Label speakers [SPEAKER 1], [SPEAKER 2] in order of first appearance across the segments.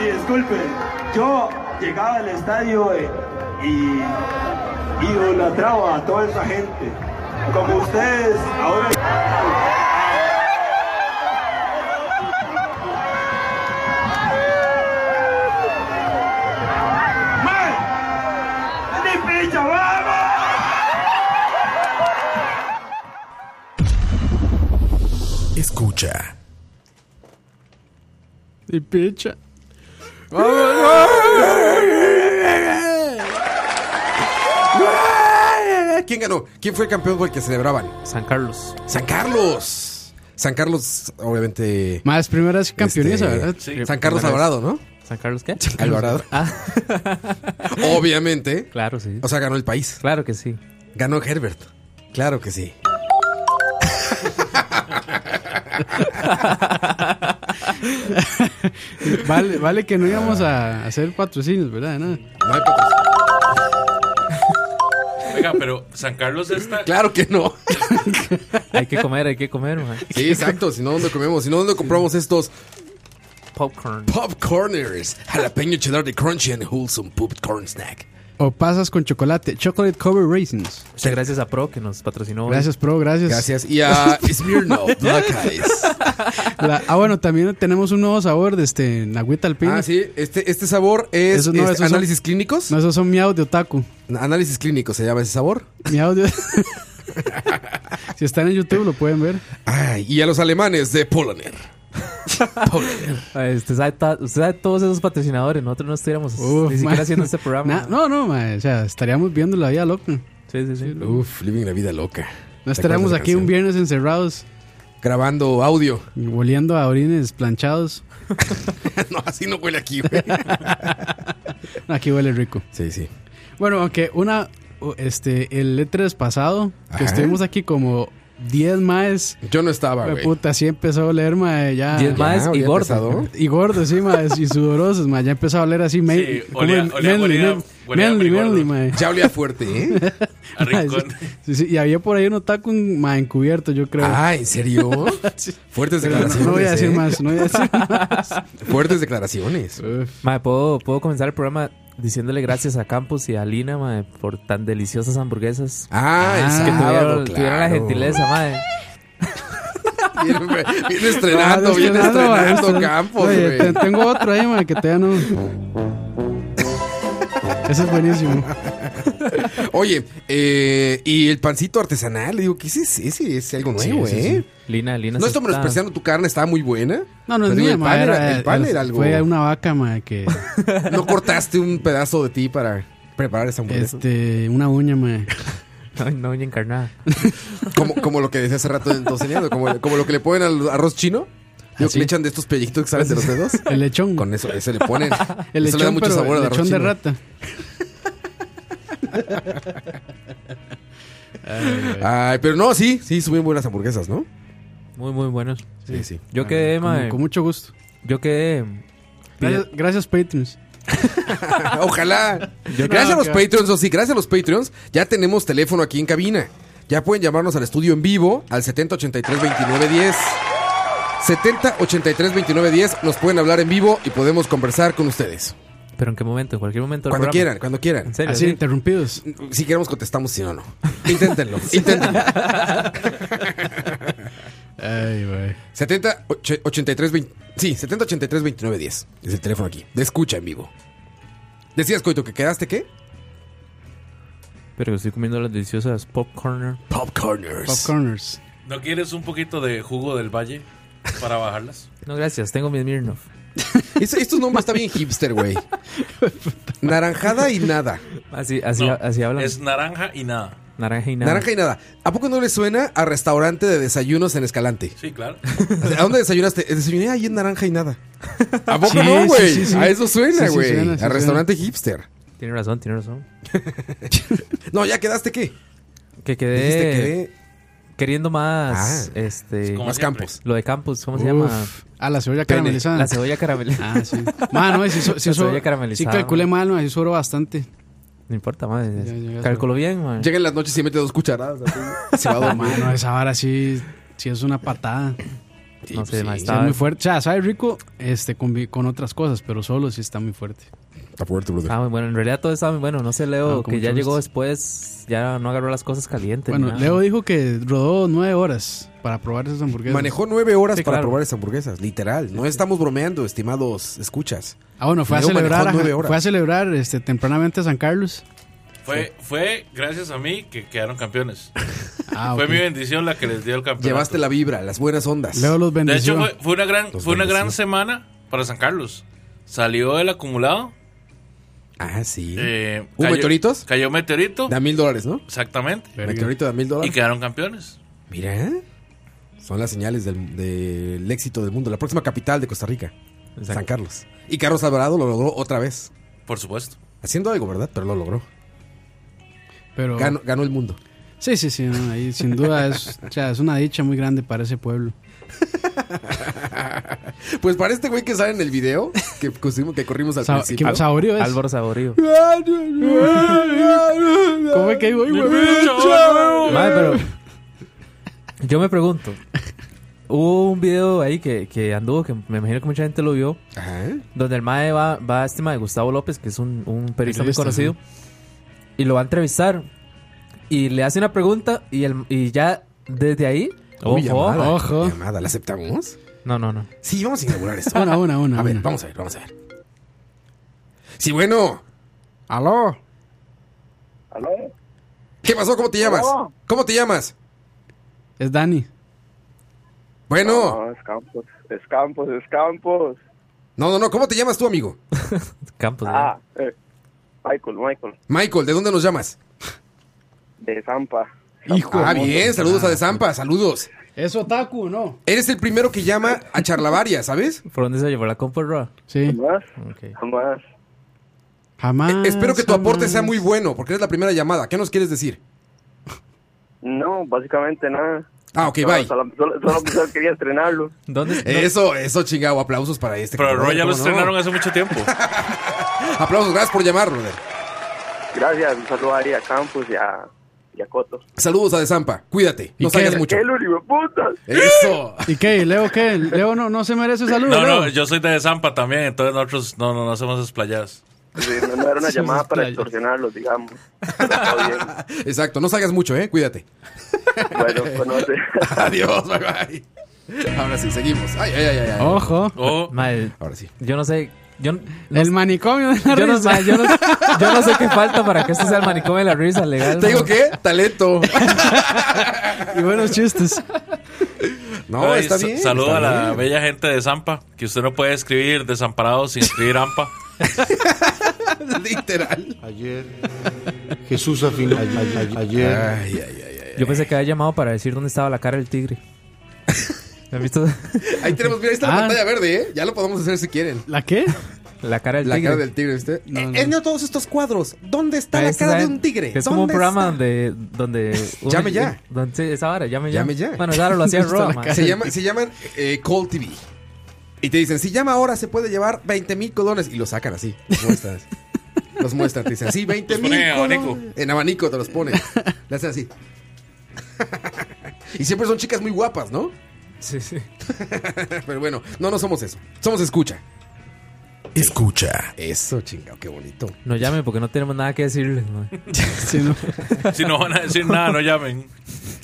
[SPEAKER 1] Y disculpe, yo llegaba al estadio eh, y idolatraba a toda esa gente. Como ustedes ahora. ¡Mae! ¡Ni picha, vamos!
[SPEAKER 2] Escucha.
[SPEAKER 3] Y picha.
[SPEAKER 2] ¿Quién ganó? ¿Quién fue el campeón con el que celebraban?
[SPEAKER 3] San Carlos.
[SPEAKER 2] San Carlos. San Carlos, obviamente.
[SPEAKER 4] Más primeras campeonesa,
[SPEAKER 2] este,
[SPEAKER 4] ¿verdad?
[SPEAKER 2] San Carlos Alvarado, ¿no?
[SPEAKER 3] ¿San Carlos qué?
[SPEAKER 2] Alvarado. Obviamente.
[SPEAKER 3] Claro, sí.
[SPEAKER 2] O sea, ganó el país.
[SPEAKER 3] Claro que sí.
[SPEAKER 2] Ganó Herbert. Claro que sí.
[SPEAKER 4] Vale, vale que no íbamos a hacer patrocinios, ¿verdad? Nada.
[SPEAKER 2] No hay patrocinio.
[SPEAKER 5] Oiga, pero San Carlos está.
[SPEAKER 2] Claro que no.
[SPEAKER 3] Hay que comer, hay que comer, man.
[SPEAKER 2] Sí, exacto. Si no, ¿dónde comemos? Si no, ¿dónde compramos estos
[SPEAKER 3] Popcorn.
[SPEAKER 2] popcorners? Jalapeño cheddar de crunchy and wholesome popcorn snack.
[SPEAKER 4] O pasas con chocolate. Chocolate cover raisins.
[SPEAKER 3] Muchas gracias a Pro que nos patrocinó. hoy.
[SPEAKER 4] Gracias, Pro, gracias.
[SPEAKER 2] Gracias. Y a Smirnoff Black Eyes.
[SPEAKER 4] La- ah, bueno, también tenemos un nuevo sabor de este Nahuita Alpina.
[SPEAKER 2] Ah, sí. Este, este sabor es
[SPEAKER 4] Eso no,
[SPEAKER 2] este,
[SPEAKER 4] esos son-
[SPEAKER 2] análisis clínicos.
[SPEAKER 4] No, esos son miau de otaku.
[SPEAKER 2] Análisis clínico se llama ese sabor.
[SPEAKER 4] Miau de... si están en YouTube lo pueden ver.
[SPEAKER 2] Ay, y a los alemanes de Poloner. Poloner.
[SPEAKER 3] Ay, Usted Este, sabe, ta- usted sabe todos esos patrocinadores. Nosotros no estuviéramos
[SPEAKER 4] Uf,
[SPEAKER 3] ni siquiera
[SPEAKER 4] ma.
[SPEAKER 3] haciendo este programa.
[SPEAKER 4] Na- no, no, ma, o sea, estaríamos viendo la vida loca.
[SPEAKER 3] Sí, sí, sí.
[SPEAKER 2] Uf, living la vida loca.
[SPEAKER 4] No
[SPEAKER 2] ¿Te acuerdas
[SPEAKER 4] estaríamos
[SPEAKER 2] de
[SPEAKER 4] aquí
[SPEAKER 2] esa
[SPEAKER 4] un
[SPEAKER 2] canción?
[SPEAKER 4] viernes encerrados,
[SPEAKER 2] Grabando audio.
[SPEAKER 4] oliendo a orines planchados.
[SPEAKER 2] no, así no huele aquí, güey.
[SPEAKER 4] Aquí huele rico.
[SPEAKER 2] Sí, sí.
[SPEAKER 4] Bueno, aunque una, o- este, el E3 pasado,
[SPEAKER 2] Ajá.
[SPEAKER 4] que estuvimos aquí como 10 más.
[SPEAKER 2] Yo no
[SPEAKER 5] Ah,
[SPEAKER 2] estaba,
[SPEAKER 4] Fue
[SPEAKER 2] güey.
[SPEAKER 4] puta, sí empezó a oler, ma, ya.
[SPEAKER 3] 10
[SPEAKER 2] Ah, Ya,
[SPEAKER 3] más y
[SPEAKER 2] había
[SPEAKER 3] gordo.
[SPEAKER 2] empezado.
[SPEAKER 4] Y gordos, sí, ma, y sudorosos, ma, ya empezó a oler así, ma.
[SPEAKER 5] Sí,
[SPEAKER 4] como
[SPEAKER 5] olía-
[SPEAKER 4] el-
[SPEAKER 5] olía-
[SPEAKER 4] manly,
[SPEAKER 5] olía-
[SPEAKER 4] man-
[SPEAKER 5] olía a
[SPEAKER 4] manly, manly,
[SPEAKER 5] perigordo.
[SPEAKER 4] ma.
[SPEAKER 2] Ya olía fuerte, ¿eh?
[SPEAKER 5] A rincón.
[SPEAKER 4] Sí, sí, y había por ahí un otaku en- ma, encubierto, yo creo.
[SPEAKER 2] Ah, ¿en serio? Fuertes
[SPEAKER 4] Pero no,
[SPEAKER 2] declaraciones.
[SPEAKER 4] no voy a decir
[SPEAKER 2] ¿eh?
[SPEAKER 4] más, no voy a decir más.
[SPEAKER 2] Fuertes declaraciones.
[SPEAKER 4] Uf,
[SPEAKER 3] Mae, ¿puedo, puedo comenzar el programa diciéndole gracias a Campos y a Lina, mae, por tan deliciosas hamburguesas.
[SPEAKER 2] Ah, el
[SPEAKER 4] Ah,
[SPEAKER 3] que
[SPEAKER 2] sábado,
[SPEAKER 3] tuvieron,
[SPEAKER 2] claro.
[SPEAKER 3] tuvieron la gentileza, mae.
[SPEAKER 2] Viene, viene estrenando,
[SPEAKER 4] Ah,
[SPEAKER 2] viene
[SPEAKER 4] estrenando, ma,
[SPEAKER 2] estrenando
[SPEAKER 4] estren-
[SPEAKER 2] Campos,
[SPEAKER 4] Oye,
[SPEAKER 2] güey.
[SPEAKER 4] te- tengo otro ahí, ma, que te no. Ese es buenísimo.
[SPEAKER 2] Oye, eh, y el pancito artesanal, le digo, ¿qué es ese? Ese es algo nuevo,
[SPEAKER 4] sí,
[SPEAKER 2] ¿eh?
[SPEAKER 3] Lina, Lina.
[SPEAKER 2] No
[SPEAKER 3] se
[SPEAKER 2] estoy
[SPEAKER 3] está-
[SPEAKER 2] menospreciando tu carne, estaba muy buena.
[SPEAKER 4] No, no
[SPEAKER 2] Pero
[SPEAKER 4] es
[SPEAKER 2] digo,
[SPEAKER 4] mía,
[SPEAKER 2] el
[SPEAKER 4] ma,
[SPEAKER 2] pan
[SPEAKER 4] era-
[SPEAKER 2] era- el pan
[SPEAKER 4] era-
[SPEAKER 2] era algo.
[SPEAKER 4] Fue una vaca, ma, que.
[SPEAKER 2] No cortaste un pedazo de ti para preparar esa hamburguesa.
[SPEAKER 4] Este, una uña, ma.
[SPEAKER 3] Ay, no, doña encarnada.
[SPEAKER 2] Como, como lo que decía hace rato en tu enseñado, como, como lo que le ponen al arroz chino. Digo, que
[SPEAKER 4] Así.
[SPEAKER 2] le echan de estos pellejitos que salen de los dedos.
[SPEAKER 4] El lechón.
[SPEAKER 2] Con eso, eso le ponen.
[SPEAKER 4] el
[SPEAKER 2] eso
[SPEAKER 4] lechón,
[SPEAKER 2] le da mucho
[SPEAKER 4] pero
[SPEAKER 2] sabor
[SPEAKER 4] el
[SPEAKER 2] al arroz
[SPEAKER 4] lechón de
[SPEAKER 2] chino.
[SPEAKER 4] rata.
[SPEAKER 2] Ay, pero no, sí, sí, subieron buenas hamburguesas, ¿no?
[SPEAKER 3] Muy, muy buenos.
[SPEAKER 2] Sí, sí.
[SPEAKER 3] Yo quedé, mae.
[SPEAKER 4] Ah, Con, con mucho gusto.
[SPEAKER 3] Yo quedé.
[SPEAKER 4] Gracias, gracias Patreons.
[SPEAKER 2] Ojalá. gracias
[SPEAKER 4] Yo creo
[SPEAKER 2] a los
[SPEAKER 4] que-
[SPEAKER 2] Patreons, o sí, gracias a los Patreons. Ya tenemos teléfono aquí en cabina. Ya pueden llamarnos al estudio en vivo al 7083-2910. 7083-2910. Nos pueden hablar en vivo y podemos conversar con ustedes.
[SPEAKER 3] ¿Pero en qué momento? ¿En cualquier momento? del
[SPEAKER 2] Cuando
[SPEAKER 3] programa?
[SPEAKER 2] quieran, cuando quieran.
[SPEAKER 3] ¿En serio?
[SPEAKER 4] Así
[SPEAKER 3] sí?
[SPEAKER 4] interrumpidos.
[SPEAKER 2] Si queremos contestamos, si no, no. Inténtenlo, inténtenlo.
[SPEAKER 4] Ay, güey.
[SPEAKER 2] 70 och- 83 20 Sí, 70 83 29 10. Es el teléfono aquí. De escucha en vivo. Decías, Coito, que quedaste qué?
[SPEAKER 3] Pero estoy comiendo las deliciosas popcorn.
[SPEAKER 2] Popcorners.
[SPEAKER 4] Pop Corners.
[SPEAKER 5] ¿No quieres un poquito de jugo del valle para bajarlas?
[SPEAKER 3] No, gracias, tengo mi Smirnoff.
[SPEAKER 2] Es- estos nombres están bien hipster, güey. Naranjada y nada.
[SPEAKER 3] Así, así,
[SPEAKER 5] No,
[SPEAKER 3] así hablan.
[SPEAKER 5] Es naranja y nada.
[SPEAKER 3] Naranja y nada.
[SPEAKER 2] Naranja y nada. ¿A poco no le suena a restaurante de desayunos en Escalante?
[SPEAKER 5] Sí, claro.
[SPEAKER 2] ¿A dónde desayunaste? Desayuné ahí en Naranja y nada. ¿A poco
[SPEAKER 4] Sí,
[SPEAKER 2] no,
[SPEAKER 4] sí,
[SPEAKER 2] güey?
[SPEAKER 4] sí, sí.
[SPEAKER 2] A eso
[SPEAKER 4] Sí,
[SPEAKER 2] suena,
[SPEAKER 4] sí,
[SPEAKER 2] güey.
[SPEAKER 4] suena, sí,
[SPEAKER 2] a
[SPEAKER 4] suena.
[SPEAKER 2] restaurante hipster.
[SPEAKER 3] Tiene razón, tiene razón.
[SPEAKER 2] No, ¿ya quedaste qué?
[SPEAKER 3] Que
[SPEAKER 4] Eh,
[SPEAKER 3] quedé
[SPEAKER 2] Dijiste quedé
[SPEAKER 3] queriendo más.
[SPEAKER 2] Ah.
[SPEAKER 3] este.
[SPEAKER 5] Como
[SPEAKER 2] más
[SPEAKER 5] siempre.
[SPEAKER 2] campos.
[SPEAKER 3] Lo de Campos, ¿cómo se llama?
[SPEAKER 4] Uf. Ah, la cebolla
[SPEAKER 2] Pene.
[SPEAKER 4] caramelizada.
[SPEAKER 3] La cebolla caramelizada.
[SPEAKER 4] Ah, sí. Mano, si, so- si,
[SPEAKER 3] La
[SPEAKER 4] so-
[SPEAKER 3] cebolla caramelizada.
[SPEAKER 4] sí calculé mal, ma, si sobró bastante.
[SPEAKER 3] No importa, madre.
[SPEAKER 4] Ah. Ya, ya, ya.
[SPEAKER 3] Calculo bien, madre.
[SPEAKER 2] Llega en las noches y mete dos cucharadas. así. Se va
[SPEAKER 4] Ah,
[SPEAKER 2] a dormir.
[SPEAKER 4] Mano, esa vara sí, sí es una patada.
[SPEAKER 3] No sé,
[SPEAKER 2] Sí,
[SPEAKER 3] ma,
[SPEAKER 2] sí,
[SPEAKER 4] Está
[SPEAKER 3] estaba-
[SPEAKER 4] muy fuerte. O sea, sabe rico este, con, vi- con otras cosas, pero solo sí está muy fuerte.
[SPEAKER 2] Está fuerte, brother.
[SPEAKER 3] Ah, muy bueno, en realidad todo estaba muy bueno. No sé,
[SPEAKER 4] Ah,
[SPEAKER 3] Leo,
[SPEAKER 4] con
[SPEAKER 3] que
[SPEAKER 4] mucho
[SPEAKER 3] ya llegó
[SPEAKER 4] gusto.
[SPEAKER 3] después, ya no agarró las cosas calientes.
[SPEAKER 4] Bueno,
[SPEAKER 3] ni nada.
[SPEAKER 4] Leo dijo que rodó nueve horas para probar esas hamburguesas.
[SPEAKER 2] Manejó nueve horas
[SPEAKER 3] Sí,
[SPEAKER 2] para
[SPEAKER 3] claro.
[SPEAKER 2] probar esas hamburguesas, literal. No estamos bromeando, estimados escuchas.
[SPEAKER 4] Ah, bueno, fue a
[SPEAKER 2] Leo manejó
[SPEAKER 4] celebrar, ajá,
[SPEAKER 2] nueve horas.
[SPEAKER 4] fue a celebrar este, tempranamente a San Carlos.
[SPEAKER 5] Fue, fue gracias a mí que quedaron campeones.
[SPEAKER 4] Ah,
[SPEAKER 5] Fue
[SPEAKER 4] ok.
[SPEAKER 5] mi bendición la que les dio el campeonato.
[SPEAKER 2] Llevaste la vibra, las buenas ondas.
[SPEAKER 4] Leo los
[SPEAKER 5] De
[SPEAKER 4] bendició.
[SPEAKER 5] hecho, fue, fue una gran,
[SPEAKER 2] Los
[SPEAKER 5] fue una gran
[SPEAKER 2] bendició.
[SPEAKER 5] semana para San Carlos. Salió el acumulado.
[SPEAKER 2] Ah, sí.
[SPEAKER 5] eh,
[SPEAKER 2] ¿Hubo meteoritos?
[SPEAKER 5] Cayó meteorito.
[SPEAKER 2] Da mil dólares, ¿no?
[SPEAKER 5] Exactamente.
[SPEAKER 4] Verga.
[SPEAKER 2] Meteorito da mil
[SPEAKER 5] Y
[SPEAKER 2] dólares.
[SPEAKER 5] quedaron campeones.
[SPEAKER 2] Mira. Son las señales del, del éxito del mundo. La próxima capital de Costa Rica,
[SPEAKER 3] Exacto.
[SPEAKER 2] San Carlos. Y Carlos Alvarado lo logró otra vez.
[SPEAKER 5] Por supuesto.
[SPEAKER 2] Haciendo algo, ¿verdad? Pero lo logró.
[SPEAKER 4] Pero,
[SPEAKER 2] Ganó, ganó el mundo.
[SPEAKER 4] Sí, sí, sí, no, ahí sin duda es, o sea, es una dicha muy grande para ese pueblo.
[SPEAKER 2] Pues para este güey que sale en el video que, cosimos- que corrimos al
[SPEAKER 4] Sa-
[SPEAKER 2] principio.
[SPEAKER 4] ¿qué saborío es?
[SPEAKER 3] Álvaro Saborío.
[SPEAKER 4] ¿Cómo es que digo, "Ay, güey,
[SPEAKER 3] Madre, pero. Yo me pregunto. Hubo un video ahí que, que anduvo, que me imagino que mucha gente lo vio,
[SPEAKER 2] Ajá.
[SPEAKER 3] donde el MAE va, va a este mae Gustavo López, que es un, un periodista muy
[SPEAKER 4] Periodista,
[SPEAKER 3] conocido, y lo va a entrevistar. Y le hace una pregunta y, el, y ya desde ahí.
[SPEAKER 2] Uy,
[SPEAKER 3] ojo,
[SPEAKER 2] llamada,
[SPEAKER 4] ojo.
[SPEAKER 2] llamada. ¿La aceptamos?
[SPEAKER 3] No, no, no.
[SPEAKER 2] Sí, vamos a inaugurar esto.
[SPEAKER 4] Una, una, una.
[SPEAKER 2] A ver,
[SPEAKER 4] una.
[SPEAKER 2] vamos a ver, vamos a ver. Sí, bueno. Aló.
[SPEAKER 6] ¿Aló?
[SPEAKER 2] ¿Qué pasó? ¿Cómo te llamas?
[SPEAKER 6] Aló.
[SPEAKER 2] ¿Cómo te llamas?
[SPEAKER 4] Es Dani.
[SPEAKER 2] Bueno.
[SPEAKER 6] es Campos, es Campos, es Campos.
[SPEAKER 2] No, no, no. ¿Cómo te llamas tú, amigo?
[SPEAKER 3] Campos. ya.
[SPEAKER 6] Ah, eh, Michael, Michael,
[SPEAKER 2] Michael, ¿de dónde nos llamas?
[SPEAKER 6] de Zampa.
[SPEAKER 4] Hijo.
[SPEAKER 2] Ah, bien. Saludos a De Zampa. Saludos.
[SPEAKER 4] Es Otaku, ¿no?
[SPEAKER 2] Eres el primero que llama a Charlavaria, ¿sabes?
[SPEAKER 3] ¿Por dónde se llevó la compu Roa?
[SPEAKER 4] Sí.
[SPEAKER 6] Jamás,
[SPEAKER 3] Ok.
[SPEAKER 6] jamás.
[SPEAKER 2] Eh,
[SPEAKER 4] Jamás.
[SPEAKER 2] Espero que tu aporte
[SPEAKER 4] jamás.
[SPEAKER 2] sea muy bueno, porque eres la primera llamada. ¿Qué nos quieres decir?
[SPEAKER 6] No, básicamente nada.
[SPEAKER 2] Ah, ok,
[SPEAKER 6] No,
[SPEAKER 2] bye.
[SPEAKER 6] Solo, solo- solo- solo quería estrenarlo.
[SPEAKER 3] ¿Dónde?
[SPEAKER 2] Eso, eso, chingado. Aplausos para este.
[SPEAKER 5] Pero Roy ya lo
[SPEAKER 2] los
[SPEAKER 5] estrenaron hace mucho tiempo.
[SPEAKER 2] Aplausos, gracias por llamar, brother.
[SPEAKER 6] Gracias, un saludo a Ari, a Campos y a, y a Coto.
[SPEAKER 2] Saludos a De Zampa. Cuídate.
[SPEAKER 4] ¿Y
[SPEAKER 2] No
[SPEAKER 4] qué?
[SPEAKER 2] salgas mucho.
[SPEAKER 6] ¡Qué único puta!
[SPEAKER 2] Eso.
[SPEAKER 4] ¿Y qué? ¿Leo qué? ¿Leo no, no se merece saludos?
[SPEAKER 5] No, no, yo soy de Zampa también, entonces nosotros no, no, no hacemos esas playadas.
[SPEAKER 6] Sí, no, no era una
[SPEAKER 4] Sí,
[SPEAKER 6] llamada
[SPEAKER 4] esas
[SPEAKER 6] para
[SPEAKER 4] playas.
[SPEAKER 6] extorsionarlos, digamos. Pero todo bien.
[SPEAKER 2] Exacto, no salgas mucho, ¿eh? Cuídate.
[SPEAKER 6] Bueno, conoce.
[SPEAKER 2] Adiós, bye bye. Ahora sí, seguimos. Ay, ay, ay, ay, ay.
[SPEAKER 4] Ojo.
[SPEAKER 5] O
[SPEAKER 3] Mae,
[SPEAKER 2] Ahora sí.
[SPEAKER 3] yo no sé. Yo, no-
[SPEAKER 4] El manicomio de la
[SPEAKER 3] yo, no,
[SPEAKER 4] risa.
[SPEAKER 3] mae, yo, no, yo no sé qué falta para que esto sea el manicomio de la risa legal.
[SPEAKER 2] Te digo
[SPEAKER 3] mae.
[SPEAKER 2] que talento.
[SPEAKER 4] Y buenos chistes.
[SPEAKER 2] No,
[SPEAKER 5] Ay,
[SPEAKER 2] está
[SPEAKER 5] sa-
[SPEAKER 2] bien.
[SPEAKER 5] Saludo
[SPEAKER 2] está
[SPEAKER 5] a la
[SPEAKER 2] bien.
[SPEAKER 5] bella gente de Zampa, que usted no puede escribir desamparado sin escribir AMPA.
[SPEAKER 2] Literal.
[SPEAKER 7] Ayer Jesús afinó. Ayer, ayer
[SPEAKER 2] Ay, ay, ay, ay.
[SPEAKER 3] Yo pensé que había llamado para decir dónde estaba la cara del tigre. ¿Han visto?
[SPEAKER 2] Ahí tenemos, mira, ahí está la
[SPEAKER 4] Ah.
[SPEAKER 2] pantalla verde, ¿eh? Ya lo podemos hacer si quieren.
[SPEAKER 4] ¿La qué?
[SPEAKER 3] La cara del
[SPEAKER 2] La
[SPEAKER 3] tigre.
[SPEAKER 2] cara del tigre, ¿viste?
[SPEAKER 4] No,
[SPEAKER 2] Eh,
[SPEAKER 4] no.
[SPEAKER 2] eh, no todos estos cuadros. ¿Dónde está
[SPEAKER 3] Ustedes Pues, saben que eh. Es como un
[SPEAKER 2] ¿Dónde
[SPEAKER 3] programa
[SPEAKER 2] está?
[SPEAKER 3] donde. donde uno-
[SPEAKER 2] Llame ya.
[SPEAKER 3] Donde, sí, esa hora, llame ya.
[SPEAKER 2] Llame ya.
[SPEAKER 3] Bueno, ahora lo hacía
[SPEAKER 4] Está
[SPEAKER 3] Roa,
[SPEAKER 4] la
[SPEAKER 3] mae.
[SPEAKER 4] cara.
[SPEAKER 2] Se, llama, se llaman eh, Call TV. Y te dicen, si llama ahora se puede llevar 20 mil colones. Y lo sacan así. Los muestran. así. los muestran. Te dicen, sí, 20
[SPEAKER 5] Los
[SPEAKER 2] mil.
[SPEAKER 5] ponen en
[SPEAKER 2] colones".
[SPEAKER 5] abanico.
[SPEAKER 2] En abanico te los ponen. Le hacen así. y siempre son chicas muy guapas, ¿no?
[SPEAKER 3] Sí, sí.
[SPEAKER 2] Pero bueno, no, no somos eso. Somos escucha. Escucha. Eso, chingado, qué bonito.
[SPEAKER 3] No llamen porque no tenemos nada que decirles, mae.
[SPEAKER 4] Si, no-
[SPEAKER 5] Si no van a decir nada, no llamen.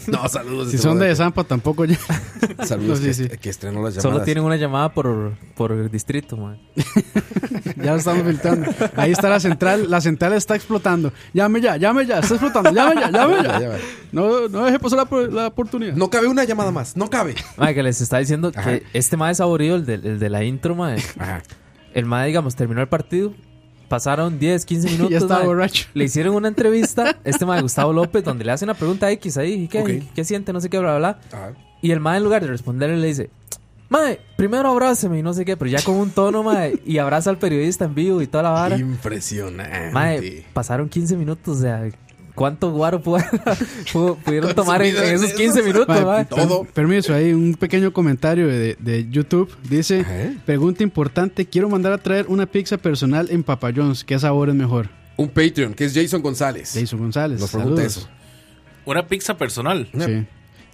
[SPEAKER 2] No, saludos.
[SPEAKER 4] si
[SPEAKER 2] este
[SPEAKER 4] son de
[SPEAKER 2] momento.
[SPEAKER 4] Zampa, tampoco ya.
[SPEAKER 2] Saludos
[SPEAKER 4] No, sí,
[SPEAKER 2] que,
[SPEAKER 4] sí.
[SPEAKER 2] que estrenó las llamadas.
[SPEAKER 3] Solo tienen una llamada por, por distrito, man.
[SPEAKER 4] Ya lo estamos filtrando. Ahí está la central. La central está explotando. Llame ya, llame ya. Está explotando. Llame ya, llame
[SPEAKER 2] Ya,
[SPEAKER 4] ya.
[SPEAKER 2] ya va.
[SPEAKER 4] No, no deje pasar la, por- la oportunidad.
[SPEAKER 2] No cabe una llamada más, no cabe.
[SPEAKER 3] Mae, que les está diciendo
[SPEAKER 2] Ajá.
[SPEAKER 3] que este mae saborío, el de, el de la intro, mae.
[SPEAKER 2] Ajá.
[SPEAKER 3] El mae, digamos, terminó el partido. Pasaron 10, 15 minutos.
[SPEAKER 4] Ya estaba
[SPEAKER 3] mae.
[SPEAKER 4] borracho.
[SPEAKER 3] Le hicieron una entrevista, este mae Gustavo López, donde le hace una pregunta X ahí. ¿y ¿Qué,
[SPEAKER 2] Ok.
[SPEAKER 3] ¿Qué siente? No sé qué, bla, bla, bla.
[SPEAKER 2] Ajá.
[SPEAKER 3] Y el mae, en lugar de responderle, le dice: Mae, primero abrázame y no sé qué, pero ya con un tono, mae. Y abraza al periodista en vivo y toda la vara.
[SPEAKER 2] Impresionante.
[SPEAKER 3] Mae, pasaron 15 minutos, o sea, ¿cuánto guaro pudo- pudo-
[SPEAKER 2] Consumida
[SPEAKER 3] pudieron tomar en, en
[SPEAKER 2] en
[SPEAKER 3] esos
[SPEAKER 2] eso.
[SPEAKER 3] 15 minutos,
[SPEAKER 4] Mae,
[SPEAKER 3] mae?
[SPEAKER 4] per-
[SPEAKER 2] Todo.
[SPEAKER 4] Permiso, hay un pequeño comentario de, de YouTube. Dice:
[SPEAKER 2] Ajá.
[SPEAKER 4] Pregunta importante. Quiero mandar a traer una pizza personal en Papa John's. ¿Qué sabor es mejor?
[SPEAKER 2] Un Patreon, que es Jason González.
[SPEAKER 4] Jason González.
[SPEAKER 2] Nos pregunta
[SPEAKER 4] saludos.
[SPEAKER 5] Una pizza personal.
[SPEAKER 4] Sí.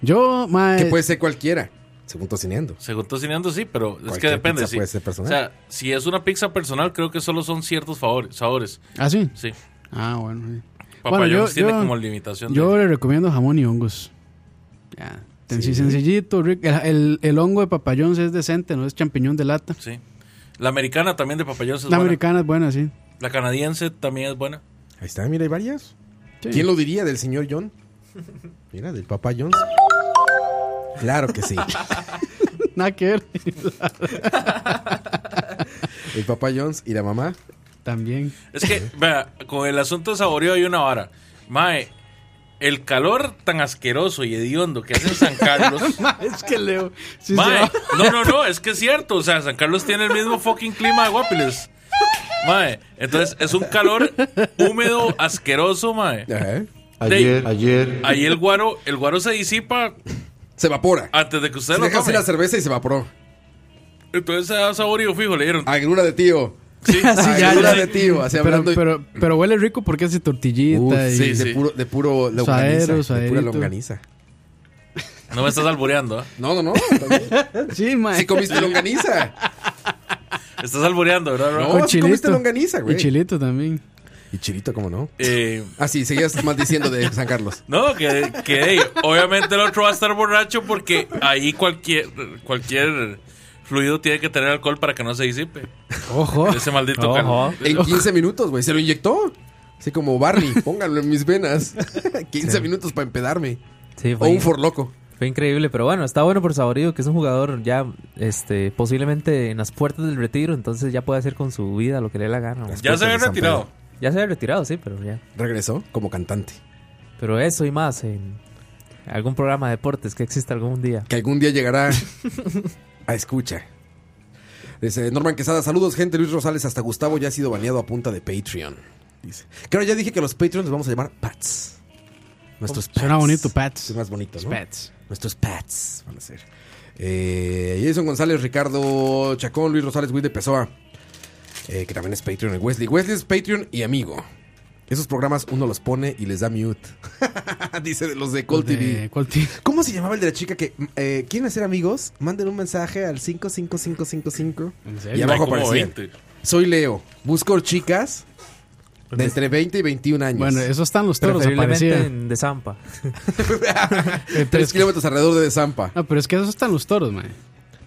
[SPEAKER 4] Yo, mae.
[SPEAKER 2] Que puede ser cualquiera, según Tocineando.
[SPEAKER 5] Según Tocineando, sí, pero es que
[SPEAKER 2] Cualquier
[SPEAKER 5] depende.
[SPEAKER 2] pizza
[SPEAKER 5] sí.
[SPEAKER 2] puede ser personal.
[SPEAKER 5] O sea, si es una pizza personal, creo que solo son ciertos favores, sabores.
[SPEAKER 4] ¿Ah, sí?
[SPEAKER 5] Sí.
[SPEAKER 4] Ah, bueno. sí.
[SPEAKER 5] Papa
[SPEAKER 4] Bueno,
[SPEAKER 5] John's tiene
[SPEAKER 4] yo-
[SPEAKER 5] como limitación. de-
[SPEAKER 4] Yo le recomiendo jamón y hongos. Ya. ten- Sencillito, rico. El, el- el hongo de papayón es decente, no es champiñón de lata.
[SPEAKER 5] Sí. La americana también de Papa John's es
[SPEAKER 4] La
[SPEAKER 5] buena.
[SPEAKER 4] americana es buena, sí.
[SPEAKER 5] La canadiense también es buena.
[SPEAKER 2] Ahí está, mira, hay varias.
[SPEAKER 4] Sí.
[SPEAKER 2] ¿Quién lo diría del señor John? Mira, del papá Jones. Claro que sí.
[SPEAKER 4] Nada que ver.
[SPEAKER 2] El papá Jones y la mamá.
[SPEAKER 4] También.
[SPEAKER 5] Es que, vea, con el asunto de saborío hay una vara. Mae, el calor tan asqueroso y hediondo que hace en San Carlos.
[SPEAKER 4] es que Leo. sí se
[SPEAKER 5] mae,
[SPEAKER 4] va.
[SPEAKER 5] no, no, no, es que es cierto. O sea, San Carlos tiene el mismo fucking clima de Guapiles. Mae, entonces es un calor húmedo, asqueroso, mae.
[SPEAKER 2] Ajá.
[SPEAKER 7] Ayer, ayer,
[SPEAKER 5] Ahí el guaro, el guaro se disipa
[SPEAKER 2] Se evapora.
[SPEAKER 5] antes de que usted
[SPEAKER 2] Se
[SPEAKER 5] lo
[SPEAKER 2] deja así
[SPEAKER 5] tome.
[SPEAKER 2] la cerveza y se evaporó.
[SPEAKER 5] Entonces se da saborío fijo, le dieron.
[SPEAKER 2] Agrura de tío.
[SPEAKER 5] Sí, ah,
[SPEAKER 2] Ah,
[SPEAKER 4] ya, ya.
[SPEAKER 2] Agrura de tío. Así
[SPEAKER 4] Pero,
[SPEAKER 2] hablando. y-
[SPEAKER 4] pero, pero huele rico porque hace tortillita.
[SPEAKER 2] Uf,
[SPEAKER 4] y-
[SPEAKER 2] sí,
[SPEAKER 5] sí,
[SPEAKER 2] De
[SPEAKER 5] sí.
[SPEAKER 2] puro, de puro longaniza.
[SPEAKER 4] Suadero,
[SPEAKER 2] de pura
[SPEAKER 4] suaderito.
[SPEAKER 2] longaniza.
[SPEAKER 5] No me estás alboreando, ¿eh?
[SPEAKER 2] No, no, no. también.
[SPEAKER 4] Sí, mae.
[SPEAKER 2] Sí comiste longaniza.
[SPEAKER 5] Estás alboreando, ¿verdad? Rafa?
[SPEAKER 2] No, Oh, sí comiste longaniza, güey.
[SPEAKER 4] Y chilito también.
[SPEAKER 2] Y chilito, ¿cómo no?
[SPEAKER 5] Eh,
[SPEAKER 2] Ah, sí, seguías maldiciendo de San Carlos.
[SPEAKER 5] No, que, que hey, obviamente el otro va a estar borracho porque ahí cualquier cualquier fluido tiene que tener alcohol para que no se disipe.
[SPEAKER 4] Ojo.
[SPEAKER 5] Ese maldito
[SPEAKER 3] Ojo.
[SPEAKER 5] calor.
[SPEAKER 2] En 15 minutos, güey. Se lo inyectó. Así como Barney, pónganlo en mis venas. 15 minutos para empedarme.
[SPEAKER 3] Sí,
[SPEAKER 2] O
[SPEAKER 3] fue,
[SPEAKER 2] un forloco.
[SPEAKER 3] fue increíble, pero bueno, está bueno por Saborío, que es un jugador ya este posiblemente en las puertas del retiro, entonces ya puede hacer con su vida lo que le dé la gana. man.
[SPEAKER 2] Las
[SPEAKER 5] Ya se había
[SPEAKER 2] puertas de San
[SPEAKER 5] retirado.
[SPEAKER 2] Pedro.
[SPEAKER 3] Ya se había retirado, sí, pero ya.
[SPEAKER 2] Regresó como cantante.
[SPEAKER 3] Pero eso y más en algún programa de deportes que exista algún día.
[SPEAKER 2] Que algún día llegará a escucha. Dice Norman Quesada, saludos gente, Luis Rosales, hasta Gustavo ya ha sido baneado a punta de Patreon. Dice. Claro, ya dije que los Patreons los vamos a llamar Pats. Nuestros Pats.
[SPEAKER 4] Suena bonito,
[SPEAKER 2] Es
[SPEAKER 4] Pats.
[SPEAKER 2] más bonito, ¿no?
[SPEAKER 4] Pats.
[SPEAKER 2] Nuestros Pats van a ser. Eh, Jason González, Ricardo Chacón, Luis Rosales, Will de Pessoa, eh, que también es Patreon, el Wesley. Wesley es Patreon y amigo. Esos programas uno los pone y les da mute. Dice de los de Call TV.
[SPEAKER 4] De Call TV.
[SPEAKER 2] ¿Cómo se llamaba el de la chica que eh, quieren hacer amigos? Manden un mensaje al 55555. Y
[SPEAKER 5] Hay
[SPEAKER 2] abajo
[SPEAKER 5] como
[SPEAKER 2] aparecían.
[SPEAKER 5] 20.
[SPEAKER 2] Soy Leo. Busco chicas de entre 20 y 21 años.
[SPEAKER 4] Pues Bueno, eso están los toros
[SPEAKER 3] Preferiblemente
[SPEAKER 4] aparecían.
[SPEAKER 3] en De Zampa.
[SPEAKER 4] Eh, pero,
[SPEAKER 2] 3
[SPEAKER 4] es que,
[SPEAKER 2] kilómetros alrededor de Zampa.
[SPEAKER 4] no, pero es que esos están los toros, mae.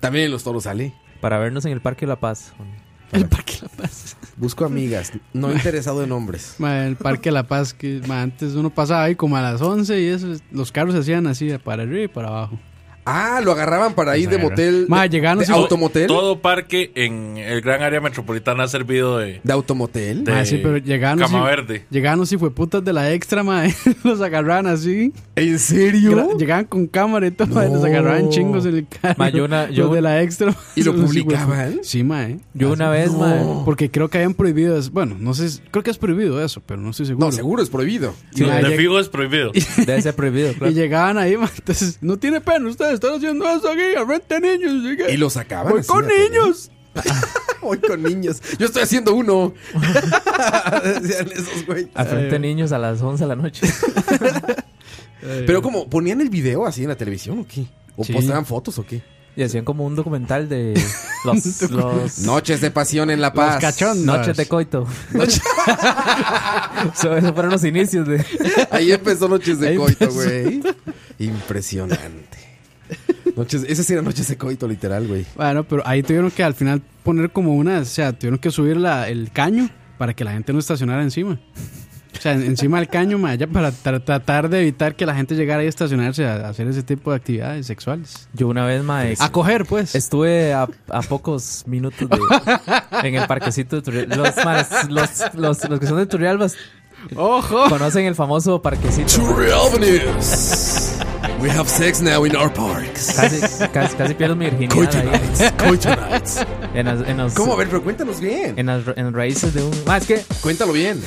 [SPEAKER 2] También en los toros sale.
[SPEAKER 3] Para vernos en el Parque La Paz.
[SPEAKER 4] El Parque La Paz.
[SPEAKER 2] Busco amigas. No interesado en hombres.
[SPEAKER 4] Mae, el Parque La Paz, que mae, antes uno pasaba ahí como a las 11 y eso, los carros se hacían así, para arriba y para abajo.
[SPEAKER 2] Ah, lo agarraban para ir de motel.
[SPEAKER 4] Ma,
[SPEAKER 2] de-
[SPEAKER 4] llegaron
[SPEAKER 2] de
[SPEAKER 4] sin-
[SPEAKER 2] automotel.
[SPEAKER 5] Todo parque en el gran área metropolitana ha servido de,
[SPEAKER 2] De automotel.
[SPEAKER 5] de
[SPEAKER 4] Mae, sí, pero llegaron
[SPEAKER 5] cama
[SPEAKER 4] sí.
[SPEAKER 5] verde.
[SPEAKER 4] Llegaban los putas de la extra, mae, los agarraban así.
[SPEAKER 2] ¿En
[SPEAKER 4] Gra-
[SPEAKER 2] serio?
[SPEAKER 4] Llegaban con cámara y todo, mae, los
[SPEAKER 2] No.
[SPEAKER 4] agarraban chingos en el carro.
[SPEAKER 3] Ma, yo una- yo-
[SPEAKER 4] Los de la extra.
[SPEAKER 2] ¿Y lo
[SPEAKER 4] los hijuepu-
[SPEAKER 2] publicaban?
[SPEAKER 4] Sí, mae.
[SPEAKER 3] Yo una
[SPEAKER 4] Así.
[SPEAKER 3] vez, mae,
[SPEAKER 4] Porque creo que habían prohibido eso. Bueno, no sé, si- creo que es prohibido eso, pero no estoy seguro.
[SPEAKER 2] No, seguro es prohibido.
[SPEAKER 4] Sí,
[SPEAKER 5] De
[SPEAKER 4] mae, lleg-
[SPEAKER 5] fijo es prohibido.
[SPEAKER 3] debe ser prohibido,
[SPEAKER 4] y
[SPEAKER 3] claro.
[SPEAKER 4] llegaban ahí, mae, entonces, no tiene pena, ustedes están haciendo eso aquí, al frente de niños. ¿sí qué?
[SPEAKER 2] Y lo sacaban.
[SPEAKER 4] Voy
[SPEAKER 2] así
[SPEAKER 4] con
[SPEAKER 2] a pelear.
[SPEAKER 4] niños.
[SPEAKER 2] Hoy con niños. Yo estoy haciendo uno. Decían esos güey.
[SPEAKER 4] Ah,
[SPEAKER 3] Al frente
[SPEAKER 4] eh,
[SPEAKER 3] de niños a las 11 de la noche.
[SPEAKER 4] Eh,
[SPEAKER 2] Pero como, ¿ponían el video así en la televisión o qué? ¿O
[SPEAKER 4] Sí.
[SPEAKER 2] postaban fotos o qué?
[SPEAKER 3] Y hacían como un documental de los, los
[SPEAKER 2] Noches de pasión en La Paz.
[SPEAKER 4] Los cachondos.
[SPEAKER 3] noches de coito. So, esos fueron los inicios de...
[SPEAKER 2] Ahí empezó Noches de
[SPEAKER 3] Ahí
[SPEAKER 2] Coito,
[SPEAKER 3] empezó.
[SPEAKER 2] güey. Impresionante. Noches, esas eran noches de coito, literal, güey.
[SPEAKER 4] Bueno, pero ahí tuvieron que al final poner como una, o sea, tuvieron que subir la- el caño para que la gente no estacionara encima. O sea, en- encima del caño, ma, ya para tra- tratar de evitar que la gente llegara ahí a estacionarse a, a hacer ese tipo de actividades sexuales.
[SPEAKER 3] Yo una vez, mae,
[SPEAKER 4] A coger, pues.
[SPEAKER 3] estuve a, a pocos minutos de, en el parquecito de Turrialba. Los, maes, los, los, los que son de Turrialba
[SPEAKER 4] ¡Ojo!
[SPEAKER 3] conocen el famoso parquecito.
[SPEAKER 8] Real News. We have sex now in our parks.
[SPEAKER 3] Casi, casi, casi pierdo mi virginidad ahí.
[SPEAKER 8] Coito nights.
[SPEAKER 3] En las, en las-
[SPEAKER 2] ¿Cómo? A ver, pero cuéntanos bien.
[SPEAKER 3] En las ra- en raíces de un... Ah, es que...
[SPEAKER 2] Cuéntalo bien.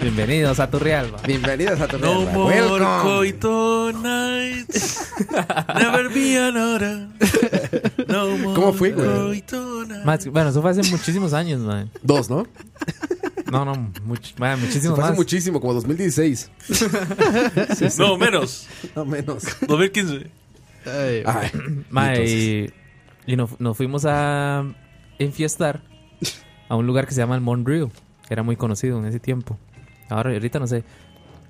[SPEAKER 3] Bienvenidos a Turrialba.
[SPEAKER 2] Bienvenidas a tu
[SPEAKER 5] No
[SPEAKER 2] mierda.
[SPEAKER 5] more
[SPEAKER 2] Welcome.
[SPEAKER 5] coito nights. Never be an hora. No more
[SPEAKER 2] ¿Cómo fue, güey?
[SPEAKER 5] coito nights.
[SPEAKER 3] Mae, es que- bueno, eso fue hace muchísimos años, mae.
[SPEAKER 2] Dos, ¿no?
[SPEAKER 3] No, no, much- mae,
[SPEAKER 2] Se
[SPEAKER 3] muchísimos
[SPEAKER 2] fue hace
[SPEAKER 3] más.
[SPEAKER 2] muchísimo, como 2016.
[SPEAKER 5] No, menos.
[SPEAKER 2] No menos.
[SPEAKER 5] 2015.
[SPEAKER 4] Ay,
[SPEAKER 2] Ay,
[SPEAKER 3] Mae, y, y nos, nos fuimos a enfiestar a un lugar que se llama el Monreal, que era muy conocido en ese tiempo. Ahora, ahorita no sé.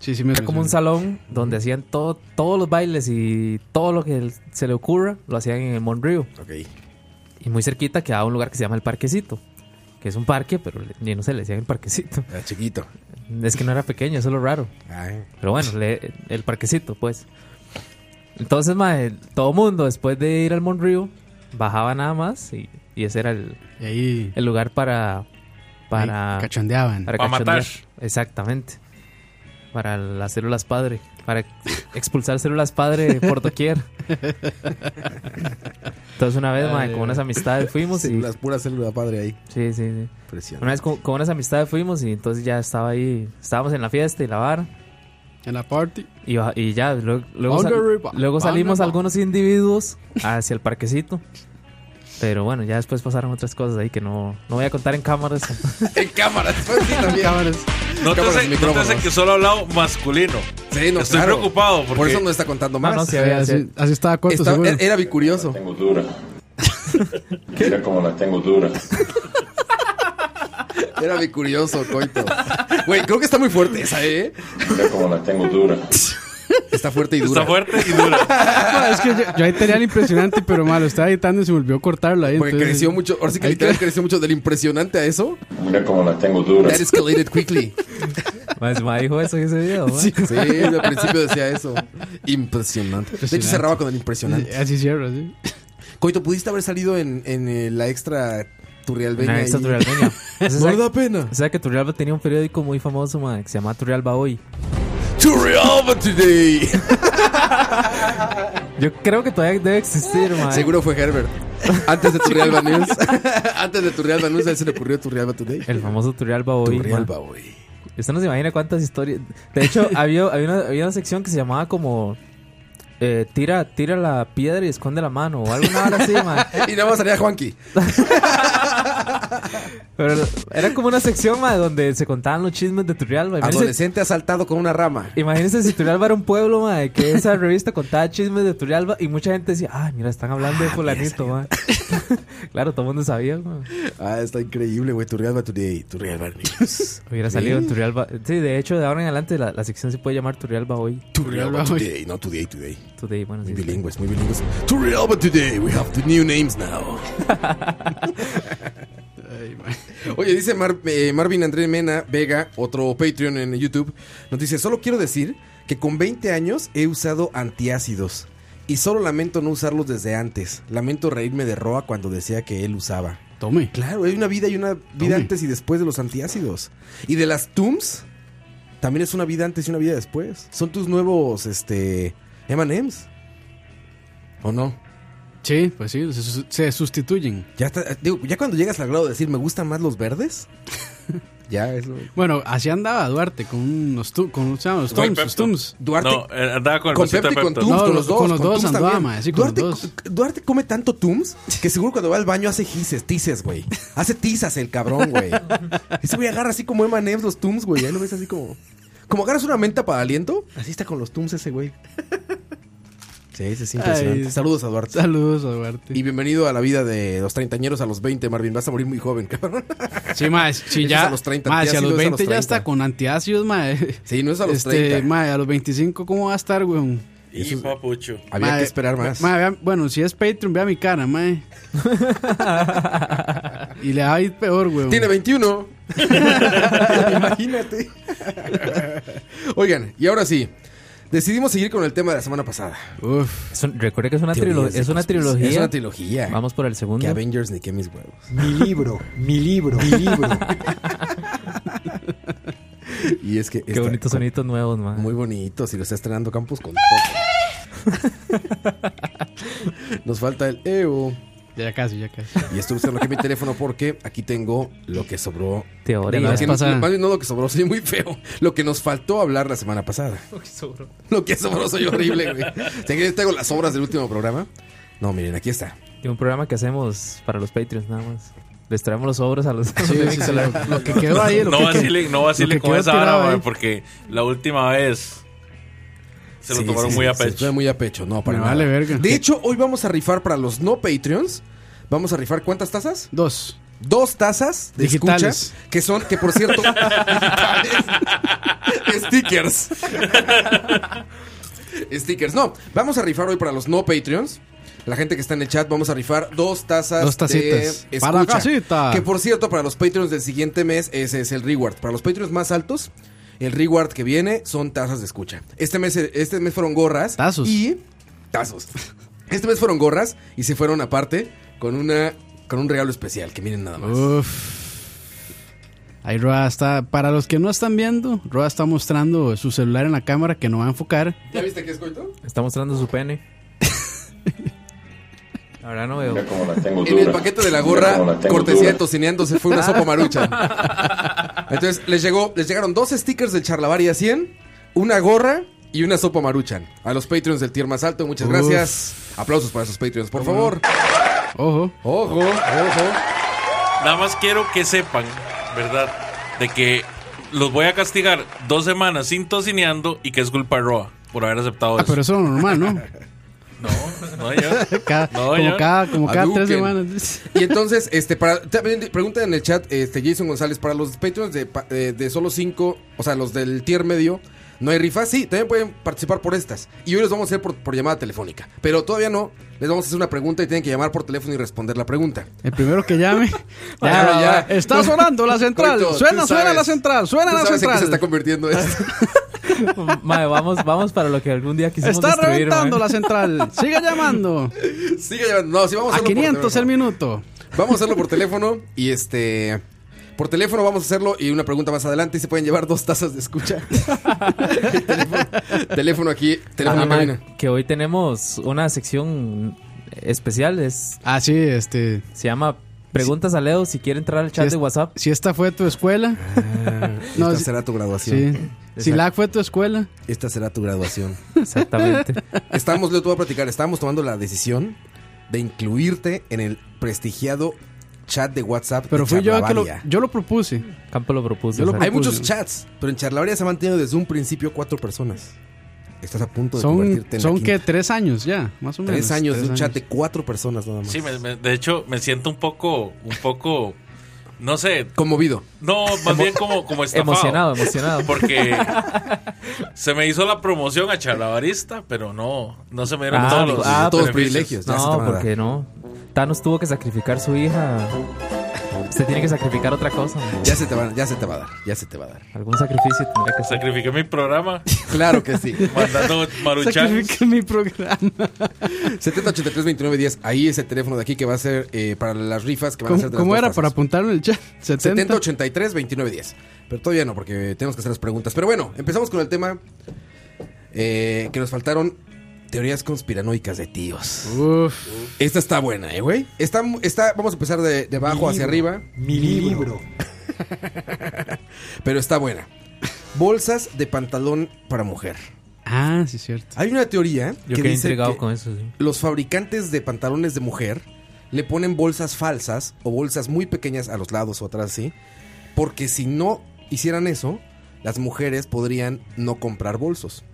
[SPEAKER 4] sí, sí me
[SPEAKER 3] Era como un salón donde hacían todo, todos los bailes y todo lo que se le ocurra lo hacían en el Monreal.
[SPEAKER 2] ok.
[SPEAKER 3] Y muy cerquita quedaba un lugar que se llama el Parquecito, que es un parque, pero le- ni no sé, le decían el Parquecito.
[SPEAKER 2] Era chiquito.
[SPEAKER 3] Es que no era pequeño, eso es lo raro.
[SPEAKER 2] Ay,
[SPEAKER 3] Pero bueno, le- el parquecito, pues. Entonces, mae, todo mundo después de ir al Monrío bajaba nada más y, y ese era el,
[SPEAKER 4] Y ahí,
[SPEAKER 3] el lugar para. Para.
[SPEAKER 4] ahí cachondeaban.
[SPEAKER 3] para
[SPEAKER 5] Pa'
[SPEAKER 3] cachondear.
[SPEAKER 5] matar.
[SPEAKER 3] Exactamente. Para las células padre. Para expulsar células padre por doquier. Entonces, una vez, mae, con unas amistades fuimos
[SPEAKER 2] sí,
[SPEAKER 3] y.
[SPEAKER 2] las puras células padre ahí.
[SPEAKER 3] Sí, sí, sí. Una
[SPEAKER 2] Impresionante.
[SPEAKER 3] vez con, con unas amistades fuimos y entonces ya estaba ahí. Estábamos en la fiesta y la vara.
[SPEAKER 4] En la party.
[SPEAKER 3] Y, ba- y ya, luego, luego,
[SPEAKER 4] Boundary
[SPEAKER 3] sal-
[SPEAKER 4] ba-
[SPEAKER 3] luego salimos
[SPEAKER 4] boundary ba-
[SPEAKER 3] algunos individuos hacia el parquecito. Pero bueno, ya después pasaron otras cosas ahí que no, no voy a contar en cámaras.
[SPEAKER 2] En cámaras. pues, sí, también. Cámaras
[SPEAKER 4] Cámaras.
[SPEAKER 2] y
[SPEAKER 5] Nótese,
[SPEAKER 2] micrófonos.
[SPEAKER 5] nótese que solo ha hablado masculino.
[SPEAKER 2] Sí, no,
[SPEAKER 5] Estoy
[SPEAKER 2] claro.
[SPEAKER 5] preocupado porque
[SPEAKER 2] Por eso no está contando más.
[SPEAKER 3] no, sí,
[SPEAKER 4] Sí, así, así estaba eh, corto,
[SPEAKER 2] Estaba-
[SPEAKER 4] seguro.
[SPEAKER 2] era- era bicurioso.
[SPEAKER 9] Tengo dura. Mira cómo la tengo dura.
[SPEAKER 2] Era bicurioso, coito. Güey, creo que está muy fuerte esa, ¿eh?
[SPEAKER 9] Mira cómo la tengo dura.
[SPEAKER 2] Está fuerte y dura.
[SPEAKER 5] está fuerte y dura.
[SPEAKER 4] Ah, es que yo, yo ahí tenía el impresionante, pero malo, estaba editando y se me olvidó cortarlo ahí.
[SPEAKER 2] Porque
[SPEAKER 4] entonces-
[SPEAKER 2] creció mucho. Ahora sí que literal creció mucho del impresionante a eso.
[SPEAKER 9] Mira cómo la tengo dura.
[SPEAKER 2] That escalated quickly.
[SPEAKER 3] Más más dijo eso en ese video. ma.
[SPEAKER 2] Sí, al principio decía eso. Impresionante. De hecho, cerraba con el impresionante.
[SPEAKER 4] Así cierro, así.
[SPEAKER 2] Coito, pudiste haber salido en, en, eh, la extra Turrialbeña.
[SPEAKER 3] Una extra
[SPEAKER 2] ahí?
[SPEAKER 3] turrialbeña. O sea,
[SPEAKER 2] No da pena.
[SPEAKER 3] O sea que Turrialba tenía un periódico muy famoso ma, que se llama Turrialba Hoy.
[SPEAKER 2] Turrialba today.
[SPEAKER 3] Yo creo que todavía debe existir, ma. eh.
[SPEAKER 2] Seguro fue Herbert. Antes de Turrialba News. Antes de Turrialba News, a él se le ocurrió Turrialba today.
[SPEAKER 3] El famoso Turrialba Eh, Hoy. ma.
[SPEAKER 2] Turrialba, güey.
[SPEAKER 3] Usted no se imagina cuántas historias. De hecho, había, había, una, había una sección que se llamaba como. eh, tira, tira la piedra y esconde la mano o alguna hora así, man.
[SPEAKER 2] Y nada más salía Juanqui.
[SPEAKER 3] Pero era como una sección, ma, donde se contaban los chismes de Turrialba. Imagínense,
[SPEAKER 2] Adolescente asaltado con una rama.
[SPEAKER 3] imagínense si Turrialba era un pueblo, ma, de que esa revista contaba chismes de Turrialba y mucha gente decía, ah, mira, están hablando de fulanito, ma. claro, todo el mundo sabía, ma.
[SPEAKER 2] Ah, está increíble, güey. Turrialba Today, Turrialba News.
[SPEAKER 3] Hubiera salido en Turrialba. Sí, de hecho, de ahora en adelante la, la sección se puede llamar Turrialba hoy.
[SPEAKER 2] Turrialba Today, no Today, Today.
[SPEAKER 3] Today, bueno, sí.
[SPEAKER 2] Muy bilingües, muy bilingües. Turrialba Today, we have the new names now. Oye, dice Mar- eh, Marvin André Mena Vega, otro Patreon en YouTube, nos dice, solo quiero decir que con 20 años he usado antiácidos y solo lamento no usarlos desde antes. Lamento reírme de Roa cuando decía que él usaba.
[SPEAKER 4] Tome.
[SPEAKER 2] Claro, hay una vida y una vida
[SPEAKER 4] Tome.
[SPEAKER 2] antes y después de los antiácidos. Y de las TUMS, también es una vida antes y una vida después. Son tus nuevos, este, M&M's. ¿O no?
[SPEAKER 4] Sí, pues sí, se, su- se sustituyen.
[SPEAKER 2] Ya, está- digo, ya cuando llegas al grado de decir, me gustan más los verdes. ya, eso.
[SPEAKER 4] Bueno, así andaba Duarte con unos tu- con ¿cómo se llama? los
[SPEAKER 5] Güey,
[SPEAKER 4] Tums, los
[SPEAKER 5] Pepto.
[SPEAKER 4] Tums.
[SPEAKER 2] Duarte,
[SPEAKER 5] No, eh, andaba con el
[SPEAKER 2] con
[SPEAKER 5] vasito
[SPEAKER 2] Pepto
[SPEAKER 5] de
[SPEAKER 2] y con
[SPEAKER 5] Pepto.
[SPEAKER 2] Tums,
[SPEAKER 4] No,
[SPEAKER 2] con los dos.
[SPEAKER 4] con los dos
[SPEAKER 2] Tums
[SPEAKER 4] andaba,
[SPEAKER 2] también.
[SPEAKER 4] ma, sí, con los
[SPEAKER 2] Duarte,
[SPEAKER 4] dos.
[SPEAKER 2] Duarte come tanto Tums que seguro cuando va al baño hace gises, tices, güey. Hace tizas el cabrón, güey. Ese güey agarra así como M&M's los Tums, güey. Ahí lo ves así como... Como agarras una menta para aliento, así está con los Tums ese güey. Sí, ese es impresionante.
[SPEAKER 4] Ay.
[SPEAKER 2] Saludos a Duarte.
[SPEAKER 4] Saludos a Duarte.
[SPEAKER 2] Y bienvenido a la vida de los treintañeros a los 20, Marvin. Vas a morir muy joven, cabrón.
[SPEAKER 4] sí, más, si
[SPEAKER 2] Ese
[SPEAKER 4] ya
[SPEAKER 2] es a los 30,
[SPEAKER 4] ma, si a los
[SPEAKER 2] antiácidos es a
[SPEAKER 4] 20
[SPEAKER 2] los
[SPEAKER 4] ya
[SPEAKER 2] 30.
[SPEAKER 4] está con antiácidos, ma. eh,
[SPEAKER 2] Sí, no es a los
[SPEAKER 4] este,
[SPEAKER 2] 30.
[SPEAKER 4] ma, a los 25 cómo va a estar, weón?
[SPEAKER 5] Y
[SPEAKER 2] Eso-
[SPEAKER 5] papucho.
[SPEAKER 2] había
[SPEAKER 4] Mae,
[SPEAKER 2] que esperar más.
[SPEAKER 4] mae, vea- bueno, si es Patreon, vea mi cara, mae. y le va a ir peor, güey.
[SPEAKER 2] Tiene 21. Imagínate. Oigan, y ahora sí. Decidimos seguir con el tema de la semana pasada.
[SPEAKER 4] Uf.
[SPEAKER 3] Es un- recuerde que es una,
[SPEAKER 2] Teorías
[SPEAKER 3] trilo-
[SPEAKER 2] de
[SPEAKER 3] es una
[SPEAKER 2] conspiración.
[SPEAKER 3] trilogía.
[SPEAKER 2] Es una trilogía.
[SPEAKER 3] Vamos por el segundo.
[SPEAKER 2] Que Avengers ni que mis huevos.
[SPEAKER 10] Mi libro, mi libro, mi libro.
[SPEAKER 2] Y es que.
[SPEAKER 3] Qué
[SPEAKER 2] esta-
[SPEAKER 3] bonitos sonidos nuevos, man.
[SPEAKER 2] Muy bonito. Si lo está estrenando Campos con todo. Nos falta el Evo.
[SPEAKER 4] Ya casi, ya casi.
[SPEAKER 2] Y estoy usando aquí mi teléfono porque aquí tengo lo que sobró.
[SPEAKER 3] Teoría.
[SPEAKER 4] de la
[SPEAKER 2] Lo
[SPEAKER 4] vez
[SPEAKER 2] que-
[SPEAKER 4] pasada.
[SPEAKER 2] más bien no lo que sobró, soy muy feo. Lo que nos faltó hablar la semana pasada. Lo que sobró, soy horrible, güey. Si aquí les tengo las obras del último programa. No, miren, aquí está.
[SPEAKER 3] De un programa que hacemos para los Patreons, nada más. Les traemos los sobres a los.
[SPEAKER 4] Sí, sí, sí, lo, lo que quedó ahí. Lo
[SPEAKER 5] No
[SPEAKER 4] que-
[SPEAKER 5] vacilen, no vacilen
[SPEAKER 4] lo que
[SPEAKER 5] con
[SPEAKER 4] quedó
[SPEAKER 5] esa
[SPEAKER 4] tirado
[SPEAKER 5] vara,
[SPEAKER 4] ahí.
[SPEAKER 5] mae, porque la última vez se lo
[SPEAKER 2] Sí,
[SPEAKER 5] tomaron
[SPEAKER 2] sí,
[SPEAKER 5] muy
[SPEAKER 2] sí,
[SPEAKER 5] a
[SPEAKER 2] se
[SPEAKER 5] pecho.
[SPEAKER 2] fue muy a pecho, no, para
[SPEAKER 4] Me
[SPEAKER 2] nada.
[SPEAKER 4] vale verga.
[SPEAKER 2] De hecho, hoy vamos a rifar para los no Patreons. Vamos a rifar cuántas tazas?
[SPEAKER 4] Dos.
[SPEAKER 2] Dos tazas de
[SPEAKER 4] Digitales.
[SPEAKER 2] escucha, que son, que por cierto, digitales. stickers. stickers. No, vamos a rifar hoy para los no Patreons. La gente que está en el chat, vamos a rifar dos tazas
[SPEAKER 4] Dos tacitas.
[SPEAKER 2] de
[SPEAKER 4] Para la
[SPEAKER 2] escucha.
[SPEAKER 4] casita.
[SPEAKER 2] Que por cierto, para los Patreons del siguiente mes, ese es el reward. Para los Patreons más altos, el reward que viene son tazas de escucha. Este mes, este mes fueron gorras.
[SPEAKER 4] Tazos.
[SPEAKER 2] Y tazos. Este mes fueron gorras y se fueron aparte con una con un regalo especial, que miren nada más.
[SPEAKER 4] Uf. Ahí Roa está. Para los que no están viendo, Roa está mostrando su celular en la cámara que no va a enfocar.
[SPEAKER 2] ¿Ya viste que es coito?
[SPEAKER 3] Está mostrando su pene. Ahora no veo.
[SPEAKER 9] Mira cómo la tengo dura.
[SPEAKER 2] En el paquete de
[SPEAKER 9] Mira
[SPEAKER 2] la
[SPEAKER 9] cómo
[SPEAKER 2] gorra,
[SPEAKER 9] la tengo
[SPEAKER 2] cortesía de
[SPEAKER 9] dura.
[SPEAKER 2] tocineando, se fue una sopa marucha. Entonces les llegó, les llegaron dos stickers del Charlavaria 100, una gorra y una sopa maruchan. A los Patreons del tier más alto, muchas
[SPEAKER 4] Uf.
[SPEAKER 2] gracias. Aplausos para esos Patreons, por favor.
[SPEAKER 4] Ojo. Ah,
[SPEAKER 2] Ojo, ojo.
[SPEAKER 5] Nada más quiero que sepan, ¿verdad? De que los voy a castigar dos semanas sin tocineando y que es culpa de Roa por haber aceptado
[SPEAKER 2] Pues.
[SPEAKER 4] Ah,
[SPEAKER 5] eso.
[SPEAKER 4] pero eso es lo normal, ¿no?
[SPEAKER 5] No, yo.
[SPEAKER 4] Cada-
[SPEAKER 5] No,
[SPEAKER 4] como,
[SPEAKER 5] ya.
[SPEAKER 4] cada, como cada tres
[SPEAKER 2] Hadouken.
[SPEAKER 4] semanas.
[SPEAKER 2] Y entonces, este, para, también de- preguntan en el chat, este, Jason González, para los Patreons de, pa- eh, de solo 5, o sea, los del tier medio, ¿no hay rifas? Sí, también pueden participar por estas. Y hoy los vamos a hacer por, por llamada telefónica. Pero todavía no, les vamos a hacer una pregunta y tienen que llamar por teléfono y responder la pregunta.
[SPEAKER 4] El primero que llame. ya,
[SPEAKER 2] Claro, ya.
[SPEAKER 4] Está sonando la central.
[SPEAKER 2] Coito, tú
[SPEAKER 4] suena, suena la
[SPEAKER 2] sabes.
[SPEAKER 4] central. Suena
[SPEAKER 2] ¿Tú
[SPEAKER 4] la
[SPEAKER 2] sabes en qué se está
[SPEAKER 4] central.
[SPEAKER 2] convirtiendo esto?
[SPEAKER 3] Mae, vamos, vamos para lo que algún día quisimos
[SPEAKER 4] Está
[SPEAKER 3] destruir,
[SPEAKER 4] reventando
[SPEAKER 2] ¿eh?
[SPEAKER 4] la
[SPEAKER 3] mae.
[SPEAKER 4] central. Sigue llamando.
[SPEAKER 2] Sigue llamando. No, sí, vamos a
[SPEAKER 4] A
[SPEAKER 2] hacerlo por
[SPEAKER 4] 500 el
[SPEAKER 2] teléfono.
[SPEAKER 4] minuto.
[SPEAKER 2] Vamos a hacerlo por teléfono y este. Por teléfono vamos a hacerlo y una pregunta más adelante y se pueden llevar dos tazas de escucha. teléfono, teléfono aquí, teléfono
[SPEAKER 3] Ah,
[SPEAKER 2] en cabina.
[SPEAKER 3] mae, que hoy tenemos una sección especial. es-
[SPEAKER 4] Ah, sí, este.
[SPEAKER 3] se llama Preguntas a Leo si quiere entrar al
[SPEAKER 4] Si
[SPEAKER 3] chat
[SPEAKER 4] es-
[SPEAKER 3] de WhatsApp.
[SPEAKER 4] Si esta fue tu escuela.
[SPEAKER 2] Ah,
[SPEAKER 4] No,
[SPEAKER 2] esta
[SPEAKER 4] sí.
[SPEAKER 2] será tu
[SPEAKER 4] Sí.
[SPEAKER 2] graduación.
[SPEAKER 4] Si la fue tu escuela.
[SPEAKER 2] Esta será tu graduación.
[SPEAKER 3] Exactamente.
[SPEAKER 2] Estamos, Leo, te voy a platicar. Estábamos tomando la decisión de incluirte en el prestigiado chat de WhatsApp. de
[SPEAKER 4] Pero fui yo que lo, pues,
[SPEAKER 2] Charlavaria.
[SPEAKER 4] yo lo propuse.
[SPEAKER 3] Campo lo propuso.
[SPEAKER 4] Yo lo
[SPEAKER 3] exacto.
[SPEAKER 2] Hay
[SPEAKER 4] propuse.
[SPEAKER 2] muchos chats, pero en Charlavaria se han mantenido desde un principio cuatro personas. Estás a punto de
[SPEAKER 4] Son,
[SPEAKER 2] convertirte en la
[SPEAKER 4] son
[SPEAKER 2] quinta.
[SPEAKER 4] que tres años ya, más o menos.
[SPEAKER 2] Tres años de un chat de cuatro personas nada más.
[SPEAKER 5] Sí, me- me- de hecho me siento un poco, un poco, no sé,
[SPEAKER 2] Conmovido.
[SPEAKER 5] no, más bien como, como estafado.
[SPEAKER 3] Emocionado, emocionado.
[SPEAKER 5] Porque se me hizo la promoción a charlabarista, pero no, no se me dieron
[SPEAKER 3] Ah,
[SPEAKER 5] todos los,
[SPEAKER 3] ah,
[SPEAKER 2] todos los pues, privilegios.
[SPEAKER 5] beneficios.
[SPEAKER 2] Ya se te
[SPEAKER 3] No,
[SPEAKER 2] van a
[SPEAKER 3] porque
[SPEAKER 2] dar.
[SPEAKER 3] no. Thanos tuvo que sacrificar su hija. Usted tiene que sacrificar otra cosa. mae.
[SPEAKER 2] Ya se te va, ya se te va a dar, ya se te va a dar.
[SPEAKER 3] Algún sacrificio tendría que hacer.
[SPEAKER 5] Sacrifiqué mi programa
[SPEAKER 2] Claro que sí.
[SPEAKER 5] mandando maruchan.
[SPEAKER 4] Sacrifique mi programa.
[SPEAKER 2] 70832910, ahí es el teléfono de aquí que va a ser eh, para las rifas que van a
[SPEAKER 4] ¿Cómo,
[SPEAKER 2] ser de
[SPEAKER 4] cómo
[SPEAKER 2] las
[SPEAKER 4] era
[SPEAKER 2] dos
[SPEAKER 4] para
[SPEAKER 2] tazas.
[SPEAKER 4] apuntarlo en el chat? 70.
[SPEAKER 2] 70832910. Pero todavía no, porque tenemos que hacer las preguntas. Pero bueno, empezamos con el tema eh, que nos faltaron teorías conspiranoicas de tíos.
[SPEAKER 4] Uf.
[SPEAKER 2] Esta está buena, eh, güey. Está, mu- está, vamos a empezar de, de abajo hacia arriba,
[SPEAKER 10] Mi libro.
[SPEAKER 2] pero está buena. Bolsas de pantalón para mujer.
[SPEAKER 4] Ah, sí, es cierto.
[SPEAKER 2] Hay una teoría
[SPEAKER 3] Yo
[SPEAKER 2] que
[SPEAKER 3] quedé
[SPEAKER 2] dice
[SPEAKER 3] intrigado
[SPEAKER 2] que
[SPEAKER 3] con eso. sí.
[SPEAKER 2] los fabricantes de pantalones de mujer le ponen bolsas falsas o bolsas muy pequeñas a los lados o atrás, ¿sí? Porque si no hicieran eso, las mujeres podrían no comprar bolsos.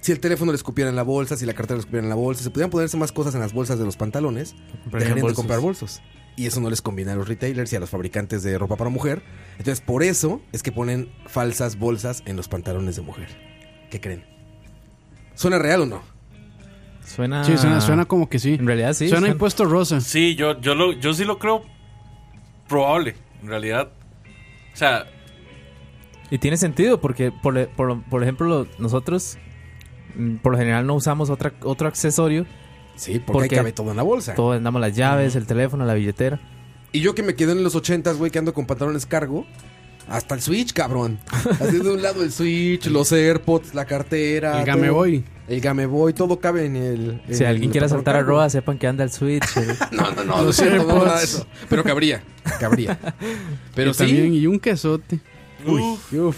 [SPEAKER 2] Si el teléfono les cupiera en la bolsa, si la cartera les cupiera en la bolsa, se podrían ponerse más cosas en las bolsas de los pantalones,
[SPEAKER 3] Comprarían
[SPEAKER 2] dejarían de
[SPEAKER 3] bolsos.
[SPEAKER 2] comprar bolsos. Y eso no les conviene a los retailers y a los fabricantes de ropa para mujer. Entonces, por eso es que ponen falsas bolsas en los pantalones de mujer. ¿Qué creen? ¿Suena real o no?
[SPEAKER 3] Suena.
[SPEAKER 4] Sí,
[SPEAKER 2] Ah.
[SPEAKER 4] suena, suena como que sí.
[SPEAKER 3] En realidad sí.
[SPEAKER 4] suena impuesto rosa.
[SPEAKER 5] Sí, yo, yo, lo, yo sí lo creo probable, en realidad. O sea,
[SPEAKER 3] Y tiene sentido porque, por, le- por- por ejemplo, lo- nosotros mm, por lo general no usamos otra, otro accesorio.
[SPEAKER 2] Sí, porque ahí cabe todo en la bolsa.
[SPEAKER 3] Todos andamos las llaves, el teléfono, la billetera.
[SPEAKER 2] Y yo que me quedé en los ochentas, güey, que ando con pantalones cargo. Hasta el Switch, cabrón. Así de un lado el Switch, los AirPods, la cartera.
[SPEAKER 4] El
[SPEAKER 2] todo.
[SPEAKER 4] Game Boy.
[SPEAKER 2] El Game Boy, todo cabe en el.
[SPEAKER 3] Si
[SPEAKER 2] en
[SPEAKER 3] alguien
[SPEAKER 2] el pantalón
[SPEAKER 3] quiere asaltar a
[SPEAKER 2] cargo.
[SPEAKER 3] Roa, sepan que anda el Switch. el-
[SPEAKER 2] No, no, no, no es
[SPEAKER 4] Los
[SPEAKER 2] cierto, no,
[SPEAKER 4] AirPods.
[SPEAKER 2] nada de eso. Pero cabría, cabría. Pero
[SPEAKER 4] y
[SPEAKER 2] sí.
[SPEAKER 4] también, y un quesote.
[SPEAKER 5] uh,
[SPEAKER 2] Uy,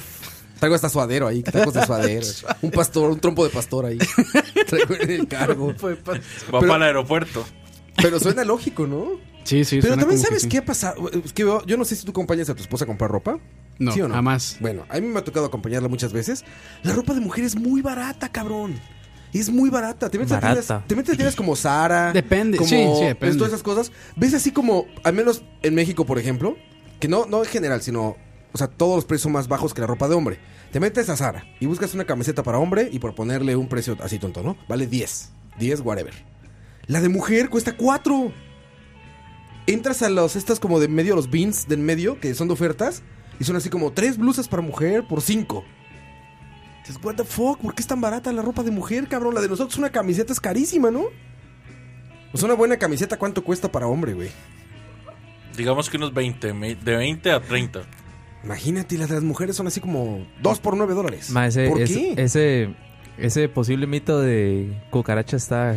[SPEAKER 2] Traigo hasta suadero ahí, tacos de suadero. un pastor, un trompo de pastor ahí. Traigo en el cargo.
[SPEAKER 5] va
[SPEAKER 2] Pero-
[SPEAKER 5] para el aeropuerto.
[SPEAKER 2] Pero suena lógico, ¿no?
[SPEAKER 4] Sí, sí.
[SPEAKER 2] Pero
[SPEAKER 4] suena
[SPEAKER 2] también
[SPEAKER 4] como que
[SPEAKER 2] sabes
[SPEAKER 4] sí.
[SPEAKER 2] qué ha pasado. Es que yo, yo no sé si tú acompañas a tu esposa a comprar ropa.
[SPEAKER 4] No,
[SPEAKER 2] ¿Sí o no?
[SPEAKER 4] jamás.
[SPEAKER 2] Bueno, a mí me ha tocado acompañarla muchas veces. La ropa de mujer es muy barata, cabrón. Es muy barata. Te metes, a,
[SPEAKER 3] Barata.
[SPEAKER 2] tiendas, te metes a tiendas como Zara.
[SPEAKER 4] Depende,
[SPEAKER 2] Como
[SPEAKER 4] sí, sí, depende.
[SPEAKER 2] Todas esas cosas. Ves así como, al menos en México, por ejemplo, que no, no en general, sino... O sea, todos los precios son más bajos que la ropa de hombre. Te metes a Zara y buscas una camiseta para hombre y por ponerle un precio así tonto, ¿no? Vale 10. 10, whatever. La de mujer cuesta 4. Entras a los estas como de medio, los bins del medio, que son de ofertas, y son así como tres blusas para mujer por 5. Dices, what the fuck, ¿por qué es tan barata la ropa de mujer, cabrón? La de nosotros una camiseta es carísima, ¿no? O sea, Pues una buena camiseta, ¿cuánto cuesta para hombre, güey?
[SPEAKER 5] Digamos que unos 20, me- de 20 a 30.
[SPEAKER 2] Imagínate, las de las mujeres son así como 2 por 9 dólares.
[SPEAKER 3] Ma, ese,
[SPEAKER 2] ¿Por
[SPEAKER 3] es-
[SPEAKER 2] qué?
[SPEAKER 3] Ese, ese posible mito de cucaracha está,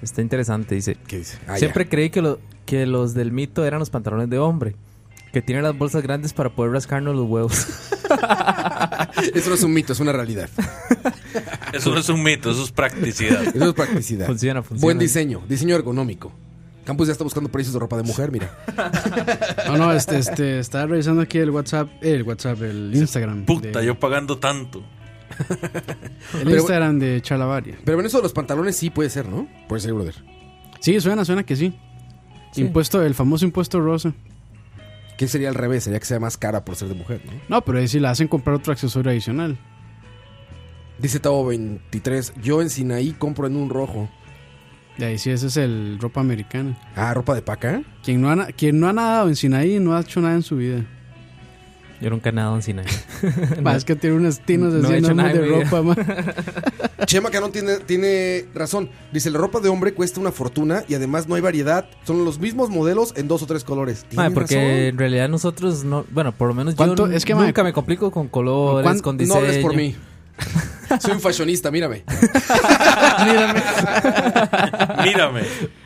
[SPEAKER 3] está interesante. Dice:
[SPEAKER 2] ¿Qué dice? Ah, ya.
[SPEAKER 3] Siempre creí que, lo- que los del mito eran los pantalones de hombre. Que tienen las bolsas grandes para poder rascarnos los huevos.
[SPEAKER 2] Eso no es un mito, es una realidad.
[SPEAKER 5] Eso no es un mito, eso es practicidad.
[SPEAKER 2] Eso es practicidad.
[SPEAKER 3] Funciona, funciona.
[SPEAKER 2] Buen diseño, diseño ergonómico. Campos ya está buscando precios de ropa de mujer, mira.
[SPEAKER 4] No, no, este, este, estaba revisando aquí el WhatsApp, eh, el WhatsApp, el Instagram.
[SPEAKER 5] Puta,
[SPEAKER 4] de-
[SPEAKER 5] yo pagando tanto.
[SPEAKER 4] El
[SPEAKER 2] Pero-
[SPEAKER 4] Instagram de Chalabaria.
[SPEAKER 2] Pero en eso de los pantalones sí puede ser, ¿no? Puede ser, brother.
[SPEAKER 4] Sí, suena, suena que sí.
[SPEAKER 3] Sí.
[SPEAKER 4] Impuesto, el famoso impuesto rosa.
[SPEAKER 2] ¿Qué sería al revés? Sería que sea más cara por ser de mujer, ¿no?
[SPEAKER 4] No, pero ahí sí la hacen comprar otro accesorio adicional.
[SPEAKER 2] Dice Tavo 23, yo en Sinaí compro en un rojo.
[SPEAKER 4] De ahí sí, ese es el ropa americana.
[SPEAKER 2] Ah, ropa de paca.
[SPEAKER 4] Quien no ha, na- quien no ha nadado en Sinaí no ha hecho nada en su vida.
[SPEAKER 3] Yo nunca he nadado en Sinaí.
[SPEAKER 4] Va, es que tiene unas tinas
[SPEAKER 3] No
[SPEAKER 4] así
[SPEAKER 3] he hecho
[SPEAKER 4] enormes
[SPEAKER 3] nada en
[SPEAKER 4] de
[SPEAKER 3] mi vida.
[SPEAKER 4] ropa, ma.
[SPEAKER 2] Chema Canón tiene, tiene razón. Dice, la ropa de hombre cuesta una fortuna y además no hay variedad. Son los mismos modelos en dos o tres colores.
[SPEAKER 3] Ma,
[SPEAKER 2] Tiene
[SPEAKER 3] porque en
[SPEAKER 2] razón.
[SPEAKER 3] realidad nosotros no, bueno, por lo menos yo
[SPEAKER 4] ¿Cuánto?
[SPEAKER 3] n-
[SPEAKER 4] Es que, ma,
[SPEAKER 3] nunca me complico con colores,
[SPEAKER 4] ¿cuán-
[SPEAKER 3] con
[SPEAKER 2] No
[SPEAKER 3] diseño.
[SPEAKER 2] hables por mí. Soy un fashionista, mírame.
[SPEAKER 5] Mírame.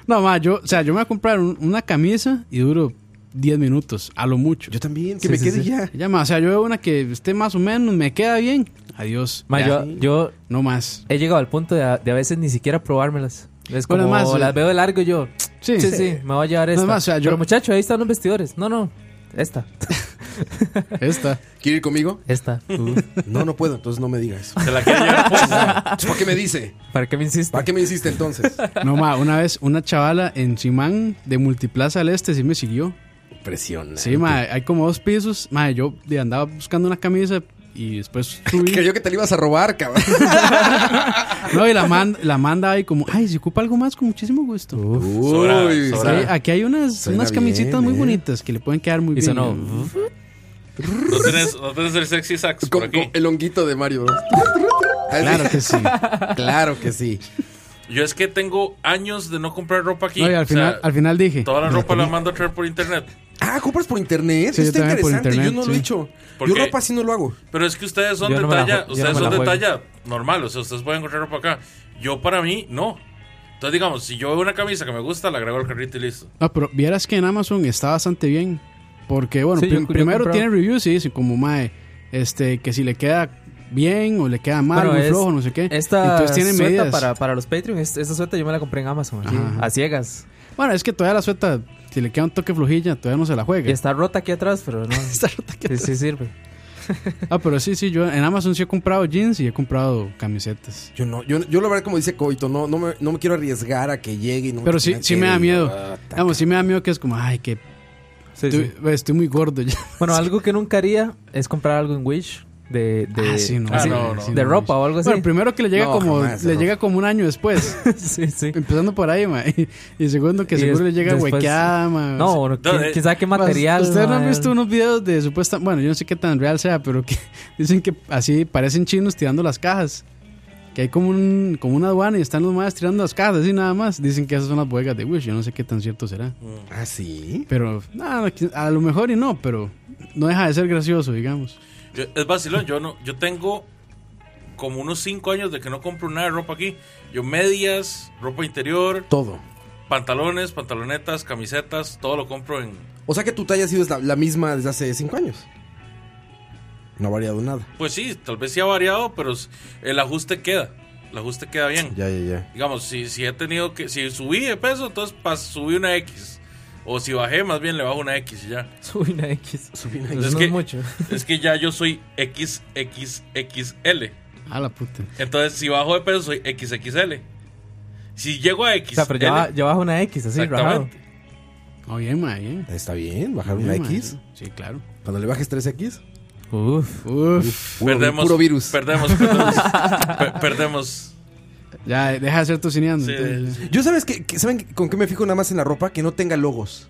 [SPEAKER 4] No, ma, yo, o sea, yo me voy a comprar un- una camisa y duro 10 minutos, a lo mucho.
[SPEAKER 2] Yo también, que
[SPEAKER 4] Sí,
[SPEAKER 2] me
[SPEAKER 4] sí,
[SPEAKER 2] quede
[SPEAKER 4] sí.
[SPEAKER 2] ya.
[SPEAKER 4] Ya, ma, o sea, yo veo una que esté más o menos, me queda bien. Adiós.
[SPEAKER 3] Ma,
[SPEAKER 4] Ya,
[SPEAKER 3] yo, yo
[SPEAKER 4] No más.
[SPEAKER 3] he llegado al punto de a, de a veces ni siquiera probármelas. Es como,
[SPEAKER 4] Bueno, más,
[SPEAKER 3] las
[SPEAKER 4] eh.
[SPEAKER 3] veo de largo y yo,
[SPEAKER 4] Sí.
[SPEAKER 3] sí, sí, me voy a llevar esta.
[SPEAKER 4] más, o sea, yo-
[SPEAKER 3] Pero muchacho, ahí están los vestidores. No, no, esta,
[SPEAKER 4] Esta.
[SPEAKER 2] ¿Quiere ir conmigo?
[SPEAKER 3] esta. Uh,
[SPEAKER 2] No, no puedo, entonces no me digas.
[SPEAKER 5] Se la quiere llevar puesta.
[SPEAKER 2] ¿Para qué me dice?
[SPEAKER 3] ¿Para qué me insiste?
[SPEAKER 2] ¿Para qué me insiste entonces?
[SPEAKER 4] No, ma, una vez una chavala en Simán de Multiplaza al Este sí me siguió.
[SPEAKER 2] Presiona.
[SPEAKER 4] Sí, ma, hay como dos pisos. Ma, yo de- andaba buscando una camisa y después subí.
[SPEAKER 2] Creyó que te la ibas a robar, cabrón.
[SPEAKER 4] no, y la, man- la manda ahí como, ay, se ocupa algo más con muchísimo gusto.
[SPEAKER 5] Sobra,
[SPEAKER 2] Uy,
[SPEAKER 5] sobra.
[SPEAKER 4] Aquí hay- aquí hay unas,
[SPEAKER 2] Suena
[SPEAKER 4] unas camisitas
[SPEAKER 2] bien,
[SPEAKER 4] muy
[SPEAKER 2] eh.
[SPEAKER 4] bonitas que le pueden quedar muy
[SPEAKER 3] Y
[SPEAKER 4] bien.
[SPEAKER 3] sonó.
[SPEAKER 5] ¿eh? No tenés, no tenés el sexy sax por
[SPEAKER 2] Con-
[SPEAKER 5] aquí.
[SPEAKER 2] con el honguito de Mario. Bros.
[SPEAKER 4] Claro que sí.
[SPEAKER 2] Claro que sí.
[SPEAKER 5] Yo es que tengo años de no comprar ropa aquí.
[SPEAKER 4] No, y al
[SPEAKER 5] O sea,
[SPEAKER 4] final, al final dije,
[SPEAKER 5] Toda la ropa la mando a traer por internet.
[SPEAKER 2] Ah, compras por internet. Eso
[SPEAKER 4] Sí, yo
[SPEAKER 2] está
[SPEAKER 4] también por
[SPEAKER 2] interesante.
[SPEAKER 4] internet,
[SPEAKER 2] yo no lo
[SPEAKER 4] sí.
[SPEAKER 2] he hecho.
[SPEAKER 5] ¿Por
[SPEAKER 2] Yo
[SPEAKER 5] qué?
[SPEAKER 2] ropa sí no lo hago.
[SPEAKER 5] Pero es que ustedes son
[SPEAKER 3] Yo
[SPEAKER 5] de
[SPEAKER 3] no me la
[SPEAKER 5] talla,
[SPEAKER 3] jue- yo no
[SPEAKER 5] ustedes
[SPEAKER 3] me
[SPEAKER 5] son
[SPEAKER 3] la
[SPEAKER 5] de
[SPEAKER 3] juego.
[SPEAKER 5] talla normal, o sea, ustedes pueden encontrar ropa acá. Yo para mí, no. Entonces digamos, si yo veo una camisa que me gusta, la agrego al carrito y listo.
[SPEAKER 4] no, pero vieras que en Amazon está bastante bien. Porque, bueno,
[SPEAKER 3] Sí, yo-
[SPEAKER 4] prim-
[SPEAKER 3] yo
[SPEAKER 4] primero
[SPEAKER 3] compraba.
[SPEAKER 4] tiene reviews y dice como, mae, este, que si le queda bien o le queda mal, muy flojo, no sé qué.
[SPEAKER 3] Esta
[SPEAKER 4] Entonces tiene
[SPEAKER 3] sueta
[SPEAKER 4] medidas.
[SPEAKER 3] Para, para los Patreon, es- esta sueta yo me la compré en Amazon, aquí,
[SPEAKER 4] Ajá.
[SPEAKER 3] a ciegas.
[SPEAKER 4] Bueno, es que todavía la suelta, si le queda un toque flojilla, todavía no se la
[SPEAKER 3] Y
[SPEAKER 4] juega.
[SPEAKER 3] está rota aquí atrás, pero no.
[SPEAKER 4] Está rota que-
[SPEAKER 3] Sí, sí sirve.
[SPEAKER 4] Ah, pero sí, sí, yo en Amazon sí he comprado jeans y he comprado camisetas.
[SPEAKER 2] Yo no, yo, yo la verdad, como dice Coito, no, no, me, no me quiero arriesgar a que llegue y no
[SPEAKER 4] Pero sí,
[SPEAKER 2] tenga
[SPEAKER 4] sí
[SPEAKER 2] que-
[SPEAKER 4] me da miedo.
[SPEAKER 2] Ah, ta-
[SPEAKER 4] Vamos, sí me da miedo que es como, ay, que pues,
[SPEAKER 3] Sí, sí.
[SPEAKER 4] estoy, estoy muy gordo ya.
[SPEAKER 3] Bueno, algo que nunca haría es comprar algo en Wish. de, de,
[SPEAKER 4] Ah, sí, no,
[SPEAKER 5] Ah, sí, no, no. sí,
[SPEAKER 3] de
[SPEAKER 4] no,
[SPEAKER 3] ropa o algo así.
[SPEAKER 4] Bueno, primero que le llega
[SPEAKER 2] No,
[SPEAKER 4] como
[SPEAKER 2] jamás,
[SPEAKER 4] le
[SPEAKER 2] no.
[SPEAKER 4] llega como un año después.
[SPEAKER 3] sí, sí.
[SPEAKER 4] Empezando por ahí, ma. Y, y segundo que
[SPEAKER 3] Y
[SPEAKER 4] seguro
[SPEAKER 3] des-
[SPEAKER 4] le llega
[SPEAKER 3] después-
[SPEAKER 4] huequeada, ma.
[SPEAKER 3] No, bueno,
[SPEAKER 5] No,
[SPEAKER 3] qui-
[SPEAKER 5] eh.
[SPEAKER 3] quién sabe qué material.
[SPEAKER 4] Pues, Ustedes no han
[SPEAKER 3] mae.
[SPEAKER 4] visto unos videos de supuesta. Bueno, yo no sé qué tan real sea, pero que dicen que así parecen chinos tirando las cajas. Que hay como, un, como una aduana y están los más tirando las cajas, así nada más. Dicen que esas son las bodegas de Wish. Yo no sé qué tan cierto será.
[SPEAKER 3] Mm.
[SPEAKER 2] Ah, sí.
[SPEAKER 4] Pero, nada, a lo mejor y no, pero no deja de ser gracioso, digamos.
[SPEAKER 5] Yo- es vacilón, yo no, yo tengo como unos 5 años de que no compro nada de ropa aquí. Yo medias, ropa interior,
[SPEAKER 2] Todo.
[SPEAKER 5] pantalones, pantalonetas, camisetas, todo lo compro en
[SPEAKER 2] O sea que tu talla ha sido la, la misma desde hace cinco años. No ha variado nada.
[SPEAKER 5] pues sí, tal vez sí ha variado, pero s- el ajuste queda. El ajuste queda bien.
[SPEAKER 2] Ya, ya, ya.
[SPEAKER 5] Digamos, si, si he tenido que si subí de peso, entonces pas- subí una X. O si bajé, más bien le bajo una X y ya.
[SPEAKER 3] Subí una X.
[SPEAKER 2] Subí
[SPEAKER 3] Pues
[SPEAKER 5] Es
[SPEAKER 3] no
[SPEAKER 5] que-
[SPEAKER 3] es mucho.
[SPEAKER 5] Es que ya yo soy XXXL.
[SPEAKER 4] A Ah, la puta.
[SPEAKER 5] Entonces, si bajo de peso, soy XXL. Si llego a
[SPEAKER 3] O
[SPEAKER 5] X.
[SPEAKER 3] sea, pero ya, ba- ya bajo una X, así, rajado.
[SPEAKER 5] Exactamente.
[SPEAKER 4] Oh, bien, ma, bien.
[SPEAKER 2] Está bien, bajar
[SPEAKER 4] Bien,
[SPEAKER 2] una
[SPEAKER 4] ma,
[SPEAKER 2] X.
[SPEAKER 4] bien. Sí, claro.
[SPEAKER 2] Cuando le bajes 3X.
[SPEAKER 3] Uf.
[SPEAKER 4] Uf.
[SPEAKER 2] Puro,
[SPEAKER 5] perdemos,
[SPEAKER 2] puro virus.
[SPEAKER 5] Perdemos, perdemos. per- perdemos.
[SPEAKER 4] Ya, deja de ser tu cineando.
[SPEAKER 5] Sí,
[SPEAKER 4] entonces, ya.
[SPEAKER 2] Yo sabes que, que- saben con qué me fijo nada más en la ropa que no tenga logos.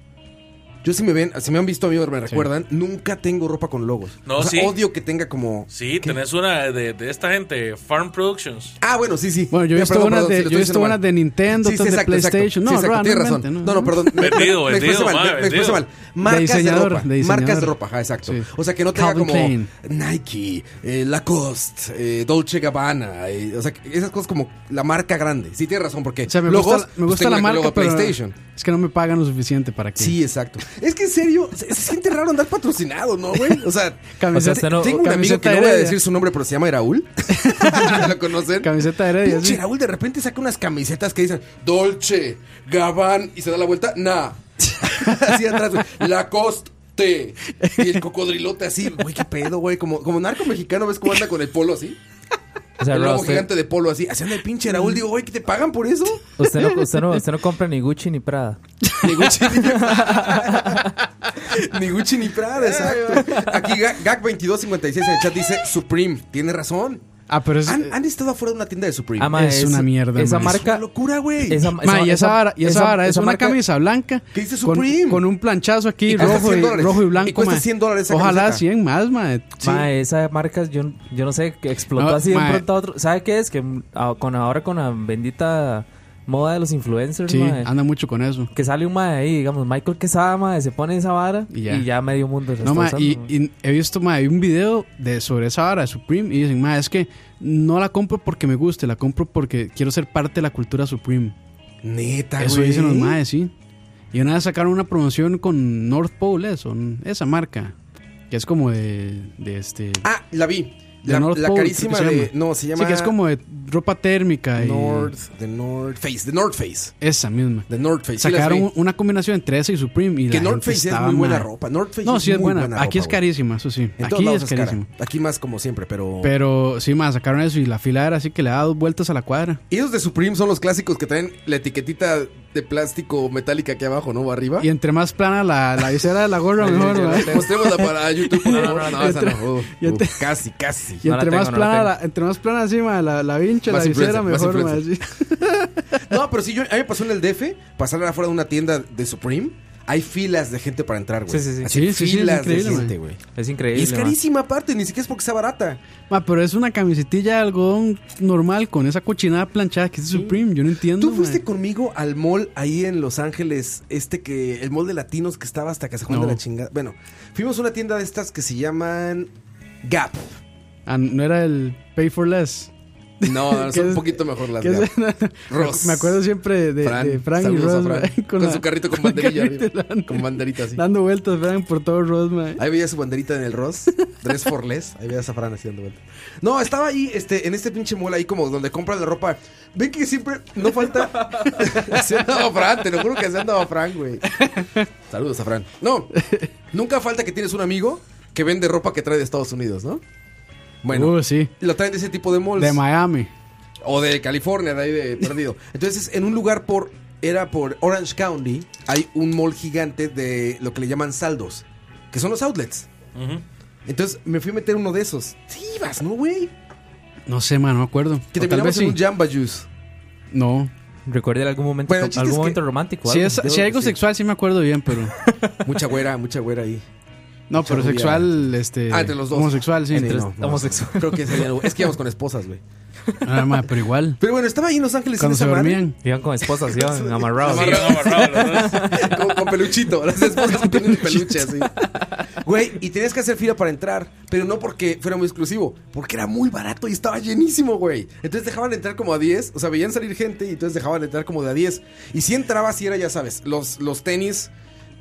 [SPEAKER 2] Yo si me ven, si me han visto a mí o me recuerdan, nunca tengo ropa con logos.
[SPEAKER 5] No,
[SPEAKER 2] O sea,
[SPEAKER 5] sí.
[SPEAKER 2] odio que tenga como
[SPEAKER 5] Sí, tenés una de, de esta gente, Farm Productions.
[SPEAKER 2] Ah, bueno, sí, sí.
[SPEAKER 4] Bueno, yo he
[SPEAKER 2] Ya,
[SPEAKER 4] visto
[SPEAKER 2] perdón,
[SPEAKER 4] unas
[SPEAKER 2] perdón,
[SPEAKER 4] de,
[SPEAKER 2] si lo
[SPEAKER 4] yo
[SPEAKER 2] estoy
[SPEAKER 4] he visto
[SPEAKER 2] diciendo
[SPEAKER 4] unas
[SPEAKER 2] mal.
[SPEAKER 4] de Nintendo,
[SPEAKER 2] Sí, sí,
[SPEAKER 4] otras
[SPEAKER 2] exacto,
[SPEAKER 4] de
[SPEAKER 2] exacto. Sí,
[SPEAKER 4] PlayStation. No,
[SPEAKER 2] exacto,
[SPEAKER 4] Ron,
[SPEAKER 2] tienes
[SPEAKER 4] realmente,
[SPEAKER 2] razón.
[SPEAKER 4] no,
[SPEAKER 2] No, no,
[SPEAKER 4] no.
[SPEAKER 2] perdón. Me,
[SPEAKER 5] Vendido,
[SPEAKER 2] me
[SPEAKER 5] vendido,
[SPEAKER 2] expresé mal,
[SPEAKER 5] madre,
[SPEAKER 2] me, me expresé mal.
[SPEAKER 5] vendido.
[SPEAKER 2] Marcas de,
[SPEAKER 4] diseñador,
[SPEAKER 2] ropa.
[SPEAKER 4] de diseñador.
[SPEAKER 2] marcas de ropa, ajá, exacto.
[SPEAKER 4] Sí.
[SPEAKER 2] O sea, que no tenga
[SPEAKER 4] Calvin
[SPEAKER 2] como
[SPEAKER 4] Klein.
[SPEAKER 2] Nike, eh, Lacoste, eh, Dolce Gabbana. eh, o sea, que esas cosas como la marca grande. Sí, tienes razón, porque
[SPEAKER 4] O sea, me
[SPEAKER 2] logos,
[SPEAKER 4] gusta, me
[SPEAKER 2] pues,
[SPEAKER 4] gusta
[SPEAKER 2] tengo
[SPEAKER 4] la
[SPEAKER 2] aquí
[SPEAKER 4] marca,
[SPEAKER 2] logo
[SPEAKER 4] pero
[SPEAKER 2] PlayStation.
[SPEAKER 4] es que no me pagan lo suficiente para que...
[SPEAKER 2] Sí, exacto. Es que en serio, se, se siente raro andar patrocinado, ¿no, güey? O sea,
[SPEAKER 4] Camiseta-
[SPEAKER 2] o sea,
[SPEAKER 3] no-
[SPEAKER 2] tengo un amigo
[SPEAKER 4] camiseta
[SPEAKER 2] que no voy a
[SPEAKER 4] Heredia.
[SPEAKER 2] decir su nombre, pero se llama Eraúl. ¿Lo conocen?
[SPEAKER 4] Camiseta de Heredia,
[SPEAKER 2] Pinche
[SPEAKER 4] sí.
[SPEAKER 2] Raúl de repente saca unas camisetas que dicen Dolce, Gabán y se da la vuelta, nah. así atrás, güey, Lacoste. Y el cocodrilote así, güey, qué pedo, güey. Como, como narco mexicano, ¿ves cómo anda con el polo así?
[SPEAKER 3] O sea,
[SPEAKER 2] el
[SPEAKER 3] Roa,
[SPEAKER 2] lobo
[SPEAKER 3] usted,
[SPEAKER 2] gigante de polo así. Haciendo el pinche Raúl, digo, güey, ¿qué te pagan por eso?
[SPEAKER 3] usted no, usted, no, usted no compra ni Gucci ni Prada.
[SPEAKER 2] Ni Gucci ni Prada. ni Gucci ni Prada,
[SPEAKER 4] Eh,
[SPEAKER 2] exacto. Aquí Gag2256 en el chat dice Supreme. Tiene razón.
[SPEAKER 4] Ah, pero es...
[SPEAKER 2] ¿Han, han estado afuera de una tienda de Supreme.
[SPEAKER 3] Ah, mae,
[SPEAKER 4] Es una mierda,
[SPEAKER 3] Esa
[SPEAKER 4] mae.
[SPEAKER 2] ¡Qué
[SPEAKER 3] marca.
[SPEAKER 2] locura, güey!
[SPEAKER 3] Esa,
[SPEAKER 4] Ma, y esa vara, y esa, vara es
[SPEAKER 3] esa
[SPEAKER 4] una
[SPEAKER 3] marca-
[SPEAKER 4] camisa blanca
[SPEAKER 2] ¿Qué dice
[SPEAKER 4] con,
[SPEAKER 2] Supreme?
[SPEAKER 4] con un planchazo aquí
[SPEAKER 2] Y cuesta
[SPEAKER 4] rojo
[SPEAKER 2] 100
[SPEAKER 4] y,
[SPEAKER 2] dólares.
[SPEAKER 4] rojo y
[SPEAKER 2] Y
[SPEAKER 4] blanco.
[SPEAKER 2] cuesta
[SPEAKER 4] ma.
[SPEAKER 2] 100 dólares esa
[SPEAKER 4] Ojalá
[SPEAKER 2] camiseta.
[SPEAKER 4] 100 más, ma.
[SPEAKER 3] Ma, esa marca, yo, yo no sé, que explotó
[SPEAKER 4] No,
[SPEAKER 3] así de un
[SPEAKER 4] ma.
[SPEAKER 3] pronto a otro. ¿Sabe qué es? Que mm, ah, con, ahora con la bendita moda de los influencers,
[SPEAKER 4] Sí,
[SPEAKER 3] ma,
[SPEAKER 4] anda mucho con eso.
[SPEAKER 3] que sale un mae ahí, digamos, Michael Quesada, mae, se pone esa vara
[SPEAKER 4] Y
[SPEAKER 3] y
[SPEAKER 4] ya.
[SPEAKER 3] ya, medio mundo se
[SPEAKER 4] No,
[SPEAKER 3] está
[SPEAKER 4] ma,
[SPEAKER 3] usando,
[SPEAKER 4] y,
[SPEAKER 3] ma.
[SPEAKER 4] y he visto, ma, hay un video de, sobre esa vara de Supreme y dicen, ma, es que no la compro porque me guste, la compro porque quiero ser parte de la cultura Supreme.
[SPEAKER 2] Neta,
[SPEAKER 4] Eso
[SPEAKER 2] Ah, güey.
[SPEAKER 4] dicen los maes, sí. Y una vez sacaron una promoción con North Pole, eso, esa marca. Que es como de, de este.
[SPEAKER 2] Ah, la vi.
[SPEAKER 4] de
[SPEAKER 2] La,
[SPEAKER 4] North
[SPEAKER 2] la
[SPEAKER 4] Pole,
[SPEAKER 2] carísima
[SPEAKER 4] creo que se
[SPEAKER 2] de... No, se llama...
[SPEAKER 4] Sí, que es como eh, de ropa térmica. y-
[SPEAKER 2] North... The North Face. The North Face.
[SPEAKER 4] Esa misma.
[SPEAKER 2] The North Face. Sí, las
[SPEAKER 4] Sacaron
[SPEAKER 2] vi.
[SPEAKER 4] una combinación entre esa y Supreme. Y
[SPEAKER 2] Que
[SPEAKER 4] la
[SPEAKER 2] North
[SPEAKER 4] gente
[SPEAKER 2] Face es
[SPEAKER 4] estaba
[SPEAKER 2] muy buena
[SPEAKER 4] mal.
[SPEAKER 2] ropa. North Face
[SPEAKER 4] No, sí es
[SPEAKER 2] muy
[SPEAKER 4] buena.
[SPEAKER 2] ropa,
[SPEAKER 4] Aquí es
[SPEAKER 2] güey.
[SPEAKER 4] carísima, eso sí.
[SPEAKER 2] En todos
[SPEAKER 4] Aquí
[SPEAKER 2] lados
[SPEAKER 4] es
[SPEAKER 2] cara.
[SPEAKER 4] carísima.
[SPEAKER 2] Aquí más como siempre, pero...
[SPEAKER 4] Pero sí, más sacaron eso y la fila era así que le daba dos vueltas a la cuadra.
[SPEAKER 2] Y esos de Supreme son los clásicos que traen la etiquetita de plástico metálica aquí abajo, ¿no? O Arriba.
[SPEAKER 4] Y entre más plana la, la visera de la gorra, mejor. ¿verdad?
[SPEAKER 2] Mostrémosla para YouTube, por
[SPEAKER 3] No,
[SPEAKER 2] favor.
[SPEAKER 3] no, no,
[SPEAKER 2] No, esa
[SPEAKER 4] yo
[SPEAKER 2] no. Uh,
[SPEAKER 4] yo
[SPEAKER 2] uh,
[SPEAKER 4] te-
[SPEAKER 2] Casi, casi.
[SPEAKER 4] Y
[SPEAKER 3] No la
[SPEAKER 4] entre,
[SPEAKER 3] tengo,
[SPEAKER 4] más
[SPEAKER 3] no la
[SPEAKER 4] plana,
[SPEAKER 3] tengo.
[SPEAKER 4] la, entre más plana así, ma, la, la vincha,
[SPEAKER 2] Más
[SPEAKER 4] la visera,
[SPEAKER 2] influencer,
[SPEAKER 4] mejor.
[SPEAKER 2] más
[SPEAKER 4] ma, sí.
[SPEAKER 2] No, pero sí, yo, a mí me pasó en el DF, pasar afuera de una tienda de Supreme, hay filas de gente para entrar, güey.
[SPEAKER 3] Sí, sí, sí.
[SPEAKER 2] Así,
[SPEAKER 4] Sí, sí, sí, es
[SPEAKER 2] filas de
[SPEAKER 4] increíble,
[SPEAKER 2] gente, güey.
[SPEAKER 3] Es
[SPEAKER 2] Y
[SPEAKER 3] increíble.
[SPEAKER 2] es
[SPEAKER 3] ma.
[SPEAKER 2] carísima aparte, ni siquiera es porque sea barata.
[SPEAKER 4] Ma, pero es una camisetilla de algodón normal con esa cochinada planchada que es Supreme. Yo no entiendo.
[SPEAKER 2] Tú fuiste
[SPEAKER 4] ma.
[SPEAKER 2] conmigo al mall ahí en Los Ángeles, este que, el mall de latinos que estaba hasta que se Juan
[SPEAKER 4] No.
[SPEAKER 2] de la chingada. Bueno, fuimos a una tienda de estas que se llaman Gap.
[SPEAKER 4] Ah, no era el Pay for Less.
[SPEAKER 2] No,
[SPEAKER 4] ¿Qué
[SPEAKER 2] son
[SPEAKER 4] es-
[SPEAKER 2] un poquito mejor las
[SPEAKER 4] que es-
[SPEAKER 2] Gap. Ross.
[SPEAKER 4] me acuerdo siempre de
[SPEAKER 2] Fran,
[SPEAKER 4] de Frank, y
[SPEAKER 2] saludos
[SPEAKER 4] Ross,
[SPEAKER 2] a Fran.
[SPEAKER 4] ma,
[SPEAKER 2] Con,
[SPEAKER 4] la-
[SPEAKER 2] su carrito con
[SPEAKER 4] el
[SPEAKER 2] banderilla
[SPEAKER 4] carrito
[SPEAKER 2] arriba.
[SPEAKER 4] dando-
[SPEAKER 2] Con banderita así.
[SPEAKER 4] Dando vueltas, Frank, por todo Ross, ma.
[SPEAKER 2] Ahí veía su banderita en el Ross, tres for less. Ahí veías a Fran así dando vueltas. No, estaba ahí, este, en este pinche muela ahí como donde compras la ropa. Ven que siempre no falta. se andaba Fran, te lo juro que se andaba Fran, güey. Saludos a Fran. No, nunca falta que tienes un amigo que vende ropa que trae de Estados Unidos, ¿no? Bueno,
[SPEAKER 4] Uh, sí.
[SPEAKER 2] lo traen de ese tipo de malls.
[SPEAKER 4] De Miami.
[SPEAKER 2] O de California, de ahí de perdido. Entonces, en un lugar por. Era por Orange County. Hay un mall gigante de lo que le llaman saldos. Que son los outlets.
[SPEAKER 5] Ujú.
[SPEAKER 2] Entonces me fui a meter uno de esos. Sí, Chivas, ¿no, güey?
[SPEAKER 4] No sé, man, no me acuerdo.
[SPEAKER 2] Que
[SPEAKER 4] O tal
[SPEAKER 2] terminamos
[SPEAKER 4] vez
[SPEAKER 2] en
[SPEAKER 4] sí.
[SPEAKER 2] un Jamba Juice.
[SPEAKER 4] No.
[SPEAKER 3] Recuerde algún momento,
[SPEAKER 2] Bueno, el chiste
[SPEAKER 3] algún
[SPEAKER 2] es que-
[SPEAKER 3] momento romántico.
[SPEAKER 4] Si,
[SPEAKER 3] algo.
[SPEAKER 4] es, si hay algo sexual, sí me acuerdo bien, pero.
[SPEAKER 2] Mucha güera, mucha güera ahí.
[SPEAKER 4] No,
[SPEAKER 2] Mucha
[SPEAKER 4] pero
[SPEAKER 2] rubia.
[SPEAKER 4] sexual, este.
[SPEAKER 2] Ah, entre los dos.
[SPEAKER 4] Homosexual, sí.
[SPEAKER 2] Entre-
[SPEAKER 4] No.
[SPEAKER 2] no, no.
[SPEAKER 3] homosexual.
[SPEAKER 2] Creo que sería- es que íbamos con esposas, güey.
[SPEAKER 4] Ah, ma, pero igual.
[SPEAKER 2] Pero bueno, estaba ahí en Los Ángeles
[SPEAKER 4] Cuando
[SPEAKER 2] en esa
[SPEAKER 4] se
[SPEAKER 2] madre,
[SPEAKER 4] dormían.
[SPEAKER 3] Iban con esposas, iban amarrados.
[SPEAKER 5] Sí, van amarrados los dos.
[SPEAKER 2] Con, con peluchito, las esposas que tienen peluche así. Güey, y tenías que hacer fila para entrar, pero no porque fuera muy exclusivo, porque era muy barato y estaba llenísimo, güey. Entonces dejaban entrar como a 10, o sea, veían salir gente y entonces dejaban entrar como de a 10. Y si entrabas, si era, ya sabes, los, los tenis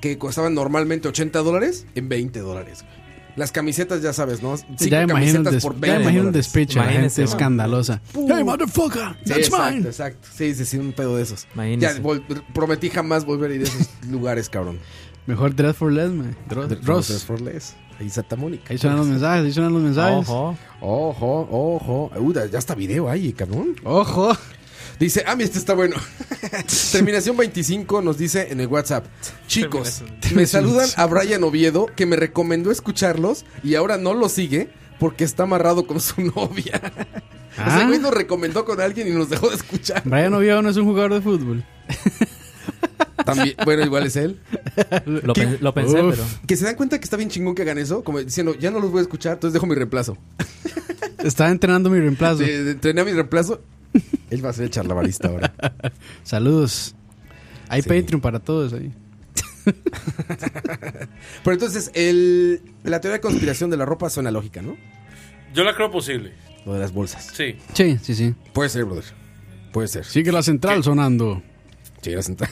[SPEAKER 2] que costaban normalmente 80 dólares, en 20 dólares. güey. Las camisetas, ya sabes, ¿no? Cinco
[SPEAKER 4] ya imagino el,
[SPEAKER 2] camisetas
[SPEAKER 4] des-
[SPEAKER 2] por
[SPEAKER 4] ya
[SPEAKER 2] 20
[SPEAKER 4] imagino el
[SPEAKER 2] dólares.
[SPEAKER 4] despecho, la
[SPEAKER 3] Imagínese,
[SPEAKER 4] gente
[SPEAKER 3] ma.
[SPEAKER 4] escandalosa.
[SPEAKER 2] Pum.
[SPEAKER 4] Hey, motherfucker,
[SPEAKER 2] Sí,
[SPEAKER 4] that's
[SPEAKER 2] exacto,
[SPEAKER 4] mine.
[SPEAKER 2] exacto. Sí, sí, sí, un pedo de esos.
[SPEAKER 3] Imagínese.
[SPEAKER 2] Ya vol- prometí jamás volver a ir a esos lugares, cabrón.
[SPEAKER 4] Mejor Dress for Less, man. Dro-
[SPEAKER 2] Dress
[SPEAKER 4] Ross.
[SPEAKER 2] for Less. Ahí Santa Mónica. Pues,
[SPEAKER 4] Ahí suenan los mensajes, ahí suenan los mensajes. Ojo.
[SPEAKER 3] Ojo.
[SPEAKER 2] Ojo, ojo. Uy, ya está video ahí, cabrón.
[SPEAKER 4] Ojo.
[SPEAKER 2] Dice, ah, mira, este está bueno. Terminación 25 nos dice en el WhatsApp. Chicos, me saludan a Brian Oviedo, que me recomendó escucharlos y ahora no lo sigue porque está amarrado con su novia. O sea, el güey nos recomendó con alguien y nos dejó de escuchar.
[SPEAKER 4] Ah, Brian Oviedo no es un jugador de fútbol.
[SPEAKER 2] También, bueno, igual es él.
[SPEAKER 3] Lo, pen- lo pensé,
[SPEAKER 4] Uf.
[SPEAKER 3] pero.
[SPEAKER 2] Que se dan cuenta que está bien chingón que hagan eso, como diciendo, ya no los voy a escuchar, entonces dejo mi reemplazo.
[SPEAKER 4] Estaba entrenando mi reemplazo.
[SPEAKER 2] De- de- Entrené a mi reemplazo. Él va a ser el charlabarista ahora.
[SPEAKER 4] Saludos. Hay
[SPEAKER 2] Sí.
[SPEAKER 4] Patreon para todos ahí.
[SPEAKER 2] Pero entonces, el, la teoría de conspiración de la ropa suena lógica, ¿no?
[SPEAKER 5] Yo la creo posible.
[SPEAKER 2] Lo de las bolsas.
[SPEAKER 5] Sí.
[SPEAKER 4] Sí, sí, sí.
[SPEAKER 2] Puede ser, brother. Puede ser.
[SPEAKER 4] Sigue la central sonando.
[SPEAKER 2] Sí, era sentar.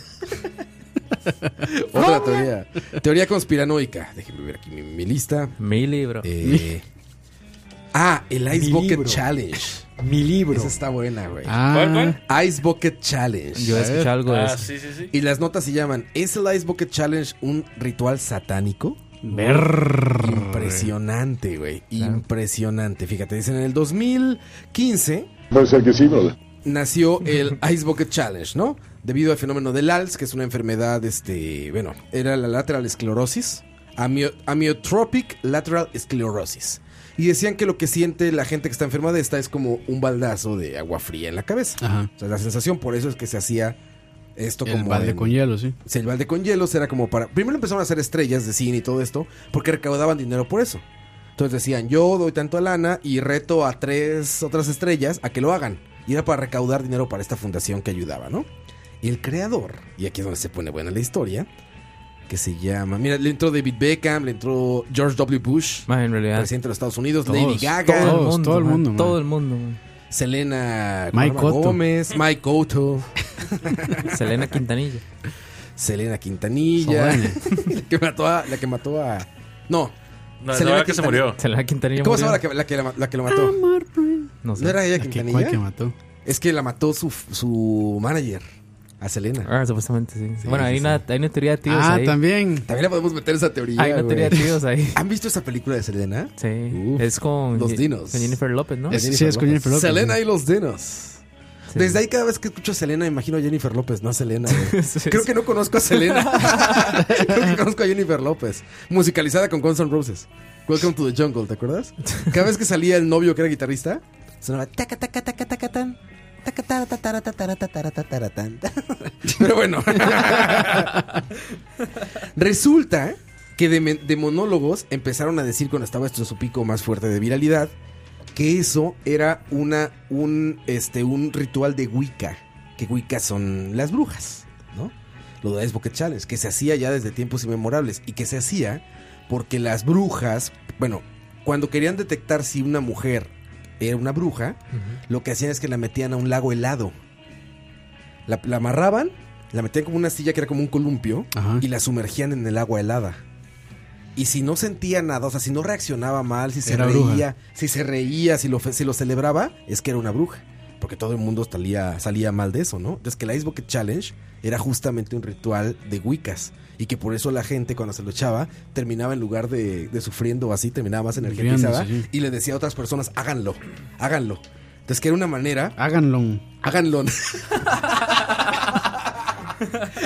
[SPEAKER 2] Otra teoría. Teoría conspiranoica. Déjenme ver aquí mi, mi lista.
[SPEAKER 3] Mi libro.
[SPEAKER 2] Eh, ah, el Ice
[SPEAKER 10] Mi
[SPEAKER 2] Bucket
[SPEAKER 10] libro.
[SPEAKER 2] Challenge.
[SPEAKER 10] Mi libro.
[SPEAKER 2] Esa está buena, güey.
[SPEAKER 4] Ah,
[SPEAKER 5] ¿Cuál, cuál?
[SPEAKER 2] Ice Bucket Challenge.
[SPEAKER 3] Yo he escuchado algo de
[SPEAKER 5] Ah,
[SPEAKER 3] eso.
[SPEAKER 5] sí, sí, sí.
[SPEAKER 2] Y las notas se llaman, ¿es el Ice Bucket Challenge un ritual satánico? Impresionante, güey. Impresionante. Fíjate, dicen en el 2015
[SPEAKER 9] Puede ser que sí, brother.
[SPEAKER 2] nació el Ice Bucket Challenge, ¿no? Debido al fenómeno del ALS, que es una enfermedad, este, bueno, era la lateral esclerosis, amio- amyotropic lateral esclerosis. Y decían que lo que siente la gente que está enferma de esta es como un baldazo de agua fría en la cabeza.
[SPEAKER 4] Ajá.
[SPEAKER 2] O sea, la sensación por eso es que se hacía esto
[SPEAKER 4] Ah, El
[SPEAKER 2] como
[SPEAKER 4] balde
[SPEAKER 2] en-
[SPEAKER 4] con hielo, sí.
[SPEAKER 2] Sí, el balde con hielos era como para. Primero empezaron a hacer estrellas de cine y todo esto, porque recaudaban dinero por eso. Entonces decían, yo doy tanto a lana y reto a tres otras estrellas a que lo hagan. Y era para recaudar dinero para esta fundación que ayudaba, ¿no? Y el creador, y aquí es donde se pone buena la historia, que se llama. Mira, le entró David Beckham, le entró George W. Bush,
[SPEAKER 3] Más en realidad.
[SPEAKER 2] presidente de los Estados Unidos,
[SPEAKER 4] Ah. Todos,
[SPEAKER 2] Lady Gaga,
[SPEAKER 4] todos. todo el
[SPEAKER 3] man,
[SPEAKER 4] mundo, man.
[SPEAKER 3] Todo el mundo. man.
[SPEAKER 2] Selena
[SPEAKER 4] Mike
[SPEAKER 2] Mike
[SPEAKER 4] Otto.
[SPEAKER 2] Gómez, Mike Otto,
[SPEAKER 3] Selena Quintanilla.
[SPEAKER 2] Selena Quintanilla, la que mató a. La que mató a no,
[SPEAKER 5] No,
[SPEAKER 2] Se
[SPEAKER 5] la
[SPEAKER 2] le
[SPEAKER 5] verdad
[SPEAKER 2] ve
[SPEAKER 5] que se
[SPEAKER 2] quitando.
[SPEAKER 5] murió.
[SPEAKER 3] Selena Quintanilla.
[SPEAKER 2] ¿Cómo se llama la
[SPEAKER 3] murió.
[SPEAKER 2] que, la que la- la que lo mató?
[SPEAKER 3] No
[SPEAKER 2] ¿No
[SPEAKER 3] sé.
[SPEAKER 2] era ella
[SPEAKER 4] La que-
[SPEAKER 2] Quintanilla?
[SPEAKER 4] ¿Cuál que mató?
[SPEAKER 2] Es que la mató su, su manager, a Selena.
[SPEAKER 3] Ah, supuestamente sí.
[SPEAKER 2] Sí,
[SPEAKER 3] bueno,
[SPEAKER 2] sí,
[SPEAKER 3] hay,
[SPEAKER 2] sí.
[SPEAKER 3] Una, hay una teoría de tíos
[SPEAKER 4] ah,
[SPEAKER 3] ahí.
[SPEAKER 4] también.
[SPEAKER 2] También le podemos meter esa teoría.
[SPEAKER 3] Hay una
[SPEAKER 2] güey.
[SPEAKER 3] teoría de tíos ahí.
[SPEAKER 2] ¿Han visto esa película de Selena?
[SPEAKER 3] Sí.
[SPEAKER 2] Uf,
[SPEAKER 3] es con,
[SPEAKER 2] los
[SPEAKER 3] Ye-
[SPEAKER 2] dinos.
[SPEAKER 3] con Jennifer López, ¿no?
[SPEAKER 4] Es- sí,
[SPEAKER 2] Jennifer
[SPEAKER 4] con
[SPEAKER 2] López.
[SPEAKER 4] Jennifer López,
[SPEAKER 2] Selena
[SPEAKER 4] sí.
[SPEAKER 2] y los dinos.
[SPEAKER 3] Sí.
[SPEAKER 2] Desde ahí cada vez que escucho a Selena me imagino a Jennifer López, no a Selena. güey.
[SPEAKER 3] Sí,
[SPEAKER 2] Creo
[SPEAKER 3] sí.
[SPEAKER 2] que no conozco a Selena. Creo que conozco a Jennifer López. Musicalizada con Guns N' Roses. Welcome to the Jungle, ¿te acuerdas? Cada vez que salía el novio que era guitarrista, sonaba taca taca taca taca tan. taca, tara, tatara, tatara, tatara, tatara, tan. Pero bueno. Resulta que de, men- de monólogos empezaron a decir cuando estaba esto en su pico más fuerte de viralidad que eso era una un este un ritual de Wicca, que Wicca son las brujas, ¿no? Lo de Ice Bucket Challenge, que se hacía ya desde tiempos inmemorables y que se hacía porque las brujas, bueno, cuando querían detectar si una mujer era una bruja, lo que hacían es que la metían a un lago helado. La, la amarraban, la metían como una silla que era como un columpio
[SPEAKER 4] Ajá.
[SPEAKER 2] y la sumergían en el agua helada. Y si no sentía nada, o sea, si no reaccionaba mal, si se
[SPEAKER 4] Era
[SPEAKER 2] reía,
[SPEAKER 4] bruja.
[SPEAKER 2] si se reía, si lo, fe- si lo celebraba, es que era una bruja. Porque todo el mundo salía, salía mal de eso, ¿no? Entonces que la Ice Bucket Challenge era justamente un ritual de wiccas. Y que por eso la gente cuando se lo echaba terminaba en lugar de, de sufriendo así, terminaba más energetizada.
[SPEAKER 4] Riéndose, sí.
[SPEAKER 2] Y le decía a otras personas, háganlo, háganlo. Entonces que era una manera
[SPEAKER 4] Háganlo.
[SPEAKER 2] Háganlo.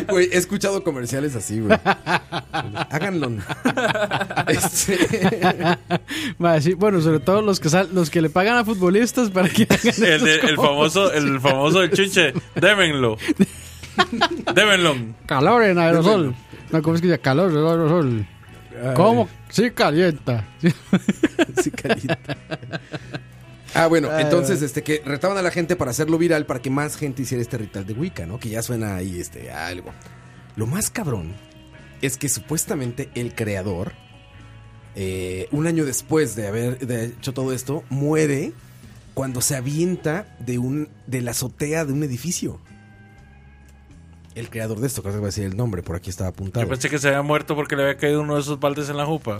[SPEAKER 2] Güey, he escuchado comerciales así, güey. Háganlo. Este-
[SPEAKER 4] Ma, sí, bueno, sobre todo los que sal- los que le pagan a futbolistas para que hagan
[SPEAKER 5] El, de-
[SPEAKER 4] estos
[SPEAKER 5] el
[SPEAKER 4] combos.
[SPEAKER 5] famoso, el famoso del chinche. Démenlo. Démenlo.
[SPEAKER 4] Calor en aerosol. No, ¿cómo es que dice? Calor en aerosol.
[SPEAKER 2] Ay.
[SPEAKER 4] ¿Cómo? Sí calienta.
[SPEAKER 2] Sí calienta. Ah, bueno,
[SPEAKER 4] Ay,
[SPEAKER 2] entonces
[SPEAKER 4] güey.
[SPEAKER 2] este que retaban a la gente para hacerlo viral para que más gente hiciera este ritual de Wicca, ¿no? Que ya suena ahí este a algo. Lo más cabrón es que supuestamente el creador eh, un año después de haber de hecho todo esto muere cuando se avienta de un de la azotea de un edificio. El creador de esto, creo que voy a decir el nombre, por aquí estaba apuntado.
[SPEAKER 5] Yo pensé que se había muerto porque le había caído uno de esos baldes en la jupa.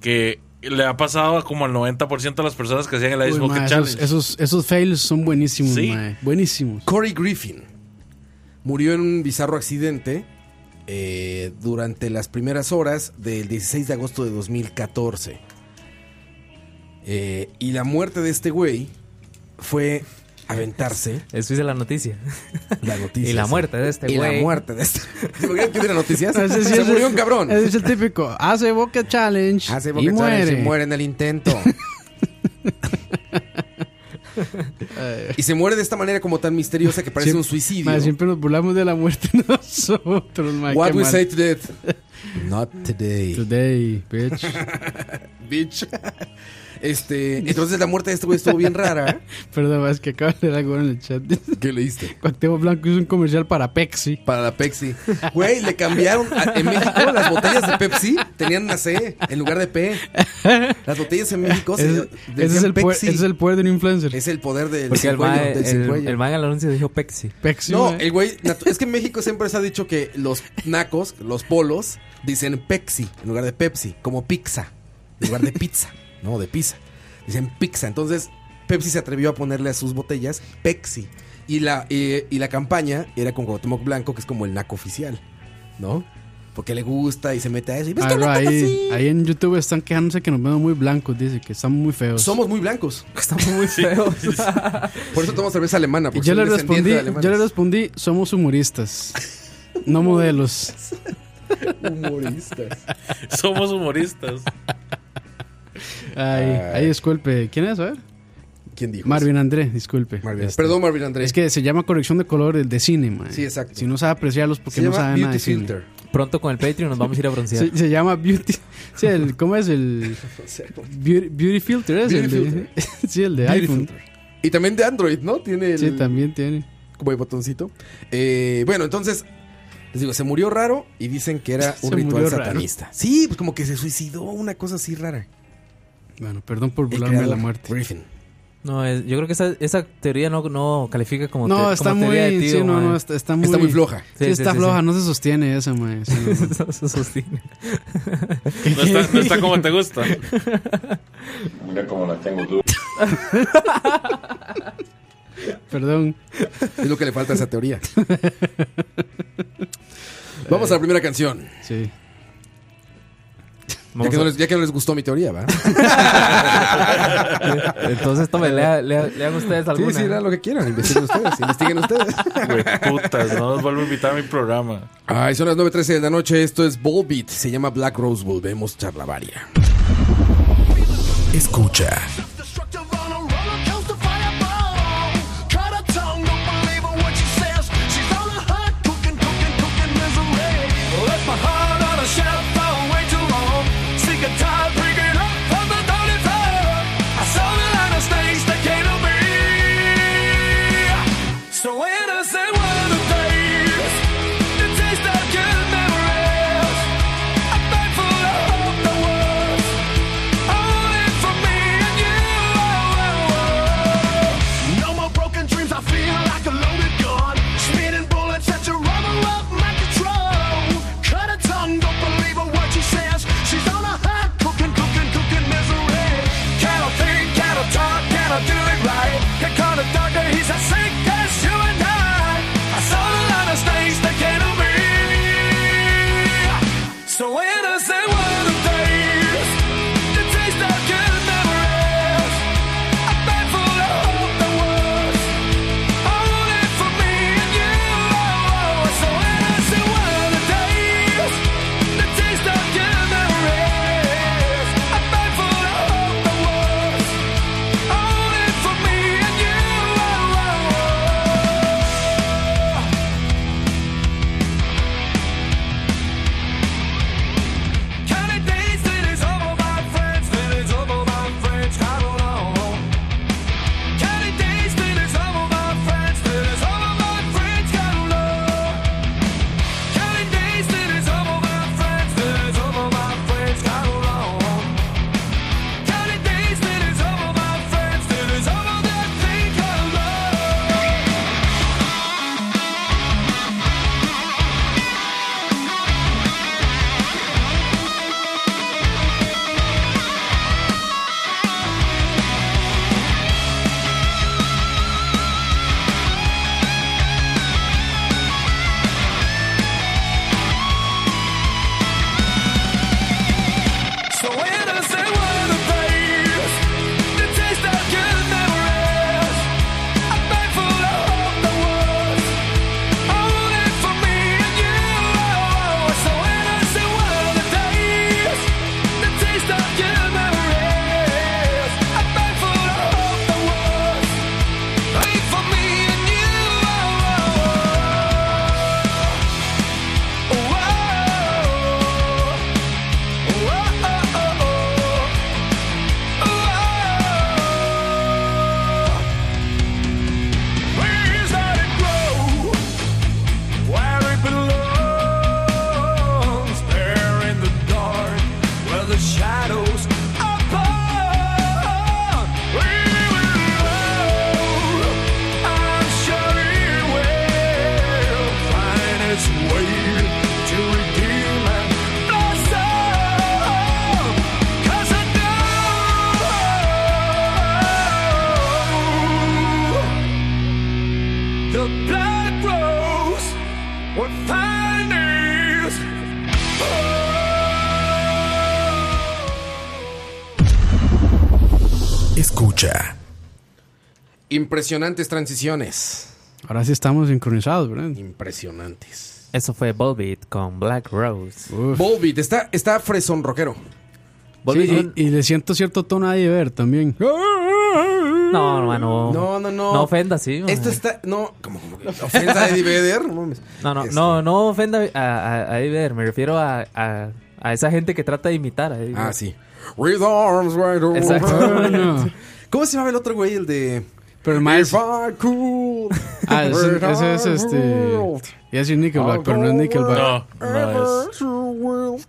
[SPEAKER 5] Que le ha pasado como al 90% de las personas que hacían el Ice
[SPEAKER 4] Uy, ma,
[SPEAKER 5] Bucket
[SPEAKER 4] esos,
[SPEAKER 5] Challenge.
[SPEAKER 4] esos, esos fails son buenísimos,
[SPEAKER 5] Sí.
[SPEAKER 4] ma, Buenísimos.
[SPEAKER 2] Corey Griffin murió en un bizarro accidente eh, durante las primeras horas del 16 de agosto de 2014. Eh, y la muerte de este güey fue aventarse
[SPEAKER 3] Eso hice la noticia.
[SPEAKER 2] la noticia.
[SPEAKER 3] Y la muerte de este
[SPEAKER 2] Y
[SPEAKER 3] güey.
[SPEAKER 2] la muerte de este. ¿Se imaginan que hubiera noticias?
[SPEAKER 4] Ese sí
[SPEAKER 2] Se
[SPEAKER 4] es-
[SPEAKER 2] murió un cabrón. Ah,
[SPEAKER 4] ese Es el típico. Hace Boca Challenge.
[SPEAKER 2] Hace
[SPEAKER 4] y
[SPEAKER 2] Bucket
[SPEAKER 4] muere.
[SPEAKER 2] Challenge y muere en el intento. y se muere de esta manera como tan misteriosa que parece
[SPEAKER 4] Siempre-
[SPEAKER 2] un suicidio.
[SPEAKER 4] ma, siempre nos burlamos de la muerte nosotros, ma,
[SPEAKER 2] What
[SPEAKER 4] qué
[SPEAKER 2] we
[SPEAKER 4] mal.
[SPEAKER 2] say to death. Not today.
[SPEAKER 4] Today, bitch.
[SPEAKER 2] Bitch. Este, entonces la muerte de este güey estuvo bien rara.
[SPEAKER 4] Perdón, ma, es que acabo de leer algo en el chat.
[SPEAKER 2] ¿Qué leíste?
[SPEAKER 4] Cuauhtémoc Blanco hizo un comercial para Pepsi.
[SPEAKER 2] Para la Pepsi. Güey, le cambiaron. a- en México las botellas de Pepsi tenían una C en lugar de P. Las botellas en México se
[SPEAKER 4] Ese, ese es el poder,
[SPEAKER 2] Pepsi.
[SPEAKER 4] ese es el poder de un influencer.
[SPEAKER 2] Es el poder del
[SPEAKER 3] Porque el
[SPEAKER 2] cigüeño,
[SPEAKER 3] mae-
[SPEAKER 2] del
[SPEAKER 3] el
[SPEAKER 2] cigüeño.
[SPEAKER 3] el mae en el anuncio dijo Pepsi.
[SPEAKER 4] Pexi,
[SPEAKER 2] no,
[SPEAKER 4] ma.
[SPEAKER 2] el güey. natu- Es que en México siempre se ha dicho que los nacos, los polos, dicen Pepsi en lugar de Pepsi, como pizza, en lugar de pizza, no, de pizza. Dicen pizza. Entonces, Pepsi se atrevió a ponerle a sus botellas Pepsi. Y la, eh, y la campaña era con Cuauhtémoc Blanco, que es como el naco oficial, ¿no? Porque le gusta y se mete a eso. Y ves
[SPEAKER 4] Ah,
[SPEAKER 2] que el
[SPEAKER 4] bro,
[SPEAKER 2] naco es
[SPEAKER 4] ahí,
[SPEAKER 2] así.
[SPEAKER 4] ahí en YouTube están quejándose que nos vemos muy blancos, dice que estamos muy feos.
[SPEAKER 2] Somos muy blancos.
[SPEAKER 3] Estamos muy feos.
[SPEAKER 2] Por eso tomamos cerveza alemana.
[SPEAKER 4] y
[SPEAKER 2] porque
[SPEAKER 4] yo
[SPEAKER 2] soy
[SPEAKER 4] le
[SPEAKER 2] descendiente
[SPEAKER 4] respondí,
[SPEAKER 2] de
[SPEAKER 4] yo le
[SPEAKER 2] alemanes.
[SPEAKER 4] respondí, somos humoristas, no modelos.
[SPEAKER 2] Humoristas.
[SPEAKER 5] Somos humoristas.
[SPEAKER 4] Ay, ahí disculpe, ¿quién es? A ver.
[SPEAKER 2] ¿Quién dijo? eso?
[SPEAKER 4] Marvin André, disculpe.
[SPEAKER 2] Marvin.
[SPEAKER 4] Este,
[SPEAKER 2] Perdón, Marvin Andrés.
[SPEAKER 4] Es que se llama corrección de color el de cine, man.
[SPEAKER 2] Sí, exacto.
[SPEAKER 4] Si no sabe apreciarlos
[SPEAKER 2] se
[SPEAKER 4] porque no
[SPEAKER 2] llama
[SPEAKER 4] sabe nada
[SPEAKER 2] Beauty
[SPEAKER 4] de cine.
[SPEAKER 2] Filter.
[SPEAKER 3] Pronto con el Patreon nos vamos a ir a broncear.
[SPEAKER 4] Se, se llama Beauty. Sí, el, ¿Cómo es el Beauty, Beauty Filter? Es
[SPEAKER 2] Beauty
[SPEAKER 4] el de- sí, el de
[SPEAKER 2] Beauty
[SPEAKER 4] iPhone.
[SPEAKER 2] filter. Y también de Android, ¿no? Tiene el,
[SPEAKER 4] Sí, también tiene.
[SPEAKER 2] como el botoncito. Eh, bueno, entonces, les digo, se murió raro y dicen que era un
[SPEAKER 4] Se
[SPEAKER 2] ritual
[SPEAKER 4] murió raro.
[SPEAKER 2] satanista. Sí, pues como que se suicidó, una cosa así rara.
[SPEAKER 4] Bueno, perdón por
[SPEAKER 2] El
[SPEAKER 4] burlarme de la
[SPEAKER 2] creador,
[SPEAKER 4] muerte.
[SPEAKER 2] Griffin.
[SPEAKER 3] No, es- yo creo que esa, esa teoría no, no califica como,
[SPEAKER 4] No,
[SPEAKER 3] te-
[SPEAKER 4] está
[SPEAKER 3] como
[SPEAKER 4] muy.
[SPEAKER 3] teoría de tío,
[SPEAKER 4] sí, no,
[SPEAKER 3] mae.
[SPEAKER 4] no, está, está muy.
[SPEAKER 2] Está muy floja.
[SPEAKER 4] Sí,
[SPEAKER 3] Sí,
[SPEAKER 4] está
[SPEAKER 3] sí, sí,
[SPEAKER 4] floja,
[SPEAKER 3] sí.
[SPEAKER 4] no se sostiene esa, mae. Sí, no, no.
[SPEAKER 3] Eso sostiene.
[SPEAKER 5] No está, no está como te gusta.
[SPEAKER 9] Mira cómo la tengo dura.
[SPEAKER 4] Perdón.
[SPEAKER 2] Es lo que le falta a esa teoría. Vamos a la primera canción.
[SPEAKER 4] Sí.
[SPEAKER 2] Ya
[SPEAKER 3] Vamos
[SPEAKER 2] que, no
[SPEAKER 3] a-
[SPEAKER 2] les, ya que no les gustó mi teoría, ¿va?
[SPEAKER 3] Entonces, tome, lea- lea- lean ustedes alguna.
[SPEAKER 2] Sí, sí, era lo que quieran. Investiguen ustedes. investiguen ustedes.
[SPEAKER 5] Güey, putas, no nos vuelvo a invitar a mi programa.
[SPEAKER 2] Ay, son las 9.13 de la noche. Esto es Ball Beat. Se llama Black Rose. Volvemos charlavaria. Escucha.
[SPEAKER 11] So innocent were the days, the taste of good memories. A bag full of hope that was only for me and you.
[SPEAKER 8] escucha.
[SPEAKER 2] Impresionantes transiciones.
[SPEAKER 4] Ahora sí estamos sincronizados, ¿verdad?
[SPEAKER 2] Impresionantes.
[SPEAKER 3] Eso fue Volbeat con Black Rose.
[SPEAKER 2] Uh, Volbeat, está, está fresón rockero.
[SPEAKER 4] Sí, y, y le siento cierto tono a ver también.
[SPEAKER 3] No, hermano.
[SPEAKER 2] No, no, no.
[SPEAKER 3] No ofenda, sí. man.
[SPEAKER 2] Esto está. No, como ofensa a Eddie Vedder. No mames.
[SPEAKER 3] No, no,
[SPEAKER 2] Este-
[SPEAKER 3] no, no ofenda a, a, a Eddie Vedder. Me refiero a, a, a esa gente que trata de imitar a Eddie
[SPEAKER 2] Ah,
[SPEAKER 3] Vedder.
[SPEAKER 2] sí. With arms wide open.
[SPEAKER 3] Exacto.
[SPEAKER 2] ¿Cómo se llamaba el otro güey? El de.
[SPEAKER 4] Pero el más-
[SPEAKER 2] If I could,
[SPEAKER 4] Ah, ese, ese es este. Iba a decir Nickelback, pero no es Nickelback.
[SPEAKER 5] No, no es.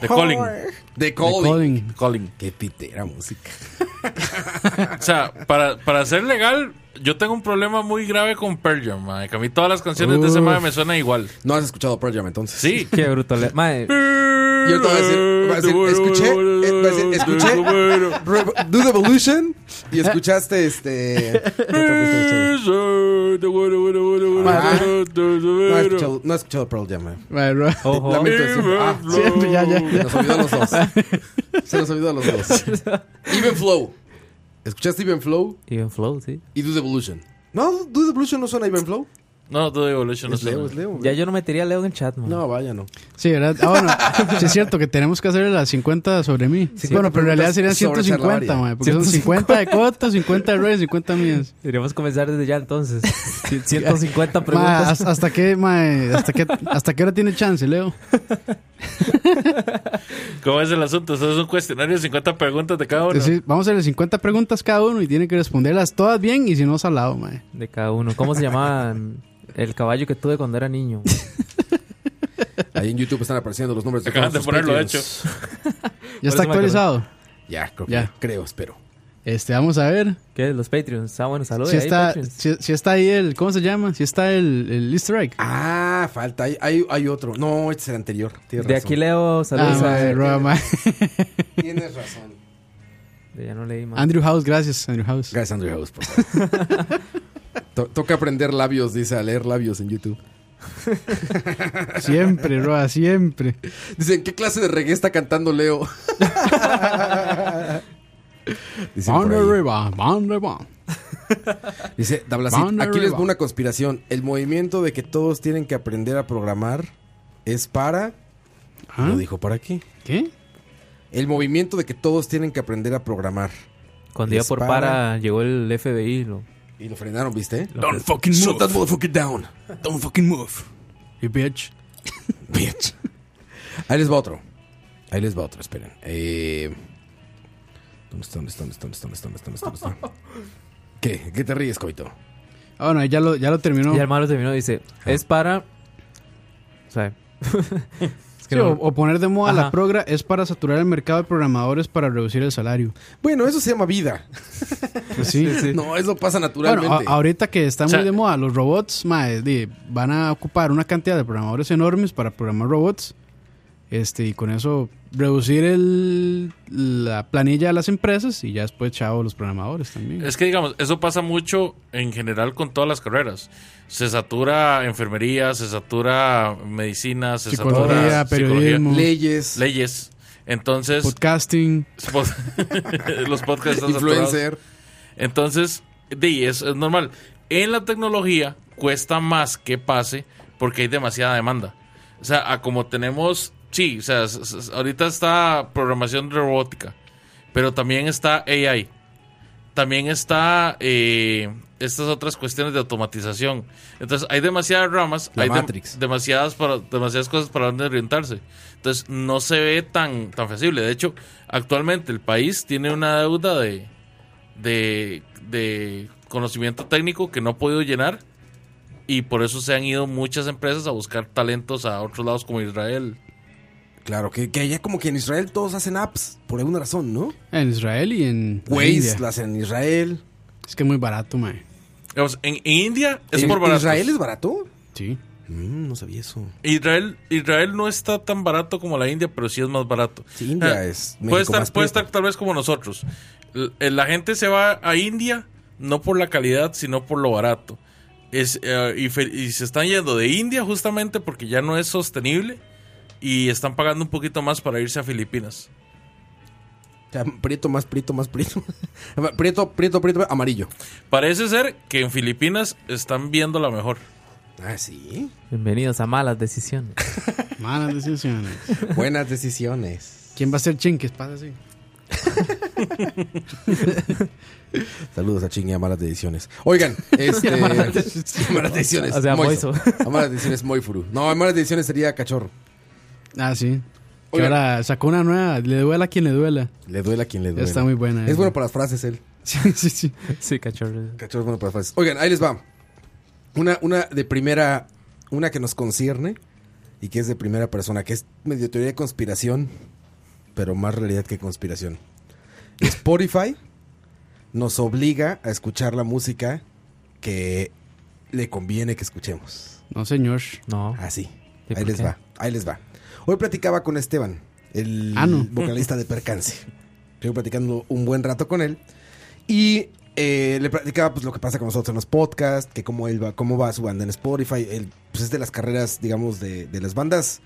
[SPEAKER 5] The Calling.
[SPEAKER 2] The
[SPEAKER 4] The
[SPEAKER 2] Calling.
[SPEAKER 4] Calling.
[SPEAKER 5] Calling.
[SPEAKER 2] Qué pitera música.
[SPEAKER 5] O sea, para, para ser legal, yo tengo un problema muy grave con Pearl Jam, mae, que a mí todas las canciones de ese
[SPEAKER 2] Uf.
[SPEAKER 5] mae me suenan igual.
[SPEAKER 2] No has escuchado Pearl Jam entonces.
[SPEAKER 5] Sí.
[SPEAKER 3] Qué bruto. le- Mae,
[SPEAKER 2] Yo te voy a decir, voy a decir, escuché, eh, voy a decir, escuché Re- Do the Evolution y escuchaste este. No he escuchado, no he escuchado Pearl Jam. eh.
[SPEAKER 4] Right, right.
[SPEAKER 3] ojo.
[SPEAKER 2] Lamento decir. Ah,
[SPEAKER 4] Sí, ya, ya, ya.
[SPEAKER 2] nos olvidó a los dos. Se nos olvidó a los dos. Even Flow. ¿Escuchaste Even Flow
[SPEAKER 3] Even Flow, sí.
[SPEAKER 2] y Do the Evolution? No, Do the Evolution no suena a Even Flow.
[SPEAKER 5] No, todo Evolution no
[SPEAKER 2] Es Leo, es
[SPEAKER 5] suena.
[SPEAKER 2] Leo.
[SPEAKER 3] Ya yo no metería a Leo en el chat, man.
[SPEAKER 2] No, vaya, no.
[SPEAKER 4] Sí, ¿verdad? Ah, bueno. Sí, es cierto que tenemos que hacer las 50 sobre mí. bueno, pero en realidad serían
[SPEAKER 2] sobre
[SPEAKER 4] 150,
[SPEAKER 2] Charlavaria.
[SPEAKER 4] mae, porque son 50 de Cota, 50 de Roy, 50 mías.
[SPEAKER 3] Deberíamos comenzar desde ya entonces. Cien-
[SPEAKER 4] Ma,
[SPEAKER 3] 150 preguntas.
[SPEAKER 4] hasta, hasta qué, mae, hasta qué, hasta qué hora tiene chance, Leo.
[SPEAKER 5] ¿Cómo es el asunto? Eso es un cuestionario de 50 preguntas de cada uno.
[SPEAKER 4] Es decir, vamos a hacerle 50 preguntas cada uno y tiene que responderlas todas bien y si no, salado, mae.
[SPEAKER 3] De cada uno. ¿Cómo se llamaba el caballo que tuve cuando era niño?
[SPEAKER 2] Ahí en YouTube están apareciendo los nombres de
[SPEAKER 5] Acaban
[SPEAKER 2] todos
[SPEAKER 5] de
[SPEAKER 2] los
[SPEAKER 5] ponerlo, de
[SPEAKER 2] Patreons.
[SPEAKER 4] Ya está
[SPEAKER 3] eso me acordé.
[SPEAKER 4] actualizado.
[SPEAKER 2] Ya, creo, que-
[SPEAKER 4] Ya.
[SPEAKER 2] creo, espero.
[SPEAKER 4] Este, vamos a ver.
[SPEAKER 3] ¿Qué? Los Patreons. Ah, bueno, saludos.
[SPEAKER 4] Si
[SPEAKER 3] ahí,
[SPEAKER 4] está,
[SPEAKER 3] Patreons.
[SPEAKER 4] si, si está ahí el, ¿cómo se llama? Si está el, el easter egg.
[SPEAKER 2] Ah, falta. Hay, hay, hay otro. No, este es el anterior. Tienes
[SPEAKER 3] De
[SPEAKER 2] razón.
[SPEAKER 3] aquí leo
[SPEAKER 4] Ah,
[SPEAKER 3] saludos
[SPEAKER 4] mae, Roa, mae.
[SPEAKER 2] Tienes razón.
[SPEAKER 3] a... Ya no leí más.
[SPEAKER 4] Andrew House, gracias, Andrew House.
[SPEAKER 2] Gracias, Andrew House, por favor. To- toca aprender labios, dice, a leer labios en YouTube.
[SPEAKER 4] Siempre, Roa, siempre.
[SPEAKER 2] Dicen, ¿qué clase de reggae está cantando Leo? Dicen por
[SPEAKER 4] Banda
[SPEAKER 2] ahí.
[SPEAKER 4] arriba, banda arriba.
[SPEAKER 2] Dice, Dablacit,
[SPEAKER 4] Banda
[SPEAKER 2] aquí les
[SPEAKER 4] arriba.
[SPEAKER 2] va una conspiración. El movimiento de que todos tienen que aprender a programar es para...
[SPEAKER 4] ¿Ah?
[SPEAKER 2] ¿Lo dijo para qué?
[SPEAKER 4] ¿Qué?
[SPEAKER 2] El movimiento de que todos tienen que aprender a programar.
[SPEAKER 3] Cuando iba por
[SPEAKER 2] Dispara.
[SPEAKER 3] para, llegó el FBI. Lo...
[SPEAKER 2] Y lo frenaron, ¿viste?
[SPEAKER 3] Don't
[SPEAKER 2] fucking move. Shut that motherfucker down. Don't fucking move.
[SPEAKER 4] You bitch.
[SPEAKER 2] Bitch. Ahí les va otro. Ahí les va otro, esperen. Eh, ¿Dónde está? ¿Dónde está? ¿Dónde está? ¿Dónde está? ¿Dónde está? ¿Dónde está? ¿Dónde está? ¿Qué? ¿Qué te ríes, Coito?
[SPEAKER 4] Ah, bueno, ya lo, ya lo terminó.
[SPEAKER 3] Y el malo terminó dice, es para... O sea, es que
[SPEAKER 4] Sí,
[SPEAKER 3] no-
[SPEAKER 4] o, o poner de moda
[SPEAKER 3] Ajá.
[SPEAKER 4] la progra es para saturar el mercado de programadores para reducir el salario.
[SPEAKER 2] Bueno, eso se llama vida.
[SPEAKER 4] Pues sí.
[SPEAKER 2] No, eso pasa
[SPEAKER 4] Bueno, a-
[SPEAKER 2] naturalmente.
[SPEAKER 4] ahorita que está
[SPEAKER 5] O
[SPEAKER 4] muy
[SPEAKER 5] sea-
[SPEAKER 4] de moda los robots, mae, di, van a ocupar una cantidad de programadores enormes para programar robots. Este, y con eso reducir el, la planilla de las empresas y ya después, chao, los programadores también.
[SPEAKER 5] Es que digamos, eso pasa mucho en general con todas las carreras. Se satura enfermería, se satura medicina, se
[SPEAKER 4] Psicología,
[SPEAKER 5] satura
[SPEAKER 4] periodismo,
[SPEAKER 2] Leyes,
[SPEAKER 5] leyes. Entonces,
[SPEAKER 4] podcasting.
[SPEAKER 5] pod- los podcasts están saturados.
[SPEAKER 2] influencer.
[SPEAKER 5] Entonces, di, es, es normal. En la tecnología cuesta más que pase porque hay demasiada demanda. O sea, a como tenemos, sí, o sea, s- s- ahorita está programación robótica, pero también está AI. También está eh, estas otras cuestiones de automatización. Entonces, hay demasiadas ramas,
[SPEAKER 2] La
[SPEAKER 5] hay dem-
[SPEAKER 2] Matrix.
[SPEAKER 5] demasiadas, para, demasiadas cosas para donde orientarse. Entonces, no se ve tan, tan flexible. De hecho, actualmente el país tiene una deuda de, de, de conocimiento técnico que no ha podido llenar y por eso se han ido muchas empresas a buscar talentos a otros lados como Israel.
[SPEAKER 2] Claro, que, que allá como que en Israel todos hacen apps, por alguna razón, ¿no?
[SPEAKER 4] En Israel y en la
[SPEAKER 2] Waze
[SPEAKER 4] India.
[SPEAKER 2] las hacen en Israel.
[SPEAKER 4] Es que es muy barato, mae.
[SPEAKER 5] Digamos, en, en India es
[SPEAKER 2] ¿En-
[SPEAKER 5] por barato.
[SPEAKER 2] ¿Israel es barato?
[SPEAKER 4] Sí.
[SPEAKER 2] Mm, no sabía eso.
[SPEAKER 5] Israel, Israel no está tan barato como la India, pero sí es más barato.
[SPEAKER 2] Sí, India
[SPEAKER 5] Ah,
[SPEAKER 2] es México
[SPEAKER 5] Puede estar,
[SPEAKER 2] más
[SPEAKER 5] puede
[SPEAKER 2] prieto.
[SPEAKER 5] estar tal vez como nosotros. L- eh, La gente se va a India no por la calidad, sino por lo barato. Es, eh, y, fe- y se están yendo de India justamente porque ya no es sostenible y están pagando un poquito más para irse a Filipinas.
[SPEAKER 2] O sea, prieto, más prieto, más prieto. prieto, prieto, prieto, amarillo.
[SPEAKER 5] Parece ser que en Filipinas están viendo la mejor.
[SPEAKER 2] Ah, sí.
[SPEAKER 3] Bienvenidos a malas decisiones.
[SPEAKER 4] Malas decisiones.
[SPEAKER 2] Buenas decisiones.
[SPEAKER 4] ¿Quién va a ser chinques? Pasa así.
[SPEAKER 2] Saludos a chingue a malas decisiones. Oigan, este.
[SPEAKER 3] A malas
[SPEAKER 2] a malas decisiones.
[SPEAKER 3] O sea,
[SPEAKER 2] Moiso.
[SPEAKER 3] Moiso.
[SPEAKER 2] A malas decisiones, Moifuru. No, a malas decisiones sería cachorro.
[SPEAKER 4] Ah, sí. Que
[SPEAKER 2] Oigan.
[SPEAKER 4] ahora sacó una nueva. Le duela a quien le duela.
[SPEAKER 2] Le duela a quien le duela.
[SPEAKER 4] Está muy buena
[SPEAKER 2] Es
[SPEAKER 4] esa.
[SPEAKER 2] bueno para las frases él.
[SPEAKER 4] Sí, sí, sí.
[SPEAKER 3] Sí, cachorro.
[SPEAKER 2] Cachorro es bueno para las frases. Oigan, ahí les va. Una, una de primera. Una que nos concierne y que es de primera persona, que es medio teoría de conspiración, pero más realidad que conspiración. Spotify nos obliga a escuchar la música que le conviene que escuchemos.
[SPEAKER 4] No, señor.
[SPEAKER 3] No.
[SPEAKER 2] Así.
[SPEAKER 3] ¿Y
[SPEAKER 2] Ah, ahí
[SPEAKER 3] por
[SPEAKER 2] les
[SPEAKER 3] qué?
[SPEAKER 2] va, ahí les va. Hoy platicaba con Esteban, el
[SPEAKER 4] Ah, no.
[SPEAKER 2] vocalista de Percance. Estuve platicando un buen rato con él. Y eh, le platicaba pues, lo que pasa con nosotros en los podcasts, que cómo, él va, cómo va su banda en Spotify. Él, pues, es de las carreras, digamos, de, de las bandas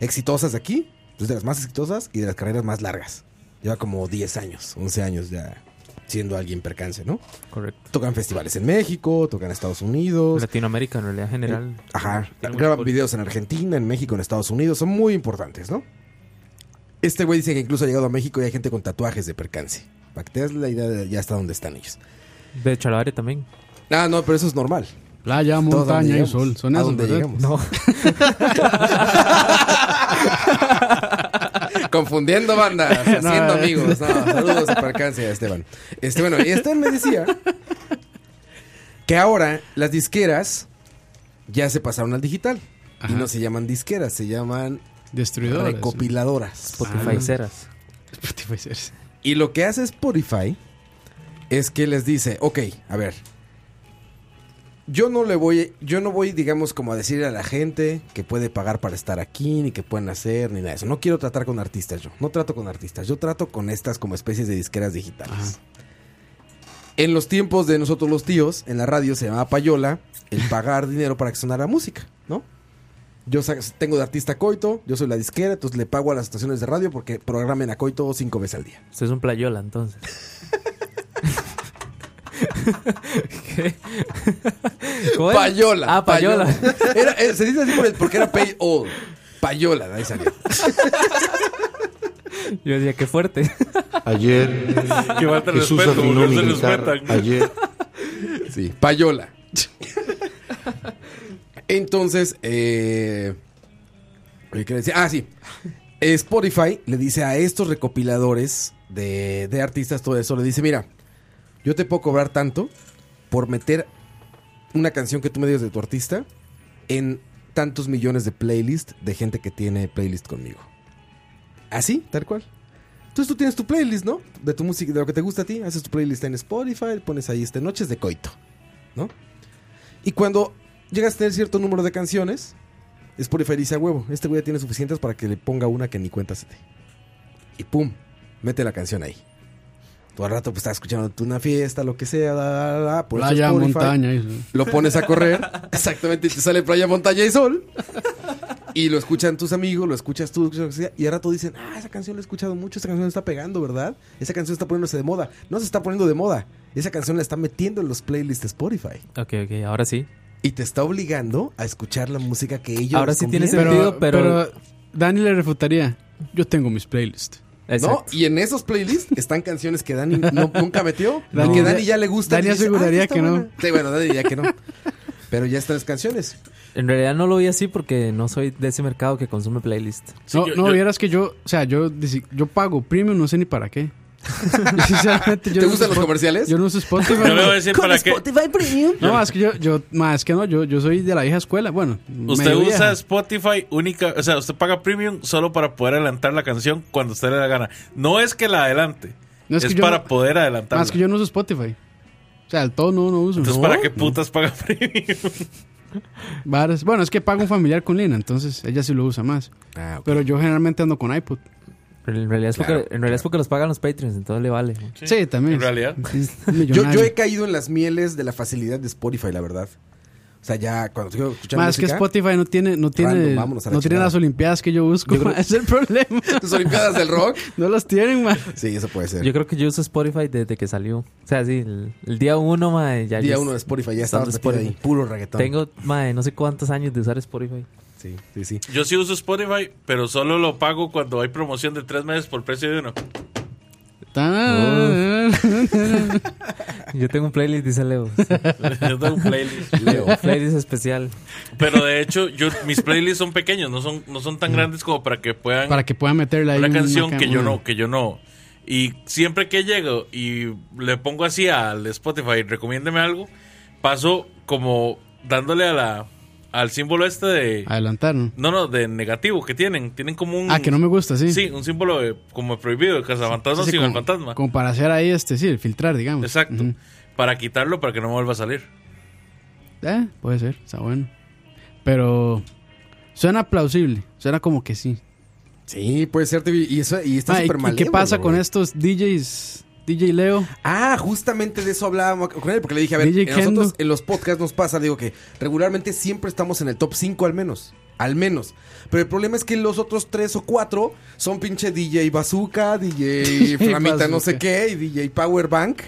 [SPEAKER 2] exitosas de aquí. Es de las más exitosas y de las carreras más largas. Lleva como 10 años, 11 años ya siendo alguien Percance, ¿no?
[SPEAKER 3] Correcto.
[SPEAKER 2] Tocan festivales en México, tocan en Estados Unidos.
[SPEAKER 3] Latinoamérica, en realidad general.
[SPEAKER 2] Ajá.
[SPEAKER 3] Tiene mucho
[SPEAKER 2] Graban
[SPEAKER 3] público.
[SPEAKER 2] videos en Argentina, en México, en Estados Unidos. Son muy importantes, ¿no? Este güey dice que incluso ha llegado a México y hay gente con tatuajes de percance. Para que te das la idea de ya hasta dónde están ellos.
[SPEAKER 3] De Chalabaria también.
[SPEAKER 2] Ah, no, pero eso es normal.
[SPEAKER 4] Playa,
[SPEAKER 2] Todos a donde
[SPEAKER 4] montaña y
[SPEAKER 2] llegamos.
[SPEAKER 4] sol. Son
[SPEAKER 2] ¿A
[SPEAKER 4] esos,
[SPEAKER 2] dónde
[SPEAKER 4] ¿verdad?
[SPEAKER 2] llegamos?
[SPEAKER 3] No.
[SPEAKER 2] Confundiendo bandas, haciendo
[SPEAKER 4] No, eh.
[SPEAKER 2] amigos. No, saludos a percance a Esteban. Este, bueno, y Esteban me decía que ahora las disqueras ya se pasaron al digital.
[SPEAKER 4] Ajá.
[SPEAKER 2] Y no se llaman disqueras, se llaman
[SPEAKER 4] Destruidores.
[SPEAKER 2] recopiladoras.
[SPEAKER 3] Spotify ceras.
[SPEAKER 4] Spotify Series.
[SPEAKER 2] Y lo que hace Spotify es que les dice, ok, a ver, yo no le voy, yo no voy, digamos, como a decir a la gente que puede pagar para estar aquí, ni que pueden hacer, ni nada de eso. No quiero tratar con artistas yo, no trato con artistas, yo trato con estas como especies de disqueras digitales. En los tiempos de nosotros los tíos, en la radio se llamaba payola, el pagar dinero para que sonara música, ¿no? Yo sa- tengo de artista Coito, yo soy la disquera, entonces le pago a las estaciones de radio porque programen a Coito cinco veces al día.
[SPEAKER 3] Usted es un playola, entonces. ¿Qué? ¿Cómo es?
[SPEAKER 2] Payola.
[SPEAKER 3] Ah, payola.
[SPEAKER 2] Era- eh, se dice así por el- porque era pay all. Payola, de ahí salió.
[SPEAKER 3] Yo decía, qué fuerte.
[SPEAKER 7] Ayer
[SPEAKER 5] Que falta el
[SPEAKER 7] Jesús
[SPEAKER 5] respeto,
[SPEAKER 7] afinó
[SPEAKER 5] volverse
[SPEAKER 7] mi
[SPEAKER 5] los
[SPEAKER 7] guitarra.
[SPEAKER 5] metan.
[SPEAKER 7] Ayer
[SPEAKER 2] Sí, payola. Entonces, eh, ¿qué quería decir? Ah, sí. Spotify le dice a estos recopiladores de, de artistas todo eso, le dice, mira, yo te puedo cobrar tanto por meter una canción que tú me digas de tu artista en tantos millones de playlists de gente que tiene playlist conmigo. Así, tal cual. Entonces tú tienes tu playlist, ¿no? De tu música, de lo que te gusta a ti, haces tu playlist en Spotify, pones ahí este Noches de Coito, ¿no? Y cuando llegas a tener cierto número de canciones, Spotify dice a huevo, este güey ya tiene suficientes para que le ponga una que ni cuenta se te. Y pum, mete la canción ahí. Tú al rato pues estás escuchando tú una fiesta, lo que sea, da, da, da, da, pones tu
[SPEAKER 4] Playa,
[SPEAKER 2] Spotify,
[SPEAKER 4] montaña y sol.
[SPEAKER 2] Lo pones a correr, exactamente, y te sale playa, montaña y sol. Y lo escuchan tus amigos, lo escuchas tú, escuchas lo que sea, y ahora rato dicen, ah, esa canción la he escuchado mucho, esa canción está pegando, ¿verdad? Esa canción está poniéndose de moda. No se está poniendo de moda. Esa canción la está metiendo en los playlists de Spotify.
[SPEAKER 3] Ok, ok, ahora sí.
[SPEAKER 2] Y te está obligando a escuchar la música que ellos
[SPEAKER 3] Ahora
[SPEAKER 2] les
[SPEAKER 3] sí tiene
[SPEAKER 2] conviene.
[SPEAKER 3] sentido, pero-
[SPEAKER 4] Dani le refutaría. Yo tengo mis playlists.
[SPEAKER 2] ¿No?
[SPEAKER 3] Exacto.
[SPEAKER 2] Y en esos playlists están canciones que Dani no- nunca metió,
[SPEAKER 4] Dani-
[SPEAKER 2] y que Dani ya le gusta.
[SPEAKER 4] Dani aseguraría que no".
[SPEAKER 2] Sí, bueno, Dani diría que no. Pero ya están las canciones.
[SPEAKER 3] En realidad no lo vi así porque no soy de ese mercado que consume playlist.
[SPEAKER 5] Sí,
[SPEAKER 4] no,
[SPEAKER 5] yo-
[SPEAKER 4] no
[SPEAKER 5] yo-
[SPEAKER 4] vieras que yo, o sea, yo, dici- yo pago premium, no sé ni para qué. Sinceramente, yo
[SPEAKER 2] ¿Te
[SPEAKER 4] no
[SPEAKER 2] gustan
[SPEAKER 4] uso
[SPEAKER 2] los
[SPEAKER 4] Spot-
[SPEAKER 2] comerciales?
[SPEAKER 4] Yo no uso Spotify.
[SPEAKER 5] Yo le voy a decir para qué.
[SPEAKER 4] No, es que yo, yo, más es que no, yo, yo soy de la vieja escuela. Bueno,
[SPEAKER 5] Usted
[SPEAKER 4] medio
[SPEAKER 5] usa
[SPEAKER 4] vieja.
[SPEAKER 5] Spotify única, o sea, usted paga premium solo para poder adelantar la canción cuando usted le da gana. No es que la adelante,
[SPEAKER 4] No, es
[SPEAKER 5] es,
[SPEAKER 4] que yo
[SPEAKER 5] para
[SPEAKER 4] no-
[SPEAKER 5] poder adelantarla.
[SPEAKER 4] Más que yo no uso Spotify. O sea, el todo no, no uso.
[SPEAKER 5] Entonces,
[SPEAKER 4] No,
[SPEAKER 5] ¿para qué
[SPEAKER 4] no.
[SPEAKER 5] putas paga premium?
[SPEAKER 4] Varas- Bueno, es que pago un familiar con Lina, entonces ella sí lo usa más.
[SPEAKER 2] Ah, ok.
[SPEAKER 4] Pero yo generalmente ando con iPod.
[SPEAKER 3] Pero en realidad es porque, en realidad es porque los pagan los Patreons, entonces le vale. ¿no?
[SPEAKER 4] Sí, también.
[SPEAKER 5] En realidad.
[SPEAKER 4] Es
[SPEAKER 2] Yo, yo
[SPEAKER 4] millonario.
[SPEAKER 2] he caído en las mieles de la facilidad de Spotify, la verdad. O sea, ya cuando estoy escuchando
[SPEAKER 4] Más es que
[SPEAKER 2] música,
[SPEAKER 4] Spotify no tiene, no tiene,
[SPEAKER 2] Random, vámonos a la
[SPEAKER 4] no tiene
[SPEAKER 2] chingada.
[SPEAKER 4] las Olimpiadas que yo busco.
[SPEAKER 2] Yo creo-
[SPEAKER 4] ma, Es el problema.
[SPEAKER 2] ¿Tus Olimpiadas del rock?
[SPEAKER 4] No las tienen, man.
[SPEAKER 2] Sí, eso puede ser.
[SPEAKER 3] Yo creo que yo uso Spotify desde que salió. O sea, sí, el, el día uno, mae. Ya
[SPEAKER 2] Día
[SPEAKER 3] yo-
[SPEAKER 2] uno de Spotify, ya
[SPEAKER 3] usando
[SPEAKER 2] estabas metido ahí, puro reggaetón.
[SPEAKER 3] Tengo, mae, no sé cuántos años de usar Spotify.
[SPEAKER 2] Sí, sí, sí.
[SPEAKER 5] Yo sí uso Spotify, pero solo lo pago cuando hay promoción de tres meses por precio de uno.
[SPEAKER 3] Yo tengo un playlist, dice Leo.
[SPEAKER 5] Yo tengo un playlist.
[SPEAKER 3] Leo. Playlist especial.
[SPEAKER 5] Pero de hecho, yo, mis playlists son pequeños, no son, no son tan grandes como para que puedan.
[SPEAKER 4] Para que puedan meterle ahí
[SPEAKER 5] Una
[SPEAKER 4] un-
[SPEAKER 5] canción
[SPEAKER 4] una
[SPEAKER 5] que
[SPEAKER 4] ca-
[SPEAKER 5] yo
[SPEAKER 4] una-
[SPEAKER 5] no, que yo no. Y siempre que llego y le pongo así al Spotify, recomiéndeme algo, paso como dándole a la, al símbolo este de.
[SPEAKER 4] Adelantar, ¿no?
[SPEAKER 5] No, no, de negativo que tienen. Tienen como un.
[SPEAKER 4] Ah, que no me gusta, sí.
[SPEAKER 5] Mm. Sí, un símbolo de, como prohibido, de cazafantasmas
[SPEAKER 4] Sí, sí,
[SPEAKER 5] sin el
[SPEAKER 4] como-
[SPEAKER 5] fantasma.
[SPEAKER 4] Como para hacer ahí este, sí, el filtrar, digamos.
[SPEAKER 5] Exacto. Para quitarlo para que no me vuelva a salir.
[SPEAKER 4] Eh, puede ser, está bueno. Pero suena plausible, suena como que sí.
[SPEAKER 2] Sí, puede ser. Tibi, Y, eso, y está
[SPEAKER 4] Ma, ¿y-
[SPEAKER 2] súper
[SPEAKER 4] y
[SPEAKER 2] mal.
[SPEAKER 4] qué pasa con estos DJs? DJ Leo.
[SPEAKER 2] Ah, justamente de eso hablábamos con él, porque le dije, a ver,
[SPEAKER 4] DJ
[SPEAKER 2] en nosotros
[SPEAKER 4] Kendo.
[SPEAKER 2] en los podcasts nos pasa, digo que regularmente siempre estamos en el top 5 al menos. Al menos. Pero el problema es que los otros tres o cuatro son pinche DJ Bazooka, DJ Flamita no sé
[SPEAKER 4] Bazooka.
[SPEAKER 2] qué, y DJ Power Bank.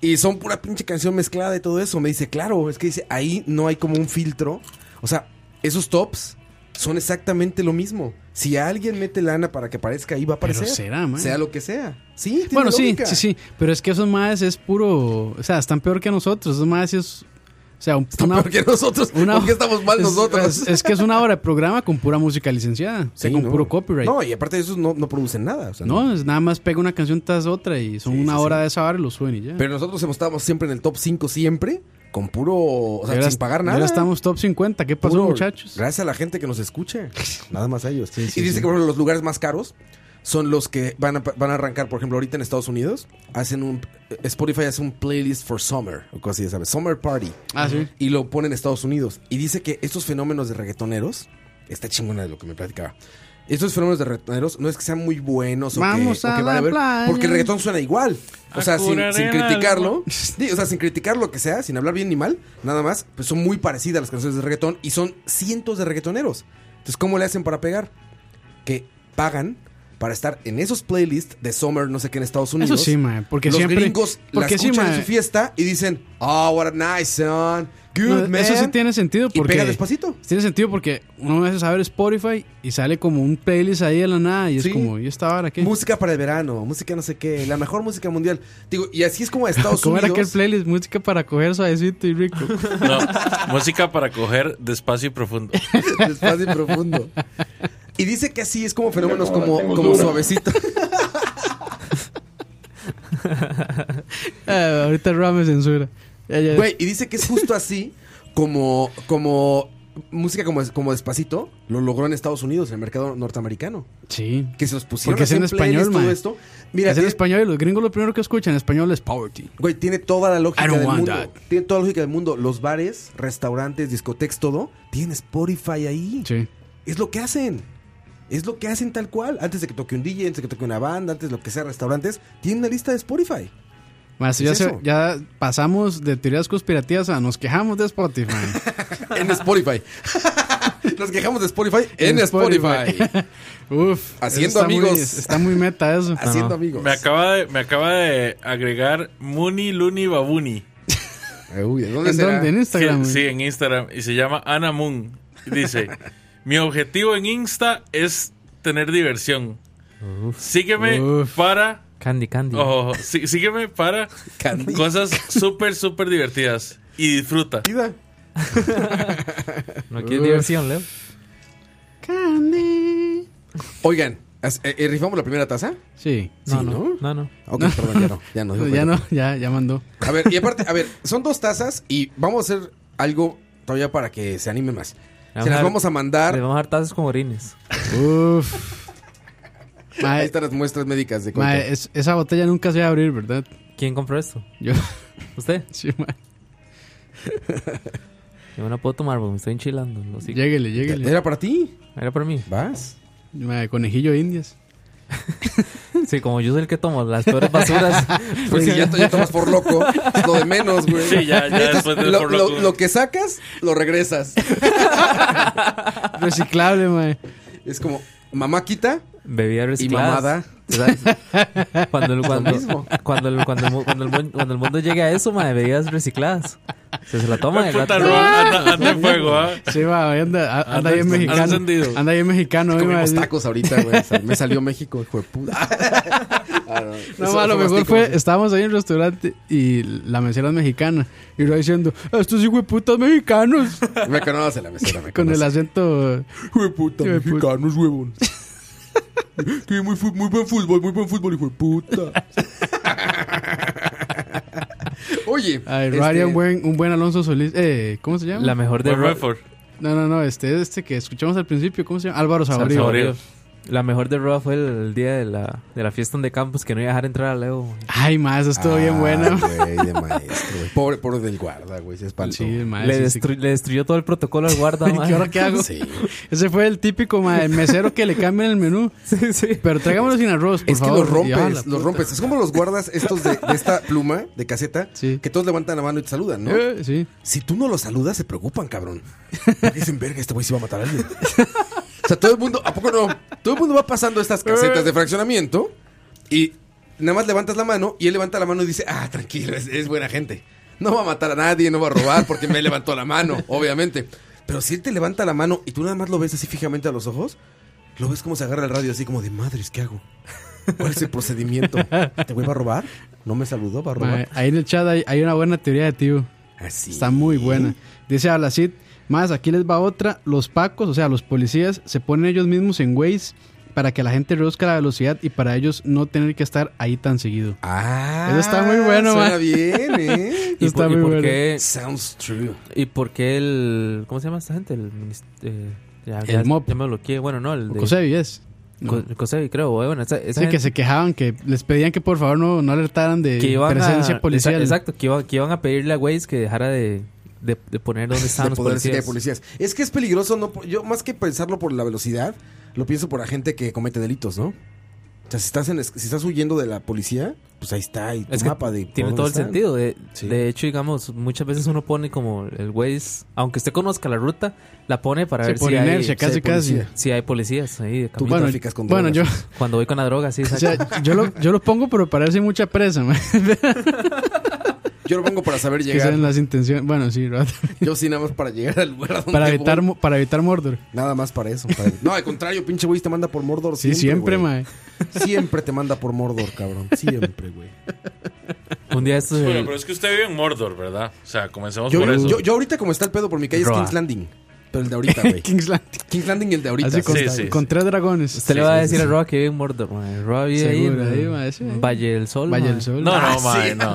[SPEAKER 2] Y son pura pinche canción mezclada de todo eso. Me dice, claro, es que dice, ahí no hay como un filtro. O sea, esos tops son exactamente lo mismo. Si alguien mete lana para que aparezca ahí, va a aparecer.
[SPEAKER 4] será, man.
[SPEAKER 2] Sea lo que sea. Sí, tiene
[SPEAKER 4] Bueno, sí,
[SPEAKER 2] lógica.
[SPEAKER 4] sí, sí. Pero es que esos maes es puro. O sea, están peor que nosotros. Esos maes sí es. O sea, un- una,
[SPEAKER 2] peor que nosotros. ¿Por qué estamos mal
[SPEAKER 4] es-
[SPEAKER 2] nosotros?
[SPEAKER 4] Es, es que es una hora de programa con pura música licenciada. o sea,
[SPEAKER 2] Sí,
[SPEAKER 4] con
[SPEAKER 2] no.
[SPEAKER 4] puro copyright.
[SPEAKER 2] No, y aparte de eso no, no producen nada. o sea,
[SPEAKER 4] No, es nada más pega una canción tras otra y son una hora de esa hora y lo suben y ya.
[SPEAKER 2] Pero nosotros hemos- estábamos siempre en el top 5 siempre, con puro, o sea,
[SPEAKER 4] Y ahora-
[SPEAKER 2] sin pagar
[SPEAKER 4] y
[SPEAKER 2] nada.
[SPEAKER 4] Ahora estamos top 50. ¿Qué pasó,
[SPEAKER 2] Puro-
[SPEAKER 4] muchachos?
[SPEAKER 2] Gracias a la gente que nos escucha. Nada más a ellos.
[SPEAKER 4] sí,
[SPEAKER 2] y dice
[SPEAKER 4] sí.
[SPEAKER 2] que por ejemplo, los lugares más caros son los que van a, van a arrancar, por ejemplo, ahorita en Estados Unidos, hacen un Spotify hace un playlist for summer, o cosas así, ¿sabes? Summer Party.
[SPEAKER 4] Ah, sí.
[SPEAKER 2] Y lo pone en Estados Unidos. Y dice que estos fenómenos de reggaetoneros, está chingona de lo que me platicaba. Estos fenómenos de reggaetoneros no es que sean muy buenos o
[SPEAKER 4] Vamos
[SPEAKER 2] que, o
[SPEAKER 4] a
[SPEAKER 2] que
[SPEAKER 4] la playa.
[SPEAKER 2] porque el reggaetón suena igual. O
[SPEAKER 4] A
[SPEAKER 2] sea, sin,
[SPEAKER 4] curar
[SPEAKER 2] sin
[SPEAKER 4] el
[SPEAKER 2] criticarlo, sí, o sea, sin criticar lo que sea, sin hablar bien ni mal, nada más, pues son muy parecidas las canciones de reggaetón y son cientos de reggaetoneros. Entonces, ¿cómo le hacen para pegar? Que pagan para estar en esos playlists de Summer, no sé qué, en Estados Unidos.
[SPEAKER 4] sí, mae, porque
[SPEAKER 2] Los
[SPEAKER 4] siempre-
[SPEAKER 2] gringos
[SPEAKER 4] porque
[SPEAKER 2] la
[SPEAKER 4] sí,
[SPEAKER 2] escuchan en
[SPEAKER 4] mae.
[SPEAKER 2] su fiesta y dicen, oh, what a nice son, good
[SPEAKER 4] No,
[SPEAKER 2] man.
[SPEAKER 4] Eso sí tiene sentido
[SPEAKER 2] Y
[SPEAKER 4] porque.
[SPEAKER 2] pega despacito.
[SPEAKER 4] Tiene sentido porque uno a veces abre Spotify y sale como un playlist ahí de la nada y es
[SPEAKER 2] Sí.
[SPEAKER 4] como, ¿y esta hora qué?
[SPEAKER 2] Música para el verano, música no sé qué, la mejor música mundial. Digo, y así es como a Estados
[SPEAKER 4] ¿Cómo
[SPEAKER 2] Unidos.
[SPEAKER 4] era aquel playlist? Música para coger suavecito y rico.
[SPEAKER 5] No, música para coger despacio y profundo.
[SPEAKER 2] Despacio y profundo. Y dice que así es como fenómenos
[SPEAKER 5] cómo la
[SPEAKER 2] como,
[SPEAKER 5] tengo
[SPEAKER 2] como
[SPEAKER 5] dura.
[SPEAKER 2] suavecito.
[SPEAKER 4] Eh, ahorita Ram me censura. Ya, ya.
[SPEAKER 2] Güey, y dice que es justo así como, como música como, como despacito lo logró en Estados Unidos, en el mercado norteamericano.
[SPEAKER 4] Sí.
[SPEAKER 2] Que se los pusieron
[SPEAKER 4] Porque es
[SPEAKER 2] así
[SPEAKER 4] en
[SPEAKER 2] playlists,
[SPEAKER 4] español, man.
[SPEAKER 2] todo esto. Mira, eh,
[SPEAKER 4] es en
[SPEAKER 2] tiene,
[SPEAKER 4] español y los gringos lo primero que escuchan en español es poverty.
[SPEAKER 2] güey, tiene toda la lógica
[SPEAKER 4] I don't
[SPEAKER 2] del
[SPEAKER 4] want
[SPEAKER 2] mundo.
[SPEAKER 4] that.
[SPEAKER 2] Tiene toda la lógica del mundo. Los bares, restaurantes, discotecas, todo, tienen Spotify ahí.
[SPEAKER 4] Sí.
[SPEAKER 2] Es lo que hacen. Es lo que hacen tal cual. Antes de que toque un DJ, antes de que toque una banda, antes de lo que sea restaurantes, tienen una lista de Spotify.
[SPEAKER 4] Más,
[SPEAKER 2] ¿Qué
[SPEAKER 4] ya,
[SPEAKER 2] es
[SPEAKER 4] se-
[SPEAKER 2] eso?
[SPEAKER 4] ya pasamos de teorías conspirativas a nos quejamos de Spotify.
[SPEAKER 2] en Spotify. Nos quejamos de Spotify en, Spotify.
[SPEAKER 4] Uf.
[SPEAKER 2] Haciendo
[SPEAKER 4] eso está muy-
[SPEAKER 2] amigos.
[SPEAKER 4] está muy meta eso.
[SPEAKER 2] Haciendo amigos.
[SPEAKER 5] Me acaba de, me acaba de agregar Muni Luni Babuni.
[SPEAKER 2] Uy, ¿de dónde
[SPEAKER 4] ¿En
[SPEAKER 2] será?
[SPEAKER 4] dónde? ¿En Instagram?
[SPEAKER 5] Sí, sí, en Instagram. Y se llama Ana Moon. Y Dice: Mi objetivo en Insta es tener diversión. Sígueme para.
[SPEAKER 3] Candy, candy.
[SPEAKER 5] ojo, sí- sígueme para cosas súper, súper divertidas. Y disfruta.
[SPEAKER 3] No quieres diversión, Leo.
[SPEAKER 4] Candy.
[SPEAKER 2] Oigan, ¿as- eh, eh, ¿rifamos la primera taza?
[SPEAKER 4] Sí.
[SPEAKER 2] Sí,
[SPEAKER 4] No, no.
[SPEAKER 2] ¿no?
[SPEAKER 3] No, no.
[SPEAKER 2] Ok, perdón, ya no. Ya no.
[SPEAKER 4] ya no, ya, ya mandó.
[SPEAKER 2] A ver, y aparte, a ver, son dos tazas y vamos a hacer algo todavía para que se animen más.
[SPEAKER 3] Vamos
[SPEAKER 2] se
[SPEAKER 3] a
[SPEAKER 2] las
[SPEAKER 3] dar-
[SPEAKER 2] vamos a mandar.
[SPEAKER 3] Le vamos a dar tazas con orines.
[SPEAKER 4] Uf.
[SPEAKER 2] Ahí están las muestras médicas de
[SPEAKER 4] Ma,
[SPEAKER 2] Coito.
[SPEAKER 4] es- esa botella nunca se va a abrir, ¿verdad?
[SPEAKER 3] ¿Quién compró esto?
[SPEAKER 4] Yo.
[SPEAKER 3] ¿Usted?
[SPEAKER 4] Sí, ma.
[SPEAKER 3] Yo no puedo tomar, porque me estoy enchilando. No, Pues sí.
[SPEAKER 4] Lléguele, lléguele.
[SPEAKER 2] Era para ti.
[SPEAKER 3] Era para mí.
[SPEAKER 2] Vas.
[SPEAKER 4] Ma, conejillo de indias.
[SPEAKER 3] Sí, como yo soy el que tomo las peores basuras.
[SPEAKER 2] Pues si ya, to- ya tomas por loco, es lo de menos, güey.
[SPEAKER 3] Sí, ya- ya después del
[SPEAKER 2] lo,
[SPEAKER 3] por
[SPEAKER 2] lo-
[SPEAKER 3] loco.
[SPEAKER 2] lo que sacas, lo regresas.
[SPEAKER 4] Reciclable, mae.
[SPEAKER 2] Es como mamá quita
[SPEAKER 3] Bebida
[SPEAKER 2] y
[SPEAKER 3] reciclada.
[SPEAKER 2] mamada. ¿sabes?
[SPEAKER 3] Cuando, el-
[SPEAKER 2] Lo
[SPEAKER 3] cuando,
[SPEAKER 2] mismo.
[SPEAKER 3] cuando, el- cuando, el mu- cuando, el, mu- cuando el mundo llegue a eso, madre, bebidas recicladas. O sea, se la toma el
[SPEAKER 5] Puta,
[SPEAKER 3] gato.
[SPEAKER 5] Ron, anda, anda en fuego, ¿ah?
[SPEAKER 4] Sí, va, hoy anda, a- anda
[SPEAKER 5] Anda
[SPEAKER 4] bien
[SPEAKER 5] encend-
[SPEAKER 4] mexicano.
[SPEAKER 5] anda encendido.
[SPEAKER 4] Anda bien mexicano, hoy, mae,
[SPEAKER 2] Comimos
[SPEAKER 4] sí.
[SPEAKER 2] tacos ahorita, güey. O sea, me salió México, hijo de puta. Ah, no,
[SPEAKER 4] No,
[SPEAKER 2] eso
[SPEAKER 4] ma, lo
[SPEAKER 2] fue
[SPEAKER 4] mejor
[SPEAKER 2] mastico.
[SPEAKER 4] fue, estábamos ahí en el restaurante y la mesera es mexicana. Y yo diciendo, "Ah, estos hijos de putas mexicanos.
[SPEAKER 2] Me conoce la mesera, me
[SPEAKER 4] Con el acento.
[SPEAKER 2] Hijo de puta,
[SPEAKER 4] Hijo de puta.
[SPEAKER 2] mexicanos, huevón. Tiene muy, fu- muy buen fútbol, muy buen fútbol, hijo de puta. Oye,
[SPEAKER 4] Ay,
[SPEAKER 2] este,
[SPEAKER 4] Ro haría un buen, un buen Alonso Solís. Eh, ¿Cómo se llama?
[SPEAKER 3] La mejor de
[SPEAKER 5] Buen
[SPEAKER 3] Ro-
[SPEAKER 5] Redford.
[SPEAKER 4] No, no, no, este, este que escuchamos al principio, ¿cómo se llama? Álvaro
[SPEAKER 3] Saborío.
[SPEAKER 4] Saborío.
[SPEAKER 3] La mejor de Roa fue el, el día de la, de la fiesta de campus que no iba a dejar entrar a Leo. güey.
[SPEAKER 4] Ay, más, eso estuvo bien
[SPEAKER 2] ah,
[SPEAKER 4] bueno.
[SPEAKER 2] güey, de maestro, güey. Pobre, pobre del guarda, güey. Se espantó.
[SPEAKER 4] Sí, el mae,
[SPEAKER 3] Le,
[SPEAKER 4] sí, sí.
[SPEAKER 3] destru- le destruyó todo el protocolo al guarda,
[SPEAKER 4] ¿Y
[SPEAKER 3] madre.
[SPEAKER 4] qué hora qué hago?
[SPEAKER 2] Sí.
[SPEAKER 4] Ese fue el típico mae, el mesero que le cambian el menú.
[SPEAKER 3] Sí, sí.
[SPEAKER 4] Pero tráigamelo sin arroz, por
[SPEAKER 2] Es que
[SPEAKER 4] favor.
[SPEAKER 2] los rompes,
[SPEAKER 4] Y, ah, la
[SPEAKER 2] los
[SPEAKER 4] puta.
[SPEAKER 2] rompes. Es como los guardas estos de, de esta pluma, de caseta,
[SPEAKER 4] Sí.
[SPEAKER 2] que todos levantan la mano y te saludan, ¿no?
[SPEAKER 4] Eh, sí.
[SPEAKER 2] Si tú no los saludas, se preocupan, cabrón. Porque dicen, verga, este güey se va a matar a alguien. O sea, todo el mundo, ¿a poco no? Todo el mundo va pasando estas casetas de fraccionamiento y nada más levantas la mano y él levanta la mano y dice, ah, tranquilo, es, es buena gente. No va a matar a nadie, no va a robar porque me levantó la mano, obviamente. Pero si él te levanta la mano y tú nada más lo ves así fijamente a los ojos, lo ves como se agarra el radio así como de madres, ¿qué hago? ¿Cuál es el procedimiento? ¿Este güey va a robar? ¿No me saludó? ¿Va a
[SPEAKER 4] Mae,
[SPEAKER 2] robar?
[SPEAKER 4] ahí en el chat hay, hay una buena teoría de tío.
[SPEAKER 2] Así.
[SPEAKER 4] Está muy buena. Dice Ablacid, más aquí les va otra. Los pacos, o sea, los policías, se ponen ellos mismos en Waze para que la gente reduzca la velocidad y para ellos no tener que estar ahí tan seguido.
[SPEAKER 2] Ah,
[SPEAKER 4] Eso está muy bueno,
[SPEAKER 2] suena
[SPEAKER 4] man.
[SPEAKER 2] bien, ¿eh?
[SPEAKER 3] ¿Y,
[SPEAKER 4] Está
[SPEAKER 3] por, y
[SPEAKER 4] muy
[SPEAKER 3] por
[SPEAKER 4] bueno.
[SPEAKER 3] qué,
[SPEAKER 2] Sounds true.
[SPEAKER 3] ¿Y por qué el. ¿Cómo se llama esta gente? El. minis- eh, ya,
[SPEAKER 4] El
[SPEAKER 3] ya-
[SPEAKER 4] MOP.
[SPEAKER 3] ya me bloqueé. Bueno, no, el.
[SPEAKER 4] O
[SPEAKER 3] de-
[SPEAKER 4] Cosevi es.
[SPEAKER 3] Co- Cosevi, creo. güey. Bueno, esa, esa
[SPEAKER 4] Sí,
[SPEAKER 3] gente
[SPEAKER 4] que se quejaban, que les pedían que por favor no, no alertaran de
[SPEAKER 3] que iban
[SPEAKER 4] Eh, presencia
[SPEAKER 3] a,
[SPEAKER 4] policial.
[SPEAKER 3] exa- Exacto, que iban, que iban a pedirle a Waze que dejara de, de, de poner donde
[SPEAKER 2] de
[SPEAKER 3] estaban los
[SPEAKER 2] poder decirle
[SPEAKER 3] policías.
[SPEAKER 2] a policías. Es que es peligroso, no por- yo más que pensarlo por la velocidad, lo pienso por la gente que comete delitos, ¿no? O sea, si estás, en, es- si estás huyendo de la policía, pues ahí está, y tu
[SPEAKER 3] Es que
[SPEAKER 2] mapa de por
[SPEAKER 3] tiene
[SPEAKER 2] dónde
[SPEAKER 3] todo el
[SPEAKER 2] están.
[SPEAKER 3] sentido. De,
[SPEAKER 2] Sí.
[SPEAKER 3] de hecho, digamos, muchas veces uno pone como el Waze, aunque usted conozca la ruta, la pone para
[SPEAKER 4] Sí,
[SPEAKER 3] ver
[SPEAKER 4] por
[SPEAKER 3] si hay,
[SPEAKER 4] inercia, casi,
[SPEAKER 2] hay
[SPEAKER 4] casi.
[SPEAKER 2] policía.
[SPEAKER 3] si hay policías ahí de
[SPEAKER 2] Tú
[SPEAKER 3] camino.
[SPEAKER 4] Bueno,
[SPEAKER 2] traficas con
[SPEAKER 4] bueno,
[SPEAKER 2] drogas.
[SPEAKER 3] Cuando voy con la droga, sí,
[SPEAKER 4] O
[SPEAKER 3] exacto.
[SPEAKER 4] sea, yo lo, yo lo pongo, pero parece mucha presa, man.
[SPEAKER 2] Yo lo pongo para saber
[SPEAKER 4] que
[SPEAKER 2] llegar.
[SPEAKER 4] sean las intenciones. Bueno, sí, ¿verdad?
[SPEAKER 2] Yo sí nada más para llegar al lugar a donde
[SPEAKER 4] para evitar
[SPEAKER 2] voy.
[SPEAKER 4] mo- para evitar Mordor.
[SPEAKER 2] Nada más para eso. para- No, al contrario, pinche güey te manda por Mordor
[SPEAKER 4] Sí,
[SPEAKER 2] siempre,
[SPEAKER 4] siempre,
[SPEAKER 2] güey.
[SPEAKER 4] mae.
[SPEAKER 2] Siempre te manda por Mordor, cabrón. Siempre, güey.
[SPEAKER 3] Un día eh, esto
[SPEAKER 5] Bueno, pero es que usted vive en Mordor, ¿verdad? O sea, comencemos
[SPEAKER 2] Yo,
[SPEAKER 5] por eso.
[SPEAKER 2] yo, yo ahorita como está el pedo por mi calle
[SPEAKER 3] Roa.
[SPEAKER 2] es King's Landing. Pero el de ahorita, güey.
[SPEAKER 4] King's Landing.
[SPEAKER 2] King's Landing y el de ahorita.
[SPEAKER 4] Así
[SPEAKER 2] sí.
[SPEAKER 4] con,
[SPEAKER 5] Sí, sí,
[SPEAKER 4] con
[SPEAKER 5] sí.
[SPEAKER 4] tres dragones.
[SPEAKER 3] Usted le va a decir a Roa que vive en Mordor, man. Roa vive ahí
[SPEAKER 4] Seguro,
[SPEAKER 3] en
[SPEAKER 4] ahí, man, sí.
[SPEAKER 3] Valle del Sol.
[SPEAKER 4] Valle
[SPEAKER 3] man.
[SPEAKER 4] del Sol.
[SPEAKER 5] No,
[SPEAKER 2] Ah,
[SPEAKER 5] no, mae,
[SPEAKER 2] sí.
[SPEAKER 5] no.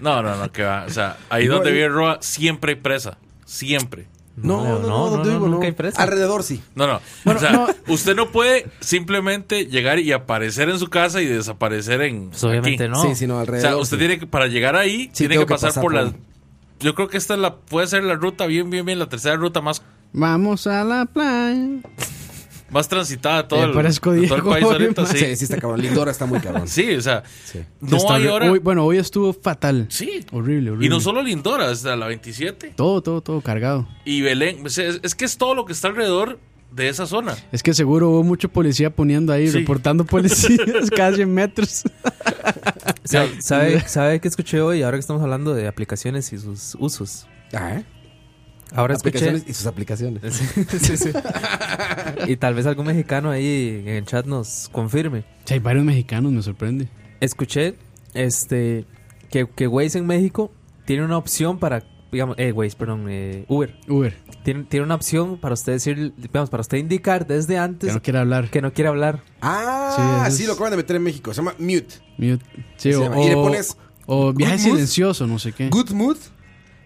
[SPEAKER 5] No, no, no, que va. O sea, ahí donde vive Roa siempre hay presa. Siempre.
[SPEAKER 2] No, no, no, donde vivo, no.
[SPEAKER 3] nunca hay presa.
[SPEAKER 2] Alrededor sí.
[SPEAKER 5] No, no. o sea, usted no puede simplemente llegar y aparecer en su casa y desaparecer en.
[SPEAKER 3] Pues obviamente
[SPEAKER 5] aquí.
[SPEAKER 3] no.
[SPEAKER 2] Sí, sí, no,
[SPEAKER 5] O
[SPEAKER 2] alrededor.
[SPEAKER 5] sea, usted
[SPEAKER 2] sí.
[SPEAKER 5] tiene que, para llegar ahí,
[SPEAKER 2] Sí,
[SPEAKER 5] tiene
[SPEAKER 2] tengo que
[SPEAKER 5] que pasar,
[SPEAKER 2] pasar
[SPEAKER 5] por
[SPEAKER 2] por-
[SPEAKER 5] la. Yo creo que esta es la, puede ser la ruta bien, bien, bien, la tercera ruta más,
[SPEAKER 4] Vamos a la playa.
[SPEAKER 5] más transitada de todo,
[SPEAKER 4] Eh,
[SPEAKER 5] el,
[SPEAKER 4] parezco
[SPEAKER 5] de todo el
[SPEAKER 4] Diego,
[SPEAKER 5] país ahorita.
[SPEAKER 2] Sí. sí,
[SPEAKER 5] Sí.
[SPEAKER 2] está cabrón. Lindora está muy cabrón.
[SPEAKER 5] sí, o sea,
[SPEAKER 2] Sí.
[SPEAKER 5] no
[SPEAKER 4] Está
[SPEAKER 5] hay
[SPEAKER 4] horri-
[SPEAKER 5] hora.
[SPEAKER 4] hoy- bueno, hoy estuvo fatal.
[SPEAKER 5] Sí.
[SPEAKER 4] Horrible, horrible.
[SPEAKER 5] Y no solo Lindora, hasta la 27.
[SPEAKER 4] Todo, todo, todo cargado.
[SPEAKER 5] Y Belén. O sea, es, es que es todo lo que está alrededor de esa zona.
[SPEAKER 4] Es que seguro hubo mucho policía poniendo ahí,
[SPEAKER 5] Sí.
[SPEAKER 4] reportando policías cada 100 metros.
[SPEAKER 3] ¿Sabe, sabe, sabe qué escuché hoy? Ahora que estamos hablando de aplicaciones y sus usos.
[SPEAKER 2] Ah, ¿eh?
[SPEAKER 3] Ahora escuché.
[SPEAKER 2] Aplicaciones y sus aplicaciones.
[SPEAKER 3] Sí, sí. Y tal vez algún mexicano ahí en el chat nos confirme.
[SPEAKER 4] Sí, hay varios mexicanos, me sorprende.
[SPEAKER 3] Escuché este que, que Waze en México tiene una opción para, digamos, eh, Waze, perdón, eh, Uber.
[SPEAKER 4] Uber,
[SPEAKER 3] Tiene, tiene una opción para usted decir, digamos, para usted indicar desde
[SPEAKER 4] que
[SPEAKER 2] Este
[SPEAKER 3] antes
[SPEAKER 4] no quiere hablar.
[SPEAKER 3] que no quiere hablar.
[SPEAKER 2] Ah,
[SPEAKER 4] Sí,
[SPEAKER 2] sí,
[SPEAKER 4] eso es-
[SPEAKER 2] lo acaban de meter en México. Se llama Mute.
[SPEAKER 4] Mute. Sí,
[SPEAKER 2] Se
[SPEAKER 4] o,
[SPEAKER 2] llama- y le
[SPEAKER 4] o-
[SPEAKER 2] pones
[SPEAKER 4] o viaje
[SPEAKER 2] good mood.
[SPEAKER 4] silencioso, no sé qué.
[SPEAKER 2] Good Mood.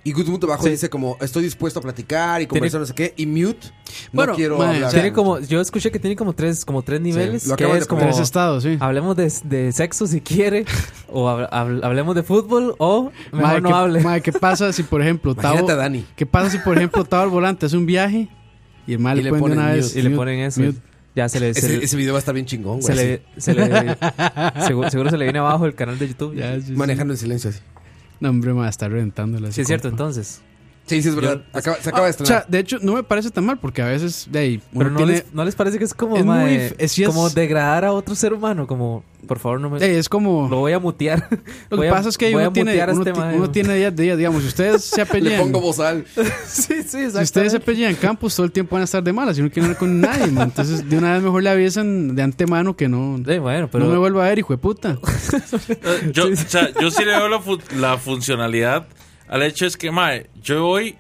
[SPEAKER 2] Y Good Mood abajo
[SPEAKER 3] Sí.
[SPEAKER 2] dice como estoy dispuesto a platicar y
[SPEAKER 3] Tiene-
[SPEAKER 2] conversar, no sé qué. Y Mute,
[SPEAKER 4] Bueno,
[SPEAKER 2] no quiero
[SPEAKER 4] mae,
[SPEAKER 2] hablar.
[SPEAKER 4] Claro.
[SPEAKER 3] Tiene como, yo escuché que tiene como tres, como tres niveles.
[SPEAKER 2] lo
[SPEAKER 3] que
[SPEAKER 2] acaban
[SPEAKER 3] es
[SPEAKER 2] de
[SPEAKER 3] como,
[SPEAKER 2] poner.
[SPEAKER 4] Tres estados, sí.
[SPEAKER 2] Ah,
[SPEAKER 3] hablemos de, de sexo si quiere, o hab- hab- hablemos de fútbol, o mejor
[SPEAKER 4] Mae,
[SPEAKER 3] no
[SPEAKER 4] ¿qué,
[SPEAKER 3] hable.
[SPEAKER 4] mae, ¿qué pasa si, por ejemplo, Tavo...
[SPEAKER 2] Imagínate a Dani.
[SPEAKER 4] ¿Qué pasa si, por ejemplo, Tavo al volante hace un viaje y el mal
[SPEAKER 2] Y
[SPEAKER 4] le
[SPEAKER 2] le
[SPEAKER 4] ponen de
[SPEAKER 2] ponen
[SPEAKER 4] una
[SPEAKER 2] mute.
[SPEAKER 4] vez...
[SPEAKER 3] y le
[SPEAKER 4] mute,
[SPEAKER 3] ponen eso.
[SPEAKER 4] mute?
[SPEAKER 3] Ya se le. se
[SPEAKER 2] Ese,
[SPEAKER 3] le-
[SPEAKER 2] ese video va a estar bien chingón, güey.
[SPEAKER 3] Se le,
[SPEAKER 2] así.
[SPEAKER 3] se le- segu- seguro, se le viene abajo el canal de YouTube. ya.
[SPEAKER 2] Manejando en silencio así.
[SPEAKER 4] No, hombre, me va a estar reventándola.
[SPEAKER 3] Sí, es cierto, entonces.
[SPEAKER 2] Sí, sí, es verdad. Acaba- se acaba de estrenar.
[SPEAKER 4] O sea, de hecho, no me parece tan mal porque a veces. De ahí, uno
[SPEAKER 3] Pero no,
[SPEAKER 4] tiene-
[SPEAKER 3] les, no les parece que es como,
[SPEAKER 4] Es
[SPEAKER 3] mae,
[SPEAKER 4] muy f- es- sí es-
[SPEAKER 3] como degradar a otro ser humano? Como, por favor, no me.
[SPEAKER 4] Ey, es como.
[SPEAKER 3] Lo voy a mutear.
[SPEAKER 4] Lo
[SPEAKER 3] Voy
[SPEAKER 4] que
[SPEAKER 3] a-
[SPEAKER 4] pasa es que
[SPEAKER 3] voy a
[SPEAKER 4] uno tiene,
[SPEAKER 3] mutear a
[SPEAKER 4] uno,
[SPEAKER 3] este
[SPEAKER 4] ti-
[SPEAKER 3] mae.
[SPEAKER 4] uno tiene días de días, digamos. Si ustedes se
[SPEAKER 2] Le
[SPEAKER 4] apellean.
[SPEAKER 2] pongo bozal.
[SPEAKER 4] si
[SPEAKER 3] sí, sí,
[SPEAKER 4] ustedes se
[SPEAKER 3] exactamente.
[SPEAKER 4] apellean en campus, todo el tiempo van a estar de malas y no quieren hablar con nadie. man. Entonces, de una vez mejor le avisan de antemano que no.
[SPEAKER 3] Sí, bueno, pero-
[SPEAKER 4] No me vuelva a ver, hijo de puta.
[SPEAKER 5] Eh, Yo, o sea, yo sí le veo la, fu- la funcionalidad al hecho es que, mae, yo voy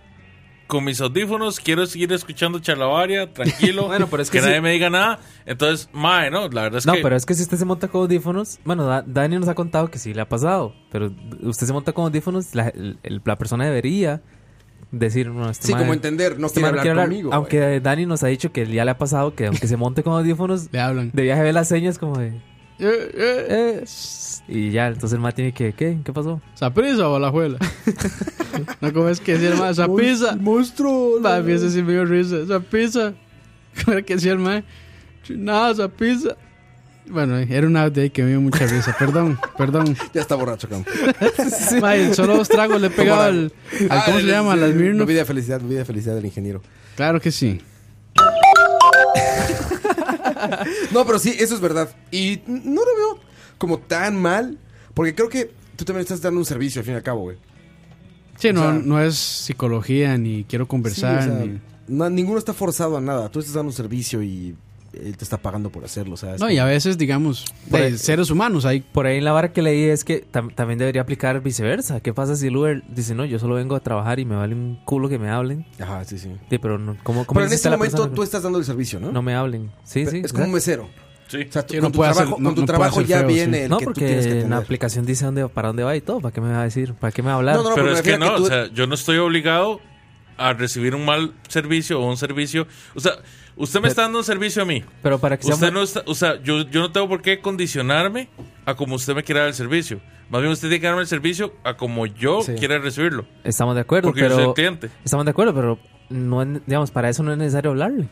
[SPEAKER 5] con mis audífonos, quiero seguir escuchando charlavaria, tranquilo,
[SPEAKER 3] Bueno, pero es
[SPEAKER 5] que,
[SPEAKER 3] que
[SPEAKER 5] nadie
[SPEAKER 3] sí.
[SPEAKER 5] me diga nada. Entonces, mae, no, la verdad es
[SPEAKER 3] no,
[SPEAKER 5] que...
[SPEAKER 3] pero es que si usted se monta con audífonos, bueno, Da- Dani nos ha contado que sí le ha pasado, pero usted se monta con audífonos, la, el- el- la persona debería decir, no, este
[SPEAKER 2] Sí,
[SPEAKER 3] mae-
[SPEAKER 2] como entender, no
[SPEAKER 3] este
[SPEAKER 2] quiere
[SPEAKER 3] mae
[SPEAKER 2] hablar conmigo, güey.
[SPEAKER 3] Aunque Dani nos ha dicho que ya le ha pasado que aunque se monte con audífonos,
[SPEAKER 4] le hablan.
[SPEAKER 3] De viaje ve las señas como de...
[SPEAKER 4] eh,
[SPEAKER 3] Y ya, entonces el ma tiene que, ¿qué? ¿Qué pasó?
[SPEAKER 4] ¿Saprisa o la abuela? no como es que decía el mae, ¡Saprisa!
[SPEAKER 2] ¡Monstruo!
[SPEAKER 4] Papi, ese sí me dio risa. ¡Saprisa! ¿Cómo era que decía el mae? Nada, ¡Saprisa! Bueno, era una vez de ahí que me dio mucha risa. Perdón, perdón.
[SPEAKER 2] Ya está borracho, cabrón.
[SPEAKER 4] Mae, solo dos tragos le he pegado
[SPEAKER 2] Como
[SPEAKER 4] al, al-
[SPEAKER 2] Ah,
[SPEAKER 4] ¿Cómo se
[SPEAKER 2] el-
[SPEAKER 4] llama? Al
[SPEAKER 2] el-
[SPEAKER 4] Almirno.
[SPEAKER 2] Bebida de felicidad, bebida de felicidad del ingeniero.
[SPEAKER 4] Claro que sí.
[SPEAKER 2] No, pero sí, eso es verdad. Y no lo veo como tan mal, porque creo que tú también estás dando un servicio al fin y al cabo, güey.
[SPEAKER 4] Sí, no,
[SPEAKER 2] O sea-
[SPEAKER 4] no es psicología ni quiero conversar.
[SPEAKER 2] Sí, o sea,
[SPEAKER 4] ni-
[SPEAKER 2] no- ninguno está forzado a nada. Tú estás dando un servicio y él te está pagando por hacerlo, o sea, es
[SPEAKER 4] No, y
[SPEAKER 2] como-
[SPEAKER 4] a veces, digamos,
[SPEAKER 3] Por
[SPEAKER 4] de
[SPEAKER 3] ahí-
[SPEAKER 4] seres humanos hay.
[SPEAKER 3] Por ahí en la vara que leí es que tam- también debería aplicar viceversa. ¿Qué pasa si el Uber dice, no, yo solo vengo a trabajar y me vale un culo que me hablen?
[SPEAKER 2] Ajá, sí, sí.
[SPEAKER 3] Sí, pero no, ¿cómo, cómo
[SPEAKER 2] Pero en
[SPEAKER 3] insiste
[SPEAKER 2] este
[SPEAKER 3] la
[SPEAKER 2] momento
[SPEAKER 3] persona?
[SPEAKER 2] tú estás dando el servicio, ¿no?
[SPEAKER 3] No me hablen. Sí,
[SPEAKER 2] Pero
[SPEAKER 3] sí.
[SPEAKER 2] Es como un
[SPEAKER 3] exacto.
[SPEAKER 2] mesero. O sea, tú-
[SPEAKER 4] Sí,
[SPEAKER 2] con
[SPEAKER 4] no
[SPEAKER 2] tu
[SPEAKER 4] puede hacer-
[SPEAKER 2] trabajo,
[SPEAKER 4] no-
[SPEAKER 2] con tu
[SPEAKER 4] no puede
[SPEAKER 2] trabajo
[SPEAKER 4] ser
[SPEAKER 2] ya
[SPEAKER 4] feo,
[SPEAKER 2] viene
[SPEAKER 4] sí.
[SPEAKER 2] el
[SPEAKER 3] No,
[SPEAKER 2] que tú
[SPEAKER 3] porque
[SPEAKER 2] tienes que
[SPEAKER 3] la
[SPEAKER 2] atender.
[SPEAKER 3] aplicación dice dónde, para dónde va y todo. ¿Para qué me va a decir? ¿Para qué me va a hablar?
[SPEAKER 2] No, no,
[SPEAKER 5] pero es que
[SPEAKER 2] refiero a
[SPEAKER 5] no,
[SPEAKER 2] que tú-
[SPEAKER 5] o sea, yo no estoy obligado a recibir un mal servicio o un servicio. O sea, usted me está dando un servicio a mí.
[SPEAKER 3] Pero para que sea
[SPEAKER 5] Usted
[SPEAKER 3] un-
[SPEAKER 5] no está, o sea, yo, yo no tengo por qué condicionarme a como usted me quiera dar el servicio. Más bien usted tiene que darme el servicio a como yo
[SPEAKER 3] Sí.
[SPEAKER 5] quiera recibirlo.
[SPEAKER 3] Estamos de acuerdo,
[SPEAKER 5] Porque yo
[SPEAKER 3] pero...
[SPEAKER 5] soy el cliente.
[SPEAKER 3] Estamos de acuerdo, pero no, es- digamos, para eso no es necesario hablarle.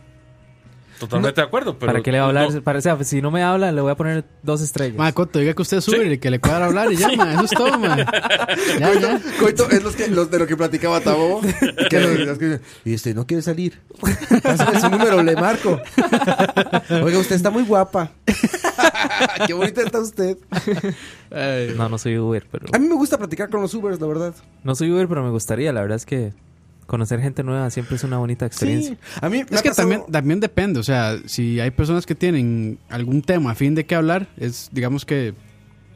[SPEAKER 5] Totalmente de acuerdo, pero
[SPEAKER 3] ¿Para qué le va a hablar?
[SPEAKER 5] no-
[SPEAKER 3] Para, o sea, si no me habla, le voy a poner dos estrellas.
[SPEAKER 4] Ma, Coto, diga que usted sube y que le cuadra hablar y ya, ma, eso es todo, ma. Ya, ya.
[SPEAKER 2] Coito es los que, los de lo que platicaba Tabo. Que los, los que dicen, y este no quiere salir. Pásame su número, le marco. Oiga, usted está muy guapa. Qué bonita está usted.
[SPEAKER 3] No, no soy Uber, pero...
[SPEAKER 2] A mí me gusta platicar con los Ubers, la verdad.
[SPEAKER 3] No soy Uber, pero me gustaría. La verdad es que conocer gente nueva siempre es una bonita experiencia.
[SPEAKER 2] A mí me
[SPEAKER 4] Es
[SPEAKER 2] ha
[SPEAKER 4] que
[SPEAKER 2] pasado-
[SPEAKER 4] también, también depende, o sea, si hay personas que tienen algún tema a fin de qué hablar, es, digamos que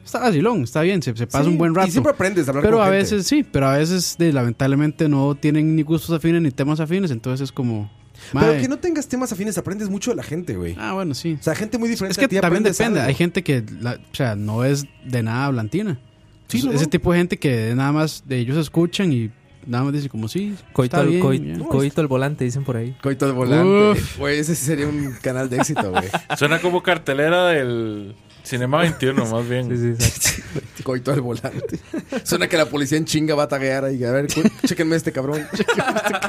[SPEAKER 4] está vacilón, está bien, se, se pasa
[SPEAKER 2] Sí,
[SPEAKER 4] un buen
[SPEAKER 2] y
[SPEAKER 4] rato.
[SPEAKER 2] siempre aprendes a hablar
[SPEAKER 4] Pero
[SPEAKER 2] con
[SPEAKER 4] a
[SPEAKER 2] gente.
[SPEAKER 4] veces sí, pero a veces de, lamentablemente no tienen ni gustos afines ni temas afines, entonces es como...
[SPEAKER 2] Pero
[SPEAKER 4] mae,
[SPEAKER 2] que no tengas temas afines, aprendes mucho de la gente, güey.
[SPEAKER 4] Ah, bueno, sí.
[SPEAKER 2] O sea, gente muy diferente
[SPEAKER 4] Es que
[SPEAKER 2] a ti
[SPEAKER 4] también
[SPEAKER 2] aprendes
[SPEAKER 4] depende.
[SPEAKER 2] algo.
[SPEAKER 4] Hay gente que, la- o sea, no es de nada hablantina.
[SPEAKER 2] Sí,
[SPEAKER 4] Es-
[SPEAKER 2] no,
[SPEAKER 4] Ese
[SPEAKER 2] no.
[SPEAKER 4] tipo de gente que nada más de ellos escuchan y nada más dicen como sí.
[SPEAKER 3] Coito,
[SPEAKER 4] está
[SPEAKER 3] al,
[SPEAKER 4] bien,
[SPEAKER 3] coi-
[SPEAKER 4] ya".
[SPEAKER 3] coito al volante, dicen por ahí.
[SPEAKER 2] Coito de volante.
[SPEAKER 4] Uf.
[SPEAKER 2] Güey, ese sí sería un canal de éxito, güey.
[SPEAKER 5] Suena como cartelera del Cinema 21, más bien.
[SPEAKER 3] Sí, sí, exacto.
[SPEAKER 2] Coito al volante. Suena que la policía en chinga va a taguear ahí. A ver, cu- chéquenme este cabrón.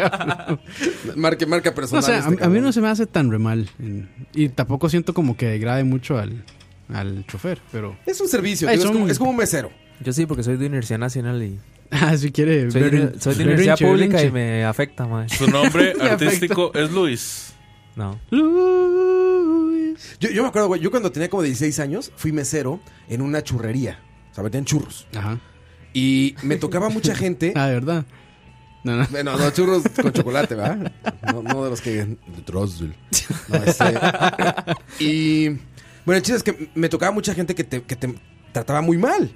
[SPEAKER 2] Marque, marca
[SPEAKER 4] este No,
[SPEAKER 2] personal.
[SPEAKER 4] o sea,
[SPEAKER 2] este
[SPEAKER 4] a- a, mí
[SPEAKER 2] cabrón.
[SPEAKER 4] no se me hace tan re mal. en- y tampoco siento como que degrade mucho al, al chofer, pero.
[SPEAKER 2] Es un servicio,
[SPEAKER 4] Ay,
[SPEAKER 2] digo, es,
[SPEAKER 4] son-
[SPEAKER 2] como, es como un mesero.
[SPEAKER 3] Yo sí, porque soy de Universidad Nacional y...
[SPEAKER 4] Ah, si quiere.
[SPEAKER 3] Soy,
[SPEAKER 4] berrin-
[SPEAKER 3] de, soy de Universidad
[SPEAKER 4] berrinche,
[SPEAKER 3] Pública y
[SPEAKER 4] berrinche.
[SPEAKER 3] me afecta, mae.
[SPEAKER 5] Su nombre
[SPEAKER 4] Me
[SPEAKER 5] artístico es Luis.
[SPEAKER 3] No.
[SPEAKER 4] Luis.
[SPEAKER 2] Yo, yo me acuerdo, güey, yo cuando tenía como 16 años fui mesero en una churrería. O sea, vendían churros.
[SPEAKER 4] Ajá.
[SPEAKER 2] Y me tocaba mucha gente.
[SPEAKER 4] Ah, de verdad. No, no.
[SPEAKER 2] Bueno, no, churros con chocolate, ¿verdad? No, no de los que... De Trosdel. No, este... Y... Bueno, el chiste es que me tocaba mucha gente que te, que te trataba muy mal.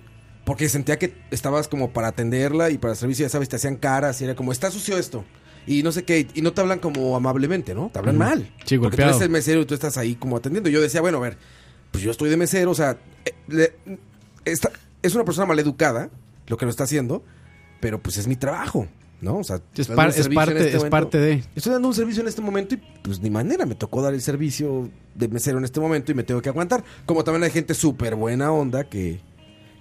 [SPEAKER 2] Porque sentía que estabas como para atenderla y para servicio, ya sabes, te hacían caras y era como, está sucio esto. Y no sé qué, y no te hablan como amablemente, ¿no? Te hablan
[SPEAKER 4] Ujú.
[SPEAKER 2] mal.
[SPEAKER 4] Sí,
[SPEAKER 2] Porque tú
[SPEAKER 4] golpeado.
[SPEAKER 2] eres el mesero y tú estás ahí como atendiendo. Y yo decía, bueno, a ver, pues yo estoy de mesero, o sea, eh, le- esta- es una persona maleducada lo que lo está haciendo, pero pues es mi trabajo, ¿no? O sea,
[SPEAKER 4] Es,
[SPEAKER 2] estoy
[SPEAKER 4] par-
[SPEAKER 2] dando un
[SPEAKER 4] es
[SPEAKER 2] servicio en
[SPEAKER 4] parte,
[SPEAKER 2] este
[SPEAKER 4] es
[SPEAKER 2] momento.
[SPEAKER 4] parte de.
[SPEAKER 2] Estoy dando un servicio en este momento y pues ni manera, me tocó dar el servicio de mesero en este momento y me tengo que aguantar. Como también hay gente súper buena onda que,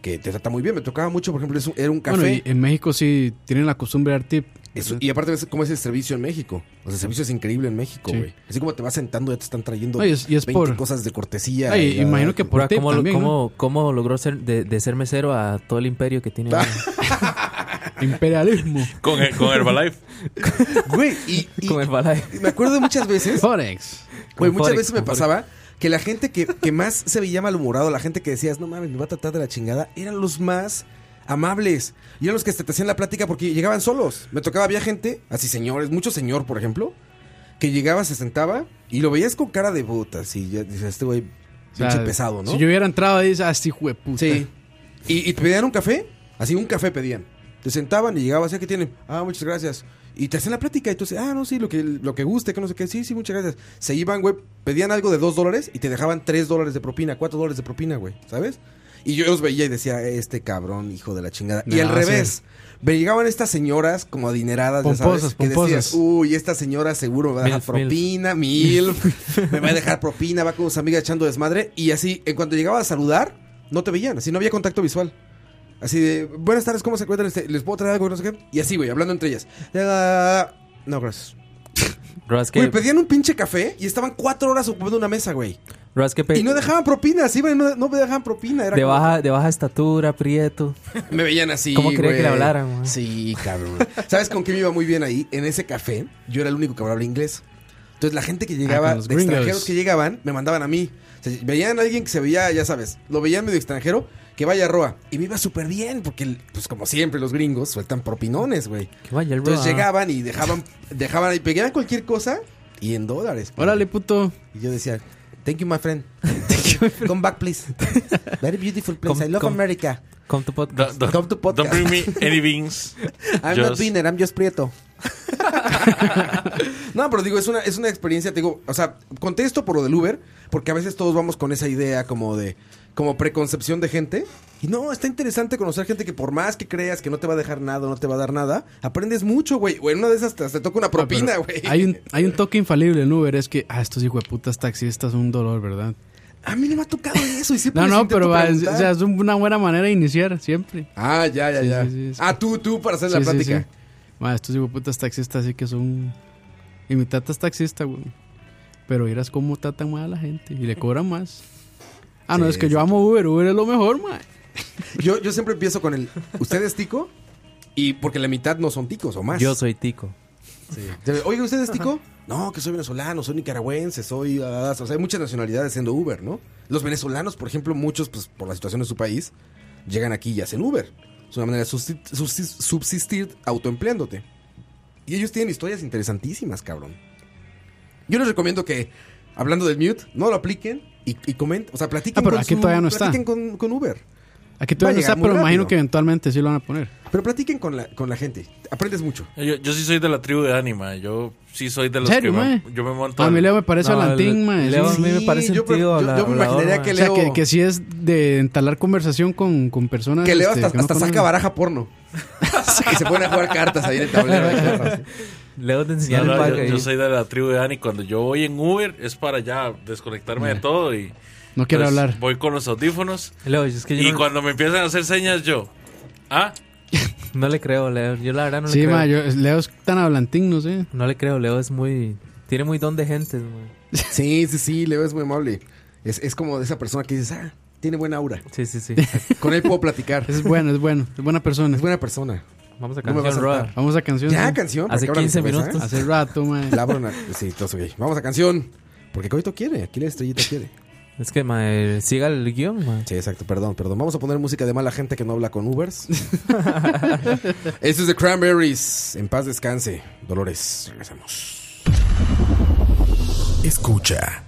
[SPEAKER 2] que te trata muy bien. Me tocaba mucho, por ejemplo, es un- era un café.
[SPEAKER 4] eh, Bueno, y en México sí tienen la costumbre de dar tip.
[SPEAKER 2] Eso, y aparte ves cómo es el servicio en México. O sea, el servicio es increíble en México,
[SPEAKER 4] Sí.
[SPEAKER 2] güey. Así como te vas sentando, ya te están trayendo
[SPEAKER 4] No, y es- y es
[SPEAKER 2] 20
[SPEAKER 4] por-
[SPEAKER 2] cosas de cortesía.
[SPEAKER 4] Ay,
[SPEAKER 2] y la-
[SPEAKER 4] imagino que por
[SPEAKER 3] Ahora,
[SPEAKER 4] tip
[SPEAKER 3] ¿cómo, lo-
[SPEAKER 4] también,
[SPEAKER 3] cómo- cómo logró ser de, de ser mesero a todo el imperio que tiene?
[SPEAKER 4] Imperialismo.
[SPEAKER 5] Con, con Herbalife.
[SPEAKER 2] Güey, y, y- y me acuerdo muchas veces.
[SPEAKER 4] Forex.
[SPEAKER 2] Güey,
[SPEAKER 4] Con
[SPEAKER 2] muchas
[SPEAKER 4] Forex,
[SPEAKER 2] veces me
[SPEAKER 4] con Forex.
[SPEAKER 2] pasaba que la gente que, que más se veía malhumorado, la gente que decías, no mames, me va a tratar de la chingada, eran los más amables. Y eran los que te te hacían la plática porque llegaban solos. Me tocaba, había gente, así señores, mucho señor, por ejemplo, que llegaba, se sentaba y lo veías con cara de puta. Así, ya dices, este güey,
[SPEAKER 4] O sea,
[SPEAKER 2] pinche pesado, ¿no?
[SPEAKER 4] Si yo hubiera entrado ahí, ah, sí, jueputa.
[SPEAKER 2] Sí. Y, y te pedían un café, así un café pedían. Te sentaban y llegaba, así que tienen, ah, muchas gracias. Y te hacían la plática y tú dices, ah, no, sí, lo que, lo que guste, que no sé qué, sí, sí, muchas gracias. Se iban, güey, pedían algo de dos dólares y te dejaban tres dólares de propina, cuatro dólares de propina, güey, ¿sabes? Y yo los veía y decía, este cabrón, hijo de la chingada. y
[SPEAKER 4] No,
[SPEAKER 2] al
[SPEAKER 4] sí.
[SPEAKER 2] revés, me llegaban estas señoras como adineradas, ya sabes,
[SPEAKER 4] Pomposas,
[SPEAKER 2] que decías,
[SPEAKER 4] pomposas.
[SPEAKER 2] uy, esta señora seguro me va a dejar
[SPEAKER 4] Milf, milf.
[SPEAKER 2] propina, mil, me va a dejar propina, va con sus amigas echando desmadre. Y así, en cuanto llegaba a saludar, no te veían, así no había contacto visual. Así de, buenas tardes, ¿cómo se encuentran? Este, ¿Les puedo traer algo? No sé qué. Y así, güey, hablando entre ellas. Ah, No, gracias. Güey, pedían un pinche café y estaban cuatro horas ocupando una mesa, güey. Y no dejaban propinas, iban y no, no me dejaban propina. Era
[SPEAKER 3] de,
[SPEAKER 2] como-
[SPEAKER 3] baja, de baja estatura, prieto.
[SPEAKER 2] Me veían así,
[SPEAKER 3] ¿Cómo quería
[SPEAKER 2] güey.
[SPEAKER 3] que le hablaran, güey?
[SPEAKER 2] Sí, cabrón. ¿Sabes con qué me iba muy bien ahí? En ese café, yo era el único que hablaba inglés. Entonces la gente que llegaba, de
[SPEAKER 4] con los gringos.
[SPEAKER 2] extranjeros que llegaban, me mandaban a mí. O sea, veían a alguien que se veía, ya sabes, lo veían medio extranjero, que vaya a Roa. Y me iba súper bien, porque, pues como siempre, los gringos sueltan propinones, güey.
[SPEAKER 3] Que vaya el ah,
[SPEAKER 2] Entonces
[SPEAKER 3] Roa.
[SPEAKER 2] llegaban y dejaban, dejaban, y pegaban cualquier cosa y en dólares. cabrón.
[SPEAKER 4] Órale, puto.
[SPEAKER 2] Y yo decía, thank you, my friend. Come back, please. Very beautiful place.
[SPEAKER 3] Come-
[SPEAKER 2] I love
[SPEAKER 3] come-
[SPEAKER 2] America.
[SPEAKER 3] Come to
[SPEAKER 5] Don't,
[SPEAKER 3] podcast.
[SPEAKER 5] don't-
[SPEAKER 2] Come to podcast.
[SPEAKER 5] don't bring me any beans.
[SPEAKER 2] I'm not
[SPEAKER 5] Just-
[SPEAKER 2] winner, I'm just Prieto. no, pero digo, es una, es una experiencia, te digo, o sea, contesto por lo del Uber, porque a veces todos vamos con esa idea como de, como preconcepción de gente. Y no, está interesante conocer gente que por más que creas que no te va a dejar nada, no te va a dar nada, aprendes mucho, güey. O en una de esas te, te toca una propina,
[SPEAKER 4] Pero
[SPEAKER 2] güey.
[SPEAKER 4] Hay un, hay un toque infalible en Uber, es que, ah, estos hijueputas taxistas son un dolor, ¿verdad?
[SPEAKER 2] A mí no me ha tocado eso y siempre
[SPEAKER 4] No,
[SPEAKER 2] les
[SPEAKER 4] no,
[SPEAKER 2] intento
[SPEAKER 4] pero va, es,
[SPEAKER 2] preguntar.
[SPEAKER 4] o sea, es un- una buena manera de iniciar, siempre.
[SPEAKER 2] Ah, ya, ya,
[SPEAKER 4] Sí,
[SPEAKER 2] ya.
[SPEAKER 4] sí, sí, sí.
[SPEAKER 2] Ah, tú, tú, para hacer la
[SPEAKER 4] Sí, sí,
[SPEAKER 2] plática.
[SPEAKER 4] sí. Ma, estos hijueputas taxistas sí que son... Y mi tata es taxista, güey. Pero irás cómo tratan mal a la gente y le cobran más. Ah, no,
[SPEAKER 2] Sí,
[SPEAKER 4] es que yo amo Uber, Uber es lo mejor, ma.
[SPEAKER 2] Yo, yo siempre empiezo con el, ¿usted es tico? Y porque la mitad no son ticos o más.
[SPEAKER 3] Yo soy tico.
[SPEAKER 2] Ya ve, Oiga, ¿usted es tico? No, que soy venezolano, soy nicaragüense, soy... ah, o sea, hay muchas nacionalidades haciendo Uber, ¿no? Los venezolanos, por ejemplo, muchos, pues, por la situación de su país, llegan aquí y hacen Uber. Es una manera de subsi- subsi- subsistir autoempleándote. Y ellos tienen historias interesantísimas, cabrón. Yo les recomiendo que, hablando del mute, no lo apliquen y, y comenten. O sea, platiquen,
[SPEAKER 4] Ah, pero
[SPEAKER 2] con,
[SPEAKER 4] aquí todavía no está.
[SPEAKER 2] platiquen con, con Uber.
[SPEAKER 4] Aquí
[SPEAKER 2] Va a
[SPEAKER 4] todavía no está,
[SPEAKER 2] llegar muy
[SPEAKER 4] pero imagino
[SPEAKER 2] rápido.
[SPEAKER 4] que eventualmente sí lo van a poner.
[SPEAKER 2] Pero platiquen con la, con la gente. Aprendes mucho.
[SPEAKER 5] Yo, yo sí soy de la tribu de Anima. Yo sí soy de los
[SPEAKER 4] ¿En serio,
[SPEAKER 5] que
[SPEAKER 3] eh?
[SPEAKER 5] me,
[SPEAKER 4] mae?
[SPEAKER 5] yo me monto.
[SPEAKER 4] A mí
[SPEAKER 5] al-
[SPEAKER 4] Leo me parece
[SPEAKER 3] No,
[SPEAKER 4] Alantín, ma.
[SPEAKER 3] Leo
[SPEAKER 4] sí.
[SPEAKER 3] a mí me parece
[SPEAKER 2] yo
[SPEAKER 3] un
[SPEAKER 2] pre-
[SPEAKER 3] tío.
[SPEAKER 2] yo-
[SPEAKER 3] habla-
[SPEAKER 2] yo me imaginaría
[SPEAKER 3] hablador,
[SPEAKER 2] que
[SPEAKER 4] O
[SPEAKER 3] mae.
[SPEAKER 4] sea,
[SPEAKER 2] Leo-
[SPEAKER 4] que, que sí es de entalar conversación con, con personas.
[SPEAKER 2] Que leo
[SPEAKER 4] este,
[SPEAKER 2] hasta,
[SPEAKER 4] que no
[SPEAKER 2] hasta saca
[SPEAKER 4] conocen.
[SPEAKER 2] baraja porno. y se ponen a jugar cartas ahí en el tablero. de cartas.
[SPEAKER 3] Leo te
[SPEAKER 5] No,
[SPEAKER 3] enseñaron
[SPEAKER 5] no,
[SPEAKER 3] para
[SPEAKER 5] yo,
[SPEAKER 3] que-
[SPEAKER 5] yo soy de la tribu de Dani. Cuando yo voy en Uber es para ya desconectarme de todo y
[SPEAKER 4] No quiero
[SPEAKER 5] pues,
[SPEAKER 4] hablar.
[SPEAKER 5] voy con los audífonos.
[SPEAKER 3] Leo, es que yo
[SPEAKER 5] Y
[SPEAKER 3] no,
[SPEAKER 5] cuando me empiezan a hacer señas yo, ah,
[SPEAKER 3] no le creo, Leo. Yo la verdad no
[SPEAKER 4] Sí,
[SPEAKER 3] le creo.
[SPEAKER 4] ma, yo, Leo es tan hablantín, no sé.
[SPEAKER 3] No le creo, Leo es muy... Tiene muy don de gente, mae.
[SPEAKER 2] Sí, sí, sí, Leo es muy amable. Es, es como de esa persona que dices, ah, tiene buena aura.
[SPEAKER 3] Sí, sí, sí.
[SPEAKER 2] Con él puedo platicar.
[SPEAKER 4] Es bueno, es bueno. Es buena persona.
[SPEAKER 2] Es buena persona.
[SPEAKER 3] Vamos a
[SPEAKER 2] No me vas a
[SPEAKER 3] canción, Roa.
[SPEAKER 2] saltar.
[SPEAKER 4] Vamos a canción.
[SPEAKER 2] Ya,
[SPEAKER 4] ¿no?
[SPEAKER 2] canción.
[SPEAKER 3] Hace
[SPEAKER 2] porque ahora me
[SPEAKER 3] 15
[SPEAKER 2] interesa,
[SPEAKER 3] minutos.
[SPEAKER 4] Hace rato, ma.
[SPEAKER 2] ¿eh? La abro una- Sí, todo ok. Vamos a canción. Porque Coito quiere. Aquí la estrellita quiere.
[SPEAKER 3] Es que, mae, siga el guión, mae.
[SPEAKER 2] Sí, exacto. Perdón, perdón. Vamos a poner música de mala gente que no habla con Ubers. Esto es The Cranberries. En paz descanse. Dolores. Regresamos. Escucha.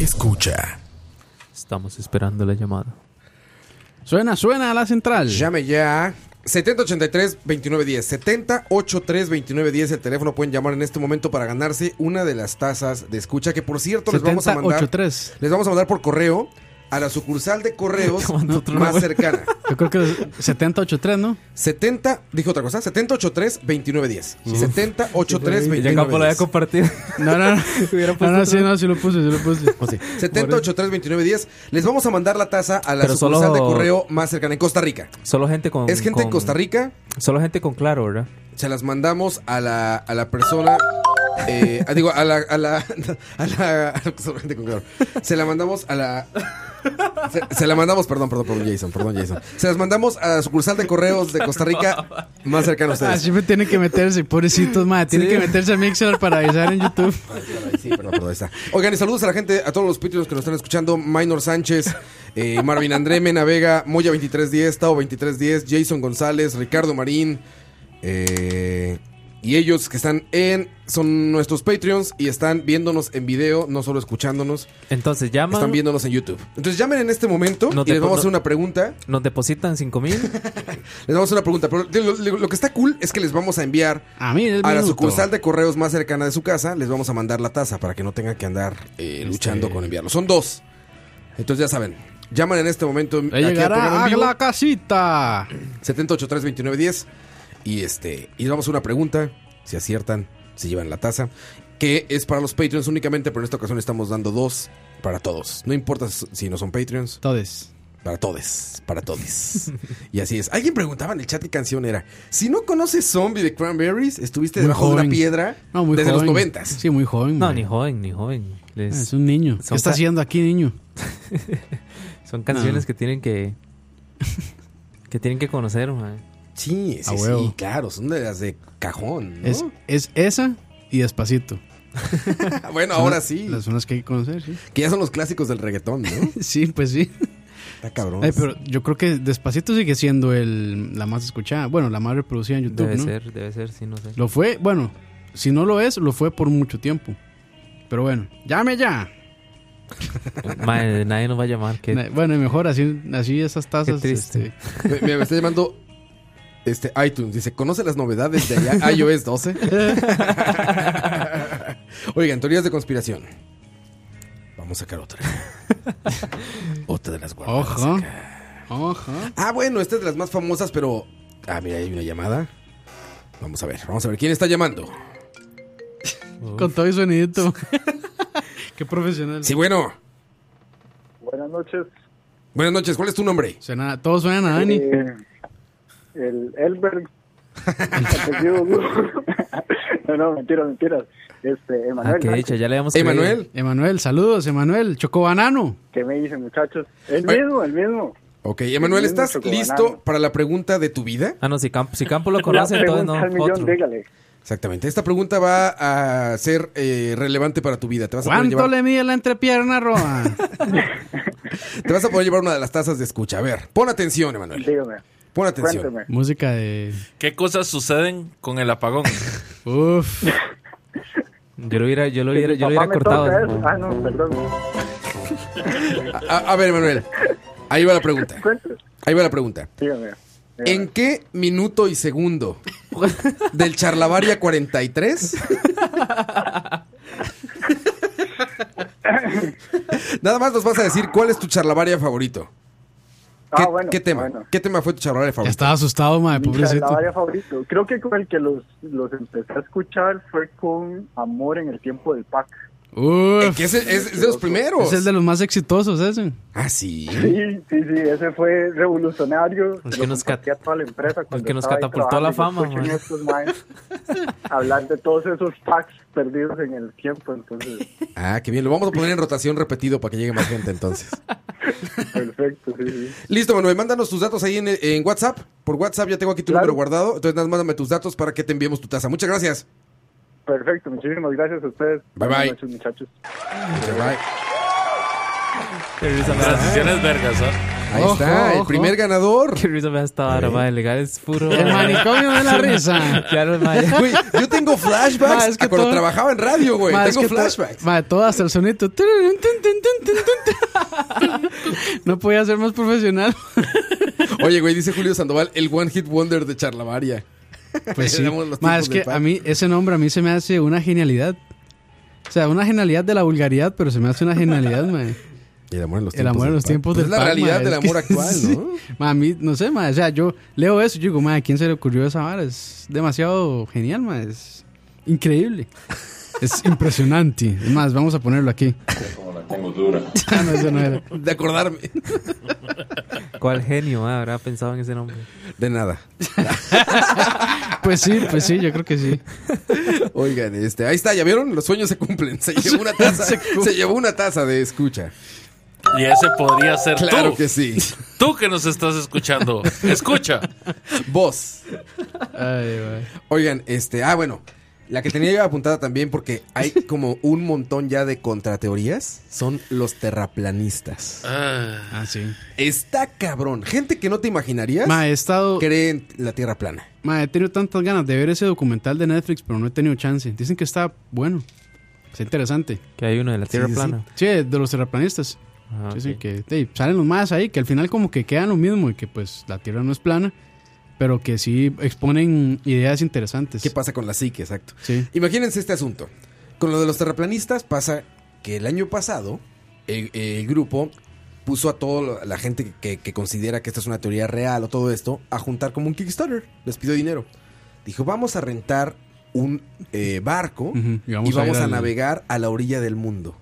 [SPEAKER 8] escucha.
[SPEAKER 3] Estamos esperando la llamada.
[SPEAKER 4] Suena, suena a la central.
[SPEAKER 2] Llame ya. 7083-2910. 7083-2910. El teléfono pueden llamar en este momento para ganarse una de las tazas de escucha. Que por cierto, les vamos a mandar.
[SPEAKER 4] 7083.
[SPEAKER 2] Les vamos a mandar por correo a la sucursal de correos más cercana.
[SPEAKER 4] Yo creo que es 7083, ¿no?
[SPEAKER 2] 70, dije otra cosa, 7083-2910.
[SPEAKER 4] Uf.
[SPEAKER 3] Ya Campo lo
[SPEAKER 2] 7083-2910.
[SPEAKER 3] había compartido.
[SPEAKER 4] No, no, no. No, no, sí, no, sí lo puse, sí lo puse.
[SPEAKER 2] Oh, 7083-2910. Les vamos a mandar la taza a la
[SPEAKER 3] Pero
[SPEAKER 2] sucursal
[SPEAKER 3] solo-
[SPEAKER 2] de correo más cercana en Costa Rica.
[SPEAKER 3] Solo gente con.
[SPEAKER 2] Es gente en
[SPEAKER 3] con-
[SPEAKER 2] Costa Rica.
[SPEAKER 3] Solo gente con claro, ¿verdad?
[SPEAKER 2] Se las mandamos a la, a la persona. eh, ah, digo, a la. A la, a la- solamente con claro. Se la mandamos a la. Se, se la mandamos, perdón, perdón, perdón, Jason, perdón, Jason. Se las mandamos a la sucursal de correos de Costa Rica más cercana a
[SPEAKER 4] Ah,
[SPEAKER 2] ustedes.
[SPEAKER 4] siempre tienen que meterse, pobrecitos, madre. Tienen
[SPEAKER 2] Sí.
[SPEAKER 4] que meterse a Mixer para avisar en YouTube.
[SPEAKER 2] Sí, perdón, perdón, ahí está. Oigan, y saludos a la gente, a todos los patrons que nos están escuchando: Minor Sánchez, eh, Marvin André, Mena Vega, Moya2310, Tao2310, Jason González, Ricardo Marín. Eh, y ellos que están en. Son nuestros Patreons y están viéndonos en video, no solo escuchándonos.
[SPEAKER 3] Entonces llaman.
[SPEAKER 2] Están viéndonos en YouTube. Entonces llamen en este momento
[SPEAKER 3] No
[SPEAKER 2] y
[SPEAKER 3] te
[SPEAKER 2] les
[SPEAKER 3] pon-
[SPEAKER 2] vamos a hacer
[SPEAKER 3] no-
[SPEAKER 2] una pregunta.
[SPEAKER 3] Nos depositan 5 mil.
[SPEAKER 2] Les vamos a hacer una pregunta. Pero lo, lo- lo que está cool es que les vamos a enviar
[SPEAKER 4] A mí, el
[SPEAKER 2] a la
[SPEAKER 4] minuto.
[SPEAKER 2] sucursal de correos más cercana de su casa. Les vamos a mandar la taza para que no tengan que andar
[SPEAKER 4] Este,
[SPEAKER 2] eh, luchando con enviarlo. Son dos. Entonces ya saben. Llaman en este momento aquí al programa
[SPEAKER 4] Llegará a
[SPEAKER 2] en vivo,
[SPEAKER 4] la casita.
[SPEAKER 2] 783-2910. Y este. Y les vamos a una pregunta. Si aciertan, si llevan la taza. Que es para los Patreons únicamente, pero en esta ocasión estamos dando dos para todos. No importa si no son Patreons.
[SPEAKER 4] Todes.
[SPEAKER 2] Para todos, para todos. y así es. Alguien preguntaba en el chat qué canción era. Si no conoces Zombie de Cranberries, estuviste
[SPEAKER 4] Muy
[SPEAKER 2] debajo de
[SPEAKER 4] joven.
[SPEAKER 2] una piedra
[SPEAKER 4] No, muy
[SPEAKER 2] desde
[SPEAKER 4] joven.
[SPEAKER 2] los noventas.
[SPEAKER 4] Sí, muy joven.
[SPEAKER 3] No,
[SPEAKER 4] madre.
[SPEAKER 3] ni joven, ni joven. Les-
[SPEAKER 2] Ah,
[SPEAKER 4] Es un niño.
[SPEAKER 3] Son
[SPEAKER 4] ¿Qué está
[SPEAKER 3] ca-
[SPEAKER 4] haciendo aquí, niño?
[SPEAKER 3] Son canciones
[SPEAKER 4] No.
[SPEAKER 3] que tienen que. que tienen que conocer, man.
[SPEAKER 2] Sí, sí,
[SPEAKER 4] A
[SPEAKER 2] sí,
[SPEAKER 4] huevo.
[SPEAKER 2] claro, son de las de cajón, ¿no?
[SPEAKER 4] Es, es esa y despacito.
[SPEAKER 2] bueno,
[SPEAKER 4] Son
[SPEAKER 2] ahora
[SPEAKER 4] las-
[SPEAKER 2] sí,
[SPEAKER 4] Las son las que hay que conocer, sí.
[SPEAKER 2] que ya son los clásicos del reggaetón, ¿no?
[SPEAKER 4] Sí, pues sí.
[SPEAKER 2] Está cabrón.
[SPEAKER 4] Ay, pero yo creo que despacito sigue siendo el, la más escuchada. Bueno, la más reproducida en YouTube,
[SPEAKER 3] Debe
[SPEAKER 4] ¿no?
[SPEAKER 3] ser, debe ser, sí, no sé.
[SPEAKER 4] Lo fue, bueno, si no lo es, lo fue por mucho tiempo. Pero bueno, llame ya.
[SPEAKER 3] Madre, Pues, nadie nos va a llamar. Que ah,
[SPEAKER 4] Na- Bueno, y mejor así, así esas tazas.
[SPEAKER 3] Qué triste.
[SPEAKER 4] este,
[SPEAKER 2] Me, me- me está llamando este iTunes, dice, ¿conoce las novedades de allá? iOS 12? Oigan, teorías de conspiración. Vamos a sacar otra. otra de las guardadas.
[SPEAKER 4] Ojo.
[SPEAKER 2] acá.
[SPEAKER 4] Ojo.
[SPEAKER 2] Ah, bueno, esta es de las más famosas, pero. Ah, mira, hay una llamada. Vamos a ver, vamos a ver quién está llamando.
[SPEAKER 4] Con todo y sonidito. Qué profesional.
[SPEAKER 2] Sí, bueno.
[SPEAKER 6] Buenas noches.
[SPEAKER 2] Buenas noches, ¿cuál es tu nombre?
[SPEAKER 4] Suena, todos suenan a Dani.
[SPEAKER 6] Eh, el Elberg. apellido Duro. no, no, mentiras, mentiras. Este,
[SPEAKER 3] Ah,
[SPEAKER 6] Emanuel.
[SPEAKER 3] qué dicha, ya le habíamos creído.
[SPEAKER 2] Emanuel.
[SPEAKER 4] Emanuel, saludos, Emanuel. Chocobanano.
[SPEAKER 6] ¿Qué me dicen, muchachos? El
[SPEAKER 2] Oye.
[SPEAKER 6] mismo, el mismo.
[SPEAKER 2] Ok, Emanuel, ¿estás
[SPEAKER 6] Chocobanano.
[SPEAKER 2] listo para la pregunta de tu vida?
[SPEAKER 3] Ah, no, si Campo, si Campo lo conoce,
[SPEAKER 6] La
[SPEAKER 3] entonces
[SPEAKER 6] pregunta
[SPEAKER 3] no.
[SPEAKER 6] al millón,
[SPEAKER 3] Otro.
[SPEAKER 6] dígale.
[SPEAKER 2] Exactamente. Esta pregunta va a ser eh, relevante para tu vida. Te vas, a poder
[SPEAKER 4] ¿Cuánto
[SPEAKER 2] llevar,
[SPEAKER 4] le mide la entrepierna, Roa?
[SPEAKER 2] te vas a poder llevar una de las tazas de escucha. A ver, pon atención, Emanuel.
[SPEAKER 6] Dígame,
[SPEAKER 2] Pon atención.
[SPEAKER 6] cuénteme.
[SPEAKER 4] Música de.
[SPEAKER 5] ¿Qué cosas suceden con el apagón?
[SPEAKER 4] Uf.
[SPEAKER 3] Yo lo hubiera, yo lo
[SPEAKER 6] Que
[SPEAKER 3] hubiera,
[SPEAKER 6] mi
[SPEAKER 3] yo lo
[SPEAKER 6] papá
[SPEAKER 3] hubiera
[SPEAKER 6] me toca
[SPEAKER 3] cortado.
[SPEAKER 6] eso. Ah, no, perdón.
[SPEAKER 2] A, a ver, Emanuel. Ahí va la pregunta.
[SPEAKER 6] Cuénteme.
[SPEAKER 2] Ahí va la pregunta.
[SPEAKER 6] Dígame. dígame.
[SPEAKER 2] ¿En qué minuto y segundo del Charlavaria 43? Nada más nos vas a decir cuál es tu charlavaria favorito. ¿Qué,
[SPEAKER 6] Ah, bueno,
[SPEAKER 2] qué tema?
[SPEAKER 6] bueno.
[SPEAKER 2] ¿Qué tema fue tu charlavaria
[SPEAKER 4] Ya
[SPEAKER 2] favorito?
[SPEAKER 4] estaba asustado, madre,
[SPEAKER 6] Mi
[SPEAKER 4] pobrecito.
[SPEAKER 6] charlavaria pues, favorito. Creo que con el que los, los empecé a escuchar fue con Amor en el tiempo del PAC.
[SPEAKER 2] Eh,
[SPEAKER 4] Uf.
[SPEAKER 2] que ese es, es de los primeros.
[SPEAKER 4] Es el de los más exitosos, ese.
[SPEAKER 2] Ah, sí.
[SPEAKER 6] Sí, sí, sí, ese fue revolucionario.
[SPEAKER 3] El que
[SPEAKER 6] Lo
[SPEAKER 3] nos
[SPEAKER 6] compartí a toda la empresa cuando
[SPEAKER 3] que nos
[SPEAKER 6] estaba ahí
[SPEAKER 3] catapultó a la
[SPEAKER 6] trabajando.
[SPEAKER 3] fama,
[SPEAKER 6] Yo escucho en estos maes Hablar de todos esos packs perdidos en el tiempo, entonces,
[SPEAKER 2] Ah, qué bien. Lo vamos a poner en rotación repetido para que llegue más gente entonces.
[SPEAKER 6] perfecto, sí, sí.
[SPEAKER 2] Listo, Manuel. Mándanos tus datos ahí en, en WhatsApp. Por WhatsApp ya tengo aquí tu
[SPEAKER 6] Claro.
[SPEAKER 2] número guardado. Entonces, nada más mándame tus datos para que te enviemos tu taza. Muchas gracias.
[SPEAKER 6] Perfecto, muchísimas gracias a ustedes.
[SPEAKER 2] Bye,
[SPEAKER 6] Buenas
[SPEAKER 2] bye.
[SPEAKER 6] noches, muchachos.
[SPEAKER 2] Bye, bye.
[SPEAKER 3] Qué risa me da.
[SPEAKER 5] Transiciones vergas, ¿ah?
[SPEAKER 2] Ahí está, el primer ganador.
[SPEAKER 3] Qué risa me ha estado ahora, madre. Legal es puro.
[SPEAKER 2] El manicomio de la risa.
[SPEAKER 3] Claro, madre.
[SPEAKER 2] Güey, yo tengo flashbacks
[SPEAKER 4] Ma, es que
[SPEAKER 2] a cuando
[SPEAKER 4] todo-
[SPEAKER 2] trabajaba en radio, güey.
[SPEAKER 4] Ma, es
[SPEAKER 2] Tengo
[SPEAKER 4] que to-
[SPEAKER 2] flashbacks.
[SPEAKER 4] Ma, todo hasta el sonito. No podía ser más profesional.
[SPEAKER 2] Oye, güey, dice Julio Sandoval, el One Hit Wonder de Charlavaria.
[SPEAKER 4] Pues sí.
[SPEAKER 2] Éramos los
[SPEAKER 4] Ma,
[SPEAKER 2] tipos
[SPEAKER 4] es
[SPEAKER 2] del
[SPEAKER 4] que
[SPEAKER 2] pan.
[SPEAKER 4] a mí ese nombre a mí se me hace una genialidad. O sea, una genialidad de la vulgaridad, pero se me hace una genialidad, ma.
[SPEAKER 2] El amor en los
[SPEAKER 4] El amor en los tiempos
[SPEAKER 2] del
[SPEAKER 4] del
[SPEAKER 2] pan. Pues
[SPEAKER 4] pan,
[SPEAKER 2] Es la realidad del
[SPEAKER 4] ma, es que-
[SPEAKER 2] amor actual,
[SPEAKER 4] sí.
[SPEAKER 2] ¿no?
[SPEAKER 4] Ma, a mí, no sé, ma, o sea, yo leo eso y yo digo, ma, ¿a quién se le ocurrió esa vara? Es demasiado genial, ma, es increíble. Es impresionante. Es más, vamos a ponerlo aquí.
[SPEAKER 9] Como la tengo dura.
[SPEAKER 4] Ah, no, eso no era.
[SPEAKER 2] De acordarme.
[SPEAKER 3] ¿Cuál genio ah, habrá pensado en ese nombre?
[SPEAKER 2] De nada.
[SPEAKER 4] Pues sí, pues sí, yo creo que sí.
[SPEAKER 2] Oigan, este, ahí está, ya vieron, los sueños se cumplen. Se llevó una taza, se, llevó una taza de escucha.
[SPEAKER 5] Y ese podría ser
[SPEAKER 2] Claro
[SPEAKER 5] tú.
[SPEAKER 2] que sí.
[SPEAKER 5] Tú que nos estás escuchando. Escucha.
[SPEAKER 2] Vos. Oigan, este, ah, bueno, la que tenía yo apuntada también porque hay como un montón ya de contrateorías, son los terraplanistas.
[SPEAKER 4] Ah, sí.
[SPEAKER 2] Está cabrón, gente que no te imaginarías
[SPEAKER 4] Ma, he estado.
[SPEAKER 2] cree en la Tierra plana.
[SPEAKER 4] Ma, he tenido tantas ganas de ver ese documental de Netflix, pero no he tenido chance. Dicen que está bueno. Está interesante.
[SPEAKER 3] Que hay uno de la Tierra plana.
[SPEAKER 4] Sí, de los terraplanistas.
[SPEAKER 3] Ah,
[SPEAKER 4] Sí, sí,
[SPEAKER 3] ok.
[SPEAKER 4] que ey, salen los más ahí, que al final como que quedan lo mismo y que pues la Tierra no es plana, pero que sí exponen ideas interesantes.
[SPEAKER 2] ¿Qué pasa con la psique? Exacto.
[SPEAKER 4] Sí.
[SPEAKER 2] Imagínense este asunto. Con lo de los terraplanistas pasa que el año pasado el, el grupo puso a toda la gente que, que considera que esta es una teoría real o todo esto a juntar como un Kickstarter. Les pidió dinero. Dijo, vamos a rentar un eh, barco
[SPEAKER 3] Ujú,
[SPEAKER 2] y
[SPEAKER 3] y
[SPEAKER 2] vamos,
[SPEAKER 3] vamos a ir
[SPEAKER 2] a,
[SPEAKER 3] al-
[SPEAKER 2] navegar a la orilla del mundo.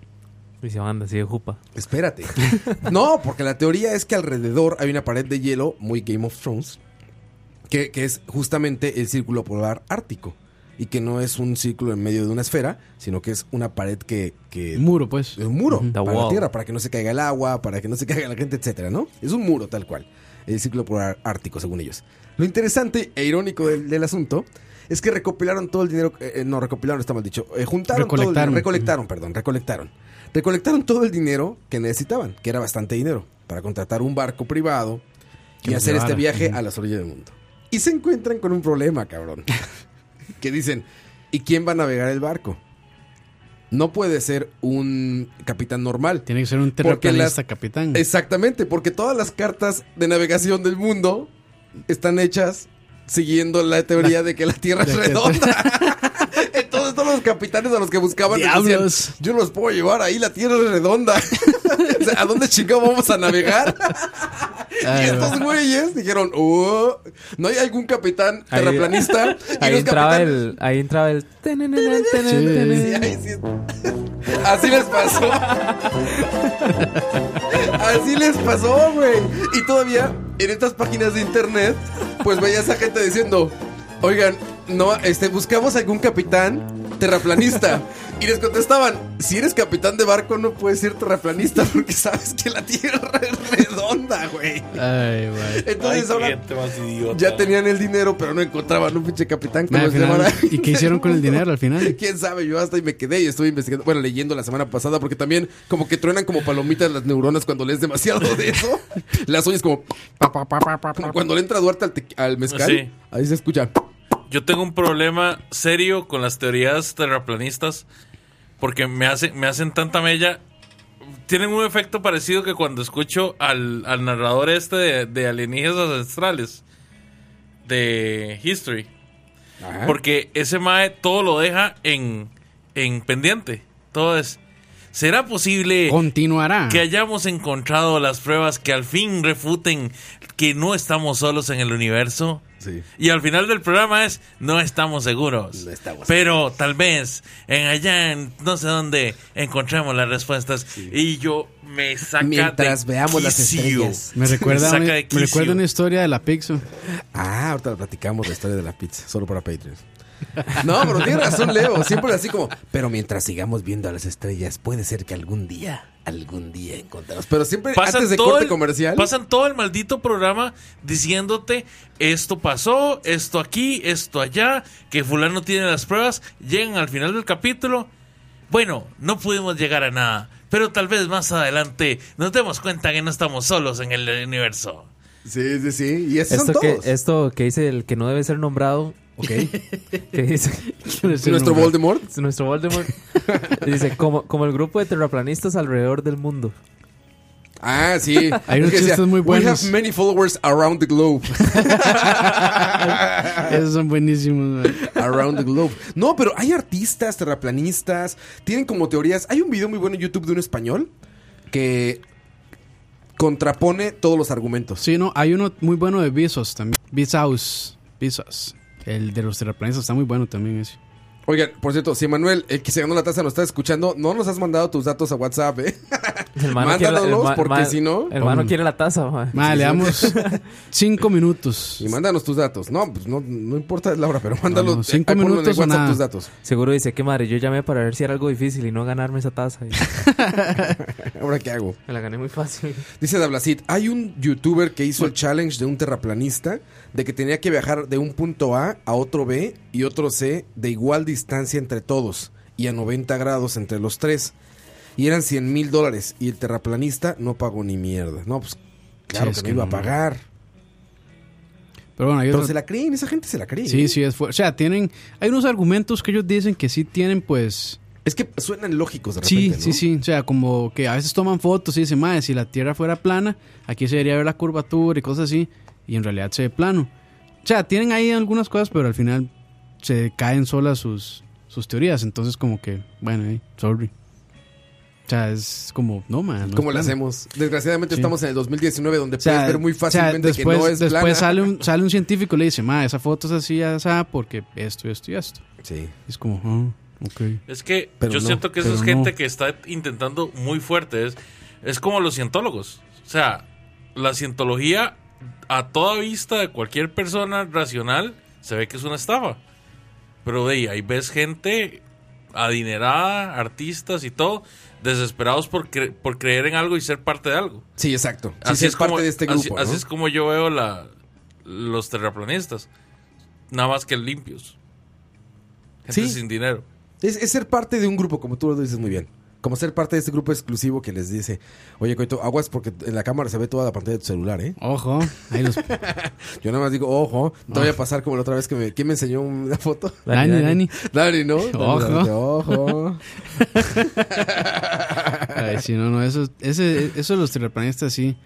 [SPEAKER 3] Y se van así de jupa.
[SPEAKER 2] Espérate. no, porque la teoría es que alrededor hay una pared de hielo, muy Game of Thrones, que, que es justamente el círculo polar ártico. Y que no es un círculo en medio de una esfera, sino que es una pared que. que
[SPEAKER 4] Un muro, pues.
[SPEAKER 2] Es un muro
[SPEAKER 4] Ujú.
[SPEAKER 2] para
[SPEAKER 4] The
[SPEAKER 2] la
[SPEAKER 4] wall.
[SPEAKER 2] tierra, para que no se caiga el agua, para que no se caiga la gente, etcétera, ¿no? Es un muro tal cual. El círculo polar ártico, según ellos. Lo interesante e irónico del, del asunto es que recopilaron todo el dinero. eh, eh, no, recopilaron, está mal dicho. eh, juntaron todo el-
[SPEAKER 4] Recolectaron.
[SPEAKER 2] recolectaron, perdón, recolectaron. Recolectaron todo el dinero que necesitaban, que era bastante dinero, para contratar un barco privado
[SPEAKER 4] Que
[SPEAKER 2] y
[SPEAKER 4] los
[SPEAKER 2] hacer este
[SPEAKER 4] llevara.
[SPEAKER 2] viaje
[SPEAKER 4] Ujú.
[SPEAKER 2] a las orillas del mundo. Y se encuentran con un problema, cabrón. que dicen, ¿y quién va a navegar el barco? No puede ser un capitán normal.
[SPEAKER 4] Tiene que ser un terraplanista, capitán.
[SPEAKER 2] Exactamente, porque todas las cartas de navegación del mundo están hechas siguiendo la teoría de que la Tierra es
[SPEAKER 4] de que-
[SPEAKER 2] redonda. Entonces todos los capitanes a los que buscaban les decían,
[SPEAKER 4] Diablos.
[SPEAKER 2] yo los puedo llevar ahí, la Tierra es redonda. O sea, ¿A dónde chingados vamos a navegar? y
[SPEAKER 4] Ay,
[SPEAKER 2] estos
[SPEAKER 4] va.
[SPEAKER 2] güeyes dijeron, "Oh, ¿no hay algún capitán
[SPEAKER 3] Ahí-
[SPEAKER 2] terraplanista? Y
[SPEAKER 3] Ahí
[SPEAKER 2] los
[SPEAKER 3] entraba
[SPEAKER 2] capitanes-
[SPEAKER 3] el. Ahí entraba el.
[SPEAKER 2] Sí, ahí sí. Así les pasó. Así les pasó, güey. Y todavía en estas páginas de internet, pues veías a gente diciendo, oigan, no, este, buscamos algún capitán terraplanista. Y les contestaban, si eres capitán de barco no puedes ser terraplanista porque sabes que la Tierra es redonda, güey.
[SPEAKER 4] Ay, güey.
[SPEAKER 2] Entonces
[SPEAKER 5] Ay, qué
[SPEAKER 2] ahora
[SPEAKER 5] gente más idiota.
[SPEAKER 2] ya tenían el dinero, pero no encontraban un pinche capitán que
[SPEAKER 4] Ma, al
[SPEAKER 2] los
[SPEAKER 4] final-
[SPEAKER 2] llevara.
[SPEAKER 4] ¿Y qué hicieron con el dinero al final?
[SPEAKER 2] ¿Quién sabe? Yo hasta ahí me quedé y estuve investigando, bueno, leyendo la semana pasada, porque también como que truenan como palomitas las neuronas cuando lees demasiado de eso. Las oyes como... pa, pa, pa, pa, pa, como Cuando le entra Duarte al, tequi- al mezcal,
[SPEAKER 5] Sí.
[SPEAKER 2] ahí se escucha.
[SPEAKER 5] Yo tengo un problema serio con las teorías terraplanistas porque me hacen, me hacen tanta mella. Tienen un efecto parecido que cuando escucho al, al narrador este de, de alienígenas ancestrales de History.
[SPEAKER 2] Ajá.
[SPEAKER 5] Porque ese mae todo lo deja en, en pendiente. Todo es. ¿Será posible
[SPEAKER 4] Continuará.
[SPEAKER 5] que hayamos encontrado las pruebas que al fin refuten que no estamos solos en el universo?
[SPEAKER 2] Sí.
[SPEAKER 5] Y al final del programa es no estamos seguros. pero tal vez en allá en no sé dónde encontremos las respuestas y yo me saca
[SPEAKER 2] Mientras
[SPEAKER 5] de
[SPEAKER 2] veamos las
[SPEAKER 5] quicio.
[SPEAKER 2] estrellas.
[SPEAKER 4] Me recuerda,
[SPEAKER 5] saca
[SPEAKER 4] una-
[SPEAKER 5] de
[SPEAKER 4] me
[SPEAKER 5] quicio.
[SPEAKER 4] recuerda una historia de la Pixo.
[SPEAKER 2] Ah, ahorita platicamos la historia de la pizza, solo para Patreons. No, pero tiene razón Leo, siempre así como... Pero mientras sigamos viendo a las estrellas, puede ser que algún día, algún día encontremos. Pero siempre antes de corte
[SPEAKER 5] el,
[SPEAKER 2] comercial...
[SPEAKER 5] Pasan todo el maldito programa diciéndote esto pasó, esto aquí, esto allá, que fulano tiene las pruebas, llegan al final del capítulo. Bueno, no pudimos llegar a nada, Pero tal vez más adelante nos demos cuenta que no estamos solos en el universo.
[SPEAKER 2] Sí, sí, sí. Y esos
[SPEAKER 3] Esto
[SPEAKER 2] son
[SPEAKER 3] que,
[SPEAKER 2] todos.
[SPEAKER 3] esto que dice el que no debe ser nombrado.
[SPEAKER 2] Ok.
[SPEAKER 3] Que dice,
[SPEAKER 2] ¿Nuestro Voldemort?
[SPEAKER 3] Es Nuestro Voldemort. dice, como, como el grupo de terraplanistas alrededor del mundo.
[SPEAKER 2] Ah, sí.
[SPEAKER 3] Hay unos
[SPEAKER 2] Es que
[SPEAKER 3] chistes muy
[SPEAKER 2] We
[SPEAKER 3] buenos".
[SPEAKER 2] have many followers around the globe.
[SPEAKER 4] Esos son buenísimos.
[SPEAKER 2] Around the globe. No, pero hay artistas, terraplanistas, tienen como teorías. Hay un video muy bueno en YouTube de un español que contrapone todos los argumentos.
[SPEAKER 4] Sí, no, hay uno muy bueno de Visos también. Visaus. Visos. El de los terraplanistas está muy bueno también ese.
[SPEAKER 2] Oigan, por cierto, si Manuel, el que se ganó la taza, nos está escuchando, no nos has mandado tus datos a WhatsApp, ¿eh?
[SPEAKER 3] El mano quiere la- el
[SPEAKER 2] Mándanos,
[SPEAKER 3] ma-
[SPEAKER 2] porque
[SPEAKER 3] ma-
[SPEAKER 2] si no.
[SPEAKER 3] El mano quiere la taza, ma.
[SPEAKER 4] Ma, le damos cinco minutos.
[SPEAKER 2] Y mándanos tus datos. No, pues no, no importa la hora, pero mándalos.
[SPEAKER 3] no,
[SPEAKER 2] ahí ponlo en el WhatsApp tus datos.
[SPEAKER 3] Seguro dice, qué madre, yo llamé para ver si era algo difícil y no ganarme esa taza. Y-
[SPEAKER 2] ¿Ahora qué hago?
[SPEAKER 3] Me la gané muy fácil.
[SPEAKER 2] Dice Dablacid, hay un youtuber que hizo el challenge de un terraplanista de que tenía que viajar de un punto A a otro B y otro C de igual distancia entre todos y a 90 grados entre los tres. Y eran 100 mil dólares y el terraplanista no pagó ni mierda. No, pues claro
[SPEAKER 4] Sí, es
[SPEAKER 2] que,
[SPEAKER 4] que
[SPEAKER 2] no iba a
[SPEAKER 4] no.
[SPEAKER 2] pagar.
[SPEAKER 4] Pero bueno, hay
[SPEAKER 2] Pero
[SPEAKER 4] otro-
[SPEAKER 2] se la creen, esa gente se la cree.
[SPEAKER 4] Sí, sí, es fuerte. O sea, tienen. Hay unos argumentos que ellos dicen que sí tienen, pues.
[SPEAKER 2] Es que suenan lógicos de
[SPEAKER 4] Sí,
[SPEAKER 2] repente, ¿no?
[SPEAKER 4] sí, sí. O sea, como que a veces toman fotos y dicen, madre, si la tierra fuera plana, aquí se debería ver la curvatura y cosas así. Y en realidad se ve plano. O sea, tienen ahí algunas cosas, pero al final se caen solas sus, sus teorías. Entonces, como que, bueno, eh, sorry. O sea, es como, no, man. Ah,
[SPEAKER 2] ¿Cómo
[SPEAKER 4] no es
[SPEAKER 2] lo
[SPEAKER 4] plano.
[SPEAKER 2] hacemos? Desgraciadamente
[SPEAKER 4] Sí.
[SPEAKER 2] estamos en el 2019 donde
[SPEAKER 4] O sea,
[SPEAKER 2] puedes ver muy
[SPEAKER 4] o sea,
[SPEAKER 2] fácilmente
[SPEAKER 4] después,
[SPEAKER 2] que no es
[SPEAKER 4] después
[SPEAKER 2] plana.
[SPEAKER 4] sale un sale un científico y le dice, ma, esa foto es así, esa, porque esto, esto y esto.
[SPEAKER 2] Sí.
[SPEAKER 4] Es como, ah, ok.
[SPEAKER 5] Es que
[SPEAKER 4] Pero
[SPEAKER 5] yo
[SPEAKER 4] no,
[SPEAKER 5] siento que eso
[SPEAKER 4] pero
[SPEAKER 5] es gente
[SPEAKER 4] no.
[SPEAKER 5] que está intentando muy fuerte. Es, es como los cientólogos. O sea, la cientología a toda vista de cualquier persona racional se ve que es una estafa. Pero de ahí, ahí ves gente adinerada, artistas y todo, desesperados por, cre- por creer en algo y ser parte de algo.
[SPEAKER 2] Sí, exacto. Sí, ser parte de este
[SPEAKER 5] así-
[SPEAKER 2] grupo,
[SPEAKER 5] así
[SPEAKER 2] ¿no?
[SPEAKER 5] es como yo veo la, los terraplanistas. Nada más que limpios. Gente
[SPEAKER 2] Sí.
[SPEAKER 5] sin dinero.
[SPEAKER 2] Es, es ser parte de un grupo, como tú lo dices muy bien. Como ser parte de este grupo exclusivo que les dice, oye, Coito, aguas porque en la cámara se ve toda la pantalla de tu celular, ¿eh?
[SPEAKER 4] Ojo, ahí los...
[SPEAKER 2] Yo nada más digo, ojo, no
[SPEAKER 4] Ah.
[SPEAKER 2] voy a pasar como la otra vez que me, ¿quién me enseñó una foto.
[SPEAKER 4] Dani, Dani.
[SPEAKER 2] Dani, ¿no?
[SPEAKER 4] Ojo.
[SPEAKER 2] Dani, ojo.
[SPEAKER 4] Ay, sí, no, no, eso, ese, eso de los terraplanistas sí.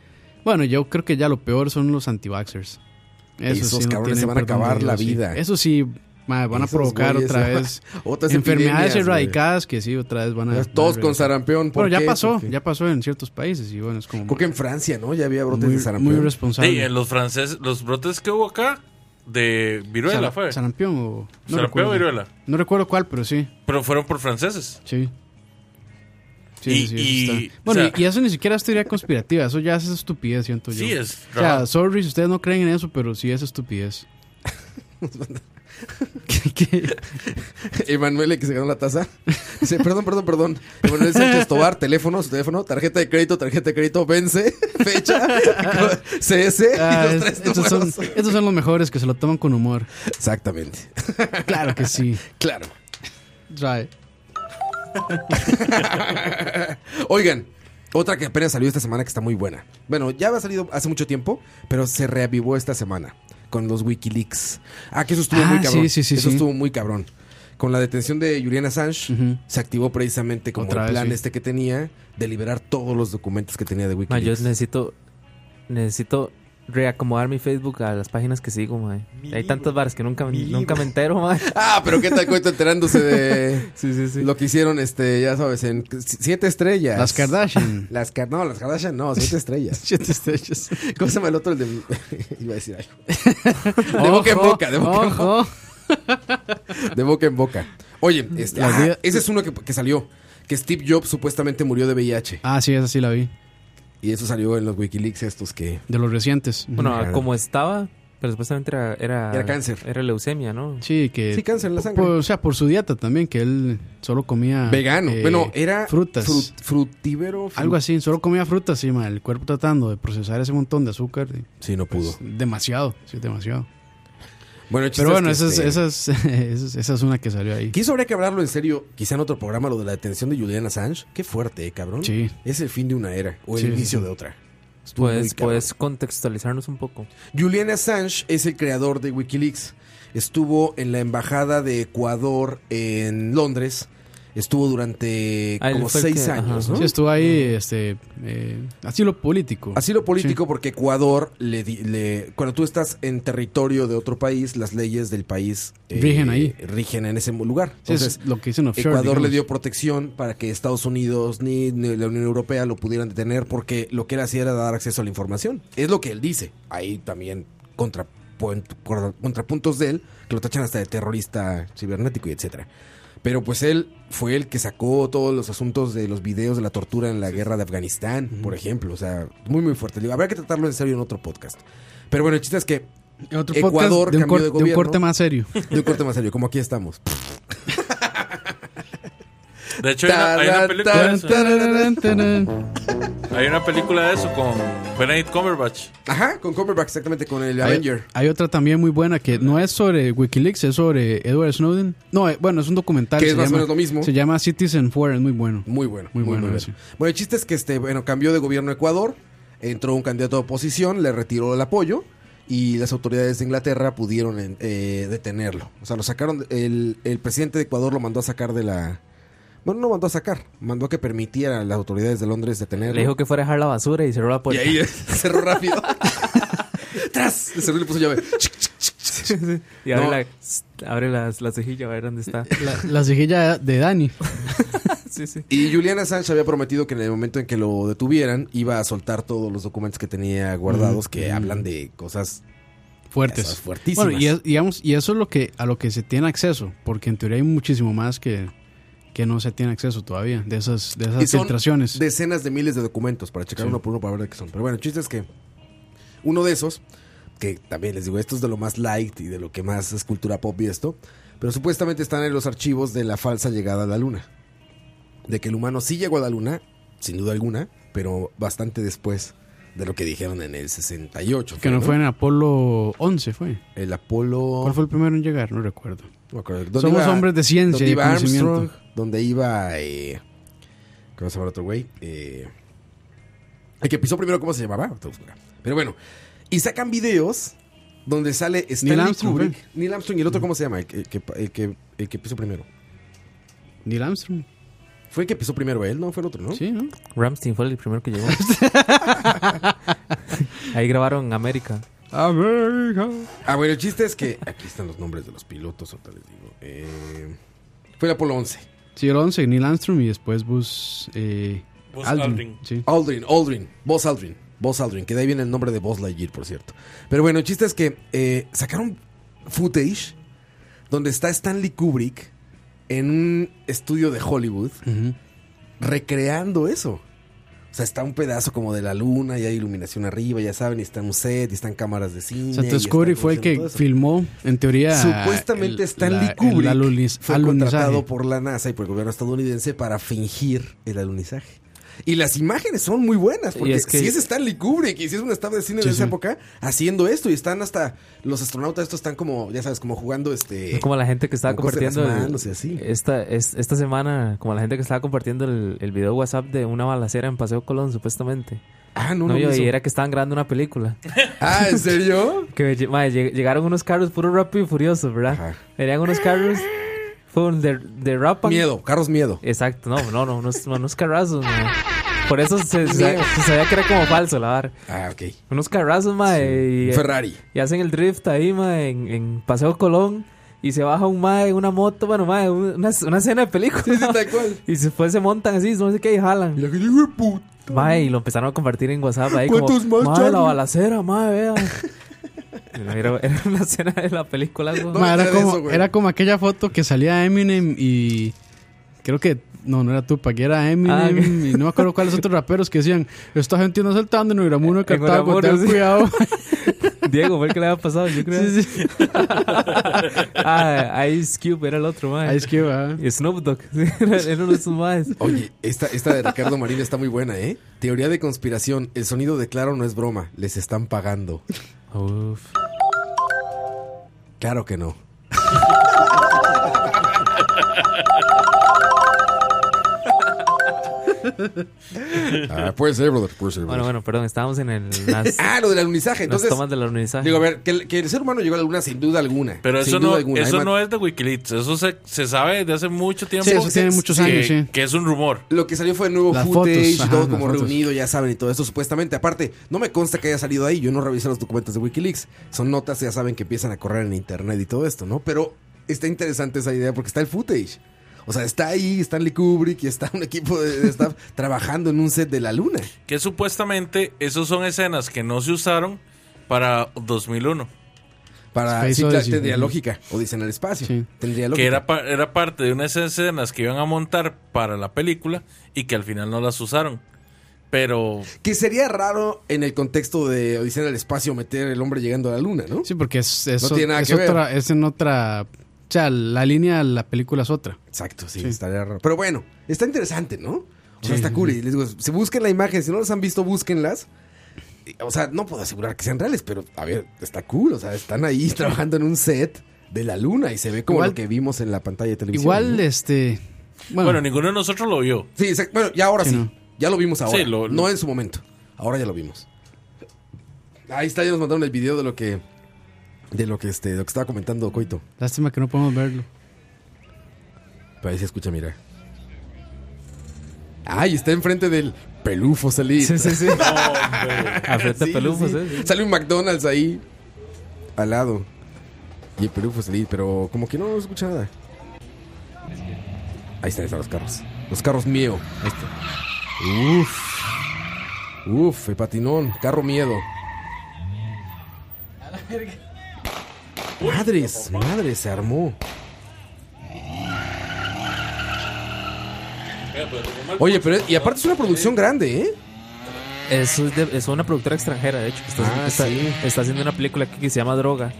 [SPEAKER 4] Bueno, yo creo que ya lo peor son los anti-vaxxers. Eso
[SPEAKER 2] Esos
[SPEAKER 4] sí, no
[SPEAKER 2] cabrones
[SPEAKER 4] tienen
[SPEAKER 2] se van a
[SPEAKER 4] perdón
[SPEAKER 2] acabar
[SPEAKER 4] de
[SPEAKER 2] la
[SPEAKER 4] Dios, sí.
[SPEAKER 2] vida.
[SPEAKER 4] Eso sí, ma, van a
[SPEAKER 2] Esos
[SPEAKER 4] provocar
[SPEAKER 2] güeyes
[SPEAKER 4] otra
[SPEAKER 2] se van-
[SPEAKER 4] vez
[SPEAKER 2] otras epidemias,
[SPEAKER 4] enfermedades
[SPEAKER 2] güey.
[SPEAKER 4] erradicadas que sí, otra vez van
[SPEAKER 2] Todos
[SPEAKER 4] a... van a
[SPEAKER 2] con
[SPEAKER 4] regresar.
[SPEAKER 2] sarampión, ¿por
[SPEAKER 4] Bueno, ya
[SPEAKER 2] qué?
[SPEAKER 4] pasó,
[SPEAKER 2] Porque-
[SPEAKER 4] ya pasó en ciertos países y bueno, es como...
[SPEAKER 2] Creo que en Francia, ¿no? Ya había brotes
[SPEAKER 4] Muy-
[SPEAKER 2] de sarampión.
[SPEAKER 4] muy responsable.
[SPEAKER 5] Sí, en los franceses, los brotes que hubo acá de viruela
[SPEAKER 4] Sara-
[SPEAKER 5] fue.
[SPEAKER 4] Sarampión o...
[SPEAKER 5] Sarampión
[SPEAKER 4] recuerdo.
[SPEAKER 5] o viruela.
[SPEAKER 4] No recuerdo cuál, pero sí.
[SPEAKER 5] Pero fueron por franceses.
[SPEAKER 4] Sí. Sí,
[SPEAKER 5] Y-
[SPEAKER 4] sí,
[SPEAKER 5] y-
[SPEAKER 4] eso está. Bueno,
[SPEAKER 5] o sea-
[SPEAKER 4] y eso ni siquiera es teoría conspirativa, eso ya es estupidez, siento Pues yo.
[SPEAKER 5] Sí, es
[SPEAKER 4] O sea, sorry si ustedes no creen en eso, pero sí es estupidez.
[SPEAKER 2] Emanuel, que se ganó la taza. Dice, perdón, perdón, perdón. Emanuel Sánchez Tobar, teléfono, su teléfono, tarjeta de crédito, tarjeta de crédito, vence, fecha, CS y
[SPEAKER 4] Ah,
[SPEAKER 2] los
[SPEAKER 4] es-
[SPEAKER 2] tres
[SPEAKER 4] estos, son,
[SPEAKER 2] números.
[SPEAKER 4] estos son los mejores que se lo toman con humor.
[SPEAKER 2] Exactamente.
[SPEAKER 4] Claro que sí.
[SPEAKER 2] Claro.
[SPEAKER 4] Right.
[SPEAKER 2] Oigan, otra que apenas salió esta semana que está muy buena. Bueno, ya había salido hace mucho tiempo, pero se reavivó esta semana con los Wikileaks. Ah, que eso estuvo
[SPEAKER 4] Ah,
[SPEAKER 2] muy cabrón.
[SPEAKER 4] sí, sí, sí,
[SPEAKER 2] eso
[SPEAKER 4] sí.
[SPEAKER 2] estuvo muy cabrón. Con la detención de Julian Assange, se activó precisamente como
[SPEAKER 3] Otra
[SPEAKER 2] el
[SPEAKER 3] vez,
[SPEAKER 2] plan
[SPEAKER 3] sí.
[SPEAKER 2] este que tenía de liberar todos los documentos que tenía de
[SPEAKER 3] Ma, yo
[SPEAKER 2] Wikileaks.
[SPEAKER 3] necesito, necesito reacomodar mi Facebook a las páginas que sigo, ma. Hay tantas varas que nunca, me- nunca me entero, ma.
[SPEAKER 2] Ah, pero qué tal cuento enterándose de
[SPEAKER 3] Sí, sí, sí.
[SPEAKER 2] lo que hicieron, este, ya sabes, en siete estrellas.
[SPEAKER 4] Las Kardashian.
[SPEAKER 2] Las Kar- no, las Kardashian no, siete estrellas.
[SPEAKER 4] Siete estrellas.
[SPEAKER 2] ¿Cómo se llama el otro? El de... Iba a decir algo. De boca en
[SPEAKER 4] Ojo,
[SPEAKER 2] boca, de boca en boca.
[SPEAKER 4] ojo.
[SPEAKER 2] De boca en boca. Oye, este,
[SPEAKER 4] La
[SPEAKER 2] ah,
[SPEAKER 4] vida-
[SPEAKER 2] ese es uno que, que salió. Que Steve Jobs supuestamente murió de VIH.
[SPEAKER 4] Ah, sí, esa sí la vi.
[SPEAKER 2] Y eso salió en los Wikileaks estos que...
[SPEAKER 4] De los recientes.
[SPEAKER 3] Bueno,
[SPEAKER 4] Ujú.
[SPEAKER 3] como estaba, pero supuestamente era, era...
[SPEAKER 2] Era cáncer.
[SPEAKER 3] Era leucemia, ¿no?
[SPEAKER 4] Sí, que.
[SPEAKER 2] Sí, cáncer en la
[SPEAKER 4] por-
[SPEAKER 2] sangre.
[SPEAKER 4] o sea, por su dieta también, que él solo comía.
[SPEAKER 2] Vegano.
[SPEAKER 4] eh,
[SPEAKER 2] bueno, era...
[SPEAKER 4] Frutas.
[SPEAKER 2] frut- frutíbero. fru-
[SPEAKER 4] algo así, solo comía frutas, sí, ma, El cuerpo tratando de procesar ese montón de azúcar. y,
[SPEAKER 2] Sí, no pudo.
[SPEAKER 4] pues, demasiado, sí, demasiado.
[SPEAKER 2] Bueno, el chiste
[SPEAKER 4] Pero bueno,
[SPEAKER 2] es que,
[SPEAKER 4] esa es,
[SPEAKER 2] este,
[SPEAKER 4] esa, es, esa es- esa es una que salió ahí.
[SPEAKER 2] Que eso habría que hablarlo en serio, quizá en otro programa, lo de la detención de Julian Assange. Qué fuerte, eh, cabrón.
[SPEAKER 4] Sí.
[SPEAKER 2] Es el fin de una era o el
[SPEAKER 3] Sí, sí,
[SPEAKER 2] inicio
[SPEAKER 3] sí.
[SPEAKER 2] de otra. Estuvo
[SPEAKER 4] Pues,
[SPEAKER 2] muy
[SPEAKER 3] Puedes,
[SPEAKER 2] cabrón.
[SPEAKER 3] puedes contextualizarnos un poco.
[SPEAKER 2] Julian Assange es el creador de Wikileaks. Estuvo en la embajada de Ecuador en Londres. Estuvo durante
[SPEAKER 4] Ah, él
[SPEAKER 2] como
[SPEAKER 4] fue el
[SPEAKER 2] seis
[SPEAKER 4] que-
[SPEAKER 2] años,
[SPEAKER 4] ajá.
[SPEAKER 2] ¿no?
[SPEAKER 4] Sí, estuvo ahí, este, eh, asilo político.
[SPEAKER 2] Asilo político porque Ecuador, le, di- le- cuando tú estás en territorio de otro país, las leyes del país eh,
[SPEAKER 4] Rigen ahí.
[SPEAKER 2] rigen en ese lugar.
[SPEAKER 4] Sí, es
[SPEAKER 2] Entonces,
[SPEAKER 4] lo que dicen offshore,
[SPEAKER 2] Ecuador le
[SPEAKER 4] digamos.
[SPEAKER 2] dio protección para que Estados Unidos ni, ni la Unión Europea lo pudieran detener porque lo que él hacía era dar acceso a la información. Es lo que él dice. Ahí también contra, contrapuntos de él que lo tachan hasta de terrorista cibernético y etcétera. Pero pues él fue el que sacó todos los asuntos de los videos de la tortura en la guerra de Afganistán, por ejemplo. O sea, muy, muy fuerte. Digo, Habrá que tratarlo en serio en otro podcast. Pero bueno, el chiste es que
[SPEAKER 4] Otro podcast
[SPEAKER 2] Ecuador
[SPEAKER 4] de un
[SPEAKER 2] cambió
[SPEAKER 4] cor-
[SPEAKER 2] de
[SPEAKER 4] de un
[SPEAKER 2] gobierno.
[SPEAKER 4] corte más serio.
[SPEAKER 2] De un corte más serio, como aquí estamos.
[SPEAKER 5] De hecho, hay una, hay una película de eso.
[SPEAKER 4] Tararán, tararán.
[SPEAKER 5] Hay una película de eso con Benedict Cumberbatch.
[SPEAKER 2] Ajá, con Cumberbatch, exactamente, con el
[SPEAKER 4] Hay,
[SPEAKER 2] Avenger.
[SPEAKER 4] hay otra también muy buena que no es sobre Wikileaks, es sobre Edward Snowden. No, eh, bueno, es un documental.
[SPEAKER 2] Que es
[SPEAKER 4] se
[SPEAKER 2] más o
[SPEAKER 4] llama-
[SPEAKER 2] menos lo mismo.
[SPEAKER 4] Se llama Citizen Four, es muy bueno.
[SPEAKER 2] Muy bueno.
[SPEAKER 4] Muy, bueno.
[SPEAKER 2] bueno.
[SPEAKER 4] ese.
[SPEAKER 2] Bueno, el chiste es que este, bueno, cambió de gobierno Ecuador, entró un candidato de oposición, le retiró el apoyo y las autoridades de Inglaterra pudieron en- eh, detenerlo. O sea, lo sacaron, el, el presidente de Ecuador lo mandó a sacar de la... Bueno, no mandó a sacar, mandó a que permitiera a las autoridades de Londres detenerlo.
[SPEAKER 3] Le dijo que fuera a dejar la basura y cerró la
[SPEAKER 2] y
[SPEAKER 3] puerta.
[SPEAKER 2] ahí eh, cerró rápido. ¡Tras! Le cerró y le puso llave.
[SPEAKER 3] Y abre,
[SPEAKER 2] No.
[SPEAKER 3] la, abre las, la cejilla a ver dónde está.
[SPEAKER 4] La cejilla de Dani.
[SPEAKER 2] Y Julian Assange había prometido que en el momento en que lo detuvieran iba a soltar todos los documentos que tenía guardados que hablan de cosas
[SPEAKER 4] Fuertes.
[SPEAKER 2] esas fuertísimas.
[SPEAKER 4] Bueno, y, es- digamos, y eso es lo que, a lo que se tiene acceso, porque en teoría hay muchísimo más que, que no se tiene acceso todavía, de esas, de esas
[SPEAKER 2] Y son
[SPEAKER 4] filtraciones.
[SPEAKER 2] Decenas de miles de documentos para checar
[SPEAKER 4] Sí.
[SPEAKER 2] uno por uno para ver de qué son. Pero bueno, el chiste es que uno de esos, que también les digo, esto es de lo más light y de lo que más es cultura pop y esto, pero supuestamente están en los archivos de la falsa llegada a la luna. De que el humano sí llegó a la luna, sin duda alguna, pero bastante después de lo que dijeron en el 68.
[SPEAKER 4] que no fue en Apolo 11, fue.
[SPEAKER 2] El Apolo...
[SPEAKER 4] ¿Cuál fue el primero en llegar? No recuerdo.
[SPEAKER 2] No me acuerdo. ¿Dónde
[SPEAKER 4] Somos
[SPEAKER 2] iba-
[SPEAKER 4] hombres de ciencia
[SPEAKER 2] dónde
[SPEAKER 4] y de
[SPEAKER 2] iba
[SPEAKER 4] conocimiento.
[SPEAKER 2] Armstrong? Donde iba. Eh, ¿Cómo se llama el otro güey? Eh, el que pisó primero, ¿cómo se llamaba? Ahorita buscará. Pero bueno. Y sacan videos donde sale Stanley
[SPEAKER 4] Armstrong, Mm.
[SPEAKER 2] Kubrick. Neil Armstrong y el otro, ¿cómo se llama? El, que- el que, el, que, el que pisó primero.
[SPEAKER 4] Neil Armstrong.
[SPEAKER 2] Fue el que pisó primero él, no fue el otro, ¿no?
[SPEAKER 4] Sí, ¿no?
[SPEAKER 3] Ramstein fue el primero que llegó. ahí grabaron América.
[SPEAKER 2] América. Ah, bueno, el chiste es que. Aquí están los nombres de los pilotos, ahorita les digo. Eh, fue el Apolo 11.
[SPEAKER 4] Sí, el 11, Neil Armstrong y después Buzz, eh,
[SPEAKER 5] Buzz
[SPEAKER 4] Aldrin.
[SPEAKER 5] Aldrin.
[SPEAKER 4] Sí.
[SPEAKER 2] Aldrin, Aldrin, Buzz Aldrin, Buzz Aldrin, que de ahí viene el nombre de Buzz Lightyear, por cierto. Pero bueno, el chiste es que eh, sacaron footage donde está Stanley Kubrick en un estudio de Hollywood recreando eso. O sea, está un pedazo como de la luna y hay iluminación arriba, ya saben, y está un set, y están cámaras de cine.
[SPEAKER 4] O sea,
[SPEAKER 2] y está
[SPEAKER 4] entonces Kubrick fue el
[SPEAKER 2] produciendo todo
[SPEAKER 4] que
[SPEAKER 2] eso.
[SPEAKER 4] filmó, en teoría.
[SPEAKER 2] Supuestamente
[SPEAKER 4] el-
[SPEAKER 2] Stanley
[SPEAKER 4] la- el
[SPEAKER 2] Kubrick
[SPEAKER 4] aluniz-
[SPEAKER 2] fue
[SPEAKER 4] alunizaje.
[SPEAKER 2] contratado por la NASA y por el gobierno estadounidense para fingir el alunizaje. Y las imágenes son muy buenas,
[SPEAKER 3] Y
[SPEAKER 2] porque
[SPEAKER 3] es que-
[SPEAKER 2] si es Stanley Kubrick y si es un staff de cine
[SPEAKER 4] Sí,
[SPEAKER 2] de esa
[SPEAKER 4] sí.
[SPEAKER 2] época haciendo esto y están hasta los astronautas estos están como, ya sabes, como jugando este
[SPEAKER 3] No como la gente que estaba
[SPEAKER 2] como cosas de las
[SPEAKER 3] compartiendo el-
[SPEAKER 2] manos y así.
[SPEAKER 3] esta, es- esta semana, como la gente que estaba compartiendo el, el video WhatsApp de una balacera en Paseo Colón, supuestamente.
[SPEAKER 2] Ah, no,
[SPEAKER 3] no,
[SPEAKER 2] no
[SPEAKER 3] yo,
[SPEAKER 2] vi
[SPEAKER 3] y
[SPEAKER 2] eso.
[SPEAKER 3] era que estaban grabando una película.
[SPEAKER 2] Ah, ¿en serio?
[SPEAKER 3] que lle- mae, lleg- llegaron unos carros puro rápido y furiosos, ¿verdad? Venían unos carros full de, de rapa.
[SPEAKER 2] Miedo, carros miedo.
[SPEAKER 3] Exacto, no, no, no, unos, unos carrazos, mae. Por eso se, se- se sabía que era como falso, la vara.
[SPEAKER 2] Ah, ok.
[SPEAKER 3] Unos carrazos, mae. y- eh,
[SPEAKER 2] Un Ferrari.
[SPEAKER 3] Y hacen el drift ahí, mae, en, en Paseo Colón. Y se baja un mae en una moto, bueno, mae, un- una, una escena de película. Y después se montan así, no sé qué, y jalan. Y
[SPEAKER 2] la gente, "Hijo de puta".
[SPEAKER 3] Mae, y lo empezaron a compartir en WhatsApp ahí como,
[SPEAKER 2] ¿Cuántos más,
[SPEAKER 3] mae, la
[SPEAKER 2] Charlie?"
[SPEAKER 3] balacera, mae, vea. Era, era una escena de la película, güey.
[SPEAKER 4] Ma, era, como, era como aquella foto que salía Eminem y creo que no, no era Tupac, era Eminem
[SPEAKER 3] Ah, ok.
[SPEAKER 4] y no me acuerdo cuáles otros raperos que decían, esta gente anda saltando en Uiramuno de Cartago,
[SPEAKER 3] Uiramuno,
[SPEAKER 4] ten
[SPEAKER 3] sí.
[SPEAKER 4] cuidado.
[SPEAKER 3] Diego, fue el que le había pasado, yo creo. ah, Ice Cube era el otro, mae.
[SPEAKER 4] Ice Cube, ah.
[SPEAKER 3] Y Snoop Dogg, era, era uno de sus maes.
[SPEAKER 2] Oye, esta, esta de Ricardo Marín está muy buena, ¿eh? Teoría de conspiración, el sonido de claro no es broma, les están pagando.
[SPEAKER 3] Uf.
[SPEAKER 2] Claro que no.
[SPEAKER 8] Ah, puede ser, brother, puede ser.
[SPEAKER 3] Bueno, bueno, perdón, estábamos en el. las-
[SPEAKER 2] ah, lo del alunizaje. Entonces,
[SPEAKER 3] las tomas del alunizaje.
[SPEAKER 2] digo, a ver, que el, que el ser humano llegó a la luna sin duda alguna.
[SPEAKER 5] Pero
[SPEAKER 2] sin
[SPEAKER 5] eso
[SPEAKER 2] duda
[SPEAKER 5] no,
[SPEAKER 2] alguna. Hay
[SPEAKER 5] eso
[SPEAKER 2] ma-
[SPEAKER 5] no es de Wikileaks. Eso se, se sabe desde hace mucho tiempo.
[SPEAKER 2] Sí, eso tiene muchos años,
[SPEAKER 5] que,
[SPEAKER 2] sí.
[SPEAKER 5] que es un rumor.
[SPEAKER 2] Lo que salió fue el nuevo
[SPEAKER 5] Las
[SPEAKER 2] footage,
[SPEAKER 5] fotos, ajá,
[SPEAKER 2] todo
[SPEAKER 5] las
[SPEAKER 2] como
[SPEAKER 5] fotos.
[SPEAKER 2] reunido, ya saben, y todo eso supuestamente. Aparte, no me consta que haya salido ahí, yo no revisé los documentos de Wikileaks. Son notas, ya saben, que empiezan a correr en internet y todo esto, ¿no? Pero está interesante esa idea porque está el footage. O sea, está ahí Stanley Kubrick y está un equipo de de staff trabajando en un set de la luna.
[SPEAKER 5] Que supuestamente esas son escenas que no se usaron para 2001.
[SPEAKER 2] Para
[SPEAKER 5] Space
[SPEAKER 2] sí, claro,
[SPEAKER 5] Odyssey,
[SPEAKER 2] tendría
[SPEAKER 5] ujú.
[SPEAKER 2] lógica. O dicen el espacio. Tendría lógica.
[SPEAKER 5] Que era, pa- era parte de unas escenas que iban a montar para la película y que al final no las usaron. Pero
[SPEAKER 2] Que sería raro en el contexto de Odisea en el espacio meter el hombre llegando a la luna, ¿no?
[SPEAKER 4] Sí, porque es, es
[SPEAKER 2] No
[SPEAKER 4] o-
[SPEAKER 2] tiene nada
[SPEAKER 4] es
[SPEAKER 2] que ver.
[SPEAKER 4] otra, es en otra. O sea, la línea de la película es otra.
[SPEAKER 2] Exacto, sí, estaría raro. Pero bueno, está interesante, ¿no? O sea,
[SPEAKER 4] Sí,
[SPEAKER 2] está
[SPEAKER 4] sí,
[SPEAKER 2] cool.
[SPEAKER 4] sí.
[SPEAKER 2] Y les digo, si busquen la imagen, si no las han visto, búsquenlas. Y, O sea, no puedo asegurar que sean reales, pero a ver, está cool. O sea, están ahí trabajando en un set de la luna y se ve como
[SPEAKER 4] Igual-
[SPEAKER 2] lo que vimos en la pantalla de televisión.
[SPEAKER 4] Igual,
[SPEAKER 2] ¿no?
[SPEAKER 4] este.
[SPEAKER 5] bueno, ninguno de nosotros lo vio.
[SPEAKER 2] Sí, exacto. Bueno, ya ahora sí.
[SPEAKER 5] no.
[SPEAKER 2] Ya lo vimos ahora.
[SPEAKER 5] Sí, lo-
[SPEAKER 2] No en su momento. Ahora ya lo vimos. Ahí está, ya nos mandaron el video de lo que. De lo que este, de lo que estaba comentando Coito.
[SPEAKER 4] Lástima que no podemos verlo.
[SPEAKER 2] Pero ahí se escucha, mira. Ay, está enfrente del pelufo salí.
[SPEAKER 3] Sí, sí, sí. Enfrente
[SPEAKER 2] Enfrente
[SPEAKER 3] del Pelufo, sí,
[SPEAKER 2] Sale un McDonald's ahí. Al lado. Y el pelufo salí, pero como que no, se escucha nada. Ahí están, ahí están los carros. Los carros mío. Ahí está. Uf. Uf, el patinón. Carro miedo. Madres, madres, se armó. Oye, pero y aparte es una producción grande, ¿eh?
[SPEAKER 3] Es, de- es una productora extranjera, de hecho. que Está,
[SPEAKER 2] Ah,
[SPEAKER 3] está-
[SPEAKER 2] sí.
[SPEAKER 3] está haciendo una película aquí que se llama Droga.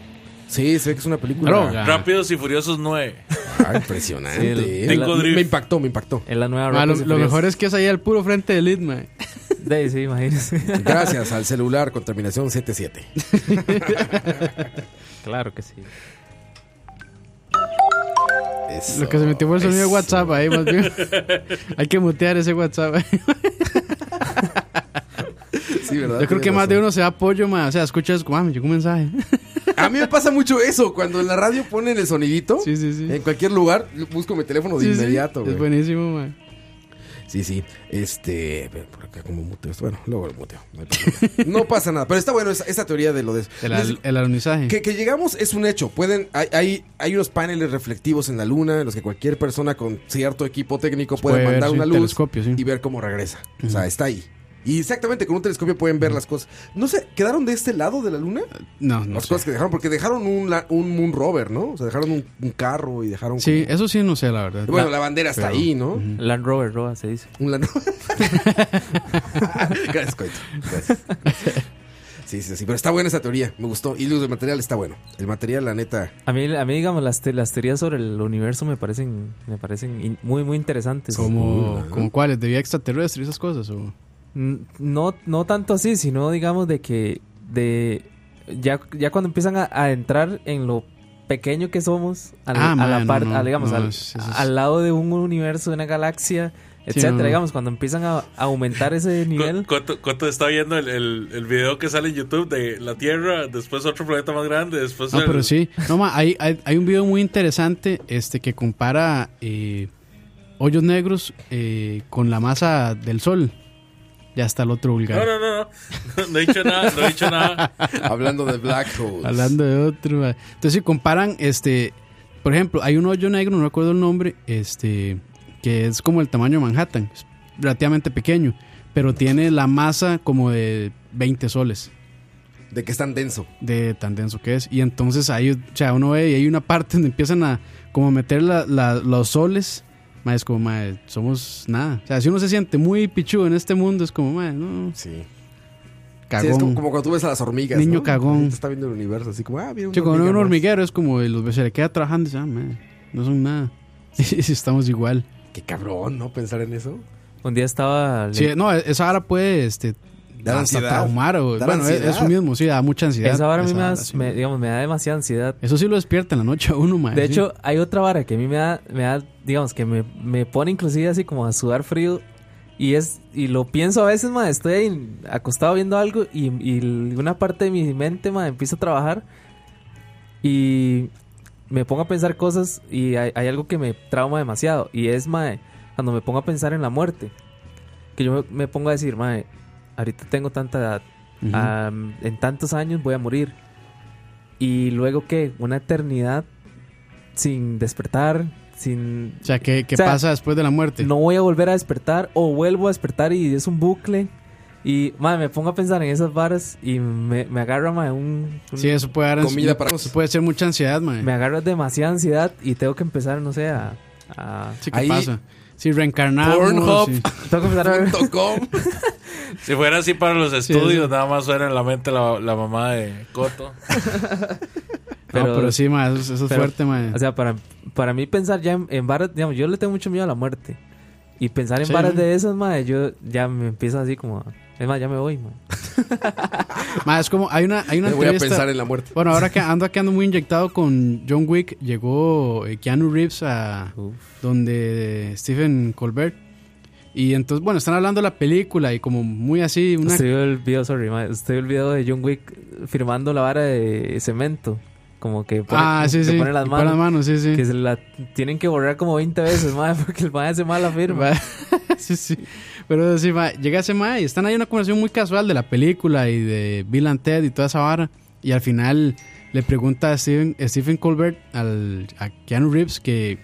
[SPEAKER 2] Sí, sé que es una película.
[SPEAKER 4] Ah.
[SPEAKER 5] Rápidos y Furiosos 9.
[SPEAKER 2] Ah, impresionante.
[SPEAKER 3] Sí, el-
[SPEAKER 2] ¿eh?
[SPEAKER 3] Tengo
[SPEAKER 2] La-
[SPEAKER 3] drift.
[SPEAKER 2] me impactó, me impactó.
[SPEAKER 3] Es la nueva
[SPEAKER 4] Ah, lo,
[SPEAKER 3] Rápidos y
[SPEAKER 4] lo
[SPEAKER 3] Furiosos.
[SPEAKER 4] mejor es que es ahí al puro frente del Itma.
[SPEAKER 3] De, sí, imagínese.
[SPEAKER 2] Gracias al celular con terminación 77.
[SPEAKER 3] Claro que sí.
[SPEAKER 4] Lo que se metió fue el sonido de
[SPEAKER 2] eso.
[SPEAKER 4] WhatsApp ahí, más bien. Hay que mutear ese WhatsApp.
[SPEAKER 2] Sí, ¿verdad?
[SPEAKER 4] Yo creo que
[SPEAKER 2] Tienes
[SPEAKER 4] más de
[SPEAKER 2] razón.
[SPEAKER 4] uno se da apoyo, más. O sea, escuchas como, ah, me llegó un mensaje.
[SPEAKER 2] A mí me pasa mucho eso. Cuando en la radio ponen el sonidito, en cualquier lugar, busco mi teléfono de
[SPEAKER 4] Sí, sí,
[SPEAKER 2] Eh, inmediato.
[SPEAKER 4] Es
[SPEAKER 2] güey.
[SPEAKER 4] buenísimo, man.
[SPEAKER 2] Sí, sí. Este. pero Por acá, como muteo esto. Bueno, luego lo muteo. No, hay problema. No pasa nada. Pero está bueno esa, esa teoría de lo de.
[SPEAKER 4] El,
[SPEAKER 2] Les-
[SPEAKER 4] al- el alunizaje.
[SPEAKER 2] Que, que llegamos es un hecho. Pueden, hay, hay, hay unos paneles reflectivos en la luna en los que cualquier persona con cierto equipo técnico puede,
[SPEAKER 4] Puede ver,
[SPEAKER 2] mandar
[SPEAKER 4] sí,
[SPEAKER 2] una luz
[SPEAKER 4] telescopio, sí.
[SPEAKER 2] y ver cómo regresa. O sea, está ahí. Y exactamente con un telescopio pueden ver las cosas. No sé, ¿quedaron de este lado de la luna?
[SPEAKER 4] Eh, No, no.
[SPEAKER 2] Las
[SPEAKER 4] sé.
[SPEAKER 2] cosas que dejaron, porque dejaron un, la- un moon rover, ¿no? O sea, dejaron un, un carro y dejaron.
[SPEAKER 4] Sí, eso sí no sé, la verdad.
[SPEAKER 2] Bueno, la bandera está
[SPEAKER 4] Pero-
[SPEAKER 2] ahí, ¿no?
[SPEAKER 3] Land Rover, Roa, se dice.
[SPEAKER 2] Un Land Rover. Gracias, Coito. Gracias. Sí, sí, sí. Pero está buena esa teoría. Me gustó. Y luz de material está bueno. El material, la neta.
[SPEAKER 3] A mí, a mí digamos, las, te- las teorías sobre el universo me parecen, me parecen in- muy, muy interesantes.
[SPEAKER 4] Como, como cuáles, de vida extraterrestre y esas cosas. O...
[SPEAKER 3] N- No, no tanto así, sino digamos de que de ya, ya cuando empiezan a, a entrar en lo pequeño que somos, al-
[SPEAKER 4] Ah,
[SPEAKER 3] a
[SPEAKER 4] man,
[SPEAKER 3] la
[SPEAKER 4] no,
[SPEAKER 3] par-
[SPEAKER 4] no,
[SPEAKER 3] a- digamos,
[SPEAKER 4] no,
[SPEAKER 3] al,
[SPEAKER 4] es- eso es-
[SPEAKER 3] al lado de un universo, de una galaxia,
[SPEAKER 4] Sí,
[SPEAKER 3] etcétera,
[SPEAKER 4] no, no.
[SPEAKER 3] digamos, cuando empiezan a, a aumentar ese nivel.
[SPEAKER 5] ¿Cuánto, cuánto está viendo el, el- el video que sale en YouTube de la Tierra, después otro planeta más grande, después
[SPEAKER 4] No,
[SPEAKER 5] el-
[SPEAKER 4] Ah, pero sí. No, ma, hay, hay, hay un video muy interesante este que compara eh, hoyos negros eh, con la masa del sol. Ya está el otro vulgar.
[SPEAKER 5] No, no, no, no. No, he dicho nada, no he dicho nada.
[SPEAKER 2] Hablando de black holes.
[SPEAKER 4] Hablando de otro. ma. Entonces, si comparan, este, por ejemplo, hay un hoyo negro, no recuerdo el nombre, este, que es como el tamaño de Manhattan, es relativamente pequeño, pero tiene la masa como de 20 soles.
[SPEAKER 2] De que es tan denso.
[SPEAKER 4] De tan denso que es. Y entonces ahí, o sea, uno ve y hay una parte donde empiezan a como meter la- la- los soles. ma, es como, ma, somos nada. O sea, si uno se siente muy pichudo en este mundo, es como, ma, no.
[SPEAKER 2] Sí. Sí,
[SPEAKER 4] Cagón.
[SPEAKER 2] es como, como cuando tú ves a las hormigas.
[SPEAKER 4] Niño
[SPEAKER 2] ¿no?
[SPEAKER 4] cagón.
[SPEAKER 2] Está viendo el universo, así como, ah, mira una
[SPEAKER 4] Sí, cuando
[SPEAKER 2] hormiga
[SPEAKER 4] uno ve un
[SPEAKER 2] más.
[SPEAKER 4] hormiguero es como eh, los se le queda trabajando y dice, ah, man, no son nada. Y estamos igual.
[SPEAKER 2] Qué cabrón, ¿no? Pensar en eso.
[SPEAKER 3] Un día estaba...
[SPEAKER 4] Sí, no, esa ahora puede este,
[SPEAKER 2] Da
[SPEAKER 4] hasta
[SPEAKER 2] ansiedad.
[SPEAKER 4] traumar o-
[SPEAKER 2] Da
[SPEAKER 4] bueno, es-
[SPEAKER 2] ansiedad.
[SPEAKER 4] eso mismo, sí, da mucha ansiedad.
[SPEAKER 3] Esa vara a mí
[SPEAKER 4] Esa
[SPEAKER 3] me, da-
[SPEAKER 4] vara, sí.
[SPEAKER 3] me- digamos, me da demasiada ansiedad.
[SPEAKER 4] Eso sí lo despierta en la noche a uno, mae.
[SPEAKER 3] De
[SPEAKER 4] sí.
[SPEAKER 3] hecho, hay otra vara que a mí me da, me da digamos, que me, me pone inclusive así como a sudar frío. Y es y lo pienso a veces, ma, estoy ahí acostado viendo algo y, y una parte de mi mente, ma, empieza a trabajar y me pongo a pensar cosas y hay, hay algo que me trauma demasiado y es, ma, cuando me pongo a pensar en la muerte. Que yo me, me pongo a decir, ma, ahorita tengo tanta edad,
[SPEAKER 4] Ujú.
[SPEAKER 3] am, en tantos años voy a morir. Y luego que una eternidad sin despertar, sin...
[SPEAKER 4] O sea, ¿qué, qué
[SPEAKER 3] O sea,
[SPEAKER 4] pasa después de la muerte?
[SPEAKER 3] No voy a volver a despertar o vuelvo a despertar y es un bucle. Y, madre, me pongo a pensar en esas varas y me, me agarra, madre, un... un-
[SPEAKER 4] Sí, eso puede dar ansiedad. Eso puede ser mucha ansiedad, mae.
[SPEAKER 3] Me agarra demasiada ansiedad y tengo que empezar, no sé, a... a
[SPEAKER 4] Sí, ¿qué pasa? Si reencarnamos.
[SPEAKER 3] Pornhub.
[SPEAKER 4] sí.
[SPEAKER 3] Tengo que empezar a ver...
[SPEAKER 5] Si fuera así para los estudios,
[SPEAKER 4] eso.
[SPEAKER 5] nada más suena en la mente la, la mamá de Coto.
[SPEAKER 4] No, pero sí, ma, eso es- eso es fuerte, ma.
[SPEAKER 3] O sea, para, para mí pensar ya en, en varas, digamos, yo le tengo mucho miedo a la muerte. Y pensar en
[SPEAKER 4] Sí.
[SPEAKER 3] varas de esas, madre, yo ya me empiezo así como... a- Es más, ya me voy, madre.
[SPEAKER 4] Ma, es como, hay una, hay una
[SPEAKER 3] Me voy a
[SPEAKER 4] entrevista-
[SPEAKER 3] pensar en la muerte.
[SPEAKER 4] Bueno, ahora que ando aquí ando muy inyectado con John Wick, llegó eh, Keanu Reeves a donde eh, Stephen Colbert. Y entonces, bueno, están hablando de la película y como muy así, una
[SPEAKER 3] Usted vio el video, sorry, ma, usted vio el video de John Wick firmando la vara de cemento. Como que pone,
[SPEAKER 4] Ah, sí,
[SPEAKER 3] que
[SPEAKER 4] sí,
[SPEAKER 3] pone las
[SPEAKER 4] que pone
[SPEAKER 3] manos.
[SPEAKER 4] las manos, sí, sí.
[SPEAKER 3] Que se la tienen que borrar como 20 veces, ma, porque el ma hace mala firma.
[SPEAKER 4] sí, sí. Pero sí, ma, llega ese ma y están ahí en una conversación muy casual de la película y de Bill and Ted y toda esa vara. Y al final le pregunta a Stephen, Stephen Colbert al, a Keanu Reeves que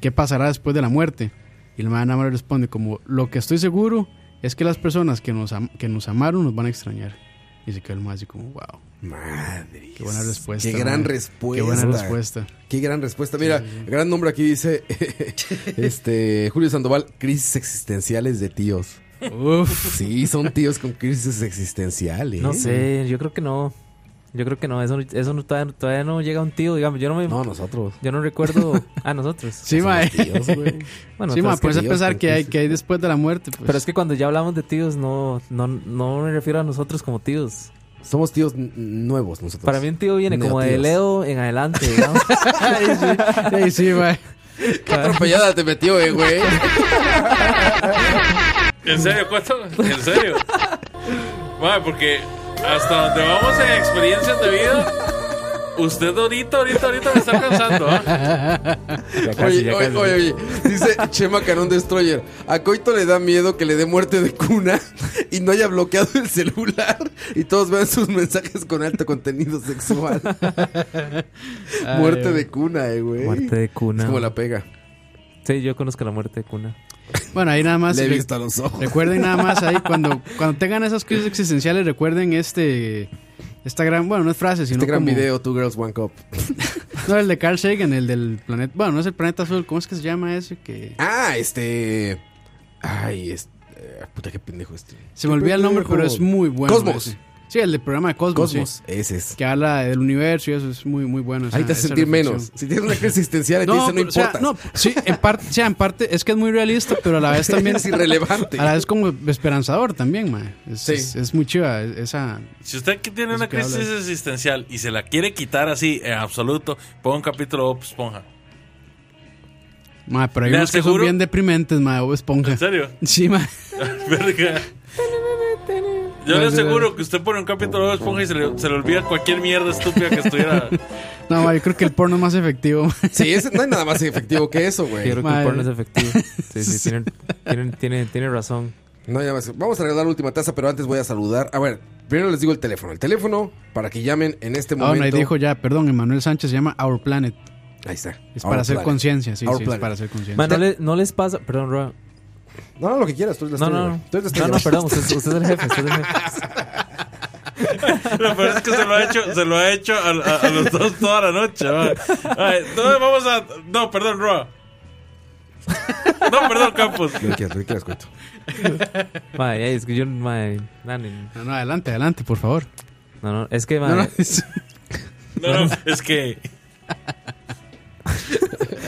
[SPEAKER 4] qué pasará después de la muerte. Y el ma nada más le responde como, lo que estoy seguro es que las personas que nos, am- que nos amaron nos van a extrañar. Y se quedó el ma así como, wow.
[SPEAKER 2] Madre.
[SPEAKER 4] Qué buena respuesta.
[SPEAKER 2] Qué gran
[SPEAKER 4] ma.
[SPEAKER 2] respuesta.
[SPEAKER 4] Qué buena respuesta.
[SPEAKER 2] Qué gran respuesta. Mira, gran nombre aquí dice este Julio Sandoval, crisis existenciales de tíos.
[SPEAKER 4] Uf.
[SPEAKER 2] Sí, son tíos con crisis existenciales.
[SPEAKER 3] No sé, yo creo que no. Yo creo que no, eso, eso no, todavía, todavía no llega un tío, digamos. Yo no me. No,
[SPEAKER 2] nosotros.
[SPEAKER 3] Yo no recuerdo. a nosotros.
[SPEAKER 4] Sí, ma.
[SPEAKER 3] Bueno,
[SPEAKER 4] sí,
[SPEAKER 3] pero
[SPEAKER 4] ma,
[SPEAKER 3] es que
[SPEAKER 4] ponerse a
[SPEAKER 3] Dios,
[SPEAKER 4] pensar
[SPEAKER 3] pero
[SPEAKER 4] que
[SPEAKER 3] es
[SPEAKER 4] hay, que hay después de la muerte. pues.
[SPEAKER 3] Pero es que cuando ya hablamos de tíos, no, no, no me refiero a nosotros como tíos.
[SPEAKER 2] Somos tíos n- nuevos nosotros.
[SPEAKER 3] Para mí un tío viene como de
[SPEAKER 2] Neotíos.
[SPEAKER 3] Leo en adelante, digamos.
[SPEAKER 4] Ey, sí, ma.
[SPEAKER 2] Qué atropellada te metió, eh, güey.
[SPEAKER 5] ¿En serio, Coto? ¿En serio? Madre, porque hasta donde vamos en experiencias de vida, usted ahorita, ahorita, ahorita me está alcanzando. ¿ah? casi,
[SPEAKER 2] oye,
[SPEAKER 5] ya
[SPEAKER 2] oye,
[SPEAKER 5] casi.
[SPEAKER 2] oye, oye. dice Chema Canón Destroyer, a Coito le da miedo que le dé muerte de cuna y no haya bloqueado el celular y todos vean sus mensajes con alto contenido sexual. muerte
[SPEAKER 3] Ay,
[SPEAKER 2] de cuna, eh, güey.
[SPEAKER 3] Muerte de cuna.
[SPEAKER 2] Es como la pega.
[SPEAKER 3] Sí, yo conozco la muerte de cuna.
[SPEAKER 4] Bueno, ahí nada más.
[SPEAKER 3] Le he
[SPEAKER 4] re-
[SPEAKER 3] visto a los ojos.
[SPEAKER 4] Recuerden nada más ahí cuando, cuando tengan esas crisis existenciales, recuerden este esta gran, bueno, no es frase, sino
[SPEAKER 2] Este gran
[SPEAKER 4] como-
[SPEAKER 2] video, Two Girls One Cup.
[SPEAKER 4] No, el de Carl Sagan, el del planeta, bueno, no es el planeta azul, ¿cómo es que se llama ese que
[SPEAKER 2] Ah, este. Ay, este. eh, Puta, qué pendejo este.
[SPEAKER 4] se me olvida el nombre, pero es muy bueno.
[SPEAKER 2] Cosmos.
[SPEAKER 4] ese. Sí, el del programa de Cosmos.
[SPEAKER 2] Cosmos,
[SPEAKER 4] sí.
[SPEAKER 2] ese es.
[SPEAKER 4] Que habla del universo y eso es muy muy bueno. esa-
[SPEAKER 2] Ahí te hace
[SPEAKER 4] Pues esa
[SPEAKER 2] sentir
[SPEAKER 4] reflexión.
[SPEAKER 2] menos. Si tienes una crisis existencial, te dice, no
[SPEAKER 4] pero, o sea,
[SPEAKER 2] importa.
[SPEAKER 4] no, sí, en parte, o sea, en parte es que es muy realista, pero a la vez también
[SPEAKER 2] Es irrelevante.
[SPEAKER 4] A la vez como esperanzador también, man. Es,
[SPEAKER 5] Sí.
[SPEAKER 4] es, es muy chiva esa
[SPEAKER 5] Si usted que tiene una
[SPEAKER 4] que hablas.
[SPEAKER 5] crisis existencial y se la quiere quitar así, en absoluto, ponga un capítulo de Bob Esponja.
[SPEAKER 4] Ma, pero hay
[SPEAKER 5] ¿Le
[SPEAKER 4] unos que son
[SPEAKER 5] aseguro?
[SPEAKER 4] bien deprimentes, ma, Bob Esponja.
[SPEAKER 5] ¿En serio?
[SPEAKER 4] Sí, ma.
[SPEAKER 5] Verga. Yo
[SPEAKER 4] No,
[SPEAKER 5] le
[SPEAKER 4] sí,
[SPEAKER 5] aseguro que usted pone un capítulo de Bob Esponja y se le, se le olvida cualquier mierda estúpida que estuviera.
[SPEAKER 4] No, ma, yo creo que el porno es más efectivo. ma.
[SPEAKER 2] Sí, ese- no hay nada más efectivo que eso, güey.
[SPEAKER 3] Yo creo que el
[SPEAKER 4] Madre.
[SPEAKER 3] porno es efectivo. Sí, sí, tienen- tienen- tiene, tiene razón.
[SPEAKER 2] No, ya más. Vamos a regalar la última taza, pero antes voy a saludar. A ver, primero les digo el teléfono. El teléfono para que llamen en este
[SPEAKER 4] Ah,
[SPEAKER 2] momento.
[SPEAKER 4] no, ahí dijo ya, perdón, Emanuel Sánchez se llama Our Planet.
[SPEAKER 2] Ahí está.
[SPEAKER 4] Es
[SPEAKER 2] Our
[SPEAKER 4] para hacer
[SPEAKER 2] Planet.
[SPEAKER 4] conciencia, sí,
[SPEAKER 2] Our
[SPEAKER 4] sí, es
[SPEAKER 2] Planet.
[SPEAKER 4] para hacer conciencia.
[SPEAKER 3] Ma, no, le- no les pasa. Perdón, Roa.
[SPEAKER 2] No, no, lo que quieras. Tú eres la
[SPEAKER 3] No,
[SPEAKER 2] estrella,
[SPEAKER 3] no,
[SPEAKER 2] güey.
[SPEAKER 3] no.
[SPEAKER 2] Tú eres la
[SPEAKER 3] No,
[SPEAKER 2] estrella.
[SPEAKER 3] no, perdón. Usted, usted es el jefe. Usted es el jefe.
[SPEAKER 5] Lo peor es que se lo ha hecho, se lo ha hecho a, a- a los dos toda la noche. va. Ay, entonces vamos a. No, perdón, Roa. No, perdón, Campos.
[SPEAKER 2] Lo que quieras, lo que quieras, cuento.
[SPEAKER 3] Ma, ey, es que yo. ma, na, ni-
[SPEAKER 4] No, no, adelante, adelante, por favor.
[SPEAKER 3] No, no. Es que, ma,
[SPEAKER 4] No,
[SPEAKER 2] Ah,
[SPEAKER 4] no, es-
[SPEAKER 5] No, no, es que.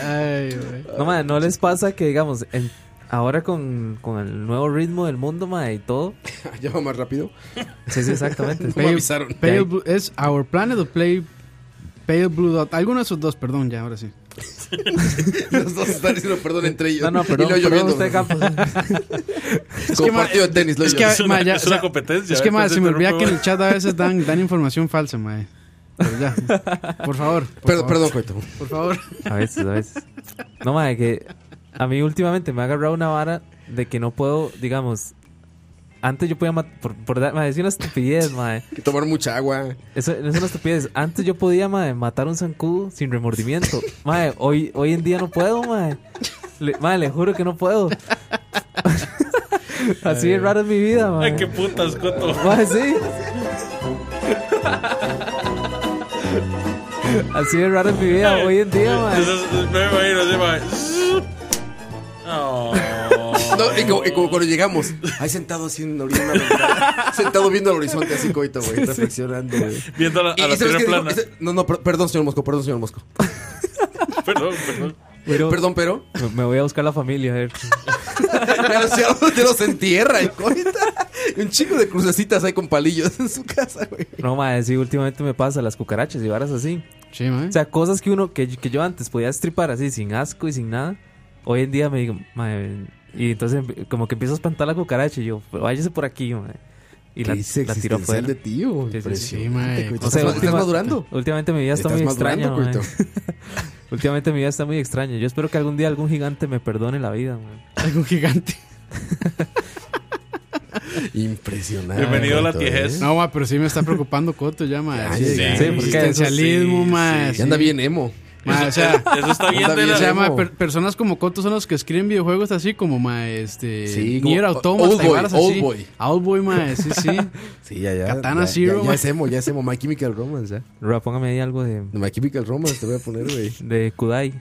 [SPEAKER 4] Ay, güey.
[SPEAKER 3] No, madre, no les pasa que, digamos, en- Ahora con, con el nuevo ritmo del mundo, mae, y todo.
[SPEAKER 2] ya va más rápido.
[SPEAKER 3] Sí, sí, exactamente.
[SPEAKER 4] Pale- Pale Blue- es Our Planet o Play Pale Blue Dot. Alguno de esos dos, perdón, ya, ahora sí.
[SPEAKER 2] Los dos están diciendo perdón entre ellos.
[SPEAKER 4] No, no, perdón,
[SPEAKER 2] Y luego
[SPEAKER 4] perdón
[SPEAKER 2] lloviendo.
[SPEAKER 4] usted, Campos.
[SPEAKER 2] Es que, ma- partido de tenis, lo
[SPEAKER 4] es que,
[SPEAKER 2] lloviendo.
[SPEAKER 4] ma, ya, o sea,
[SPEAKER 5] competencia,
[SPEAKER 4] Es que,
[SPEAKER 5] ¿eh?
[SPEAKER 4] ma,
[SPEAKER 5] Entonces
[SPEAKER 4] se me
[SPEAKER 5] te
[SPEAKER 4] olvida
[SPEAKER 5] rompo-
[SPEAKER 4] que en el chat a veces dan, dan información falsa, mae. Pero ya, por favor.
[SPEAKER 2] Perdón,
[SPEAKER 4] por favor.
[SPEAKER 2] perdón, Coito.
[SPEAKER 4] Por favor.
[SPEAKER 3] A veces, a veces. No, madre, que a mí últimamente me ha agarrado una vara de que no puedo, digamos. Antes yo podía. mat- Por, por dar- madre, es una estupidez, madre.
[SPEAKER 2] Que tomar mucha agua.
[SPEAKER 3] Eso no es una estupidez. Antes yo podía, madre, matar un zancudo sin remordimiento. Madre, hoy, hoy en día no puedo, madre. Le, madre, le juro que no puedo. Así de raro es mi vida, madre.
[SPEAKER 5] Ay, qué putas, Coto.
[SPEAKER 3] Mae, sí. Así de raro es mi vida hoy en día, madre.
[SPEAKER 5] Eso es- No me imagino, sí, mae. Oh.
[SPEAKER 2] No, y, como, y como cuando llegamos, ahí sentado así en la orilla de una ventana, sentado viendo el horizonte así, coito, güey, reflexionando, güey.
[SPEAKER 5] Viendo a la- a
[SPEAKER 2] Y-
[SPEAKER 5] la
[SPEAKER 2] y ¿sabes
[SPEAKER 5] tierra
[SPEAKER 2] qué dijo?
[SPEAKER 5] plana.
[SPEAKER 2] Ese- No, no, per- perdón, señor Mosco, perdón, señor Mosco.
[SPEAKER 5] Perdón, perdón.
[SPEAKER 2] perdón, pero.
[SPEAKER 3] Me- Me voy a buscar la familia, a ver.
[SPEAKER 2] Ya los, ya los- ya los entierra, y coita. Y un chico de crucecitas ahí con palillos en su casa, güey.
[SPEAKER 3] No, madre, sí, últimamente me pasa las cucarachas y varas así.
[SPEAKER 4] Sí, madre.
[SPEAKER 3] O sea, cosas que uno, que, que yo antes podía stripar así, sin asco y sin nada. Hoy en día me digo, madre, y entonces como que empiezo a espantar la cucaracha y yo, "Pero váyase por aquí, madre. Y la,
[SPEAKER 2] Crisis
[SPEAKER 3] la tiro
[SPEAKER 2] existencial
[SPEAKER 3] afuera.
[SPEAKER 2] de tío, impresionante, coito.
[SPEAKER 3] O sea,
[SPEAKER 2] Estás- estás
[SPEAKER 3] última-
[SPEAKER 2] madurando.
[SPEAKER 3] Últimamente mi vida está
[SPEAKER 2] Estás
[SPEAKER 3] muy
[SPEAKER 2] madurando,
[SPEAKER 3] extraña, mae.
[SPEAKER 2] coito.
[SPEAKER 3] Últimamente mi vida está muy extraña. Yo espero que algún día algún gigante me perdone la vida, mae.
[SPEAKER 4] Algún gigante.
[SPEAKER 2] Impresionante.
[SPEAKER 5] Bienvenido a la tiejez.
[SPEAKER 4] No, ma, pero sí me está preocupando Coto ya, ma.
[SPEAKER 2] Ay,
[SPEAKER 4] Sí,
[SPEAKER 2] sí,
[SPEAKER 4] el
[SPEAKER 2] sí, porque
[SPEAKER 4] existencialismo,
[SPEAKER 2] eso sí,
[SPEAKER 4] ma.
[SPEAKER 2] sí. Ya anda bien emo.
[SPEAKER 4] Ma, o sea,
[SPEAKER 2] Eso- eso está bien
[SPEAKER 4] anda
[SPEAKER 2] de la-
[SPEAKER 4] o sea, ma,
[SPEAKER 2] emo.
[SPEAKER 4] per- personas como Coto son los que escriben videojuegos así como, ma, este.
[SPEAKER 2] Sí, como-
[SPEAKER 4] Nier Automata,
[SPEAKER 2] Oldboy,
[SPEAKER 4] y varas así.
[SPEAKER 2] Oldboy.
[SPEAKER 4] Oldboy, ma, sí, sí.
[SPEAKER 2] Sí, ya, ya.
[SPEAKER 4] Katana
[SPEAKER 2] ya,
[SPEAKER 4] Zero,
[SPEAKER 2] Ya, ya
[SPEAKER 4] ma.
[SPEAKER 2] es emo, ya es emo. My Chemical Romance, ¿eh? ya.
[SPEAKER 3] Rua, póngame ahí algo de...
[SPEAKER 2] My Chemical Romance te voy a poner, güey.
[SPEAKER 3] De Kudai.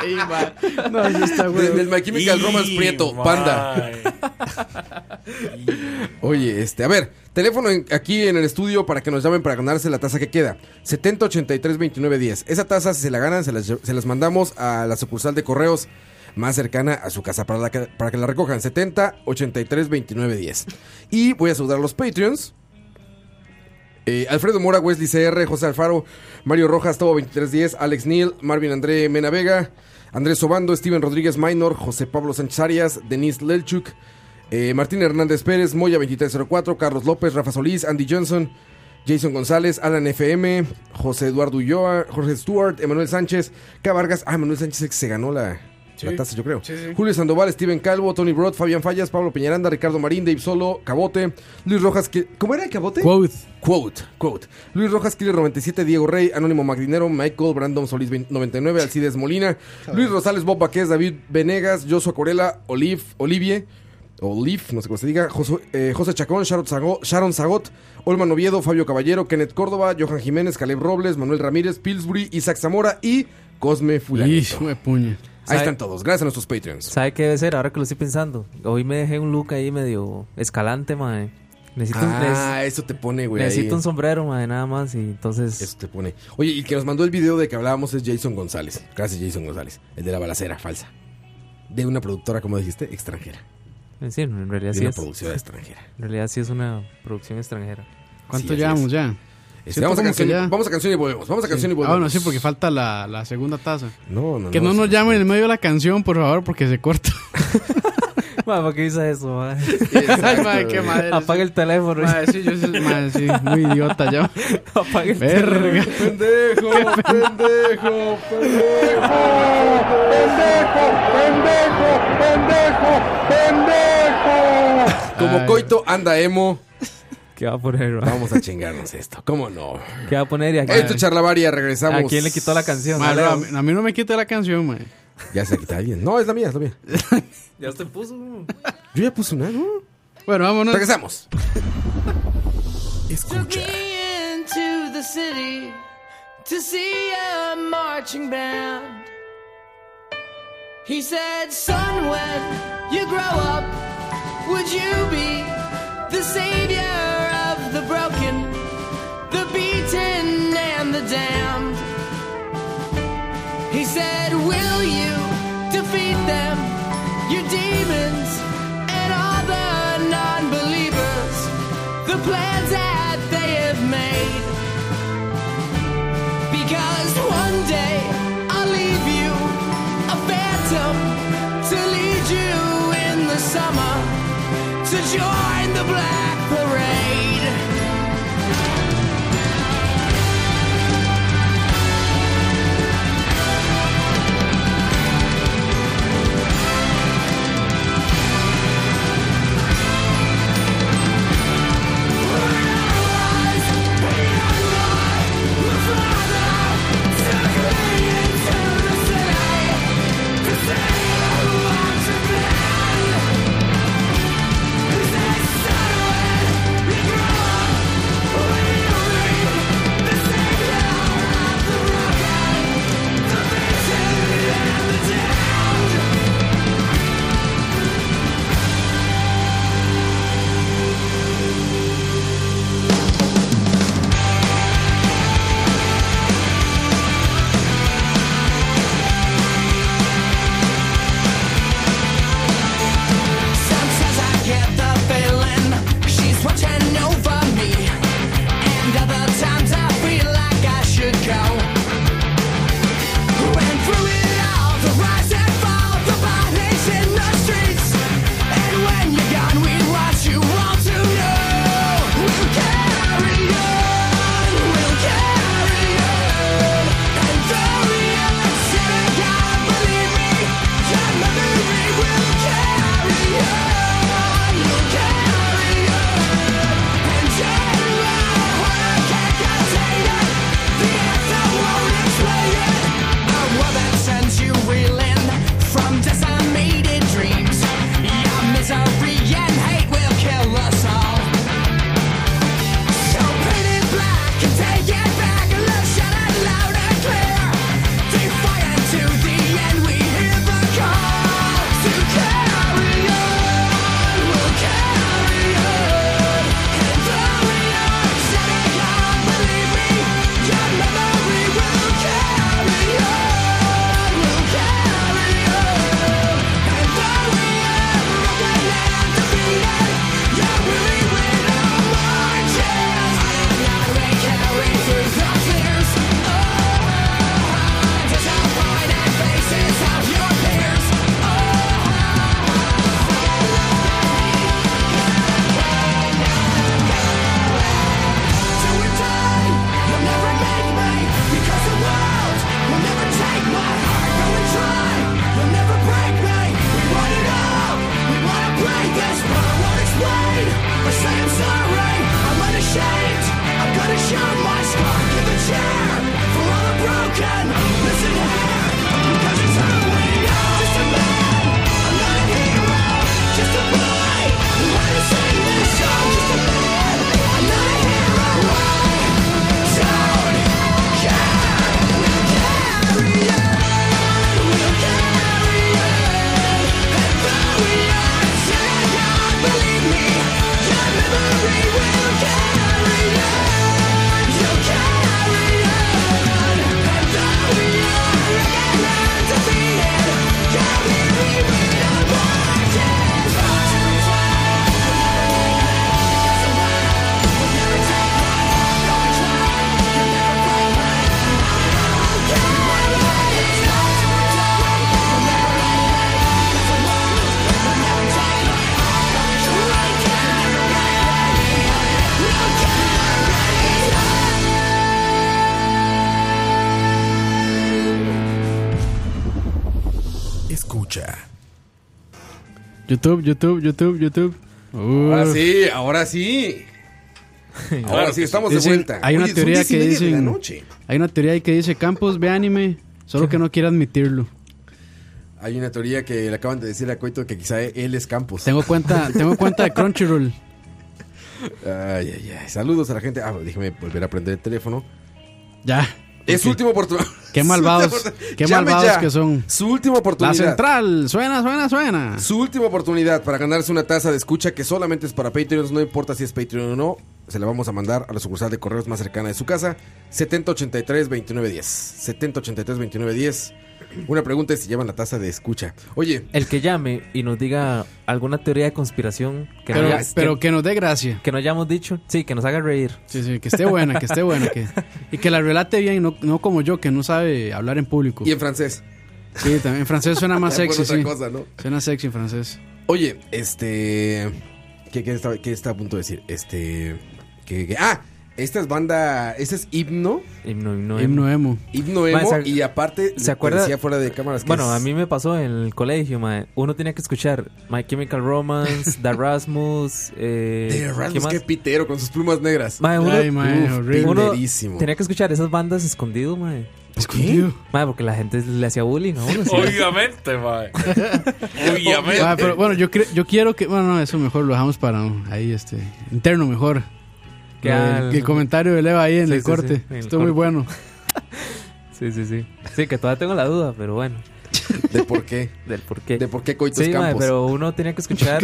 [SPEAKER 4] Ay, ma. No, sí está, güey.
[SPEAKER 2] Del- del My Chemical Romance Prieto, Panda. Oye, este, a ver, teléfono en- aquí en el estudio para que nos llamen para ganarse la taza que queda. 7083-2910. Esa taza, si se la ganan, se las, lle- se las mandamos a la sucursal de correos más cercana a su casa para, la que, para que la recojan. 7083-2910. Y voy a saludar a los Patreons. Eh, Alfredo Mora, Wesley CR, José Alfaro, Mario Rojas, Tobo 2310, Alex Neal, Marvin André Mena Vega, Andrés Obando, Steven Rodríguez Minor, José Pablo Sánchez Arias, Denise Lelchuk, eh, Martín Hernández Pérez, Moya 2304, Carlos López, Rafa Solís, Andy Johnson, Jason González, Alan FM, José Eduardo Ulloa, Jorge Stewart, Emanuel Sánchez, K. Vargas. Ah, Emanuel Sánchez se ganó la,
[SPEAKER 4] Sí.
[SPEAKER 2] la taza, yo creo.
[SPEAKER 4] Sí, sí.
[SPEAKER 2] Julio Sandoval, Steven Calvo, Tony Broad, Fabián Fallas, Pablo Peñaranda, Ricardo Marín, Dave Solo, Cabote, Luis Rojas. que- ¿Cómo era el Cabote?
[SPEAKER 4] Quote.
[SPEAKER 2] Quote, quote. Luis Rojas, Killer 97, Diego Rey, Anónimo Magdinero, Michael, Brandon Solís 20 99, Alcides Molina, Luis Rosales, Bob Baquez, David Venegas, Joshua Corela, Olive, Olivie, Olive, no sé cómo se diga, José, eh, José Chacón, Sharon Zago- Sharon Zagot, Olman Oviedo, Fabio Caballero, Kenneth Córdoba, Johan Jiménez, Caleb Robles, Manuel Ramírez, Pillsbury, Isaac Zamora y Cosme Fulanito.
[SPEAKER 4] Hijo de puña.
[SPEAKER 2] Ahí están todos, gracias a nuestros Patreons.
[SPEAKER 3] ¿Sabe qué debe ser? Ahora que lo estoy pensando. Hoy me dejé un look ahí medio escalante, mae. Necesito, un-
[SPEAKER 2] Ah,
[SPEAKER 3] nes-
[SPEAKER 2] eso te pone, güey.
[SPEAKER 3] necesito
[SPEAKER 2] ahí.
[SPEAKER 3] un sombrero, mae, nada más. Y entonces...
[SPEAKER 2] Eso te pone. Oye, y el que nos mandó el video de que hablábamos es Jason González. Gracias, Jason González. El de la balacera falsa. De una productora, como dijiste, extranjera.
[SPEAKER 3] Sí, en realidad
[SPEAKER 2] De
[SPEAKER 3] sí
[SPEAKER 2] una
[SPEAKER 3] es.
[SPEAKER 2] producción extranjera.
[SPEAKER 3] En realidad sí es una producción extranjera.
[SPEAKER 4] ¿Cuánto
[SPEAKER 2] Sí, así
[SPEAKER 4] llevamos
[SPEAKER 2] es.
[SPEAKER 4] ya?
[SPEAKER 2] Este,
[SPEAKER 4] Siento
[SPEAKER 2] vamos, a
[SPEAKER 4] como
[SPEAKER 2] canción,
[SPEAKER 4] que ya-
[SPEAKER 2] vamos a canción y volvemos. Vamos a canción y
[SPEAKER 4] Ah,
[SPEAKER 2] volvemos.
[SPEAKER 4] bueno, sí, porque falta la, la segunda taza.
[SPEAKER 2] No, no,
[SPEAKER 4] que no, nos llamen en el medio de la canción, por favor, porque se corta.
[SPEAKER 3] Mae, ¿por qué hizo eso, mae?
[SPEAKER 4] Ay, madre, qué madre.
[SPEAKER 3] Apaga el teléfono.
[SPEAKER 4] Madre, sí, yo soy- madre, sí, muy idiota yo.
[SPEAKER 3] Apaga el
[SPEAKER 4] Verga.
[SPEAKER 2] Pendejo, pendejo, Como
[SPEAKER 3] Ay.
[SPEAKER 2] Coito anda emo,
[SPEAKER 3] ¿Qué va a poner, mae?
[SPEAKER 2] vamos a chingarnos esto. ¿Cómo no?
[SPEAKER 3] ¿Qué va a poner? Y a-
[SPEAKER 2] Esto es Charlavaria, regresamos.
[SPEAKER 3] ¿A quién le quitó la canción?
[SPEAKER 4] Madre,
[SPEAKER 3] Leo?
[SPEAKER 4] a, mí, a mí no me quita la canción, madre.
[SPEAKER 2] Ya se quita alguien. No, es la mía, es la mía.
[SPEAKER 3] Ya usted puso. mae.
[SPEAKER 2] Yo ya puse una, ¿no?
[SPEAKER 4] Bueno, vámonos.
[SPEAKER 2] Regresamos.
[SPEAKER 12] Took me into the city to see a marching band. He said, Son, when you grow up, would you be the savior of the broken, the beaten, and the damned? He said, Will you defeat them plans that they have made. Because one day I'll leave you a phantom to lead you in the summer to join the black parade. Sometimes I get the feeling she's watching over me, and other times I feel like I should go. Went through it all, the rise and fall, the violence in the streets, and when you're gone, we want you all to know we'll carry on, we'll carry on, and though we are sick, I believe me, your memory will carry on. Oh, Show my scar, give a chair for all the broken, missing hair. Because it's who we are. Just a man, I'm not a hero. Just a boy, who wanna sing this song. Just a man, I'm not a hero.
[SPEAKER 8] Escucha.
[SPEAKER 4] YouTube, YouTube, YouTube, YouTube.
[SPEAKER 2] Ahora
[SPEAKER 4] Uf.
[SPEAKER 2] sí, ahora sí. Ahora sí, estamos de
[SPEAKER 4] Dicen-
[SPEAKER 2] vuelta.
[SPEAKER 4] Hay una
[SPEAKER 2] Oye, son
[SPEAKER 4] teoría
[SPEAKER 2] diez y
[SPEAKER 4] que
[SPEAKER 2] media de
[SPEAKER 4] dice.
[SPEAKER 2] la noche.
[SPEAKER 4] Hay una teoría ahí que dice Campos ve anime, solo que no quiere admitirlo.
[SPEAKER 2] Hay una teoría que le acaban de decir a Coito que quizá él es Campos.
[SPEAKER 4] Tengo cuenta, tengo cuenta de Crunchyroll.
[SPEAKER 2] Ay, ay, ay. Saludos a la gente. Ah, déjame volver a prender el teléfono.
[SPEAKER 4] Ya.
[SPEAKER 2] Es su última oportunidad.
[SPEAKER 4] Qué
[SPEAKER 2] Su
[SPEAKER 4] malvados,
[SPEAKER 2] última oportunidad.
[SPEAKER 4] qué
[SPEAKER 2] Llame
[SPEAKER 4] malvados
[SPEAKER 2] ya.
[SPEAKER 4] que son.
[SPEAKER 2] Su última
[SPEAKER 4] La
[SPEAKER 2] oportunidad.
[SPEAKER 4] central, suena, suena, suena.
[SPEAKER 2] Su última oportunidad para ganarse una taza de escucha que solamente es para Patreons, no importa si es Patreon o no, se la vamos a mandar a la sucursal de correos más cercana de su casa, 7083-2910. 7083-2910. Una pregunta es si llevan la taza de escucha. Oye.
[SPEAKER 3] El que llame y nos diga alguna teoría de conspiración. Que
[SPEAKER 4] Pero-
[SPEAKER 3] no haya-
[SPEAKER 2] este.
[SPEAKER 4] pero que nos dé gracia.
[SPEAKER 3] Que no hayamos dicho. Sí, que nos haga reír.
[SPEAKER 4] Sí, sí, que esté buena, que esté buena. que- y que la relate bien, no, no como yo, que no sabe hablar en público.
[SPEAKER 2] Y en francés.
[SPEAKER 4] Sí, también en francés suena más
[SPEAKER 2] Ya por
[SPEAKER 4] sexy,
[SPEAKER 2] otra
[SPEAKER 4] sí.
[SPEAKER 2] cosa, ¿no?
[SPEAKER 4] Suena sexy en francés.
[SPEAKER 2] Oye, este. ¿Qué, qué estaba- qué estaba a punto de decir? Este. que- que- ah, esta es banda. Este es himno.
[SPEAKER 3] Himno, himno,
[SPEAKER 4] Himno emo.
[SPEAKER 2] Himno emo.
[SPEAKER 3] Ma, ¿se-
[SPEAKER 2] y aparte,
[SPEAKER 3] ¿Se acuerda?
[SPEAKER 2] decía fuera de cámaras que
[SPEAKER 3] bueno,
[SPEAKER 2] es-
[SPEAKER 3] a mí me pasó en el colegio, mae. Uno tenía que escuchar My Chemical Romance, The Rasmus. Eh,
[SPEAKER 2] De Rasmus, qué pitero con sus plumas negras.
[SPEAKER 3] Mae, uno,
[SPEAKER 2] Uf,
[SPEAKER 3] Uf, uno
[SPEAKER 2] piterísimo.
[SPEAKER 3] tenía que escuchar esas bandas escondido, mae.
[SPEAKER 4] ¿Escondido?
[SPEAKER 3] Mae, porque la gente le hacía bullying a uno. sí.
[SPEAKER 5] Obviamente, mae. Obviamente.
[SPEAKER 4] Ah, pero bueno, yo, cre- yo quiero que. Bueno, no, eso mejor lo dejamos para un- ahí, este. Interno mejor.
[SPEAKER 3] Que
[SPEAKER 4] Lo del-
[SPEAKER 3] al-
[SPEAKER 4] que el comentario de Leva ahí en
[SPEAKER 3] Sí,
[SPEAKER 4] el
[SPEAKER 3] sí,
[SPEAKER 4] corte.
[SPEAKER 3] sí, en el
[SPEAKER 4] Estuvo muy
[SPEAKER 3] corte.
[SPEAKER 4] bueno.
[SPEAKER 3] Sí, sí, sí. Sí, que todavía tengo la duda, pero bueno.
[SPEAKER 2] ¿De por qué?
[SPEAKER 3] Del por qué.
[SPEAKER 2] ¿De por qué Coitos
[SPEAKER 3] sí, mae,
[SPEAKER 2] Campos?
[SPEAKER 3] pero uno tenía que escuchar.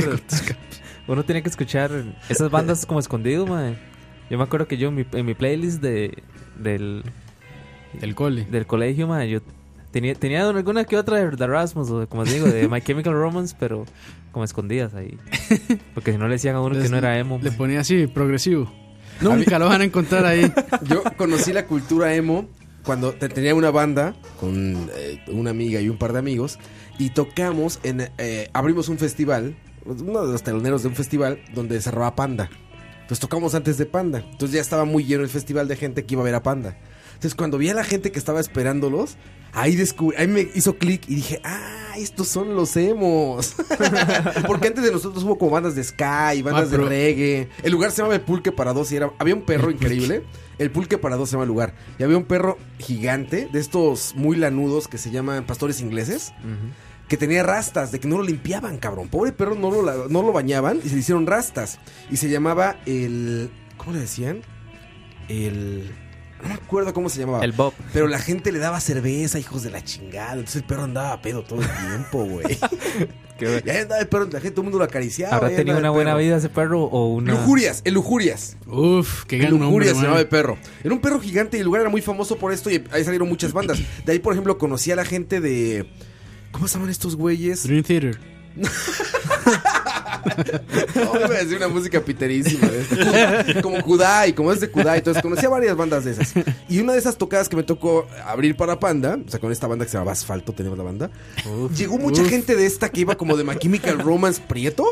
[SPEAKER 3] uno tenía que escuchar esas bandas como escondido, mae. Yo me acuerdo que yo en mi, en mi playlist de, del.
[SPEAKER 4] Del cole.
[SPEAKER 3] Del colegio, mae. Yo tenía, tenía alguna que otra de The Rasmus, o de- como digo, de My Chemical Romance, pero como escondidas ahí. Porque si no le decían a uno que
[SPEAKER 4] Les-
[SPEAKER 3] no era emo.
[SPEAKER 4] Le ponía así, progresivo. Nunca lo van a encontrar ahí.
[SPEAKER 2] Yo conocí la cultura emo cuando te- tenía una banda con eh, una amiga y un par de amigos y tocamos en eh, abrimos un festival, uno de los teloneros de un festival donde cerraba Panda. Entonces tocamos antes de Panda. Entonces ya estaba muy lleno el festival de gente que iba a ver a Panda. Entonces cuando vi a la gente que estaba esperándolos, ahí descubrí, ahí me hizo clic y dije, ah, estos son los emos. Porque antes de nosotros hubo como bandas de ska y bandas
[SPEAKER 4] Ah, pero-
[SPEAKER 2] de reggae. El lugar se llamaba El Pulque para Dos y era, había un perro increíble. El Pulque para Dos se llama el lugar. Y había un perro gigante de estos muy lanudos que se llaman pastores ingleses. Que tenía rastas, de que no lo limpiaban, cabrón. Pobre perro, no lo, la- no lo bañaban y se le hicieron rastas. Y se llamaba el... ¿Cómo le decían? El... No me acuerdo cómo se llamaba.
[SPEAKER 3] El Bob.
[SPEAKER 2] Pero la gente le daba cerveza, hijos de la chingada. Entonces el perro andaba a pedo todo el tiempo, güey. y ahí andaba el perro, la gente, todo el mundo lo acariciaba.
[SPEAKER 3] ¿Habrá
[SPEAKER 2] ahí
[SPEAKER 3] tenido
[SPEAKER 2] andaba
[SPEAKER 3] una
[SPEAKER 2] el
[SPEAKER 3] buena
[SPEAKER 2] perro.
[SPEAKER 3] vida ese perro o una.
[SPEAKER 2] Lujurias, el Lujurias.
[SPEAKER 4] Uf, qué
[SPEAKER 2] El
[SPEAKER 4] gran nombre,
[SPEAKER 2] Lujurias se
[SPEAKER 4] man.
[SPEAKER 2] llamaba el perro. Era un perro gigante y el lugar era muy famoso por esto y ahí salieron muchas bandas. De ahí, por ejemplo, conocí a la gente de... ¿Cómo se llaman estos güeyes?
[SPEAKER 4] Dream Theater.
[SPEAKER 2] No, iba a decir una música piterísima. de esas. Como Kudai, como es de Kudai. Entonces conocí a varias bandas de esas. Y una de esas tocadas que me tocó abrir para Panda, o sea, con esta banda que se llamaba Asfalto, tenemos la banda. Llegó mucha
[SPEAKER 4] uf.
[SPEAKER 2] gente de esta que iba como de My Chemical Romance Prieto.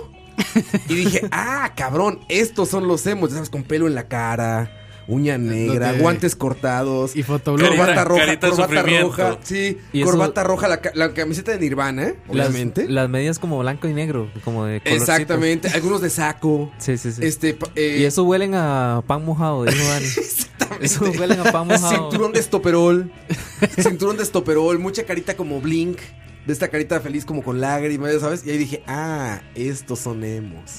[SPEAKER 2] Y dije, ah, cabrón, estos son los emos, ya ¿sabes? Con pelo en la cara. Uña negra,
[SPEAKER 4] Donde-
[SPEAKER 2] guantes cortados. Y
[SPEAKER 4] fotoblog.
[SPEAKER 2] Corbata
[SPEAKER 4] Carita-
[SPEAKER 2] roja,
[SPEAKER 4] carita de
[SPEAKER 2] corbata
[SPEAKER 4] sufrimiento.
[SPEAKER 2] roja. Sí,
[SPEAKER 3] Y eso-
[SPEAKER 2] corbata roja, la, ca- la camiseta de Nirvana, ¿eh?
[SPEAKER 3] Las,
[SPEAKER 2] obviamente.
[SPEAKER 3] las medias como blanco y negro, como de colorcitos.
[SPEAKER 2] Exactamente, algunos de saco.
[SPEAKER 3] Sí, sí, sí.
[SPEAKER 2] Este, pa- eh,
[SPEAKER 3] Y eso huelen a pan mojado, dijo Dani. Eso huelen a pan mojado.
[SPEAKER 2] Cinturón de estoperol. cinturón de estoperol. Mucha carita como blink. De esta carita feliz como con lágrimas, ya ¿sabes? Y ahí dije, ah, estos son emos.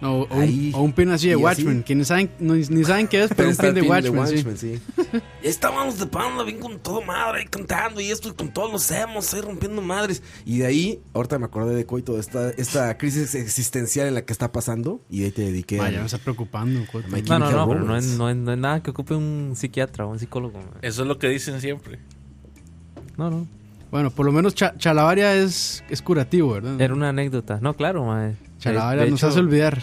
[SPEAKER 4] No, o,
[SPEAKER 2] Ahí.
[SPEAKER 4] un, o un pin así
[SPEAKER 2] Y
[SPEAKER 4] de
[SPEAKER 2] así.
[SPEAKER 4] Watchmen. Que ni saben, no- ni saben qué es, pero un
[SPEAKER 2] está
[SPEAKER 4] pin de
[SPEAKER 2] el pin de
[SPEAKER 4] Watchmen.
[SPEAKER 2] Watchmen, sí.
[SPEAKER 13] Ya estábamos de panda, bien con todo madre, ahí cantando y esto y con todos los hemos, ahí rompiendo madres.
[SPEAKER 2] Y de ahí, ahorita me acordé de Coito, de esta, esta crisis existencial en la que está pasando. Y de ahí te dediqué.
[SPEAKER 4] Vaya,
[SPEAKER 2] al-
[SPEAKER 4] me está preocupando. Coto.
[SPEAKER 2] My
[SPEAKER 3] No, no,
[SPEAKER 2] Chemical
[SPEAKER 3] no, pero no
[SPEAKER 2] Romance.
[SPEAKER 3] es, no es- no es nada que ocupe un psiquiatra o un psicólogo. man.
[SPEAKER 5] Eso es lo que dicen siempre.
[SPEAKER 3] No, no.
[SPEAKER 4] Bueno, por lo menos Cha- Chalabaria es, es curativo, ¿verdad?
[SPEAKER 3] Era una anécdota. No, claro, mae. De-
[SPEAKER 4] Chalabaria
[SPEAKER 3] de
[SPEAKER 4] nos
[SPEAKER 3] hecho-
[SPEAKER 4] hace olvidar.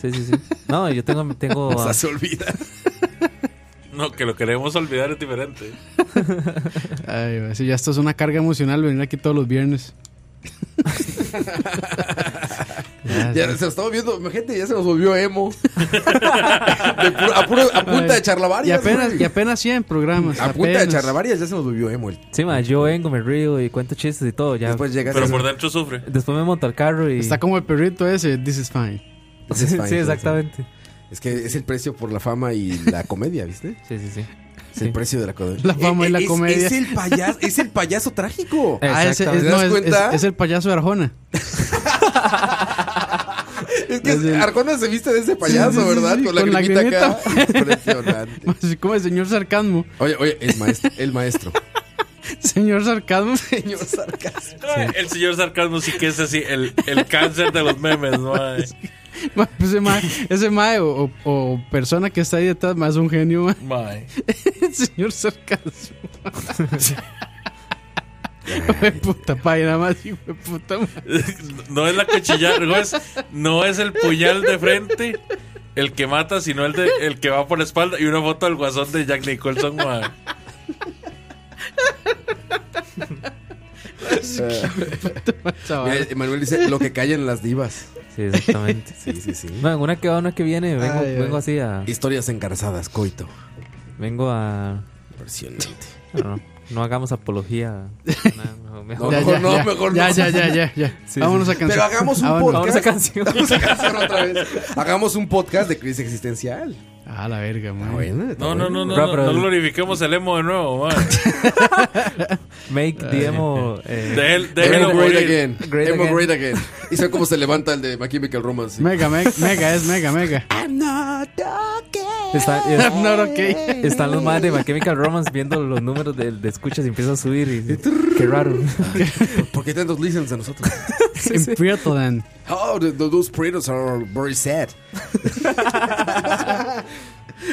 [SPEAKER 3] Sí, sí, sí. No, yo tengo... tengo
[SPEAKER 5] Nos
[SPEAKER 3] ah,
[SPEAKER 5] hace olvidar. No, que lo queremos olvidar es diferente.
[SPEAKER 4] Ay, güey, sí, ya esto es una carga emocional venir aquí todos los viernes. Ah,
[SPEAKER 2] Ya, se lo estamos viendo, gente, ya se nos volvió emo. De pu- a, puro- a punta de
[SPEAKER 4] Y
[SPEAKER 2] charlavarias.
[SPEAKER 4] apenas,
[SPEAKER 2] güey.
[SPEAKER 4] y apenas 100 programas.
[SPEAKER 2] a punta de
[SPEAKER 4] apenas.
[SPEAKER 2] charlavarias ya se nos volvió emo. el-
[SPEAKER 3] Sí, mae, yo vengo, me río y cuento chistes y todo. Ya.
[SPEAKER 2] Después llegas
[SPEAKER 5] Pero por dentro sufre.
[SPEAKER 3] Después me monto al carro y...
[SPEAKER 4] Está como el perrito ese, This is fine.
[SPEAKER 2] This is fine,
[SPEAKER 3] sí, exactamente.
[SPEAKER 2] Es que es el precio por la fama y la comedia, ¿viste?
[SPEAKER 3] Sí, sí, sí.
[SPEAKER 2] Es el precio de la comedia.
[SPEAKER 4] La fama y la
[SPEAKER 2] es,
[SPEAKER 4] comedia.
[SPEAKER 2] Es el payaso, es el payaso trágico.
[SPEAKER 4] Ah, ese- es,
[SPEAKER 2] ¿Te
[SPEAKER 4] no,
[SPEAKER 2] das
[SPEAKER 4] es-
[SPEAKER 2] cuenta?
[SPEAKER 4] es- es el payaso de Arjona.
[SPEAKER 2] Es que Arjona se viste de ese payaso,
[SPEAKER 4] Sí, sí, sí,
[SPEAKER 2] ¿verdad?
[SPEAKER 4] sí,
[SPEAKER 2] con la grimita acá. Impresionante.
[SPEAKER 4] Así como el señor sarcasmo.
[SPEAKER 2] Oye, oye, el maestro. El maestro.
[SPEAKER 4] Señor sarcasmo.
[SPEAKER 2] Señor sarcasmo.
[SPEAKER 5] Ay, El señor sarcasmo sí que es así, el, el cáncer de los memes, ¿no? Ay.
[SPEAKER 4] Ma, pues Ese mae, ese mae o, o- o persona que está ahí detrás, más un genio. mae.
[SPEAKER 5] Mae.
[SPEAKER 4] El señor sarcasmo. puta página más, hijo de puta madre.
[SPEAKER 5] No es la cuchillada, no es, no es el puñal de frente el que mata, sino el, de, el que va por la espalda. Y una foto del guasón de Jack Nicholson, madre.
[SPEAKER 2] Mira, Eh, Manuel dice lo que callan las divas.
[SPEAKER 3] Sí, exactamente.
[SPEAKER 2] sí, sí, sí.
[SPEAKER 3] Bueno, una que va, una que viene. Vengo,
[SPEAKER 2] Ay, ay.
[SPEAKER 3] vengo así a.
[SPEAKER 2] Historias engarzadas, coito.
[SPEAKER 3] Vengo a.
[SPEAKER 2] Impresionante.
[SPEAKER 3] No, no hagamos apología. No,
[SPEAKER 2] No, mejor no, mejor
[SPEAKER 4] ya,
[SPEAKER 2] no.
[SPEAKER 4] ya, ya, ya, ya. Vámonos a canción.
[SPEAKER 2] Pero hagamos un
[SPEAKER 4] Vámonos.
[SPEAKER 2] podcast.
[SPEAKER 4] Vámonos a canción.
[SPEAKER 2] Vamos a canción otra vez. Hagamos un podcast de crisis existencial.
[SPEAKER 4] Ah, la verga, man.
[SPEAKER 5] No, no, no, no, no, no glorifiquemos el emo de nuevo, madre.
[SPEAKER 3] Make the emo. eh,
[SPEAKER 5] De él- de
[SPEAKER 2] Emo
[SPEAKER 5] él
[SPEAKER 2] great
[SPEAKER 5] morir.
[SPEAKER 2] again.
[SPEAKER 3] Great
[SPEAKER 2] Emo
[SPEAKER 3] again.
[SPEAKER 2] great again. Y sabe cómo se levanta el de My Chemical Romance.
[SPEAKER 4] Mega, mega, mega, es mega, mega.
[SPEAKER 3] Está- es-
[SPEAKER 4] I'm not okay.
[SPEAKER 3] Están los madres de My Chemical Romance viendo los números de, de escuchas y empiezan a subir. Y, dicen, qué raro.
[SPEAKER 2] ¿Por qué tantos listens a nosotros?
[SPEAKER 4] En Prieto, Dan.
[SPEAKER 2] Oh, the, the- those Predators are very sad.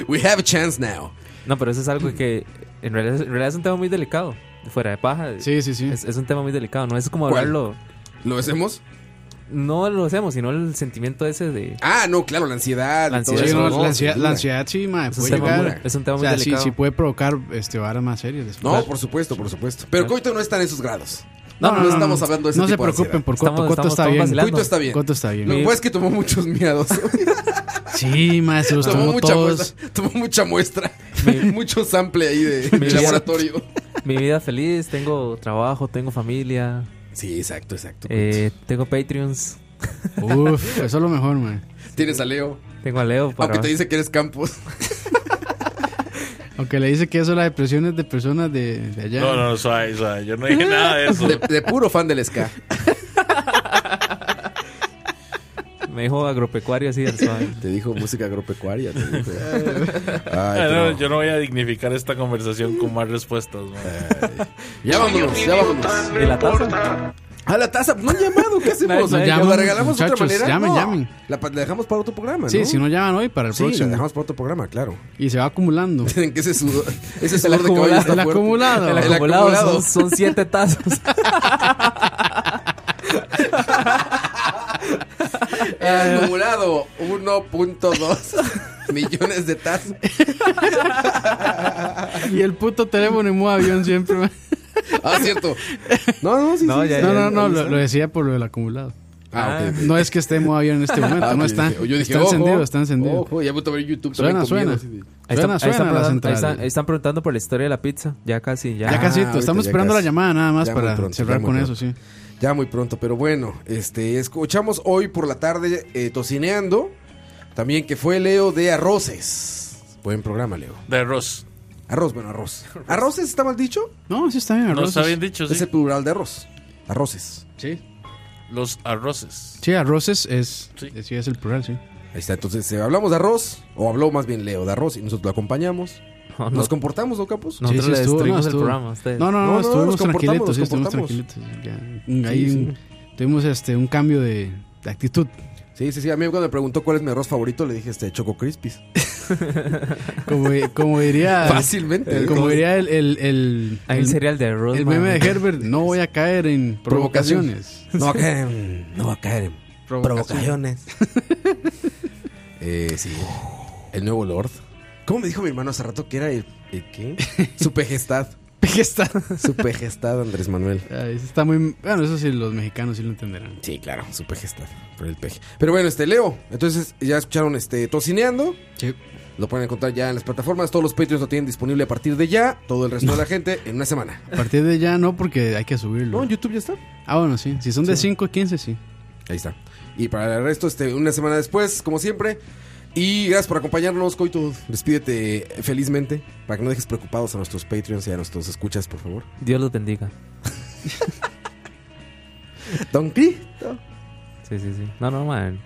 [SPEAKER 2] We have a chance now.
[SPEAKER 3] No, pero eso es algo que en realidad, en realidad es un tema muy delicado. Fuera de paja.
[SPEAKER 4] Sí, sí, sí.
[SPEAKER 3] Es, es un tema muy delicado. No es como
[SPEAKER 2] ¿Cuál?
[SPEAKER 3] hablarlo.
[SPEAKER 2] ¿Lo hacemos?
[SPEAKER 3] No lo hacemos, sino el sentimiento ese de.
[SPEAKER 2] Ah, no, claro, la ansiedad.
[SPEAKER 3] La
[SPEAKER 2] y todo
[SPEAKER 3] ansiedad.
[SPEAKER 4] Sí,
[SPEAKER 2] eso,
[SPEAKER 4] no,
[SPEAKER 2] ¿no?
[SPEAKER 4] la, ansiedad,
[SPEAKER 2] Sin
[SPEAKER 4] la
[SPEAKER 2] duda.
[SPEAKER 4] ansiedad sí, madre,
[SPEAKER 3] Es un
[SPEAKER 4] puede
[SPEAKER 3] tema muy-
[SPEAKER 4] llegar.
[SPEAKER 3] es un tema
[SPEAKER 4] o
[SPEAKER 3] muy
[SPEAKER 4] sea, sí,
[SPEAKER 3] delicado.
[SPEAKER 4] sí puede provocar este, varas más serias. después.
[SPEAKER 2] No, por supuesto, por supuesto. Pero Coito no está en esos grados.
[SPEAKER 4] No,
[SPEAKER 2] No,
[SPEAKER 4] no,
[SPEAKER 2] no,
[SPEAKER 4] no,
[SPEAKER 2] estamos
[SPEAKER 4] no.
[SPEAKER 2] hablando de ese
[SPEAKER 4] No se
[SPEAKER 2] tipo de
[SPEAKER 4] preocupen
[SPEAKER 2] ansiedad.
[SPEAKER 4] por Coto,
[SPEAKER 3] Estamos-
[SPEAKER 4] Coto
[SPEAKER 3] estamos
[SPEAKER 4] está
[SPEAKER 3] todos
[SPEAKER 4] bien.
[SPEAKER 3] vacilando.
[SPEAKER 2] Coito está bien.
[SPEAKER 4] Coto está bien.
[SPEAKER 2] Lo que pasa pues es que tomó muchos miados.
[SPEAKER 4] Sí, madre, se los
[SPEAKER 2] tomó,
[SPEAKER 4] Pues tomó
[SPEAKER 2] mucha
[SPEAKER 4] todos.
[SPEAKER 2] muestra, tomó mucha muestra. Mucho sample ahí de,
[SPEAKER 3] Mi-
[SPEAKER 2] de laboratorio.
[SPEAKER 3] Mi vida feliz, tengo trabajo, tengo familia,
[SPEAKER 2] Sí, exacto, exacto.
[SPEAKER 3] eh, tengo Patreons,
[SPEAKER 4] Uf, eso es lo mejor, man.
[SPEAKER 2] Tienes a Leo,
[SPEAKER 3] tengo a Leo para.
[SPEAKER 2] aunque te dice que eres Campos.
[SPEAKER 4] Aunque le dice que eso, las depresiones de personas de, de allá.
[SPEAKER 5] No, no, suave, suave. Yo no dije nada de eso.
[SPEAKER 2] De, de puro fan del ska.
[SPEAKER 3] Me dijo agropecuario así al suave.
[SPEAKER 2] Te dijo música agropecuaria. te dijo. Ay,
[SPEAKER 5] Ah, no,
[SPEAKER 2] pero-
[SPEAKER 5] yo no voy a dignificar esta conversación con más respuestas, madre.
[SPEAKER 2] Ya vámonos, ya vámonos.
[SPEAKER 3] ¿Y la taza?
[SPEAKER 2] A la taza, no han llamado, ¿qué hacemos?
[SPEAKER 4] Nadie- nadie
[SPEAKER 2] ¿O
[SPEAKER 4] llamó,
[SPEAKER 2] la regalamos de otra
[SPEAKER 4] muchachos,
[SPEAKER 2] manera?
[SPEAKER 4] llamen,
[SPEAKER 2] No,
[SPEAKER 4] llamen.
[SPEAKER 2] La, pa- la dejamos para otro programa,
[SPEAKER 4] Sí,
[SPEAKER 2] pues, ¿no?
[SPEAKER 4] si no llaman hoy, para el
[SPEAKER 2] Sí, la
[SPEAKER 4] próximo.
[SPEAKER 2] dejamos para otro programa, claro.
[SPEAKER 4] Y se va acumulando.
[SPEAKER 2] Dicen que ese sudor, ese sudor de
[SPEAKER 4] acumulado,
[SPEAKER 2] caballo está
[SPEAKER 4] el
[SPEAKER 2] fuerte.
[SPEAKER 4] acumulado.
[SPEAKER 3] El
[SPEAKER 2] El
[SPEAKER 3] acumulado,
[SPEAKER 2] acumulado.
[SPEAKER 3] Son, son siete tazas.
[SPEAKER 2] El
[SPEAKER 4] Eh.
[SPEAKER 2] acumulado 1.2 millones de tazas.
[SPEAKER 4] Y el puto teléfono en modo avión siempre. man.
[SPEAKER 2] Ah, cierto. No, no, sí,
[SPEAKER 3] No,
[SPEAKER 2] sí,
[SPEAKER 3] ya,
[SPEAKER 2] sí.
[SPEAKER 4] No, no, no, lo, lo decía por lo del acumulado.
[SPEAKER 2] Ah, ok, ok.
[SPEAKER 4] No es que esté en modo avión en este momento,
[SPEAKER 2] Ah, ok,
[SPEAKER 4] no está.
[SPEAKER 2] dije- yo dije,
[SPEAKER 4] está
[SPEAKER 2] ojo,
[SPEAKER 4] encendido, está encendido.
[SPEAKER 2] Ojo, ya voy a ver YouTube
[SPEAKER 4] Suena,
[SPEAKER 2] también
[SPEAKER 4] suena.
[SPEAKER 2] conmigo.
[SPEAKER 4] Ahí
[SPEAKER 3] están-
[SPEAKER 4] suena,
[SPEAKER 3] ahí están
[SPEAKER 4] suena la
[SPEAKER 3] preguntando- ahí
[SPEAKER 4] central.
[SPEAKER 3] están- ahí están preguntando por la historia de la pizza. Ya casi, ya.
[SPEAKER 4] Ya casito,
[SPEAKER 2] Ah, ahorita
[SPEAKER 4] estamos
[SPEAKER 2] ya
[SPEAKER 4] esperando
[SPEAKER 2] casi.
[SPEAKER 4] la llamada nada más
[SPEAKER 2] Ya muy
[SPEAKER 4] para
[SPEAKER 2] pronto, ya
[SPEAKER 4] cerrar
[SPEAKER 2] muy
[SPEAKER 4] con
[SPEAKER 2] pronto.
[SPEAKER 4] eso, sí.
[SPEAKER 2] Ya muy pronto, pero bueno, este, escuchamos hoy por la tarde eh, Tocineando, también que fue Leo de Arroces. Buen programa, Leo.
[SPEAKER 5] De arroz.
[SPEAKER 2] Arroz, bueno, arroz. ¿Arroces está mal dicho?
[SPEAKER 4] No, sí está bien,
[SPEAKER 5] No
[SPEAKER 4] arroces.
[SPEAKER 5] está bien dicho,
[SPEAKER 2] Es
[SPEAKER 5] sí.
[SPEAKER 2] el plural de arroz. Arroces.
[SPEAKER 4] Sí.
[SPEAKER 5] Los arroces.
[SPEAKER 4] Sí, arroces es,
[SPEAKER 5] Sí.
[SPEAKER 4] es- sí, es el plural, sí.
[SPEAKER 2] Ahí está, entonces eh, hablamos de arroz, o habló más bien Leo de arroz, y nosotros lo acompañamos.
[SPEAKER 3] No, no,
[SPEAKER 2] ¿Nos comportamos, no, Capos?
[SPEAKER 3] nosotros
[SPEAKER 4] sí,
[SPEAKER 3] le
[SPEAKER 4] estuvo, no,
[SPEAKER 3] destruimos el
[SPEAKER 4] estuvo.
[SPEAKER 3] programa a ustedes.
[SPEAKER 4] No, no,
[SPEAKER 2] No,
[SPEAKER 4] no,
[SPEAKER 2] no,
[SPEAKER 4] estuvimos
[SPEAKER 2] nos comportamos,
[SPEAKER 4] tranquilitos,
[SPEAKER 2] nos
[SPEAKER 4] sí, estuvimos
[SPEAKER 2] comportamos.
[SPEAKER 4] tranquilitos. Ya, ahí
[SPEAKER 2] sí.
[SPEAKER 4] tuvimos este, un cambio de, de actitud.
[SPEAKER 2] Sí, sí, sí. A mí cuando me preguntó cuál es mi arroz favorito, le dije este Choco Crispis.
[SPEAKER 4] Como, como diría,
[SPEAKER 2] Fácilmente.
[SPEAKER 4] el- como diría el, el, el,
[SPEAKER 3] Hay un
[SPEAKER 4] el-
[SPEAKER 3] cereal de arroz.
[SPEAKER 4] el
[SPEAKER 3] man.
[SPEAKER 4] meme de Herbert, no voy a caer en provocaciones.
[SPEAKER 2] No va a caer en- No va a caer en provocaciones. eh, sí. El nuevo Lord. ¿Cómo me dijo mi hermano hace rato que era el, el qué? Su pejestad.
[SPEAKER 4] Está,
[SPEAKER 2] Su pejestad, Andrés Manuel.
[SPEAKER 4] Ay, eso está muy... Bueno, eso sí, los mexicanos sí lo entenderán.
[SPEAKER 2] Sí, claro, su pejestad. Por el peje. Pero bueno, este Leo. Entonces, ya escucharon este Tocineando.
[SPEAKER 4] Sí.
[SPEAKER 2] Lo pueden encontrar ya en las plataformas. Todos los Patreons lo tienen disponible a partir de ya. Todo el resto de la gente en una semana.
[SPEAKER 4] A partir de ya no, porque hay que subirlo.
[SPEAKER 2] ¿No? ¿En YouTube ya está?
[SPEAKER 4] Ah, bueno, sí. Si son de 5 a 15, sí.
[SPEAKER 2] Ahí está. Y para el resto, este, una semana después, como siempre. Y gracias por acompañarnos, Coito. Despídete eh, felizmente. Para que no dejes preocupados a nuestros Patreons y a nuestros escuchas, por favor.
[SPEAKER 3] Dios los bendiga.
[SPEAKER 2] Don Cristo.
[SPEAKER 3] Sí, sí, sí. No, no, man.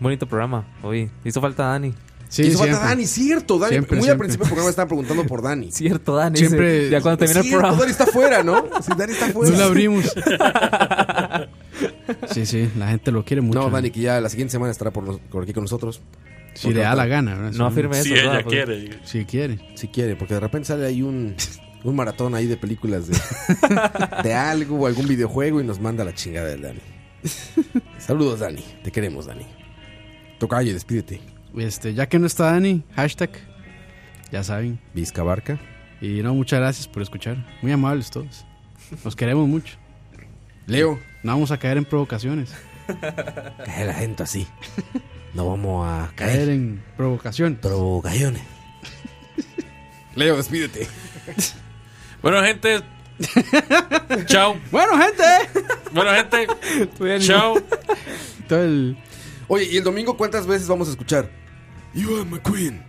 [SPEAKER 3] Bonito programa. Hoy hizo falta Dani.
[SPEAKER 4] Sí,
[SPEAKER 2] Hizo falta
[SPEAKER 4] siempre.
[SPEAKER 2] Dani, cierto, Dani.
[SPEAKER 4] Siempre,
[SPEAKER 2] Muy al
[SPEAKER 4] siempre.
[SPEAKER 2] principio del programa estaban preguntando por Dani.
[SPEAKER 3] Cierto, Dani.
[SPEAKER 4] Siempre-
[SPEAKER 3] dice, ya cuando termina el
[SPEAKER 2] Cierto,
[SPEAKER 3] programa.
[SPEAKER 2] Dani está fuera, ¿no? Sí, Dani está fuera.
[SPEAKER 4] No la abrimos. sí, sí, la gente lo quiere mucho.
[SPEAKER 2] No, Dani, que ya la siguiente semana estará por, nos- por aquí con nosotros.
[SPEAKER 4] Si le da la gana, ¿verdad?
[SPEAKER 3] No
[SPEAKER 4] Sí.
[SPEAKER 3] afirme eso.
[SPEAKER 5] Si
[SPEAKER 3] ¿verdad?
[SPEAKER 5] ella
[SPEAKER 3] Porque-
[SPEAKER 5] quiere.
[SPEAKER 4] Si quiere.
[SPEAKER 2] Si quiere, porque de repente sale ahí un, un maratón ahí de películas de, de algo o algún videojuego y nos manda la chingada del Dani. Saludos, Dani. Te queremos, Dani. Tocayo, despídete.
[SPEAKER 4] Este, ya que no está Dani, hashtag, ya saben.
[SPEAKER 2] Vizca Barca.
[SPEAKER 4] Y no, muchas gracias por escuchar. Muy amables todos. Los queremos mucho.
[SPEAKER 2] Leo.
[SPEAKER 4] No vamos a caer en provocaciones.
[SPEAKER 2] Caer la gente así. No vamos a
[SPEAKER 4] Caer,
[SPEAKER 2] caer.
[SPEAKER 4] en provocación.
[SPEAKER 2] Provocaciones. Leo, despídete.
[SPEAKER 5] Bueno, gente. Chao.
[SPEAKER 4] Bueno, gente.
[SPEAKER 5] Bueno, gente. Chao.
[SPEAKER 2] Oye, ¿y el domingo cuántas veces vamos a escuchar? You are my queen.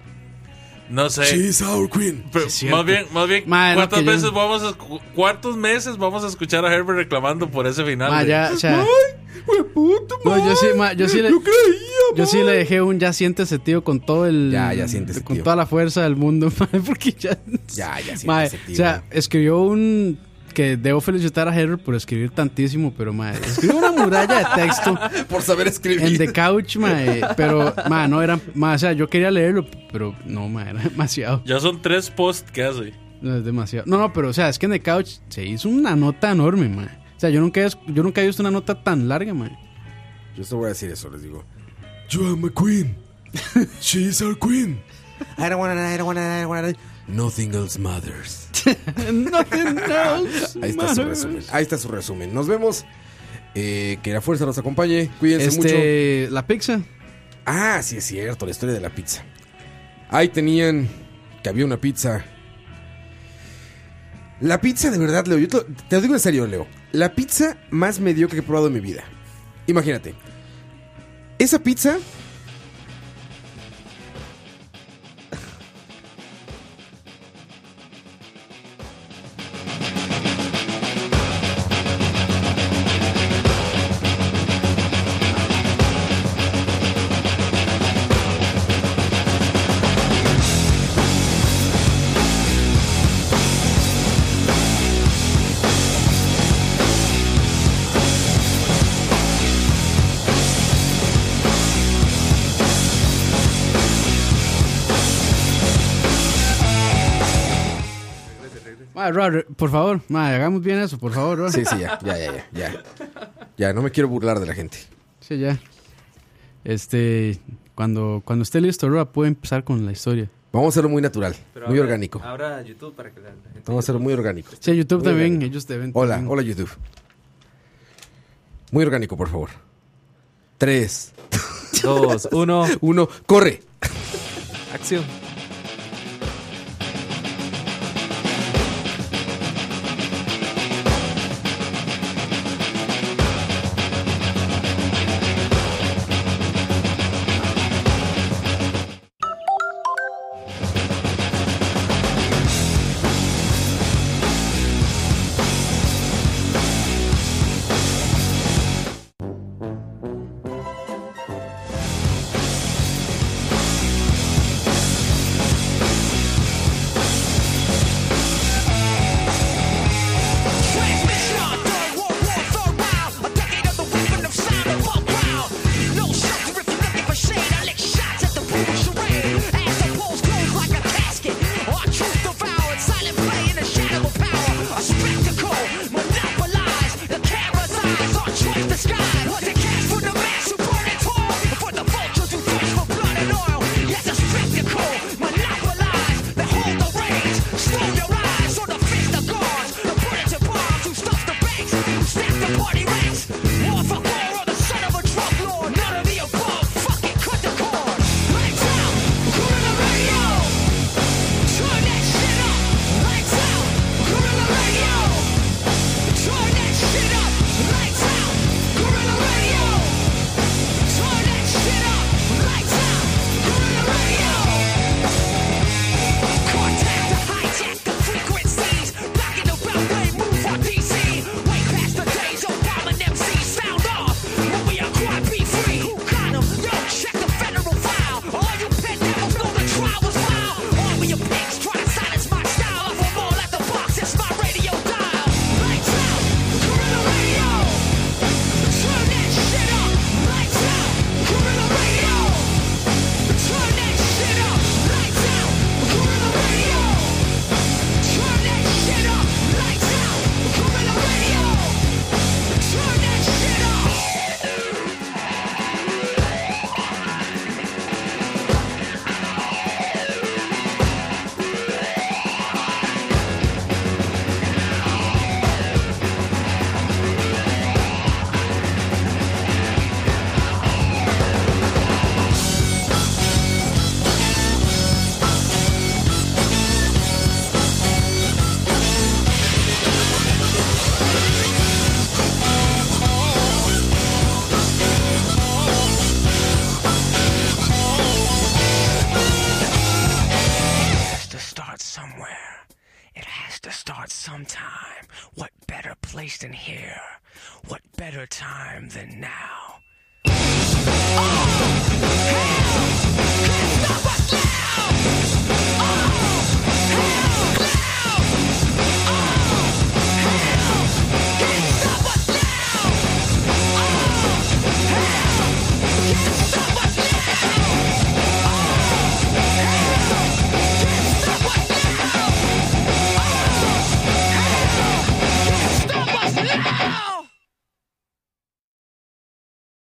[SPEAKER 5] No sé.
[SPEAKER 2] She's our queen. Sí,
[SPEAKER 5] Pero
[SPEAKER 2] es cierto.
[SPEAKER 5] más bien, más bien
[SPEAKER 2] Madre, no,
[SPEAKER 5] ¿cuántas
[SPEAKER 2] que yo-
[SPEAKER 5] veces vamos a, escu- cuántos meses vamos a escuchar a Herbert reclamando por ese final?
[SPEAKER 4] Ma,
[SPEAKER 5] de-
[SPEAKER 4] Ah, ya, o sea, No, yo sí, ma, yo sí le, yo sí le dejé un ya siéntese tío con todo el,
[SPEAKER 2] Ya, ya siéntese,
[SPEAKER 4] con
[SPEAKER 2] tío.
[SPEAKER 4] toda la fuerza del mundo, ma, porque ya,
[SPEAKER 2] pues, Ya, ya siéntese,
[SPEAKER 4] ma,
[SPEAKER 2] tío.
[SPEAKER 4] o sea, escribió un que debo felicitar a Herbert por escribir tantísimo, pero ma, escribió una muralla de texto
[SPEAKER 2] por saber escribir.
[SPEAKER 4] en The Couch, ma, eh, pero ma, no era, ma, o sea, yo quería leerlo, pero no, ma, era demasiado.
[SPEAKER 5] Ya son tres posts que hace.
[SPEAKER 4] No, es demasiado. No, no, pero o sea, es que en The Couch se hizo una nota enorme, man. O sea, yo nunca, he- yo nunca he visto una nota tan larga, man.
[SPEAKER 2] Yo solo voy a decir eso, les digo. You are my queen. She's our queen. I don't wanna, I don't wanna, I don't wanna. Nothing else matters.
[SPEAKER 4] Nothing else.
[SPEAKER 2] Ahí está su
[SPEAKER 4] matters.
[SPEAKER 2] resumen. Ahí está su resumen. Nos vemos. Eh, que la fuerza nos acompañe. Cuídense
[SPEAKER 4] Este, la pizza.
[SPEAKER 2] mucho. Ah, sí es cierto, la historia de la pizza. Ahí tenían que había una pizza. La pizza de verdad, Leo, yo te, te lo digo en serio, Leo. La pizza más mediocre que he probado en mi vida. Imagínate. Esa pizza
[SPEAKER 4] Ma, Robert, por favor, ma, hagamos bien eso, por favor, Robert.
[SPEAKER 2] Sí, sí, ya, ya, ya, ya, ya. Ya, no me quiero burlar de la gente.
[SPEAKER 4] Sí, ya. Este, cuando, cuando esté listo, Robert, puede empezar con la historia.
[SPEAKER 2] Vamos a hacerlo muy natural, muy orgánico.
[SPEAKER 12] Ahora YouTube para que la, la gente.
[SPEAKER 2] Vamos a hacerlo muy orgánico.
[SPEAKER 4] Sí, YouTube
[SPEAKER 2] Muy
[SPEAKER 4] también,
[SPEAKER 2] orgánico.
[SPEAKER 4] ellos te ven.
[SPEAKER 2] Hola,
[SPEAKER 4] también.
[SPEAKER 2] hola YouTube. Muy orgánico, por favor. Tres,
[SPEAKER 12] dos, uno.
[SPEAKER 2] Uno, corre.
[SPEAKER 12] Acción. Contact the hijack, the frequency.
[SPEAKER 5] It has to start sometime. What better place than here? What better time than now?